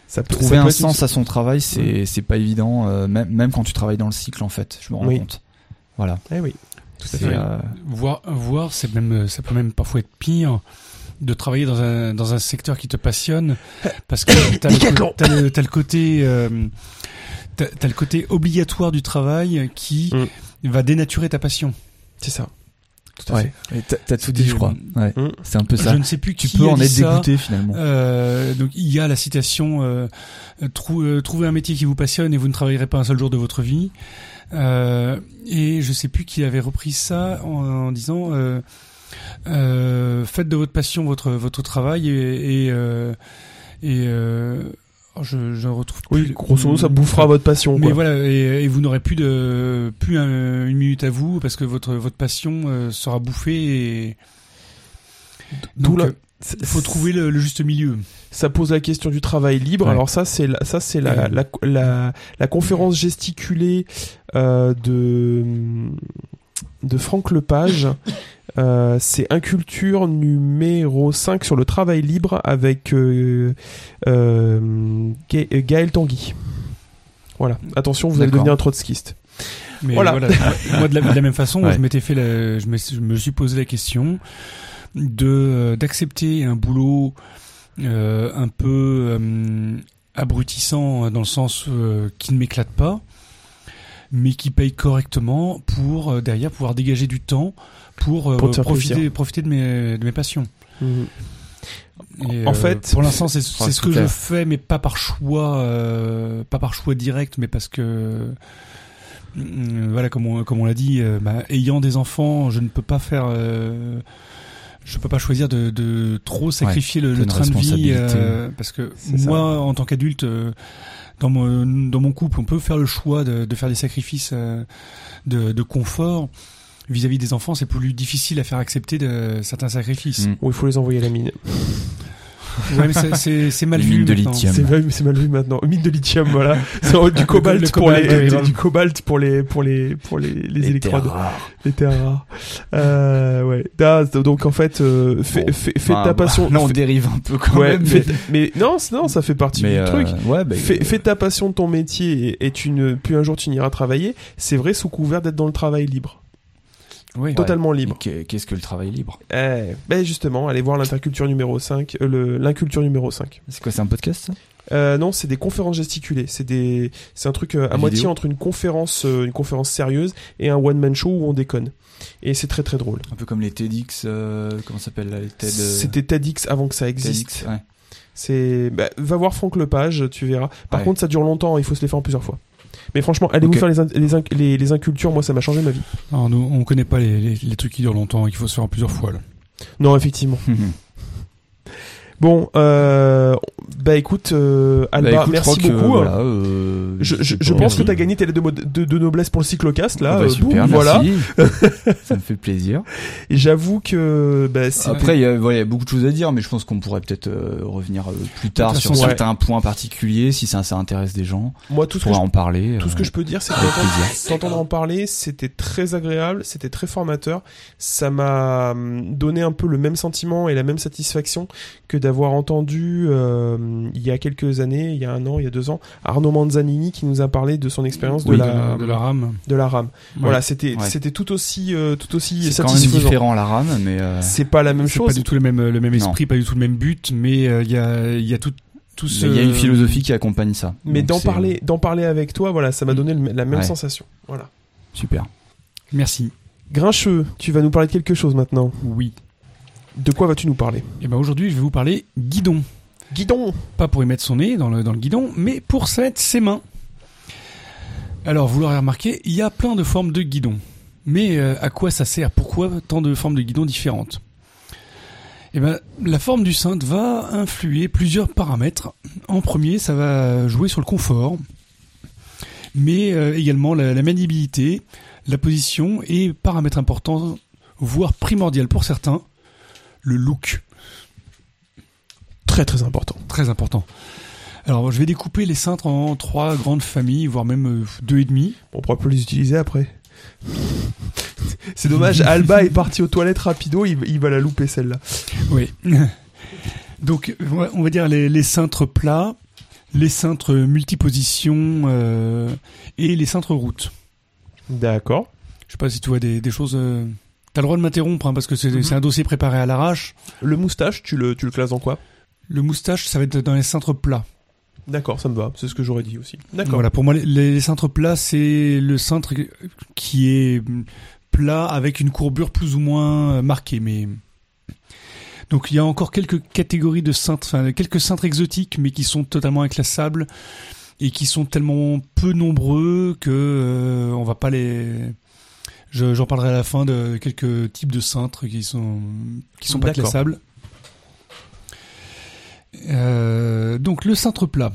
Speaker 3: Ça peut-
Speaker 5: trouver
Speaker 3: ça peut
Speaker 5: un
Speaker 3: être une-
Speaker 5: sens à son travail, c'est c'est pas évident, euh, même, même quand tu travailles dans le cycle, en fait, je me rends
Speaker 3: Oui.
Speaker 5: compte. Voilà.
Speaker 3: Eh oui. Tout à
Speaker 5: C'est,
Speaker 3: fait.
Speaker 5: euh,
Speaker 4: Voir, voir, c'est même, ça peut même parfois être pire de travailler dans un dans un secteur qui te passionne parce que t'as le, co-
Speaker 1: Décathlon.
Speaker 4: t'as le- t'as le côté euh, t'as t'as le côté obligatoire du travail qui
Speaker 5: Mm.
Speaker 4: va dénaturer ta passion.
Speaker 3: C'est ça. Tout à
Speaker 5: ouais.
Speaker 3: fait.
Speaker 5: Et t'as- T'as tout dit, je crois. Ouais.
Speaker 3: Hum.
Speaker 5: C'est un peu ça.
Speaker 4: Je ne sais plus
Speaker 5: Tu
Speaker 4: qui
Speaker 5: peux
Speaker 4: a
Speaker 5: en
Speaker 4: dit
Speaker 5: être
Speaker 4: ça.
Speaker 5: dégoûté finalement.
Speaker 4: Euh, donc il y a la citation euh, trou- euh, trouvez un métier qui vous passionne et vous ne travaillerez pas un seul jour de votre vie. Euh, et je sais plus qui avait repris ça en, en disant euh, euh, faites de votre passion votre votre travail et et, euh, et euh, oh, je je ne retrouve plus
Speaker 3: Oui,
Speaker 4: le-
Speaker 3: grosso modo, ça bouffera votre passion.
Speaker 4: mais
Speaker 3: quoi.
Speaker 4: voilà, et, et vous n'aurez plus de plus un- une minute à vous parce que votre votre passion euh, sera bouffée. Et...
Speaker 3: D'où
Speaker 4: Donc,
Speaker 3: la-
Speaker 4: euh,
Speaker 3: C'est-
Speaker 4: faut trouver le- le juste milieu.
Speaker 3: Ça pose la question du travail libre.
Speaker 5: Ouais.
Speaker 3: Alors ça, c'est la, ça c'est la,
Speaker 4: Et-
Speaker 3: la, la, la conférence gesticulée euh, de de Franck Lepage. Euh, c'est Inculture numéro 5 sur le travail libre avec euh, euh, Ga- euh, Gaël Tanguy. Voilà. Attention, vous allez
Speaker 5: D'accord.
Speaker 3: devenir un trotskiste.
Speaker 4: Mais
Speaker 3: Voilà.
Speaker 4: voilà. moi, de la, de la même façon,
Speaker 5: Ouais.
Speaker 4: je m'étais fait, la- je, me, je me suis posé la question de euh, d'accepter un boulot euh, un peu euh, abrutissant euh, dans le sens euh, qui ne m'éclate pas, mais qui paye correctement pour euh, derrière pouvoir dégager du temps pour, euh,
Speaker 3: Pour te faire
Speaker 4: profiter
Speaker 3: plaisir.
Speaker 4: profiter de mes de mes passions. Et, euh,
Speaker 3: En fait-
Speaker 4: pour l'instant, c'est c'est
Speaker 5: Ouais,
Speaker 4: ce
Speaker 5: tout
Speaker 4: que
Speaker 5: à
Speaker 4: je
Speaker 5: fait.
Speaker 4: fais, mais pas par choix, euh, pas par choix direct, mais parce que Mm, voilà, comme on, comme on l'a dit, euh, bah, ayant des enfants, je ne peux pas faire, euh, je peux pas choisir de, de trop sacrifier le,
Speaker 5: t'as
Speaker 4: le
Speaker 5: une
Speaker 4: train de vie,
Speaker 5: responsabilité.
Speaker 4: euh, parce que
Speaker 3: C'est ça.
Speaker 4: moi, en tant qu'adulte, euh, dans mon dans mon couple, on peut faire le choix de, de faire des sacrifices euh, de, de confort. Vis-à-vis des enfants, c'est plus difficile à faire accepter de certains sacrifices.
Speaker 5: Mm.
Speaker 3: Ou il faut les envoyer à la mine.
Speaker 4: Ouais, mais c'est- c'est c'est mal
Speaker 5: Les
Speaker 4: vu
Speaker 5: mines de
Speaker 4: maintenant.
Speaker 5: lithium.
Speaker 3: C'est mal, c'est mal vu maintenant. Mine de lithium, voilà. C'est en haut du cobalt,
Speaker 4: le
Speaker 3: pour les,
Speaker 4: cobalt, oui, grave.
Speaker 3: du cobalt pour les, pour les, pour les, les
Speaker 5: Les terres
Speaker 3: électrodes.
Speaker 5: rares.
Speaker 3: Les terres rares. Euh, ouais. Ah, donc en fait, euh, fais,
Speaker 5: Bon,
Speaker 3: fais, fais
Speaker 5: enfin,
Speaker 3: ta
Speaker 5: bah,
Speaker 3: passion.
Speaker 5: Là, on
Speaker 3: fais-
Speaker 5: dérive un peu quand
Speaker 3: ouais,
Speaker 5: même.
Speaker 3: fais-
Speaker 5: mais-
Speaker 3: mais... non, c'est- non, ça fait partie
Speaker 5: Mais
Speaker 3: du
Speaker 5: euh,
Speaker 3: truc.
Speaker 5: ouais, bah,
Speaker 3: Fais, fais ta passion de ton métier et, et tu ne, puis un jour tu n'iras travailler. C'est vrai sous couvert d'être dans le travail libre,
Speaker 4: Oui.
Speaker 3: totalement libre.
Speaker 5: Qu'est- Qu'est-ce que le travail libre
Speaker 3: Eh, ben justement, allez voir l'interculture numéro 5, euh, le- l'inculture numéro 5.
Speaker 5: C'est quoi, c'est un podcast ça
Speaker 3: Euh, non, c'est des conférences gesticulées. C'est des, c'est un truc euh, à
Speaker 5: Vidéo.
Speaker 3: moitié entre une conférence, euh, une conférence sérieuse et un one man show où on déconne. Et c'est très très drôle.
Speaker 5: Un peu comme les TEDx, euh, comment ça s'appelle là, les TED, euh,
Speaker 3: C'était TEDx avant que ça existe.
Speaker 5: TEDx, ouais.
Speaker 3: C'est, bah, va voir Franck Lepage, tu verras. Par
Speaker 5: Ouais.
Speaker 3: contre, ça dure longtemps, il faut se les faire en plusieurs fois. Mais franchement, allez-vous
Speaker 5: Ok.
Speaker 3: faire les, in- les, inc- les, les incultures, moi ça m'a changé ma vie.
Speaker 4: Non, nous, on connaît pas les, les, les trucs qui durent longtemps et qu'il faut se faire en plusieurs fois. Là.
Speaker 3: Non, effectivement. Bon, euh, bah écoute, euh, Alba,
Speaker 5: Bah, écoute, je
Speaker 3: merci
Speaker 5: crois que,
Speaker 3: beaucoup. hein.
Speaker 5: voilà, euh,
Speaker 3: Je, je,
Speaker 5: sais
Speaker 3: je
Speaker 5: pas,
Speaker 3: pense que
Speaker 5: euh,
Speaker 3: t'as gagné tes lettres de, mo- de, de noblesse pour le cyclocast, là.
Speaker 5: bah,
Speaker 3: euh,
Speaker 5: super,
Speaker 3: boum, voilà.
Speaker 5: merci. ça me fait plaisir.
Speaker 3: Et j'avoue que bah, c'est
Speaker 5: Après, il y, a- voilà, il y a beaucoup de choses à dire, mais je pense qu'on pourrait peut-être euh, revenir euh, plus tard
Speaker 4: toute
Speaker 5: sur
Speaker 3: façon, ouais.
Speaker 5: certains points particuliers, si ça, ça intéresse des gens.
Speaker 3: moi tout
Speaker 5: On
Speaker 3: ce que
Speaker 5: pourra
Speaker 3: je,
Speaker 5: en parler.
Speaker 3: tout ce
Speaker 5: euh,
Speaker 3: que je peux dire, c'est que
Speaker 5: avec
Speaker 3: t'entendre-
Speaker 5: plaisir.
Speaker 3: t'entendre en parler, c'était très agréable, c'était très formateur. Ça m'a hum, donné un peu le même sentiment et la même satisfaction que d'avoir entendu euh, il y a quelques années, il y a un an, il y a deux ans, Arnaud Manzanini qui nous a parlé de son expérience de,
Speaker 5: Oui,
Speaker 3: la,
Speaker 4: de la rame.
Speaker 3: de la RAM. Voilà, c'était
Speaker 5: Ouais.
Speaker 3: c'était tout aussi euh, tout aussi
Speaker 5: C'est quand même
Speaker 3: satisfaisant.
Speaker 5: différent la rame, mais euh,
Speaker 3: C'est pas la même
Speaker 4: C'est pas
Speaker 3: chose.
Speaker 4: du tout le même, le même
Speaker 5: Non.
Speaker 4: esprit, pas du tout le même but, mais euh, il y, a, il y a tout, tout ce.
Speaker 5: il y a une philosophie qui accompagne ça.
Speaker 3: Mais
Speaker 5: Donc
Speaker 3: d'en
Speaker 5: c'est- euh,
Speaker 3: parler d'en parler avec toi, voilà, ça m'a donné le- la même
Speaker 5: Ouais.
Speaker 3: sensation. Voilà.
Speaker 5: Super.
Speaker 4: Merci.
Speaker 3: Grincheux, tu vas nous parler de quelque chose maintenant.
Speaker 4: Oui.
Speaker 3: De quoi vas-tu nous parler
Speaker 4: Et ben aujourd'hui, je vais vous parler guidon.
Speaker 3: Guidon
Speaker 4: Pas pour y mettre son nez dans le, dans le guidon, mais pour se mettre ses mains. Alors, vous l'aurez remarqué, il y a plein de formes de guidon. Mais euh, à quoi ça sert Pourquoi tant de formes de guidon différentes Eh ben, la forme du cintre va influer plusieurs paramètres. En premier, ça va jouer sur le confort, mais euh, également la, la maniabilité, la position et paramètre important, voire primordial pour certains, le look
Speaker 3: Très très important.
Speaker 4: très important. Alors, je vais découper les cintres en trois grandes familles, voire même euh, deux et demi.
Speaker 3: On pourra plus les utiliser après. C'est dommage, Alba est parti aux toilettes rapido, il, il va la louper celle-là.
Speaker 4: Oui. Donc, ouais, on va dire les, les cintres plats, les cintres multipositions euh, et les cintres routes.
Speaker 3: D'accord.
Speaker 4: Je sais pas si tu vois des, des choses. euh, T'as le droit de m'interrompre hein, parce que c'est c'est un dossier préparé à l'arrache.
Speaker 3: Le moustache, tu le, tu le classes dans quoi
Speaker 4: Le moustache, ça va être dans les cintres plats.
Speaker 3: D'accord, ça me va, c'est ce que j'aurais dit aussi. D'accord.
Speaker 4: Voilà, pour moi, les, les cintres plats, c'est le cintre qui est plat avec une courbure plus ou moins marquée. Mais donc, il y a encore quelques catégories de cintres, enfin quelques cintres exotiques, mais qui sont totalement inclassables et qui sont tellement peu nombreux que euh, on va pas les. Je- J'en parlerai à la fin de quelques types de cintres qui sont qui sont pas
Speaker 3: D'accord.
Speaker 4: classables. Euh, donc le cintre plat.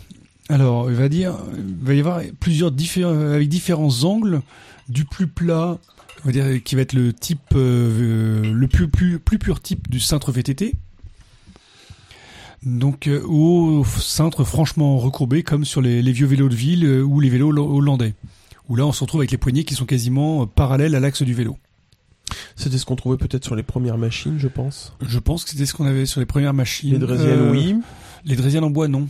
Speaker 4: Alors, il va dire, il va y avoir plusieurs différents, avec différents angles, du plus plat, on va dire, qui va être le type, euh, le plus, plus, plus pur type du cintre VTT. Donc, euh, au cintre franchement recourbé, comme sur les, les vieux vélos de ville euh, ou les vélos lo- hollandais. Où là, on se retrouve avec les poignées qui sont quasiment euh, parallèles à l'axe du vélo.
Speaker 3: C'était ce qu'on trouvait peut-être sur les premières machines, je pense.
Speaker 4: Je pense que c'était ce qu'on avait sur les premières machines.
Speaker 3: Les draisiennes,
Speaker 4: Euh,
Speaker 3: oui.
Speaker 4: Les draisiennes en bois, non.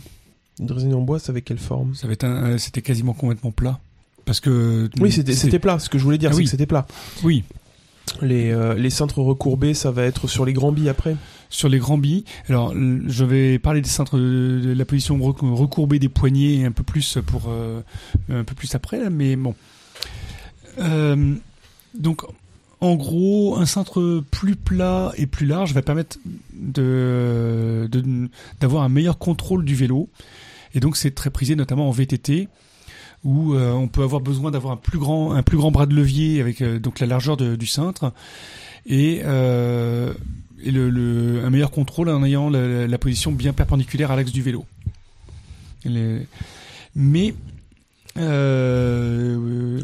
Speaker 3: Les draisiennes en bois, ça avait quelle forme
Speaker 4: Ça avait un- euh, c'était quasiment complètement plat. Parce que.
Speaker 3: Oui, c'était c'était plat. Ce que je voulais dire,
Speaker 4: Ah
Speaker 3: c'est
Speaker 4: oui.
Speaker 3: que c'était plat.
Speaker 4: Oui.
Speaker 3: Les, euh, les cintres recourbés, ça va être sur les grands billes après.
Speaker 4: Sur les grands billes. Alors, l- je vais parler des cintres de, de la position recou- recourbée des poignets un peu plus pour euh, un peu plus après, là, mais bon. Euh, donc, en gros, un cintre plus plat et plus large va permettre de de- d'avoir un meilleur contrôle du vélo. Et donc, c'est très prisé, notamment en VTT, où euh, on peut avoir besoin d'avoir un plus grand un plus grand bras de levier avec euh, donc la largeur de- du cintre et euh, et le, le- un meilleur contrôle en ayant la, la position bien perpendiculaire à l'axe du vélo. Les- mais euh,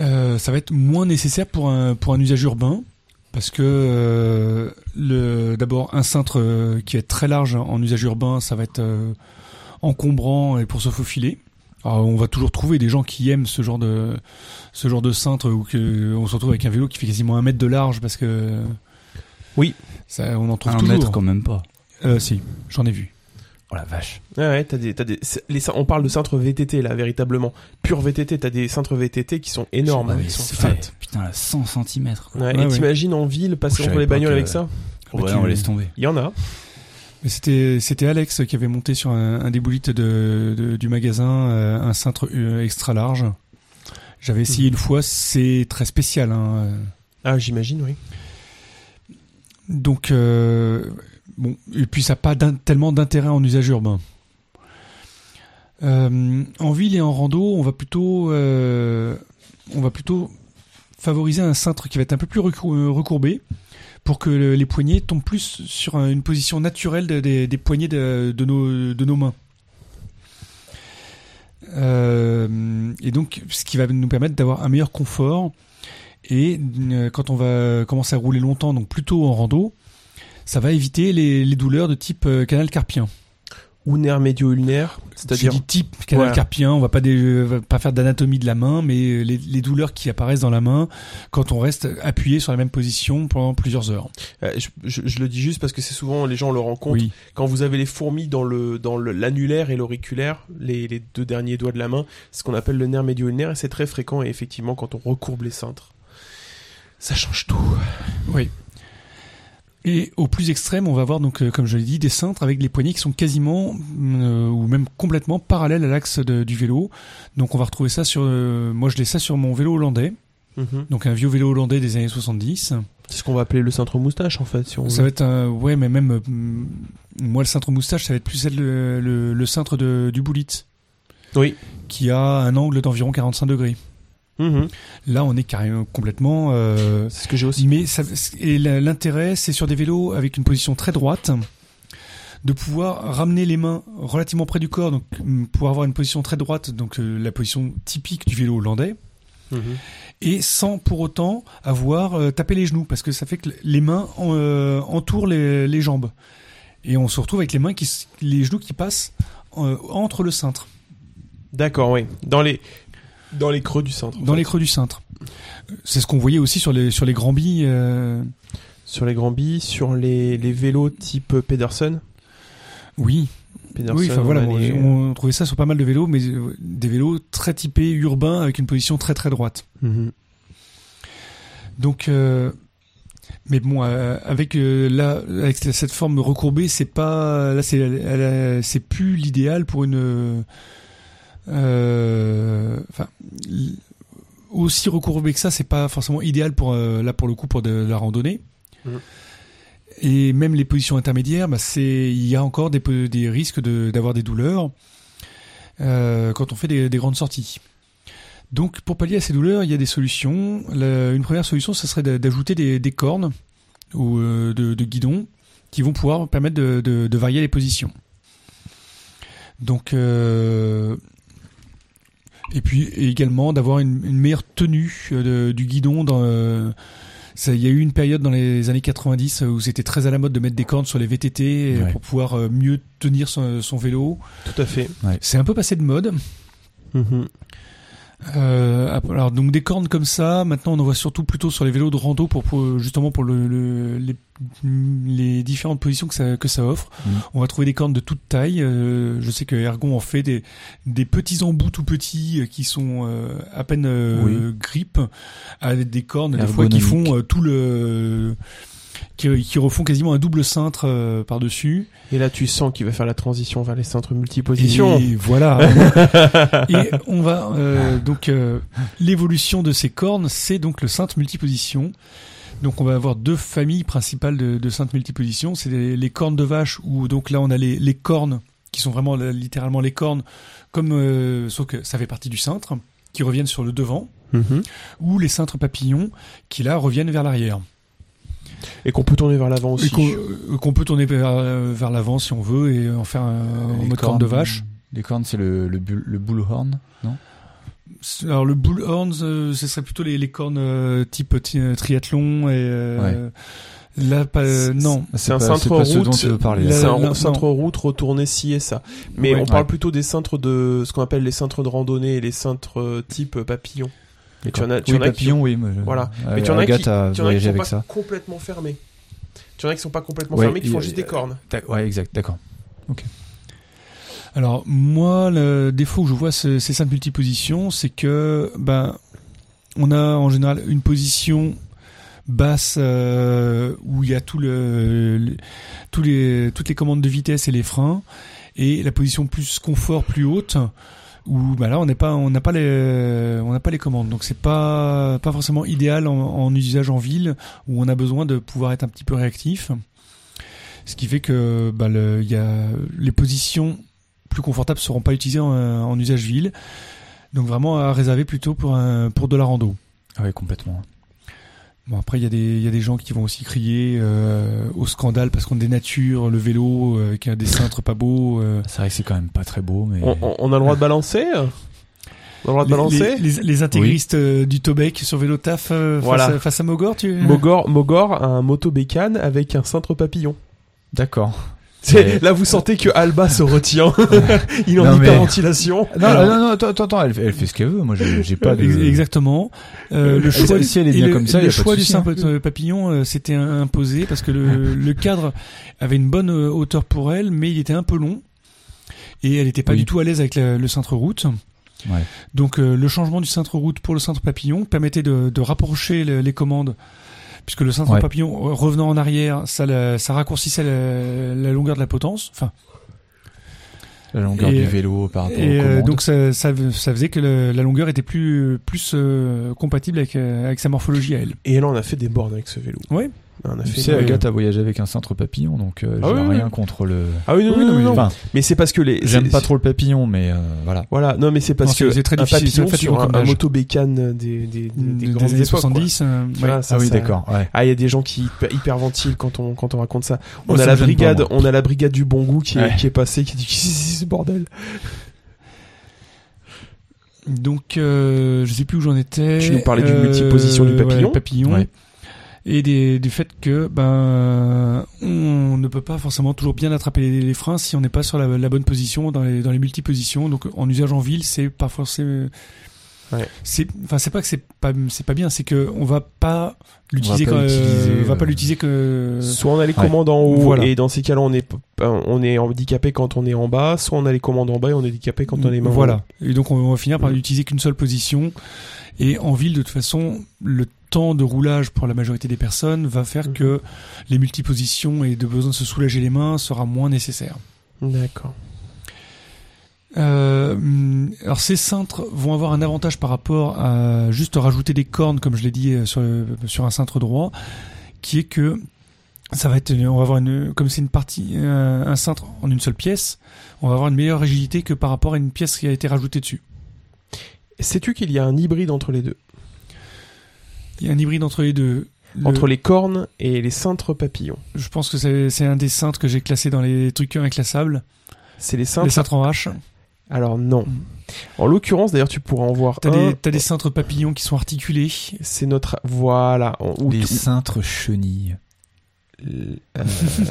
Speaker 4: euh, ça va être moins nécessaire pour un, pour un usage urbain parce que euh, le d'abord un cintre euh, qui est très large en usage urbain, ça va être euh, encombrant et pour se faufiler. Alors, on va toujours trouver des gens qui aiment ce genre de ce genre de cintre où que, on se retrouve avec un vélo qui fait quasiment un mètre de large parce que
Speaker 3: Oui.
Speaker 4: ça, on en trouve
Speaker 5: Un
Speaker 4: toujours.
Speaker 5: mètre quand même pas.
Speaker 4: Euh, si, j'en ai vu.
Speaker 5: Oh la vache.
Speaker 3: Ah Ouais, ouais, t'as des, t'as des, c'est- les, cin- on parle de cintres VTT là, véritablement. Pur VTT, t'as des cintres VTT qui sont énormes.
Speaker 5: Ah oui,
Speaker 3: hein, ils sont
Speaker 5: c'est-
Speaker 3: fat.
Speaker 5: Putain, la 100 cm. Quoi.
Speaker 3: Ouais,
Speaker 4: Ouais,
Speaker 3: et
Speaker 4: ouais.
Speaker 3: t'imagines en ville
Speaker 5: Je
Speaker 3: passer entre les
Speaker 5: savais pas
Speaker 3: bagnoles
Speaker 5: que-
Speaker 3: avec ça
Speaker 5: Oh, bah
Speaker 4: tu-
Speaker 5: non, laisse tomber.
Speaker 3: Il y en a.
Speaker 4: Mais c'était c'était Alex qui avait monté sur un, un des bullets de, de- du magasin euh, un cintre euh, extra large. J'avais essayé une fois, c'est très spécial. Hein. euh.
Speaker 3: Ah, j'imagine, oui.
Speaker 4: Donc euh, bon, et puis ça n'a pas d'in- tellement d'intérêt en usage urbain. Euh, en ville et en rando, on va plutôt euh, on va plutôt favoriser un cintre qui va être un peu plus recou- euh, recourbé pour que le- les poignets tombent plus sur un- une position naturelle de- des, des poignets de, de nos, de nos mains. Euh, et donc, ce qui va nous permettre d'avoir un meilleur confort. Et euh, quand on va commencer à rouler longtemps, donc plutôt en rando, ça va éviter les, les douleurs de type euh, canal carpien.
Speaker 3: Ou nerf médio-ulnaire,
Speaker 4: Je
Speaker 3: c'est-à-dire.
Speaker 4: dis type canal
Speaker 3: Ouais.
Speaker 4: carpien, on va pas, dé- euh, va pas faire d'anatomie de la main, mais euh, les, les douleurs qui apparaissent dans la main quand on reste appuyé sur la même position pendant plusieurs heures.
Speaker 3: Euh, Je, je- je le dis juste parce que c'est souvent les gens le rencontrent.
Speaker 4: Oui.
Speaker 3: Quand vous avez les fourmis dans le dans le- l'annulaire et l'auriculaire, les, les deux derniers doigts de la main, c'est ce qu'on appelle le nerf médio-ulnaire et c'est très fréquent. Et effectivement, quand on recourbe les cintres, ça change tout.
Speaker 4: Oui. Et au plus extrême, on va avoir donc, euh, comme je l'ai dit, des cintres avec les poignées qui sont quasiment euh, ou même complètement parallèles à l'axe de- du vélo. Donc on va retrouver ça sur, euh, moi je l'ai ça sur mon vélo hollandais,
Speaker 3: Mhm.
Speaker 4: donc un vieux vélo hollandais des années 70.
Speaker 3: C'est ce qu'on va appeler le cintre moustache en fait, si on
Speaker 4: Ça
Speaker 3: veut.
Speaker 4: va être un, ouais, mais même euh, mm, moi le cintre moustache, ça va être plus celle, le, le, le cintre de, du bullet
Speaker 3: Oui.
Speaker 4: qui a un angle d'environ 45 degrés.
Speaker 3: Mhm.
Speaker 4: Là, on est carrément complètement euh,
Speaker 3: C'est ce que j'ai aussi.
Speaker 4: Mais ça, et la- l'intérêt, c'est sur des vélos avec une position très droite, de pouvoir ramener les mains relativement près du corps, donc hum, pour avoir une position très droite, donc euh, la position typique du vélo hollandais,
Speaker 3: Mhm.
Speaker 4: et sans pour autant avoir euh, tapé les genoux, parce que ça fait que les mains en- euh, entourent les, les jambes, et on se retrouve avec les mains qui, s- les genoux qui passent euh, entre le cintre.
Speaker 3: D'accord, oui. Dans les dans les creux du cintre. en
Speaker 4: Dans
Speaker 3: fait.
Speaker 4: les creux du cintre. C'est ce qu'on voyait aussi sur les, sur les grands billes. euh,
Speaker 3: sur les grands billes, sur les, les vélos type Pedersen.
Speaker 4: oui,
Speaker 3: Pedersen,
Speaker 4: oui, enfin voilà,
Speaker 3: on a les-
Speaker 4: on, on trouvait ça sur pas mal de vélos, mais euh, des vélos très typés urbains avec une position très très droite.
Speaker 3: Mhm.
Speaker 4: Donc, euh, mais bon, euh, avec euh, là, avec cette forme recourbée, c'est pas là, c'est elle a- c'est plus l'idéal pour une. euh, euh, Enfin, l- aussi recourbé que ça, c'est pas forcément idéal pour euh, là pour le coup pour de, la randonnée.
Speaker 3: Mhm.
Speaker 4: Et même les positions intermédiaires, bah, c'est il y a encore des, peu- des risques de- d'avoir des douleurs euh, quand on fait des, des grandes sorties. Donc pour pallier à ces douleurs, il y a des solutions. La- une première solution, ce serait d'a- d'ajouter des, des cornes ou euh, de, de guidons qui vont pouvoir permettre de, de- de varier les positions. Donc euh, et puis également d'avoir une, une meilleure tenue euh, de- du guidon dans euh, ça, il y a eu une période dans les années 90 où c'était très à la mode de mettre des cornes sur les VTT euh,
Speaker 5: Ouais.
Speaker 4: pour pouvoir euh, mieux tenir son, son vélo.
Speaker 3: Tout à fait.
Speaker 4: C'est un peu passé de mode.
Speaker 3: Mhm.
Speaker 4: Euh, alors donc des cornes comme ça. Maintenant on en voit surtout plutôt sur les vélos de rando pour, pour- justement pour le, le- les, les différentes positions que ça que ça offre.
Speaker 5: Mhm.
Speaker 4: On va trouver des cornes de toute taille. Euh, je sais que Ergon en fait des des petits embouts tout petits euh, qui sont euh, à peine euh,
Speaker 5: Oui.
Speaker 4: grippes avec des cornes des fois qui font euh, tout le qui, qui refont quasiment un double cintre euh, par dessus.
Speaker 3: Et là, tu sens qu'il va faire la transition vers les centres multipositions.
Speaker 4: Et voilà. et on va euh, donc euh, l'évolution de ces cornes, c'est donc le cintre multiposition. Donc on va avoir deux familles principales de, de cintres multiposition, c'est les, les cornes de vache où donc là on a les, les cornes qui sont vraiment là, littéralement les cornes, comme euh, sauf que ça fait partie du cintre qui reviennent sur le devant,
Speaker 3: Mhm.
Speaker 4: ou les cintres papillons qui là reviennent vers l'arrière.
Speaker 3: Et qu'on peut tourner vers l'avant
Speaker 4: Et
Speaker 3: aussi.
Speaker 4: qu'on euh, qu'on peut tourner vers, vers l'avant si on veut et en faire un, en
Speaker 5: Les
Speaker 4: mode corne de vache.
Speaker 5: Les cornes, c'est le, le, bull- le bullhorn, non
Speaker 4: Alors le bullhorn, euh, ce serait plutôt les, les cornes euh, type ti- euh, triathlon et euh, là pas euh, non.
Speaker 3: C'est un
Speaker 5: pas-
Speaker 3: cintre
Speaker 5: c'est pas ce
Speaker 3: route.
Speaker 5: dont tu veux parler.
Speaker 4: là.
Speaker 3: C'est
Speaker 4: Non,
Speaker 3: un
Speaker 4: non.
Speaker 3: cintre route retourné ci et ça. Mais
Speaker 4: Ouais.
Speaker 3: on parle
Speaker 5: Ouais.
Speaker 3: plutôt des cintres de ce qu'on appelle les cintres de randonnée et les cintres euh, type papillon. Mais tu en as, tu
Speaker 5: oui,
Speaker 3: en as qui-
Speaker 5: papillon, oui. moi, je-
Speaker 3: Voilà.
Speaker 5: Euh,
Speaker 3: Mais tu en as qui,
Speaker 5: Agathe
Speaker 3: tu en
Speaker 5: a
Speaker 3: as qui
Speaker 5: voyagé
Speaker 3: sont
Speaker 5: avec
Speaker 3: pas
Speaker 5: ça.
Speaker 3: complètement fermés. Tu en as qui sont pas complètement
Speaker 5: Ouais,
Speaker 3: fermés, qui
Speaker 5: il y
Speaker 3: font
Speaker 5: a-
Speaker 3: juste des cornes.
Speaker 5: D'ac- Ouais, exact, d'accord.
Speaker 4: Alors moi le défaut que je vois ce- ces cinq multipositions, c'est que ben on a en général une position basse euh, où il y a tout le, le- tous les toutes les commandes de vitesse et les freins et la position plus confort plus haute où bah là on n'est pas on n'a pas les on n'a pas les commandes donc c'est pas pas forcément idéal en, en usage en ville où on a besoin de pouvoir être un petit peu réactif ce qui fait que bah le il y a les positions plus confortables seront pas utilisées en, euh, en usage ville donc vraiment à réserver plutôt pour un pour de la rando
Speaker 5: Ah ouais, complètement.
Speaker 4: Bon après il y a des il y a des gens qui vont aussi crier euh, au scandale parce qu'on dénature le vélo euh, qui a des cintres pas beaux. euh.
Speaker 5: C'est vrai que c'est quand même pas très beau, mais.
Speaker 3: On, on- on a le droit de balancer On a le droit de balancer
Speaker 4: les, les, les intégristes euh, du Tobec sur vélo taf euh,
Speaker 3: Voilà.
Speaker 4: face, à, face à Mogor tu
Speaker 3: Mogor, Mogor a un motobécane avec un cintre papillon.
Speaker 5: D'accord.
Speaker 3: C'est-
Speaker 5: Ouais.
Speaker 3: Là, vous sentez que Alba se retient. Il en
Speaker 5: Non,
Speaker 3: dit
Speaker 5: mais-
Speaker 3: pas ventilation.
Speaker 5: Non, non, non, attends, attends, attends, elle, fait- elle fait ce qu'elle veut. Moi, j'ai j'ai pas de.
Speaker 4: Ex- Exactement. Euh, le
Speaker 5: Elle-
Speaker 4: choix,
Speaker 5: si elle est
Speaker 4: et
Speaker 5: bien
Speaker 4: le-
Speaker 5: comme ça,
Speaker 4: le
Speaker 5: y a pas de
Speaker 4: choix
Speaker 5: souci,
Speaker 4: du
Speaker 5: hein.
Speaker 4: simple euh, papillon, euh, c'était un- imposé parce que le, le cadre avait une bonne euh, hauteur pour elle, mais il était un peu long et elle n'était pas
Speaker 5: Oui.
Speaker 4: du tout à l'aise avec la- le cintre route.
Speaker 5: Ouais.
Speaker 4: Donc euh, le changement du cintre route pour le cintre papillon permettait de, de rapprocher le- les commandes. Puisque le cintre
Speaker 5: Ouais.
Speaker 4: papillon re- revenant en arrière, ça, la- ça raccourcissait la, la longueur de la potence, enfin
Speaker 5: La longueur
Speaker 4: Et-
Speaker 5: du vélo par rapport
Speaker 4: et
Speaker 5: aux
Speaker 4: euh,
Speaker 5: commandes.
Speaker 4: donc ça, ça, ça faisait que le- la longueur était plus plus euh, compatible avec, euh, avec sa morphologie à elle.
Speaker 3: Et là, on a fait des bornes avec ce vélo.
Speaker 4: Ouais.
Speaker 3: On a
Speaker 5: Tu
Speaker 3: fait
Speaker 5: sais,
Speaker 3: des-
Speaker 5: Agathe a voyagé avec un cintre papillon, donc euh,
Speaker 3: Ah
Speaker 5: j'ai
Speaker 3: oui, oui.
Speaker 5: rien contre le.
Speaker 3: Ah oui, non,
Speaker 5: Oui,
Speaker 3: non,
Speaker 5: non,
Speaker 3: non, non.
Speaker 5: enfin,
Speaker 3: Mais c'est parce que les.
Speaker 5: j'aime
Speaker 3: c'est-
Speaker 5: pas trop le papillon, mais euh, voilà.
Speaker 3: Voilà, non, mais c'est parce
Speaker 4: Non, c'est-
Speaker 3: que
Speaker 4: c'est très
Speaker 3: un
Speaker 4: difficile,
Speaker 3: papillon
Speaker 4: c'est fatigant
Speaker 3: sur un,
Speaker 4: comme
Speaker 3: un
Speaker 4: âge.
Speaker 3: motobécane des, des, des, des
Speaker 5: Mm,
Speaker 4: Des
Speaker 3: grandes
Speaker 4: années
Speaker 3: époques, quoi.
Speaker 4: 70. euh,
Speaker 3: Tu
Speaker 4: ouais.
Speaker 3: vois, ça,
Speaker 5: ah oui,
Speaker 3: ça-
Speaker 5: d'accord. Ouais.
Speaker 3: Ah, il y a des gens qui hyper- hyperventilent quand on quand on raconte ça. On
Speaker 5: Moi,
Speaker 3: a
Speaker 5: ça
Speaker 3: la
Speaker 5: me gêne pas,
Speaker 3: brigade,
Speaker 5: moi.
Speaker 3: on a la brigade du bon goût qui est,
Speaker 5: Ouais.
Speaker 3: qui est passée, qui dit qu'est-ce que c'est ce bordel.
Speaker 4: Donc euh, je sais plus où j'en étais.
Speaker 3: Tu nous parlais du multiposition du papillon.
Speaker 4: voilà, papillon.
Speaker 5: Ouais.
Speaker 4: Et des, du fait que ben on ne peut pas forcément toujours bien attraper les, les freins si on n'est pas sur la, la bonne position dans les dans les multipositions. Donc en usage en ville, c'est pas forcément.
Speaker 3: Ouais.
Speaker 4: C'est enfin c'est pas que c'est pas c'est pas bien, c'est que on va pas l'utiliser
Speaker 5: pas
Speaker 4: quand-
Speaker 5: l'utiliser,
Speaker 4: euh, va pas
Speaker 5: euh,
Speaker 4: l'utiliser que
Speaker 3: Soit on a les
Speaker 5: Ouais.
Speaker 3: commandes en haut
Speaker 4: Voilà.
Speaker 3: et dans ces cas-là on est p- euh, on est handicapé quand on est en bas, soit on a les commandes en bas et on est handicapé quand on est main.
Speaker 4: Voilà. Et donc on va finir par
Speaker 3: Mm.
Speaker 4: n'utiliser qu'une seule position. Et en ville, de toute façon, le temps de roulage pour la majorité des personnes va faire
Speaker 3: Mhm.
Speaker 4: que les multipositions et de besoin de se soulager les mains sera moins nécessaire.
Speaker 3: D'accord.
Speaker 4: Euh, hum, alors ces cintres vont avoir un avantage par rapport à juste rajouter des cornes, comme je l'ai dit euh, sur, le- sur un cintre droit, qui est que ça va être, on va avoir une, comme c'est une partie, euh, un cintre en une seule pièce, on va avoir une meilleure rigidité que par rapport à une pièce qui a été rajoutée dessus.
Speaker 3: Sais-tu qu'il y a un hybride entre les deux,
Speaker 4: Il y a un hybride entre les deux. Le-
Speaker 3: entre les cornes et les cintres papillons
Speaker 4: Je pense que c'est c'est un des cintres que j'ai classé dans les trucs inclassables.
Speaker 3: C'est les
Speaker 4: Les
Speaker 3: cintres.
Speaker 4: cintres en H.
Speaker 3: Alors non.
Speaker 4: Mm.
Speaker 3: En l'occurrence, d'ailleurs, tu pourras en voir
Speaker 4: T'as
Speaker 8: Oh.
Speaker 3: un.
Speaker 4: des, t'as des cintres papillons qui sont articulés.
Speaker 3: C'est notre voilà. on- ou-
Speaker 5: Les
Speaker 3: ou-
Speaker 5: cintres chenilles.
Speaker 3: euh,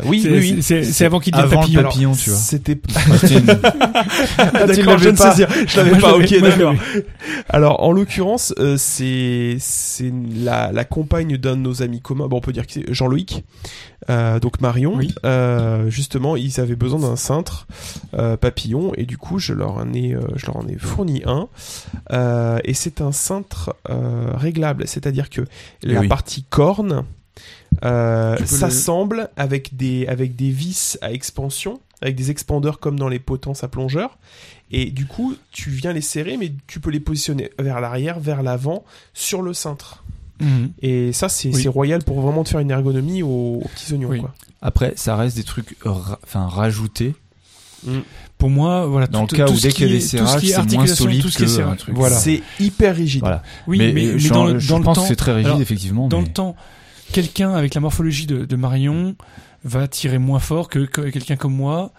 Speaker 3: oui,
Speaker 4: C'est-
Speaker 3: oui, oui.
Speaker 4: c'est- c'est- C'est avant qu'il devienne
Speaker 8: avant le
Speaker 4: papillon.
Speaker 8: papillon, tu vois.
Speaker 3: C'était
Speaker 8: C'était une-
Speaker 3: Ah,
Speaker 4: tu
Speaker 3: d'accord,
Speaker 4: l'avais
Speaker 3: je ne
Speaker 4: pas.
Speaker 3: saisir. Je l'avais
Speaker 4: Moi,
Speaker 3: pas.
Speaker 4: je
Speaker 3: Ok,
Speaker 4: l'avais- moi, je
Speaker 3: d'accord. Alors, en l'occurrence, euh, c'est c'est la, la compagne d'un de nos amis communs. Bon, on peut dire que c'est Jean-Loïc. Euh, donc Marion,
Speaker 4: Oui.
Speaker 3: Euh, justement, ils avaient besoin d'un cintre euh, papillon et du coup, je leur en ai, euh, je leur en ai fourni un. Euh, et c'est un cintre euh, réglable, c'est-à-dire que la
Speaker 5: oui.
Speaker 3: partie corne euh,
Speaker 4: Tu peux
Speaker 3: s'assemble avec des avec des vis à expansion, avec des expandeurs comme dans les potences à plongeur. Et du coup, tu viens les serrer, mais tu peux les positionner vers l'arrière, vers l'avant, sur le cintre.
Speaker 4: Mhm.
Speaker 3: Et ça, c'est
Speaker 4: Oui.
Speaker 3: c'est royal pour vraiment te faire une ergonomie aux, aux petits oignons.
Speaker 4: Oui.
Speaker 3: Quoi.
Speaker 8: Après, ça reste des trucs ra- enfin, rajoutés.
Speaker 4: Pour moi, voilà.
Speaker 8: Dans
Speaker 4: tout,
Speaker 8: le cas
Speaker 4: tout
Speaker 8: où
Speaker 4: ce
Speaker 8: dès
Speaker 4: qui
Speaker 8: qu'il y a
Speaker 4: est-
Speaker 8: des
Speaker 4: tout ce qui est
Speaker 8: serrages, c'est moins
Speaker 4: articulation,
Speaker 8: solide
Speaker 4: tout ce qui est
Speaker 8: que
Speaker 4: serrage.
Speaker 8: un truc.
Speaker 4: Voilà.
Speaker 3: C'est hyper rigide.
Speaker 8: Voilà.
Speaker 4: Oui, mais,
Speaker 5: euh,
Speaker 4: mais
Speaker 8: je,
Speaker 4: dans le,
Speaker 8: je
Speaker 4: dans le
Speaker 8: pense
Speaker 4: temps,
Speaker 8: que c'est très rigide,
Speaker 4: alors,
Speaker 8: effectivement.
Speaker 4: dans
Speaker 8: mais-
Speaker 4: le temps, quelqu'un avec la morphologie de, de Marion va tirer moins fort que, que quelqu'un comme moi.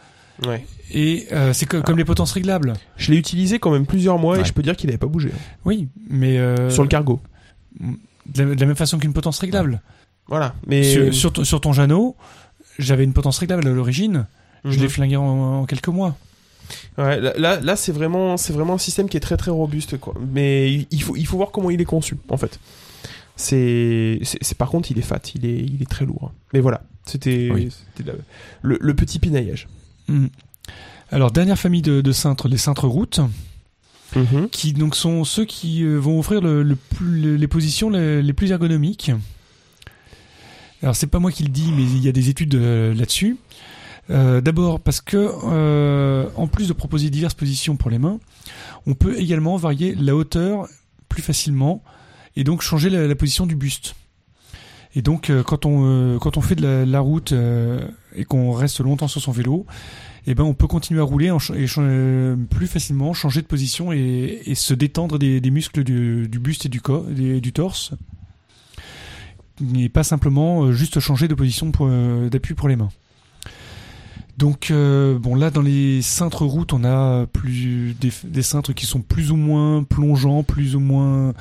Speaker 3: Ouais.
Speaker 4: Et euh, c'est co-
Speaker 8: Ah.
Speaker 4: comme les potences réglables.
Speaker 3: Je l'ai utilisé quand même plusieurs mois et
Speaker 8: Ouais.
Speaker 3: je peux dire qu'il n'avait pas bougé hein,
Speaker 4: Oui, mais euh,
Speaker 3: sur le cargo.
Speaker 4: de, la, de la même façon qu'une potence réglable.
Speaker 3: Voilà. Mais euh,
Speaker 4: Sur, sur, ton- sur ton Jeannot, j'avais une potence réglable à l'origine. Je
Speaker 3: Mhm.
Speaker 4: l'ai flingué en, en quelques mois.
Speaker 3: Ouais, là, là, là, c'est vraiment, c'est vraiment un système qui est très très robuste, quoi. Mais il- il faut, il faut voir comment il est conçu, en fait. C'est, c'est, c'est- par contre, il est fat, il est, il est très lourd. Mais voilà, c'était,
Speaker 8: Oui.
Speaker 3: c'était la- le, le petit pinaillage.
Speaker 4: Mhm. Alors, dernière famille de, de cintres, les cintres routes,
Speaker 8: Mhm.
Speaker 3: Mhm.
Speaker 4: qui donc sont ceux qui euh, vont offrir le, le plus- le- les positions les, les plus ergonomiques. Alors, c'est pas moi qui le dis, mais il y a des études euh, là-dessus. Euh, D'abord parce que, euh, en plus de proposer diverses positions pour les mains, on peut également varier la hauteur plus facilement et donc changer la, la position du buste. Et donc, euh, quand, on, euh, quand on fait de la, la route euh, et qu'on reste longtemps sur son vélo, eh ben, on peut continuer à rouler en cha- et cha- euh, plus facilement, changer de position et, et se détendre des, des muscles du, du buste et du, corps, des- du torse. Et pas simplement euh, juste changer de position pour, euh, d'appui pour les mains. Donc, euh, bon, là, dans les cintres routes, on a plus des, des cintres qui sont plus ou moins plongeants, plus ou moins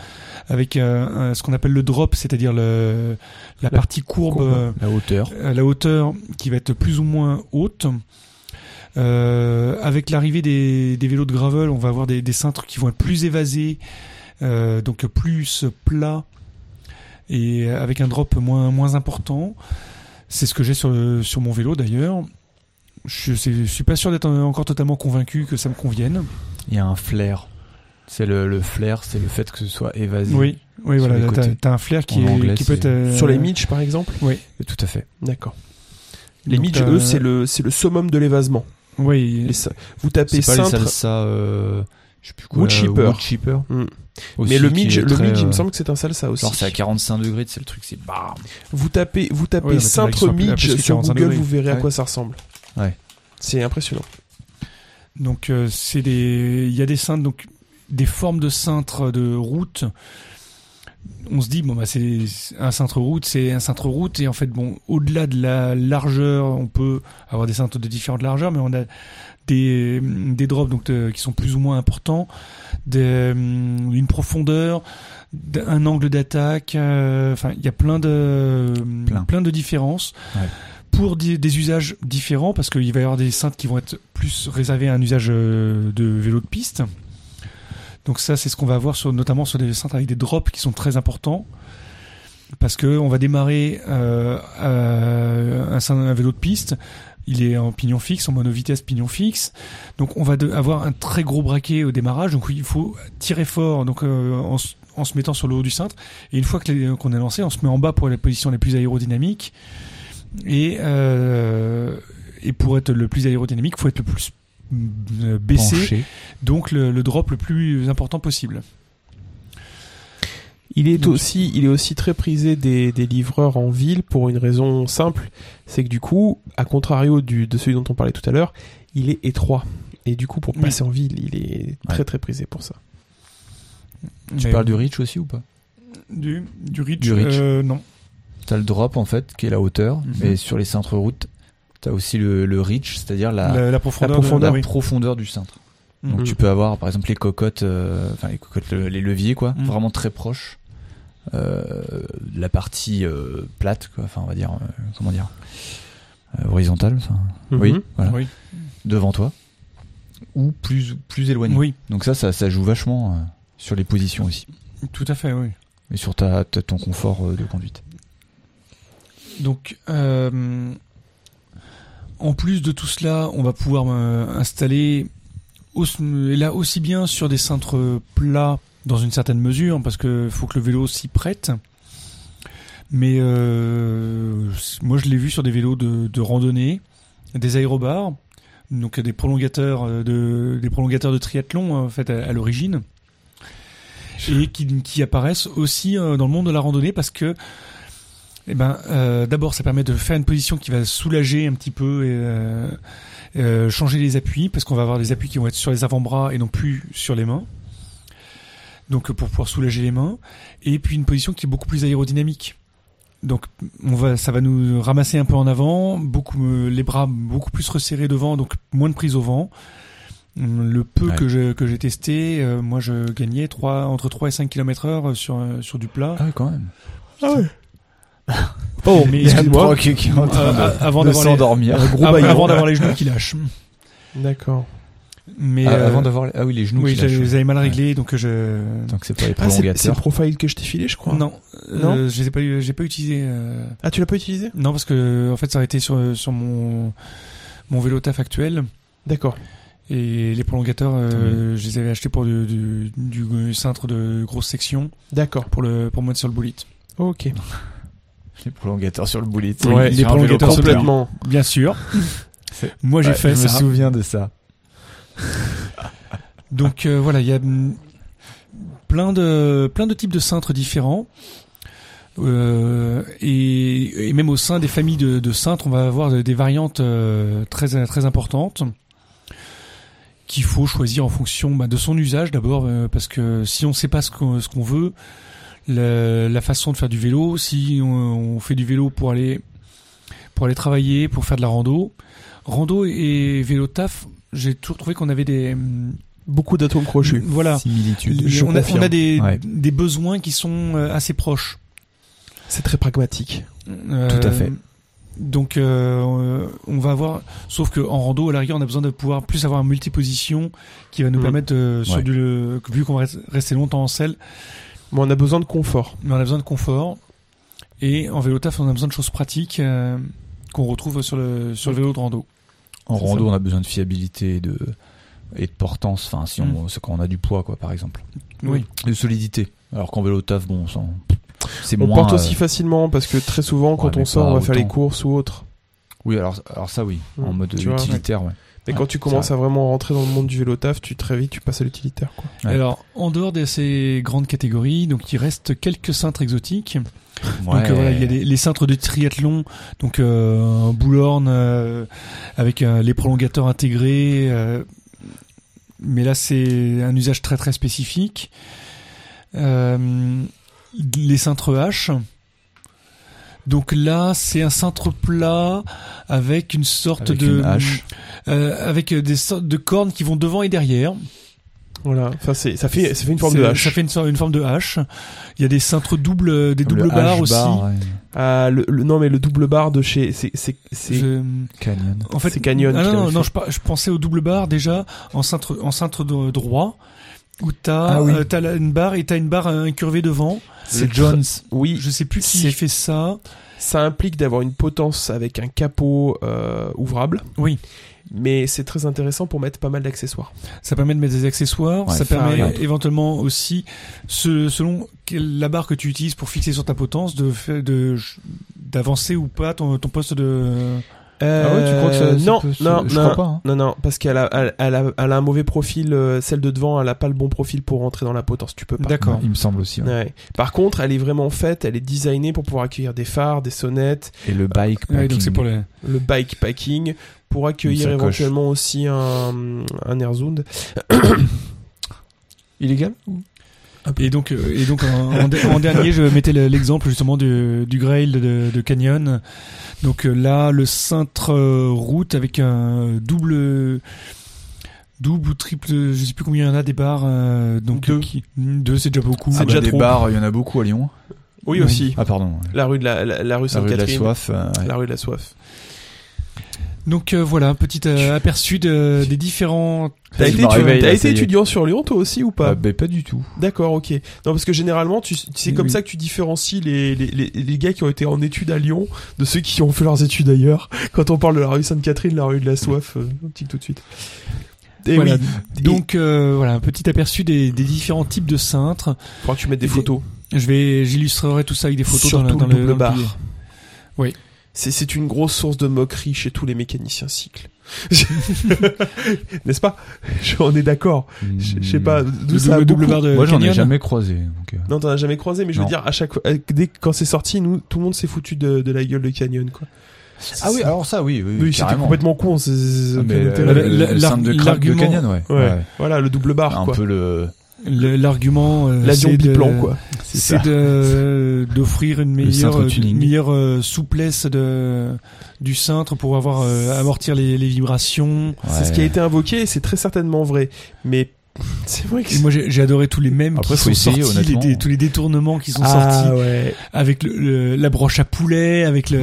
Speaker 4: avec euh, un- ce qu'on appelle le drop, c'est-à-dire le, la, partie courbe. euh,
Speaker 5: La hauteur.
Speaker 4: à la hauteur qui va être plus ou moins haute. Euh, avec l'arrivée des, des vélos de gravel, on va avoir des, des cintres qui vont être plus évasés, euh, donc plus plats et avec un drop moins moins important. C'est ce que j'ai sur le- sur mon vélo d'ailleurs. Je, sais- je suis pas sûr d'être encore totalement convaincu que ça me convienne.
Speaker 8: Il y a un flair. C'est le, le flair, c'est le fait que ce soit évasé.
Speaker 4: Oui, oui,
Speaker 8: Sur
Speaker 4: voilà.
Speaker 8: les
Speaker 4: là, T'as
Speaker 8: côtés.
Speaker 4: t'as un flair qui,
Speaker 8: En
Speaker 4: est-
Speaker 8: anglais,
Speaker 4: qui peut être
Speaker 8: c'est-
Speaker 4: euh,
Speaker 3: Sur les midges, par exemple.
Speaker 8: Tout à fait.
Speaker 3: D'accord. Les
Speaker 4: donc,
Speaker 3: midges,
Speaker 4: euh,
Speaker 3: eux, c'est le, c'est le summum de l'évasement.
Speaker 4: Oui,
Speaker 3: Les sa- Vous tapez
Speaker 8: C'est pas les
Speaker 3: cintre,
Speaker 8: salsa, euh, je sais plus quoi.
Speaker 3: Wood
Speaker 8: là,
Speaker 3: chipper.
Speaker 8: Wood chipper.
Speaker 3: Mm.
Speaker 8: Aussi,
Speaker 3: mais le
Speaker 8: qui
Speaker 3: midge,
Speaker 8: est
Speaker 3: le
Speaker 8: très,
Speaker 3: midge, il
Speaker 8: euh,
Speaker 3: me semble que c'est un sale ça aussi.
Speaker 8: Genre, c'est à 45 degrés, c'est le truc, c'est bah, bam.
Speaker 3: Vous tapez, vous tapez
Speaker 4: Ouais, mais t'as
Speaker 3: cintre
Speaker 4: l'action plus- plus
Speaker 3: midge
Speaker 4: que
Speaker 3: sur
Speaker 4: 45
Speaker 3: Google,
Speaker 4: degrés.
Speaker 3: vous verrez à
Speaker 8: Ouais.
Speaker 3: quoi ça ressemble.
Speaker 8: Ouais.
Speaker 3: C'est impressionnant.
Speaker 4: Donc euh, c'est des, il y a des cintres, donc des formes de cintres de route. On se dit bon bah c'est un cintre route, c'est un cintre route et en fait bon au-delà de la largeur, on peut avoir des cintres de différentes largeurs, mais on a des des drops donc de- qui sont plus ou moins importants, des, hum, une profondeur, d- un angle d'attaque, euh, enfin il y a plein de
Speaker 8: Plein.
Speaker 4: de différences
Speaker 8: Ouais.
Speaker 4: pour des, des usages différents parce qu'il va y avoir des cintres qui vont être plus réservés à un usage euh, de vélo de piste. Donc ça c'est ce qu'on va avoir sur, notamment sur des cintres avec des drops qui sont très importants parce que on va démarrer euh, euh, un, cin- un vélo de piste. Il est en pignon fixe, en monovitesse pignon fixe. Donc on va de- avoir un très gros braquet au démarrage. Donc il faut tirer fort donc euh, en, s- en se mettant sur le haut du cintre. Et une fois que les- qu'on est lancé, on se met en bas pour les positions les plus aérodynamiques. Et, euh, et pour être le plus aérodynamique, il faut être le plus euh, baissé.
Speaker 8: penché.
Speaker 4: Donc le, le drop le plus important possible.
Speaker 3: Il est
Speaker 4: Donc-
Speaker 3: aussi, il est aussi très prisé des, des livreurs en ville pour une raison simple, c'est que du coup, à contrario du, de celui dont on parlait tout à l'heure, il est étroit. Et du coup, pour
Speaker 4: Oui.
Speaker 3: passer en ville, il est très
Speaker 8: Ouais.
Speaker 3: très prisé pour ça.
Speaker 8: Tu
Speaker 4: Mais-
Speaker 8: parles du reach aussi ou pas
Speaker 4: du, du reach,
Speaker 8: Du reach.
Speaker 4: euh, Non.
Speaker 8: T'as le drop en fait qui est la hauteur,
Speaker 4: Mhm.
Speaker 8: mais sur les cintres routes, t'as aussi le, le reach, c'est-à-dire la,
Speaker 4: la, la profondeur.
Speaker 8: Ah. la
Speaker 4: de-
Speaker 8: profondeur,
Speaker 4: oui.
Speaker 8: profondeur du cintre. Donc
Speaker 3: Mhm.
Speaker 8: tu peux avoir par exemple les cocottes, euh, enfin les cocottes, le- les leviers quoi,
Speaker 4: Mhm.
Speaker 8: vraiment très proches.
Speaker 5: euh, la partie euh, plate, quoi. enfin on va dire, euh, comment dire, euh, horizontale, ça.
Speaker 3: Mhm.
Speaker 5: oui, voilà,
Speaker 4: ah Oui.
Speaker 5: devant toi, ou plus plus éloigné.
Speaker 4: Oui,
Speaker 5: Donc ça, ça, ça joue vachement euh, sur les positions aussi,
Speaker 4: tout à fait, oui.
Speaker 5: et sur ta, ta- ton confort euh, de conduite.
Speaker 4: Donc, euh, en plus de tout cela, on va pouvoir euh, installer aussi- et là aussi bien sur des cintres plats dans une certaine mesure, parce que faut que le vélo s'y prête. Mais euh, moi, je l'ai vu sur des vélos de, de randonnée, des aérobars, donc des prolongateurs euh, de des prolongateurs de triathlon en fait à, à l'origine, et qui, qui apparaissent aussi euh, dans le monde de la randonnée parce que eh ben, euh, d'abord, ça permet de faire une position qui va soulager un petit peu et euh, euh, changer les appuis, parce qu'on va avoir des appuis qui vont être sur les avant-bras et non plus sur les mains. Donc, euh, pour pouvoir soulager les mains, et puis une position qui est beaucoup plus aérodynamique. Donc, on va, ça va nous ramasser un peu en avant, beaucoup euh, les bras beaucoup plus resserrés devant, donc moins de prise au vent. Hum, Le peu
Speaker 5: Ouais.
Speaker 4: que je- que j'ai testé, euh, moi, je gagnais trois entre 3 et 5 km heure sur euh, sur du plat.
Speaker 5: Ah ouais, quand même.
Speaker 4: Oh, mais
Speaker 5: Il y a
Speaker 4: excuse-moi.
Speaker 5: Brock qui est en train de,
Speaker 4: Euh, avant
Speaker 5: de
Speaker 4: d'avoir les-
Speaker 5: s'endormir. Ah,
Speaker 4: Av-
Speaker 5: hein.
Speaker 4: avant d'avoir les genoux qui lâchent.
Speaker 3: D'accord.
Speaker 4: Mais
Speaker 5: Ah,
Speaker 4: euh,
Speaker 5: avant d'avoir les- ah oui les genoux
Speaker 4: oui,
Speaker 5: qui
Speaker 4: je
Speaker 5: lâchent.
Speaker 4: les avais mal réglés, donc euh, je
Speaker 5: Tant que c'est pas les
Speaker 3: Ah, c'est c'est le
Speaker 5: prolongateurs.
Speaker 3: profile que je t'ai filé, je crois.
Speaker 4: non,
Speaker 3: Non
Speaker 4: euh, je les ai pas, eu- j'ai pas utilisé. euh,
Speaker 3: Ah, tu l'as pas utilisé
Speaker 4: Non, parce que en fait, ça aurait été sur sur mon mon vélo taf actuel
Speaker 3: D'accord.
Speaker 4: et les prolongateurs, euh, je les avais achetés pour du, du, du cintre de grosse section
Speaker 3: D'accord.
Speaker 4: pour le pour mettre sur le bullet.
Speaker 3: Ok.
Speaker 5: les prolongateurs sur le bullet.
Speaker 4: Ouais, les
Speaker 5: Sur un vélo
Speaker 4: prolongateurs sur le
Speaker 5: porteur.
Speaker 3: Complètement.
Speaker 4: Bien sûr.
Speaker 5: C'est-
Speaker 4: Moi, j'ai
Speaker 5: Ouais,
Speaker 4: fait
Speaker 5: je
Speaker 4: ça.
Speaker 5: me souviens de ça.
Speaker 4: Donc euh, voilà, il y a mm, plein de plein de types de cintres différents. Euh, et, et même au sein des familles de, de cintres, on va avoir des variantes euh, très très importantes qu'il faut choisir en fonction bah, de son usage d'abord, euh, parce que si on ne sait pas ce qu'on ce qu'on veut, la, la façon de faire du vélo, si on, on fait du vélo pour aller pour aller travailler, pour faire de la rando, rando et vélo de taf, j'ai toujours trouvé qu'on avait des hum,
Speaker 3: Beaucoup d'atomes crochus.
Speaker 4: voilà.
Speaker 5: Similitude.
Speaker 4: Les-
Speaker 3: je
Speaker 4: on, a,
Speaker 3: confirme.
Speaker 4: on a des,
Speaker 5: Ouais.
Speaker 4: des besoins qui sont euh, assez proches.
Speaker 3: C'est très pragmatique.
Speaker 4: Euh,
Speaker 5: Tout à fait.
Speaker 4: Donc euh, on va avoir, sauf que en rando à la rigueur, on a besoin de pouvoir plus avoir une multiposition qui va nous
Speaker 3: Mhm.
Speaker 4: permettre, euh, sur
Speaker 5: Mm. Ouais.
Speaker 4: du, le- vu qu'on va res- rester longtemps en selle,
Speaker 3: Bon, on a besoin de confort.
Speaker 4: mais on a besoin de confort. Et en vélo taf, on a besoin de choses pratiques euh, qu'on retrouve sur le sur le vélo de rando.
Speaker 5: En
Speaker 4: C'est
Speaker 5: rando,
Speaker 4: ça.
Speaker 5: on a besoin de fiabilité et de, et de portance. Enfin, si on, c'est quand on a du poids, quoi, par exemple.
Speaker 4: Oui.
Speaker 5: De solidité. Alors qu'en vélo taf, bon, ça, c'est
Speaker 3: On
Speaker 5: moins.
Speaker 3: porte
Speaker 5: euh,
Speaker 3: aussi facilement parce que très souvent, quand
Speaker 5: mais
Speaker 3: on sort,
Speaker 5: pas
Speaker 3: on va faire
Speaker 5: autant.
Speaker 3: les courses ou autre.
Speaker 5: Oui, alors, alors ça, oui. En
Speaker 3: Mm.
Speaker 5: mode
Speaker 3: Tu vois,
Speaker 5: utilitaire, ouais.
Speaker 3: Mais
Speaker 5: Ouais,
Speaker 3: quand tu commences
Speaker 5: c'est
Speaker 3: à vraiment rentrer dans le monde du vélo taf, tu très vite tu passes à l'utilitaire quoi.
Speaker 5: Ouais.
Speaker 4: Alors en dehors de ces grandes catégories, donc il reste quelques cintres exotiques. Donc
Speaker 5: Ouais.
Speaker 4: euh, voilà, il y a des- les cintres de triathlon, donc euh, un boulorne euh, avec euh, les prolongateurs intégrés. euh, mais là, c'est un usage très très spécifique. Euh, les cintres H. Donc là, c'est un cintre plat avec une sorte
Speaker 5: Avec
Speaker 4: de
Speaker 5: une hache.
Speaker 4: euh, avec des sortes de cornes qui vont devant et derrière.
Speaker 3: Voilà, enfin c'est ça fait ça fait une forme
Speaker 4: C'est-
Speaker 3: de hache.
Speaker 4: Ça fait une, sorte- une forme de hache. Il y a des cintres doubles, euh, des
Speaker 5: Comme le
Speaker 4: doubles
Speaker 5: H-bar,
Speaker 4: barres aussi.
Speaker 5: ouais.
Speaker 3: Ah, le, le- non mais le double bar de chez c'est c'est c'est
Speaker 4: Je-
Speaker 5: Canyon.
Speaker 4: En fait,
Speaker 3: C'est Canyon
Speaker 4: Ah
Speaker 3: qui
Speaker 4: non,
Speaker 3: l'avait
Speaker 4: non, non,
Speaker 3: fait.
Speaker 4: je, par- je pensais au double barre déjà en cintre, en cintre de- droit où t'as
Speaker 5: Ah oui.
Speaker 4: euh, t'as la- une barre et t'as une barre euh, incurvée devant.
Speaker 5: C'est Jones.
Speaker 3: oui,
Speaker 4: Je sais plus qui
Speaker 3: C'est-
Speaker 4: fait ça.
Speaker 3: ça implique d'avoir une potence avec un capot euh, ouvrable.
Speaker 4: Oui.
Speaker 3: Mais c'est très intéressant pour mettre pas mal d'accessoires.
Speaker 4: Ça permet de mettre des accessoires.
Speaker 5: Ouais,
Speaker 4: ça
Speaker 3: enfin,
Speaker 4: permet
Speaker 5: ouais.
Speaker 4: éventuellement aussi, ce- selon quelle- la barre que tu utilises pour fixer sur ta potence, de fa- de d'avancer ou pas ton, ton poste de.
Speaker 3: Euh,
Speaker 5: Ah
Speaker 3: non, non,
Speaker 5: je
Speaker 3: non,
Speaker 5: crois pas. hein.
Speaker 3: non, non, parce qu'elle a, elle, elle a, elle a un mauvais profil, euh, celle de devant, elle a pas le bon profil pour rentrer dans la potence. Tu peux pas.
Speaker 4: D'accord.
Speaker 5: Ouais, Il me semble aussi. ouais.
Speaker 3: Ouais. Par contre, elle est vraiment faite, elle est designée pour pouvoir accueillir des phares, des sonnettes,
Speaker 5: Et le bike.
Speaker 4: Ouais, donc c'est pour
Speaker 5: les.
Speaker 4: les.
Speaker 3: le bikepacking, pour accueillir
Speaker 5: Une sacoche.
Speaker 3: éventuellement aussi un, un airzound. Illégal
Speaker 5: Ah,
Speaker 4: Et donc, euh, et donc en, en de- en dernier, je mettais le- l'exemple justement du, du Grail de, de Canyon. Donc euh, là, le cintre euh, route avec un double double ou triple, je sais plus combien il y en a des bars. euh, donc
Speaker 3: Deux.
Speaker 4: qui- deux, c'est déjà beaucoup.
Speaker 3: C'est
Speaker 5: Ah bah,
Speaker 3: déjà
Speaker 5: des
Speaker 3: trop.
Speaker 5: bars, il y en a beaucoup à Lyon.
Speaker 3: Oui,
Speaker 4: Oui.
Speaker 3: aussi.
Speaker 5: Ah, pardon.
Speaker 3: La rue de la, la, la rue
Speaker 5: La rue de la
Speaker 3: Sainte-Catherine.
Speaker 5: soif. euh, ouais.
Speaker 3: La rue de la soif.
Speaker 4: Donc euh, voilà, un petit euh, aperçu de- des différents.
Speaker 3: T'as
Speaker 5: Je
Speaker 3: été,
Speaker 5: me
Speaker 3: tu-
Speaker 5: réveille,
Speaker 3: t'as
Speaker 5: là,
Speaker 3: été
Speaker 5: ça y est.
Speaker 3: étudiant sur Lyon, toi aussi, ou pas
Speaker 5: Ah, ben, pas du tout.
Speaker 3: D'accord, ok. Non, parce que généralement, tu, c'est
Speaker 5: Oui,
Speaker 3: comme
Speaker 5: oui.
Speaker 3: ça que tu différencies les, les, les, les gars qui ont été en études à Lyon de ceux qui ont fait leurs études ailleurs. Quand on parle de la rue Sainte-Catherine, la rue de la soif, euh, on tique tout de suite. Et
Speaker 4: Voilà.
Speaker 3: oui, donc,
Speaker 4: Donc euh, voilà, un petit aperçu des, des différents types de cintres.
Speaker 3: faudra que tu mettes des
Speaker 4: des-
Speaker 3: photos.
Speaker 4: Je vais, j'illustrerai tout ça avec des photos dans,
Speaker 3: Surtout
Speaker 4: la- dans
Speaker 3: le double
Speaker 4: dans
Speaker 3: bar.
Speaker 4: billet.
Speaker 3: C'est, c'est une grosse source de moquerie chez tous les mécaniciens cycles. N'est-ce pas Je- On est d'accord. Je
Speaker 5: Hmm.
Speaker 3: je sais pas d'où
Speaker 4: Le,
Speaker 3: ça a
Speaker 4: double- double
Speaker 3: beaucoup-
Speaker 4: bar de
Speaker 5: Moi, j'en ai
Speaker 4: Canyon.
Speaker 5: jamais croisé. donc, euh,
Speaker 3: Non, t'en as jamais croisé, mais je veux
Speaker 5: Non.
Speaker 3: dire, à chaque fois, euh, dès que- quand c'est sorti, nous, tout le monde s'est foutu de, de la gueule de Canyon, quoi.
Speaker 5: Ah oui, alors ça, oui, oui,
Speaker 3: Oui, c'était
Speaker 5: carrément.
Speaker 3: complètement con. c'est- c'est-
Speaker 5: Ah,
Speaker 3: aucun
Speaker 5: mais, euh,
Speaker 3: intérêt.
Speaker 4: La-
Speaker 5: le-
Speaker 4: la-
Speaker 5: le
Speaker 4: la-
Speaker 5: centre de crack de
Speaker 4: l'argument-
Speaker 5: Canyon, ouais.
Speaker 3: Ouais.
Speaker 5: Ouais.
Speaker 3: Voilà, le double bar,
Speaker 5: Un
Speaker 3: quoi.
Speaker 5: peu le
Speaker 4: Le- L'argument, euh,
Speaker 3: L'avion
Speaker 4: c'est de-
Speaker 3: biplan, quoi.
Speaker 5: c'est ça.
Speaker 4: C'est de d'offrir une meilleure
Speaker 5: cintre
Speaker 4: euh,
Speaker 5: tuning.
Speaker 4: une meilleure euh, souplesse de du cintre pour avoir euh, amortir les, les vibrations.
Speaker 3: C'est ce qui a été invoqué et c'est très certainement vrai. Mais c'est vrai que
Speaker 4: Et moi j'ai j'ai adoré tous les mêmes
Speaker 5: Après,
Speaker 4: qui
Speaker 5: faut
Speaker 4: sont
Speaker 5: essayer,
Speaker 4: sortis, les,
Speaker 5: honnêtement. Ah,
Speaker 4: dé- tous les détournements qui sont sortis
Speaker 3: ouais.
Speaker 4: avec le- le- la broche à poulet, avec le-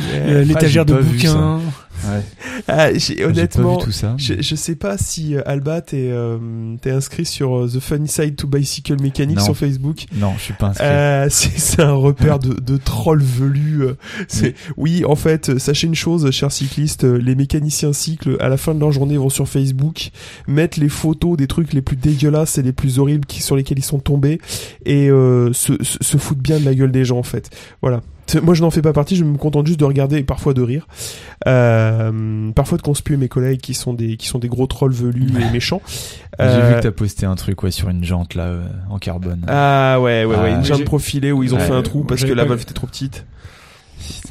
Speaker 3: Yeah.
Speaker 4: le- l'étagère
Speaker 5: j'ai
Speaker 4: de
Speaker 5: pas vu
Speaker 4: bouquins.
Speaker 5: Ouais.
Speaker 3: Ah, j'ai-
Speaker 5: J'ai
Speaker 3: honnêtement,
Speaker 5: pas vu tout ça.
Speaker 3: je, je sais pas si euh, Alba t'es euh, t'es inscrit sur euh, The Funny Side to Bicycle Mechanics
Speaker 5: Non.
Speaker 3: sur Facebook.
Speaker 5: Non, je suis pas inscrit.
Speaker 3: Euh, c'est c'est un repère de, de trolls velus. euh, C'est oui, en fait, euh, sachez une chose, chers cyclistes, euh, les mécaniciens cycles à la fin de leur journée vont sur Facebook mettre les photos des trucs les plus dégueulasses et les plus horribles qui sur lesquels ils sont tombés et euh, se, se, se foutent bien de la gueule des gens en fait. Voilà. C'est- Moi, je n'en fais pas partie. Je me contente juste de regarder et parfois de rire, Euh, parfois de conspuer mes collègues qui sont des qui sont des gros trolls velus et méchants.
Speaker 5: J'ai vu
Speaker 3: Euh,
Speaker 5: que t'as posté un truc ouais, sur une jante là euh, en carbone.
Speaker 3: ah ouais ouais ouais
Speaker 5: Ah,
Speaker 3: une
Speaker 5: oui,
Speaker 3: jambe
Speaker 4: j'ai-
Speaker 3: profilée où ils ont
Speaker 5: Ouais,
Speaker 3: fait un trou
Speaker 4: moi,
Speaker 3: parce que
Speaker 4: j'avais
Speaker 3: la
Speaker 4: pas-
Speaker 3: valve était trop petite.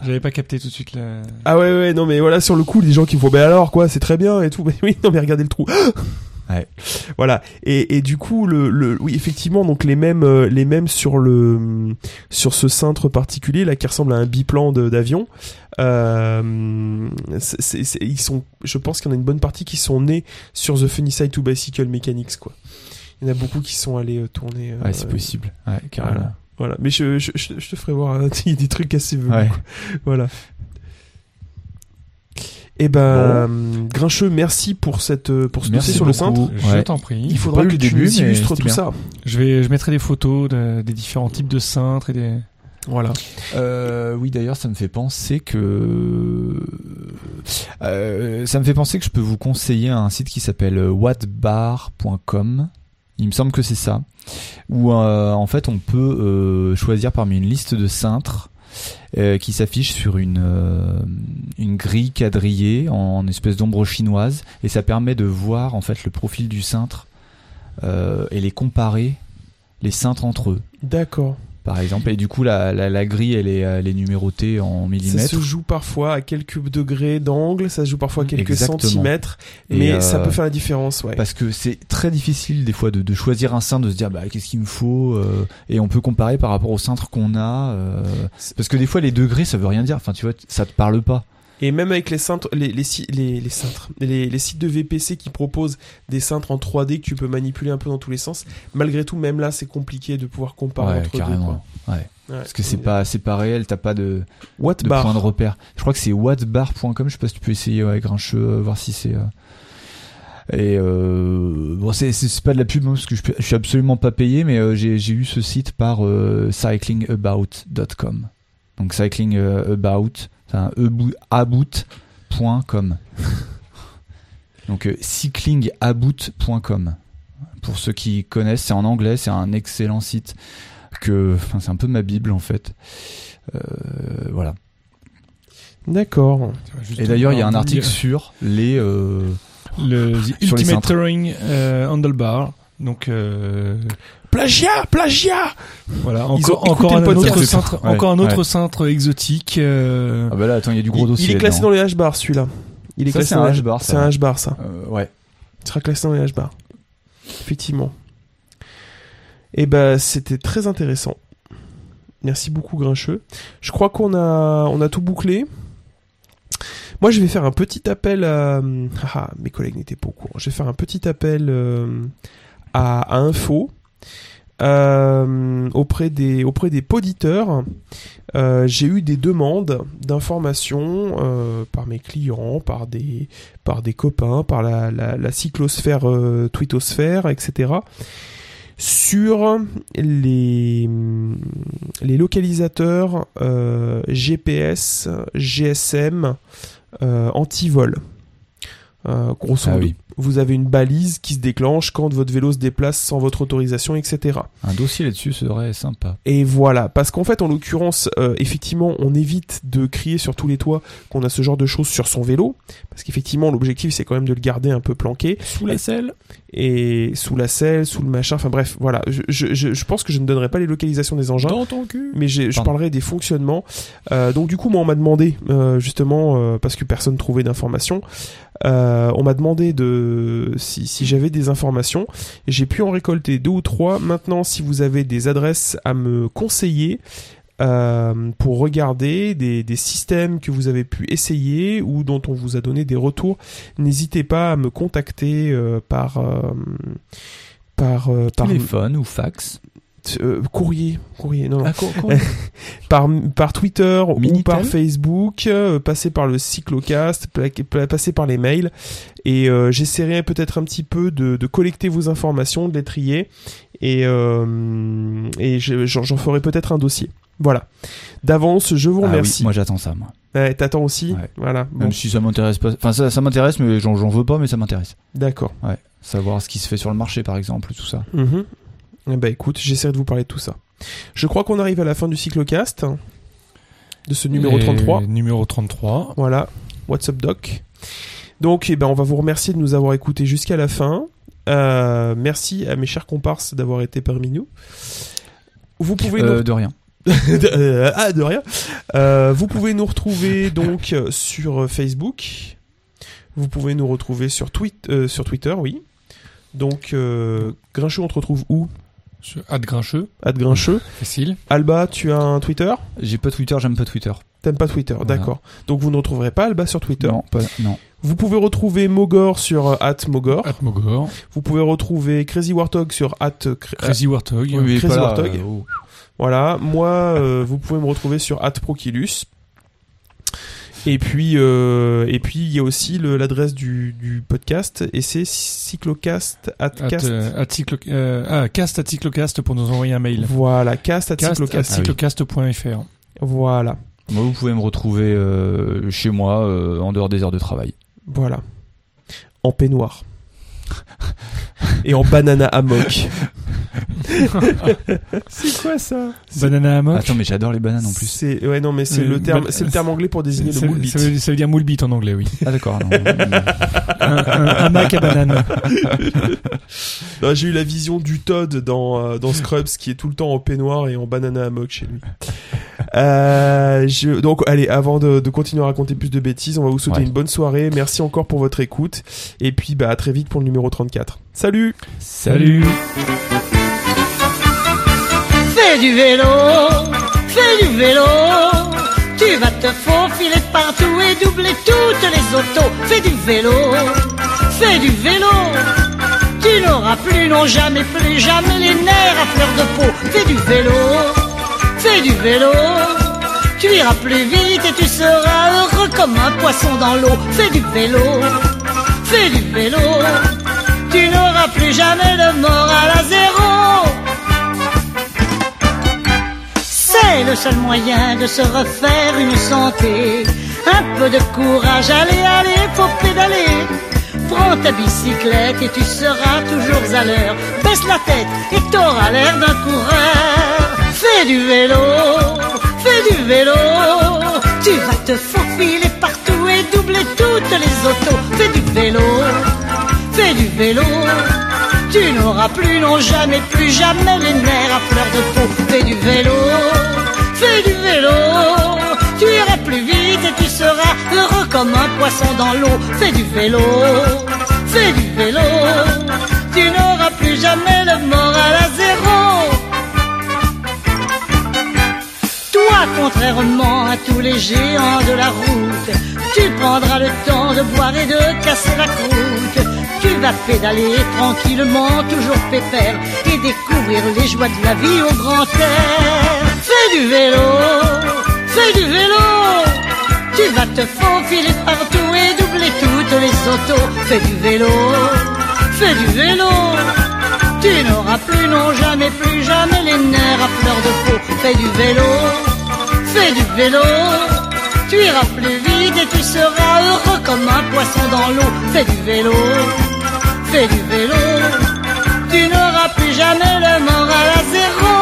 Speaker 4: J'avais pas capté tout de suite la
Speaker 3: Ah ouais ouais non mais voilà sur le coup les gens qui me font ben alors quoi c'est très bien et tout mais oui non mais regardez le trou
Speaker 5: Ouais.
Speaker 3: voilà et, et du coup le, le oui effectivement donc les mêmes euh, les mêmes sur le sur ce cintre particulier là qui ressemble à un biplan de- d'avion euh, c'est- c'est- c'est- ils sont je pense qu'il y en a une bonne partie qui sont nés sur the funny side to bicycle mechanics quoi il y en a beaucoup qui sont allés euh, tourner euh,
Speaker 5: ouais, c'est possible. Ouais, carrément.
Speaker 3: voilà. voilà mais je, je, je, je te ferai voir hein, des trucs assez velus
Speaker 5: Ouais.
Speaker 3: voilà. Et ben, Grincheux, merci pour cette euh, pour ce
Speaker 5: Merci
Speaker 3: dossier sur le
Speaker 5: beaucoup.
Speaker 3: cintre.
Speaker 4: Je
Speaker 5: Ouais.
Speaker 4: t'en prie.
Speaker 3: Il faudra
Speaker 5: pas eu
Speaker 3: que
Speaker 5: le
Speaker 3: tu
Speaker 5: début,
Speaker 3: nous
Speaker 5: mais
Speaker 3: illustres
Speaker 5: c'était
Speaker 3: tout
Speaker 5: bien.
Speaker 3: ça.
Speaker 4: Je vais je mettrai des photos de- des différents types de cintres et des
Speaker 3: Voilà.
Speaker 5: Euh, oui, d'ailleurs, ça me fait penser que euh, ça me fait penser que je peux vous conseiller un site qui s'appelle whatbar.com. Il me semble que c'est ça, où euh, en fait on peut euh, choisir parmi une liste de cintres euh, qui s'affiche sur une euh, une grille quadrillée en espèce d'ombre chinoise, et ça permet de voir en fait le profil du cintre euh, et les comparer les cintres entre eux
Speaker 3: D'accord.
Speaker 5: par exemple. Et du coup, la, la, la grille, elle est, elle est numérotée en
Speaker 3: Ça
Speaker 5: millimètres.
Speaker 3: se joue parfois à quelques degrés d'angle, ça se joue parfois à quelques
Speaker 5: Exactement.
Speaker 3: centimètres,
Speaker 5: Et,
Speaker 3: mais
Speaker 5: euh,
Speaker 3: ça peut faire la différence, ouais.
Speaker 5: Parce que c'est très difficile des fois de, de choisir un cintre, de se dire bah qu'est-ce qu'il me faut euh, et on peut comparer par rapport au cintre qu'on a euh, parce que des fois les degrés ça veut rien dire. Enfin tu vois ça te parle pas.
Speaker 3: Et même avec les cintres, les les si- les, les cintres, les, les sites de VPC qui proposent des cintres en 3D que tu peux manipuler un peu dans tous les sens, malgré tout, même là, c'est compliqué de pouvoir comparer entre deux.
Speaker 5: carrément. Ouais.
Speaker 3: quoi. Ouais.
Speaker 5: Parce que c'est pas c'est pas réel, t'as pas de,
Speaker 3: What
Speaker 5: de
Speaker 3: bar
Speaker 5: point de repère. Je crois que c'est whatbar.com. Je sais pas si tu peux essayer avec un cheveu, voir si c'est. euh, Et euh, bon, c'est c'est- c'est pas de la pub hein, parce que je, suis- je suis absolument pas payé, mais euh, j'ai j'ai eu ce site par euh, cyclingabout.com. Donc cycling euh, about, c'est un ebou- about.com. Donc euh, cyclingabout.com. Pour ceux qui connaissent, c'est en anglais, c'est un excellent site que, enfin, c'est un peu ma bible en fait. Euh, voilà.
Speaker 3: D'accord.
Speaker 5: Et d'ailleurs, il y a un article sur les. euh,
Speaker 4: le The
Speaker 5: sur les
Speaker 4: Ultimate
Speaker 5: cintres.
Speaker 4: Touring euh, Handlebar. Donc euh,
Speaker 3: Plagiat, plagiat
Speaker 4: voilà,
Speaker 3: Ils
Speaker 4: encore,
Speaker 3: ont
Speaker 4: encore
Speaker 3: écouté
Speaker 4: un
Speaker 3: le podcast.
Speaker 4: autre cintre,
Speaker 5: Ouais,
Speaker 4: encore un autre
Speaker 5: ouais.
Speaker 4: cintre exotique. euh,
Speaker 5: Ah bah là, attends, il y a du gros
Speaker 3: il,
Speaker 5: dossier.
Speaker 3: il est classé
Speaker 5: là-dedans.
Speaker 3: dans les H-bars celui-là. Il est
Speaker 5: Ça,
Speaker 3: classé
Speaker 5: c'est
Speaker 3: dans
Speaker 5: un
Speaker 3: les-
Speaker 5: H-bar, ça.
Speaker 3: C'est un H-bar ça.
Speaker 5: Euh, ouais.
Speaker 3: Il sera classé dans les H-bars. Effectivement. Et ben c'était très intéressant. Merci beaucoup Grincheux. Je crois qu'on a on a tout bouclé. Moi, je vais faire un petit appel à... Ah, mes collègues n'étaient pas au courant. Je vais faire un petit appel euh, à, à Info. Euh, auprès des auprès des poditeurs, euh, j'ai eu des demandes d'informations euh, par mes clients, par des par des copains, par la la, la cyclosphère, euh, twittosphère, etc. Sur les les localisateurs euh, GPS, GSM, euh, anti-vol. Euh, grosso
Speaker 5: Ah
Speaker 3: modo,
Speaker 5: oui.
Speaker 3: vous avez une balise qui se déclenche quand votre vélo se déplace sans votre autorisation, etc.
Speaker 8: Un dossier là-dessus serait sympa.
Speaker 3: Et voilà, parce qu'en fait, en l'occurrence, euh, effectivement, on évite de crier sur tous les toits qu'on a ce genre de choses sur son vélo, parce qu'effectivement, l'objectif, c'est quand même de le garder un peu planqué,
Speaker 8: Sous la selle
Speaker 3: et sous la selle, sous le machin, enfin bref, voilà, je, je, je, je pense que je ne donnerai pas les localisations des engins.
Speaker 8: Dans ton cul
Speaker 3: Mais j'ai- je
Speaker 8: Pardon.
Speaker 3: parlerai des fonctionnements. Euh, donc du coup, moi, on m'a demandé, euh, justement, euh, parce que personne trouvait d'informations, euh, on m'a demandé de si, si j'avais des informations. J'ai pu en récolter deux ou trois. Maintenant, si vous avez des adresses à me conseiller euh, pour regarder des, des systèmes que vous avez pu essayer ou dont on vous a donné des retours, n'hésitez pas à me contacter euh, par... euh, par, euh, par
Speaker 8: Téléphone ou fax
Speaker 3: euh, courrier courrier non, non
Speaker 8: Ah, quoi, quoi
Speaker 3: par, par Twitter ou
Speaker 8: Minitel
Speaker 3: par Facebook, euh, passer par le cyclocast, pla- pla- passer par les mails. Et euh, j'essaierai peut-être un petit peu de, de collecter vos informations, de les trier. Et, euh, et je- j'en j'en ferai peut-être un dossier. Voilà. D'avance, je vous
Speaker 5: Ah oui,
Speaker 3: remercie.
Speaker 5: moi j'attends ça, moi.
Speaker 3: Ouais, T'attends aussi
Speaker 5: Ouais.
Speaker 3: Voilà. Bon,
Speaker 5: Même si ça m'intéresse pas. Enfin, ça, ça m'intéresse, mais j'en j'en veux pas, mais ça m'intéresse.
Speaker 3: D'accord.
Speaker 5: Ouais. Savoir ce qui se fait sur le marché, par exemple, tout ça.
Speaker 3: Mhm. Eh ben écoute, j'essaierai de vous parler de tout ça. Je crois qu'on arrive à la fin du cyclocast, hein, de ce Ah, numéro
Speaker 4: Et
Speaker 3: 33.
Speaker 4: Numéro 33.
Speaker 3: Voilà, What's Up Doc. Donc, eh ben, on va vous remercier de nous avoir écoutés jusqu'à la fin. Euh, merci à mes chers comparses d'avoir été parmi nous. Vous pouvez
Speaker 5: Euh,
Speaker 3: nous...
Speaker 5: de rien.
Speaker 3: de- euh, ah, de rien. Euh, vous pouvez nous retrouver donc euh, sur Facebook. Vous pouvez nous retrouver sur, tweet, euh, sur Twitter, oui. Donc, euh, Grincheux, on te retrouve où
Speaker 4: Ce Ad Grincheux,
Speaker 3: At Grincheux.
Speaker 4: facile.
Speaker 3: Alba, tu as un Twitter
Speaker 5: J'ai pas Twitter, j'aime pas Twitter.
Speaker 3: T'aimes pas Twitter,
Speaker 5: Voilà.
Speaker 3: d'accord. Donc, vous ne retrouverez pas Alba sur Twitter.
Speaker 5: Non, pas, non.
Speaker 3: Vous pouvez retrouver Mogor sur euh, @mogor.
Speaker 4: Atmogor.
Speaker 3: Vous pouvez retrouver Crazy Warthog sur at cra-
Speaker 4: Crazy Warthog.
Speaker 5: Oui, mais
Speaker 3: Crazy
Speaker 5: pas là,
Speaker 3: Warthog.
Speaker 5: euh, oh.
Speaker 3: voilà. Moi, euh, vous pouvez me retrouver sur @prokilus. Et puis, euh, et puis, il y a aussi le- l'adresse du, du podcast et c'est cyclocast at
Speaker 4: At,
Speaker 3: cast.
Speaker 4: euh, at cyclo- euh, ah, cast at cyclocast pour nous envoyer un mail.
Speaker 3: Voilà, cast at
Speaker 4: Cast at
Speaker 3: cyclocast.
Speaker 4: cyclocast.fr.
Speaker 3: Voilà,
Speaker 5: Moi, vous pouvez me retrouver euh, chez moi euh, en dehors des heures de travail.
Speaker 3: voilà. En peignoir. et en banana hammock. c'est quoi ça
Speaker 4: Banana Hammock.
Speaker 5: Attends, mais j'adore les bananes en Ah, plus.
Speaker 3: C'est ouais non mais c'est
Speaker 4: Euh,
Speaker 3: le terme
Speaker 4: bah,
Speaker 3: c'est le terme anglais pour désigner le
Speaker 4: Ça-
Speaker 3: moule
Speaker 4: ça, veut, ça veut dire moule beat en anglais, oui.
Speaker 5: Ah, d'accord. non. Mm.
Speaker 4: un, un, un Mac à banane.
Speaker 3: Non, J'ai eu la vision du Todd dans euh, dans Scrubs qui est tout le temps en peignoir et en banana hammock chez lui. Euh, je- donc allez avant de, de continuer à raconter plus de bêtises, on va vous souhaiter
Speaker 5: Ouais.
Speaker 3: une bonne soirée. Merci encore pour votre écoute et puis bah à très vite pour le numéro 34. Salut.
Speaker 4: Salut.
Speaker 9: Fais du vélo, fais du vélo. Tu vas te faufiler partout et doubler toutes les autos. Fais du vélo, fais du vélo. Tu n'auras plus, non jamais, plus jamais les nerfs à fleur de peau. Fais du vélo, fais du vélo. Tu iras plus vite et tu seras heureux comme un poisson dans l'eau. Fais du vélo, fais du vélo. Tu n'auras plus jamais de moral à zéro. C'est le seul moyen de se refaire une santé. Un peu de courage, allez, allez, faut pédaler. Prends ta bicyclette et tu seras toujours à l'heure. Baisse la tête et t'auras l'air d'un coureur. Fais du vélo, fais du vélo. Tu vas te faufiler partout et doubler toutes les autos. Fais du vélo, fais du vélo. Tu n'auras plus, non jamais, plus jamais les nerfs à fleur de peau. Fais du vélo, fais du vélo. Tu iras plus vite et tu seras heureux comme un poisson dans l'eau. Fais du vélo, fais du vélo. Tu n'auras plus jamais le moral à zéro. Toi, contrairement à tous les géants de la route, tu prends prendras le temps de boire et de casser la croûte. Tu vas pédaler tranquillement, toujours pépère, et découvrir les joies de la vie au grand air. Fais du vélo, fais du vélo. Tu vas te faufiler partout et doubler toutes les autos. Fais du vélo, fais du vélo. Tu n'auras plus, non jamais, plus jamais les nerfs à fleur de peau. Fais du vélo, fais du vélo. Tu iras plus vite et tu seras heureux comme un poisson dans l'eau. Fais du vélo, fais du vélo. Tu n'auras plus jamais le moral à zéro.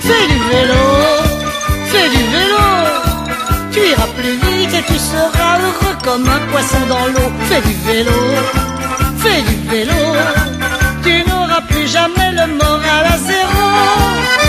Speaker 9: Fais du vélo, fais du vélo. Tu iras plus vite et tu seras heureux comme un poisson dans l'eau. Fais du vélo, fais du vélo. Tu n'auras plus jamais le moral à zéro.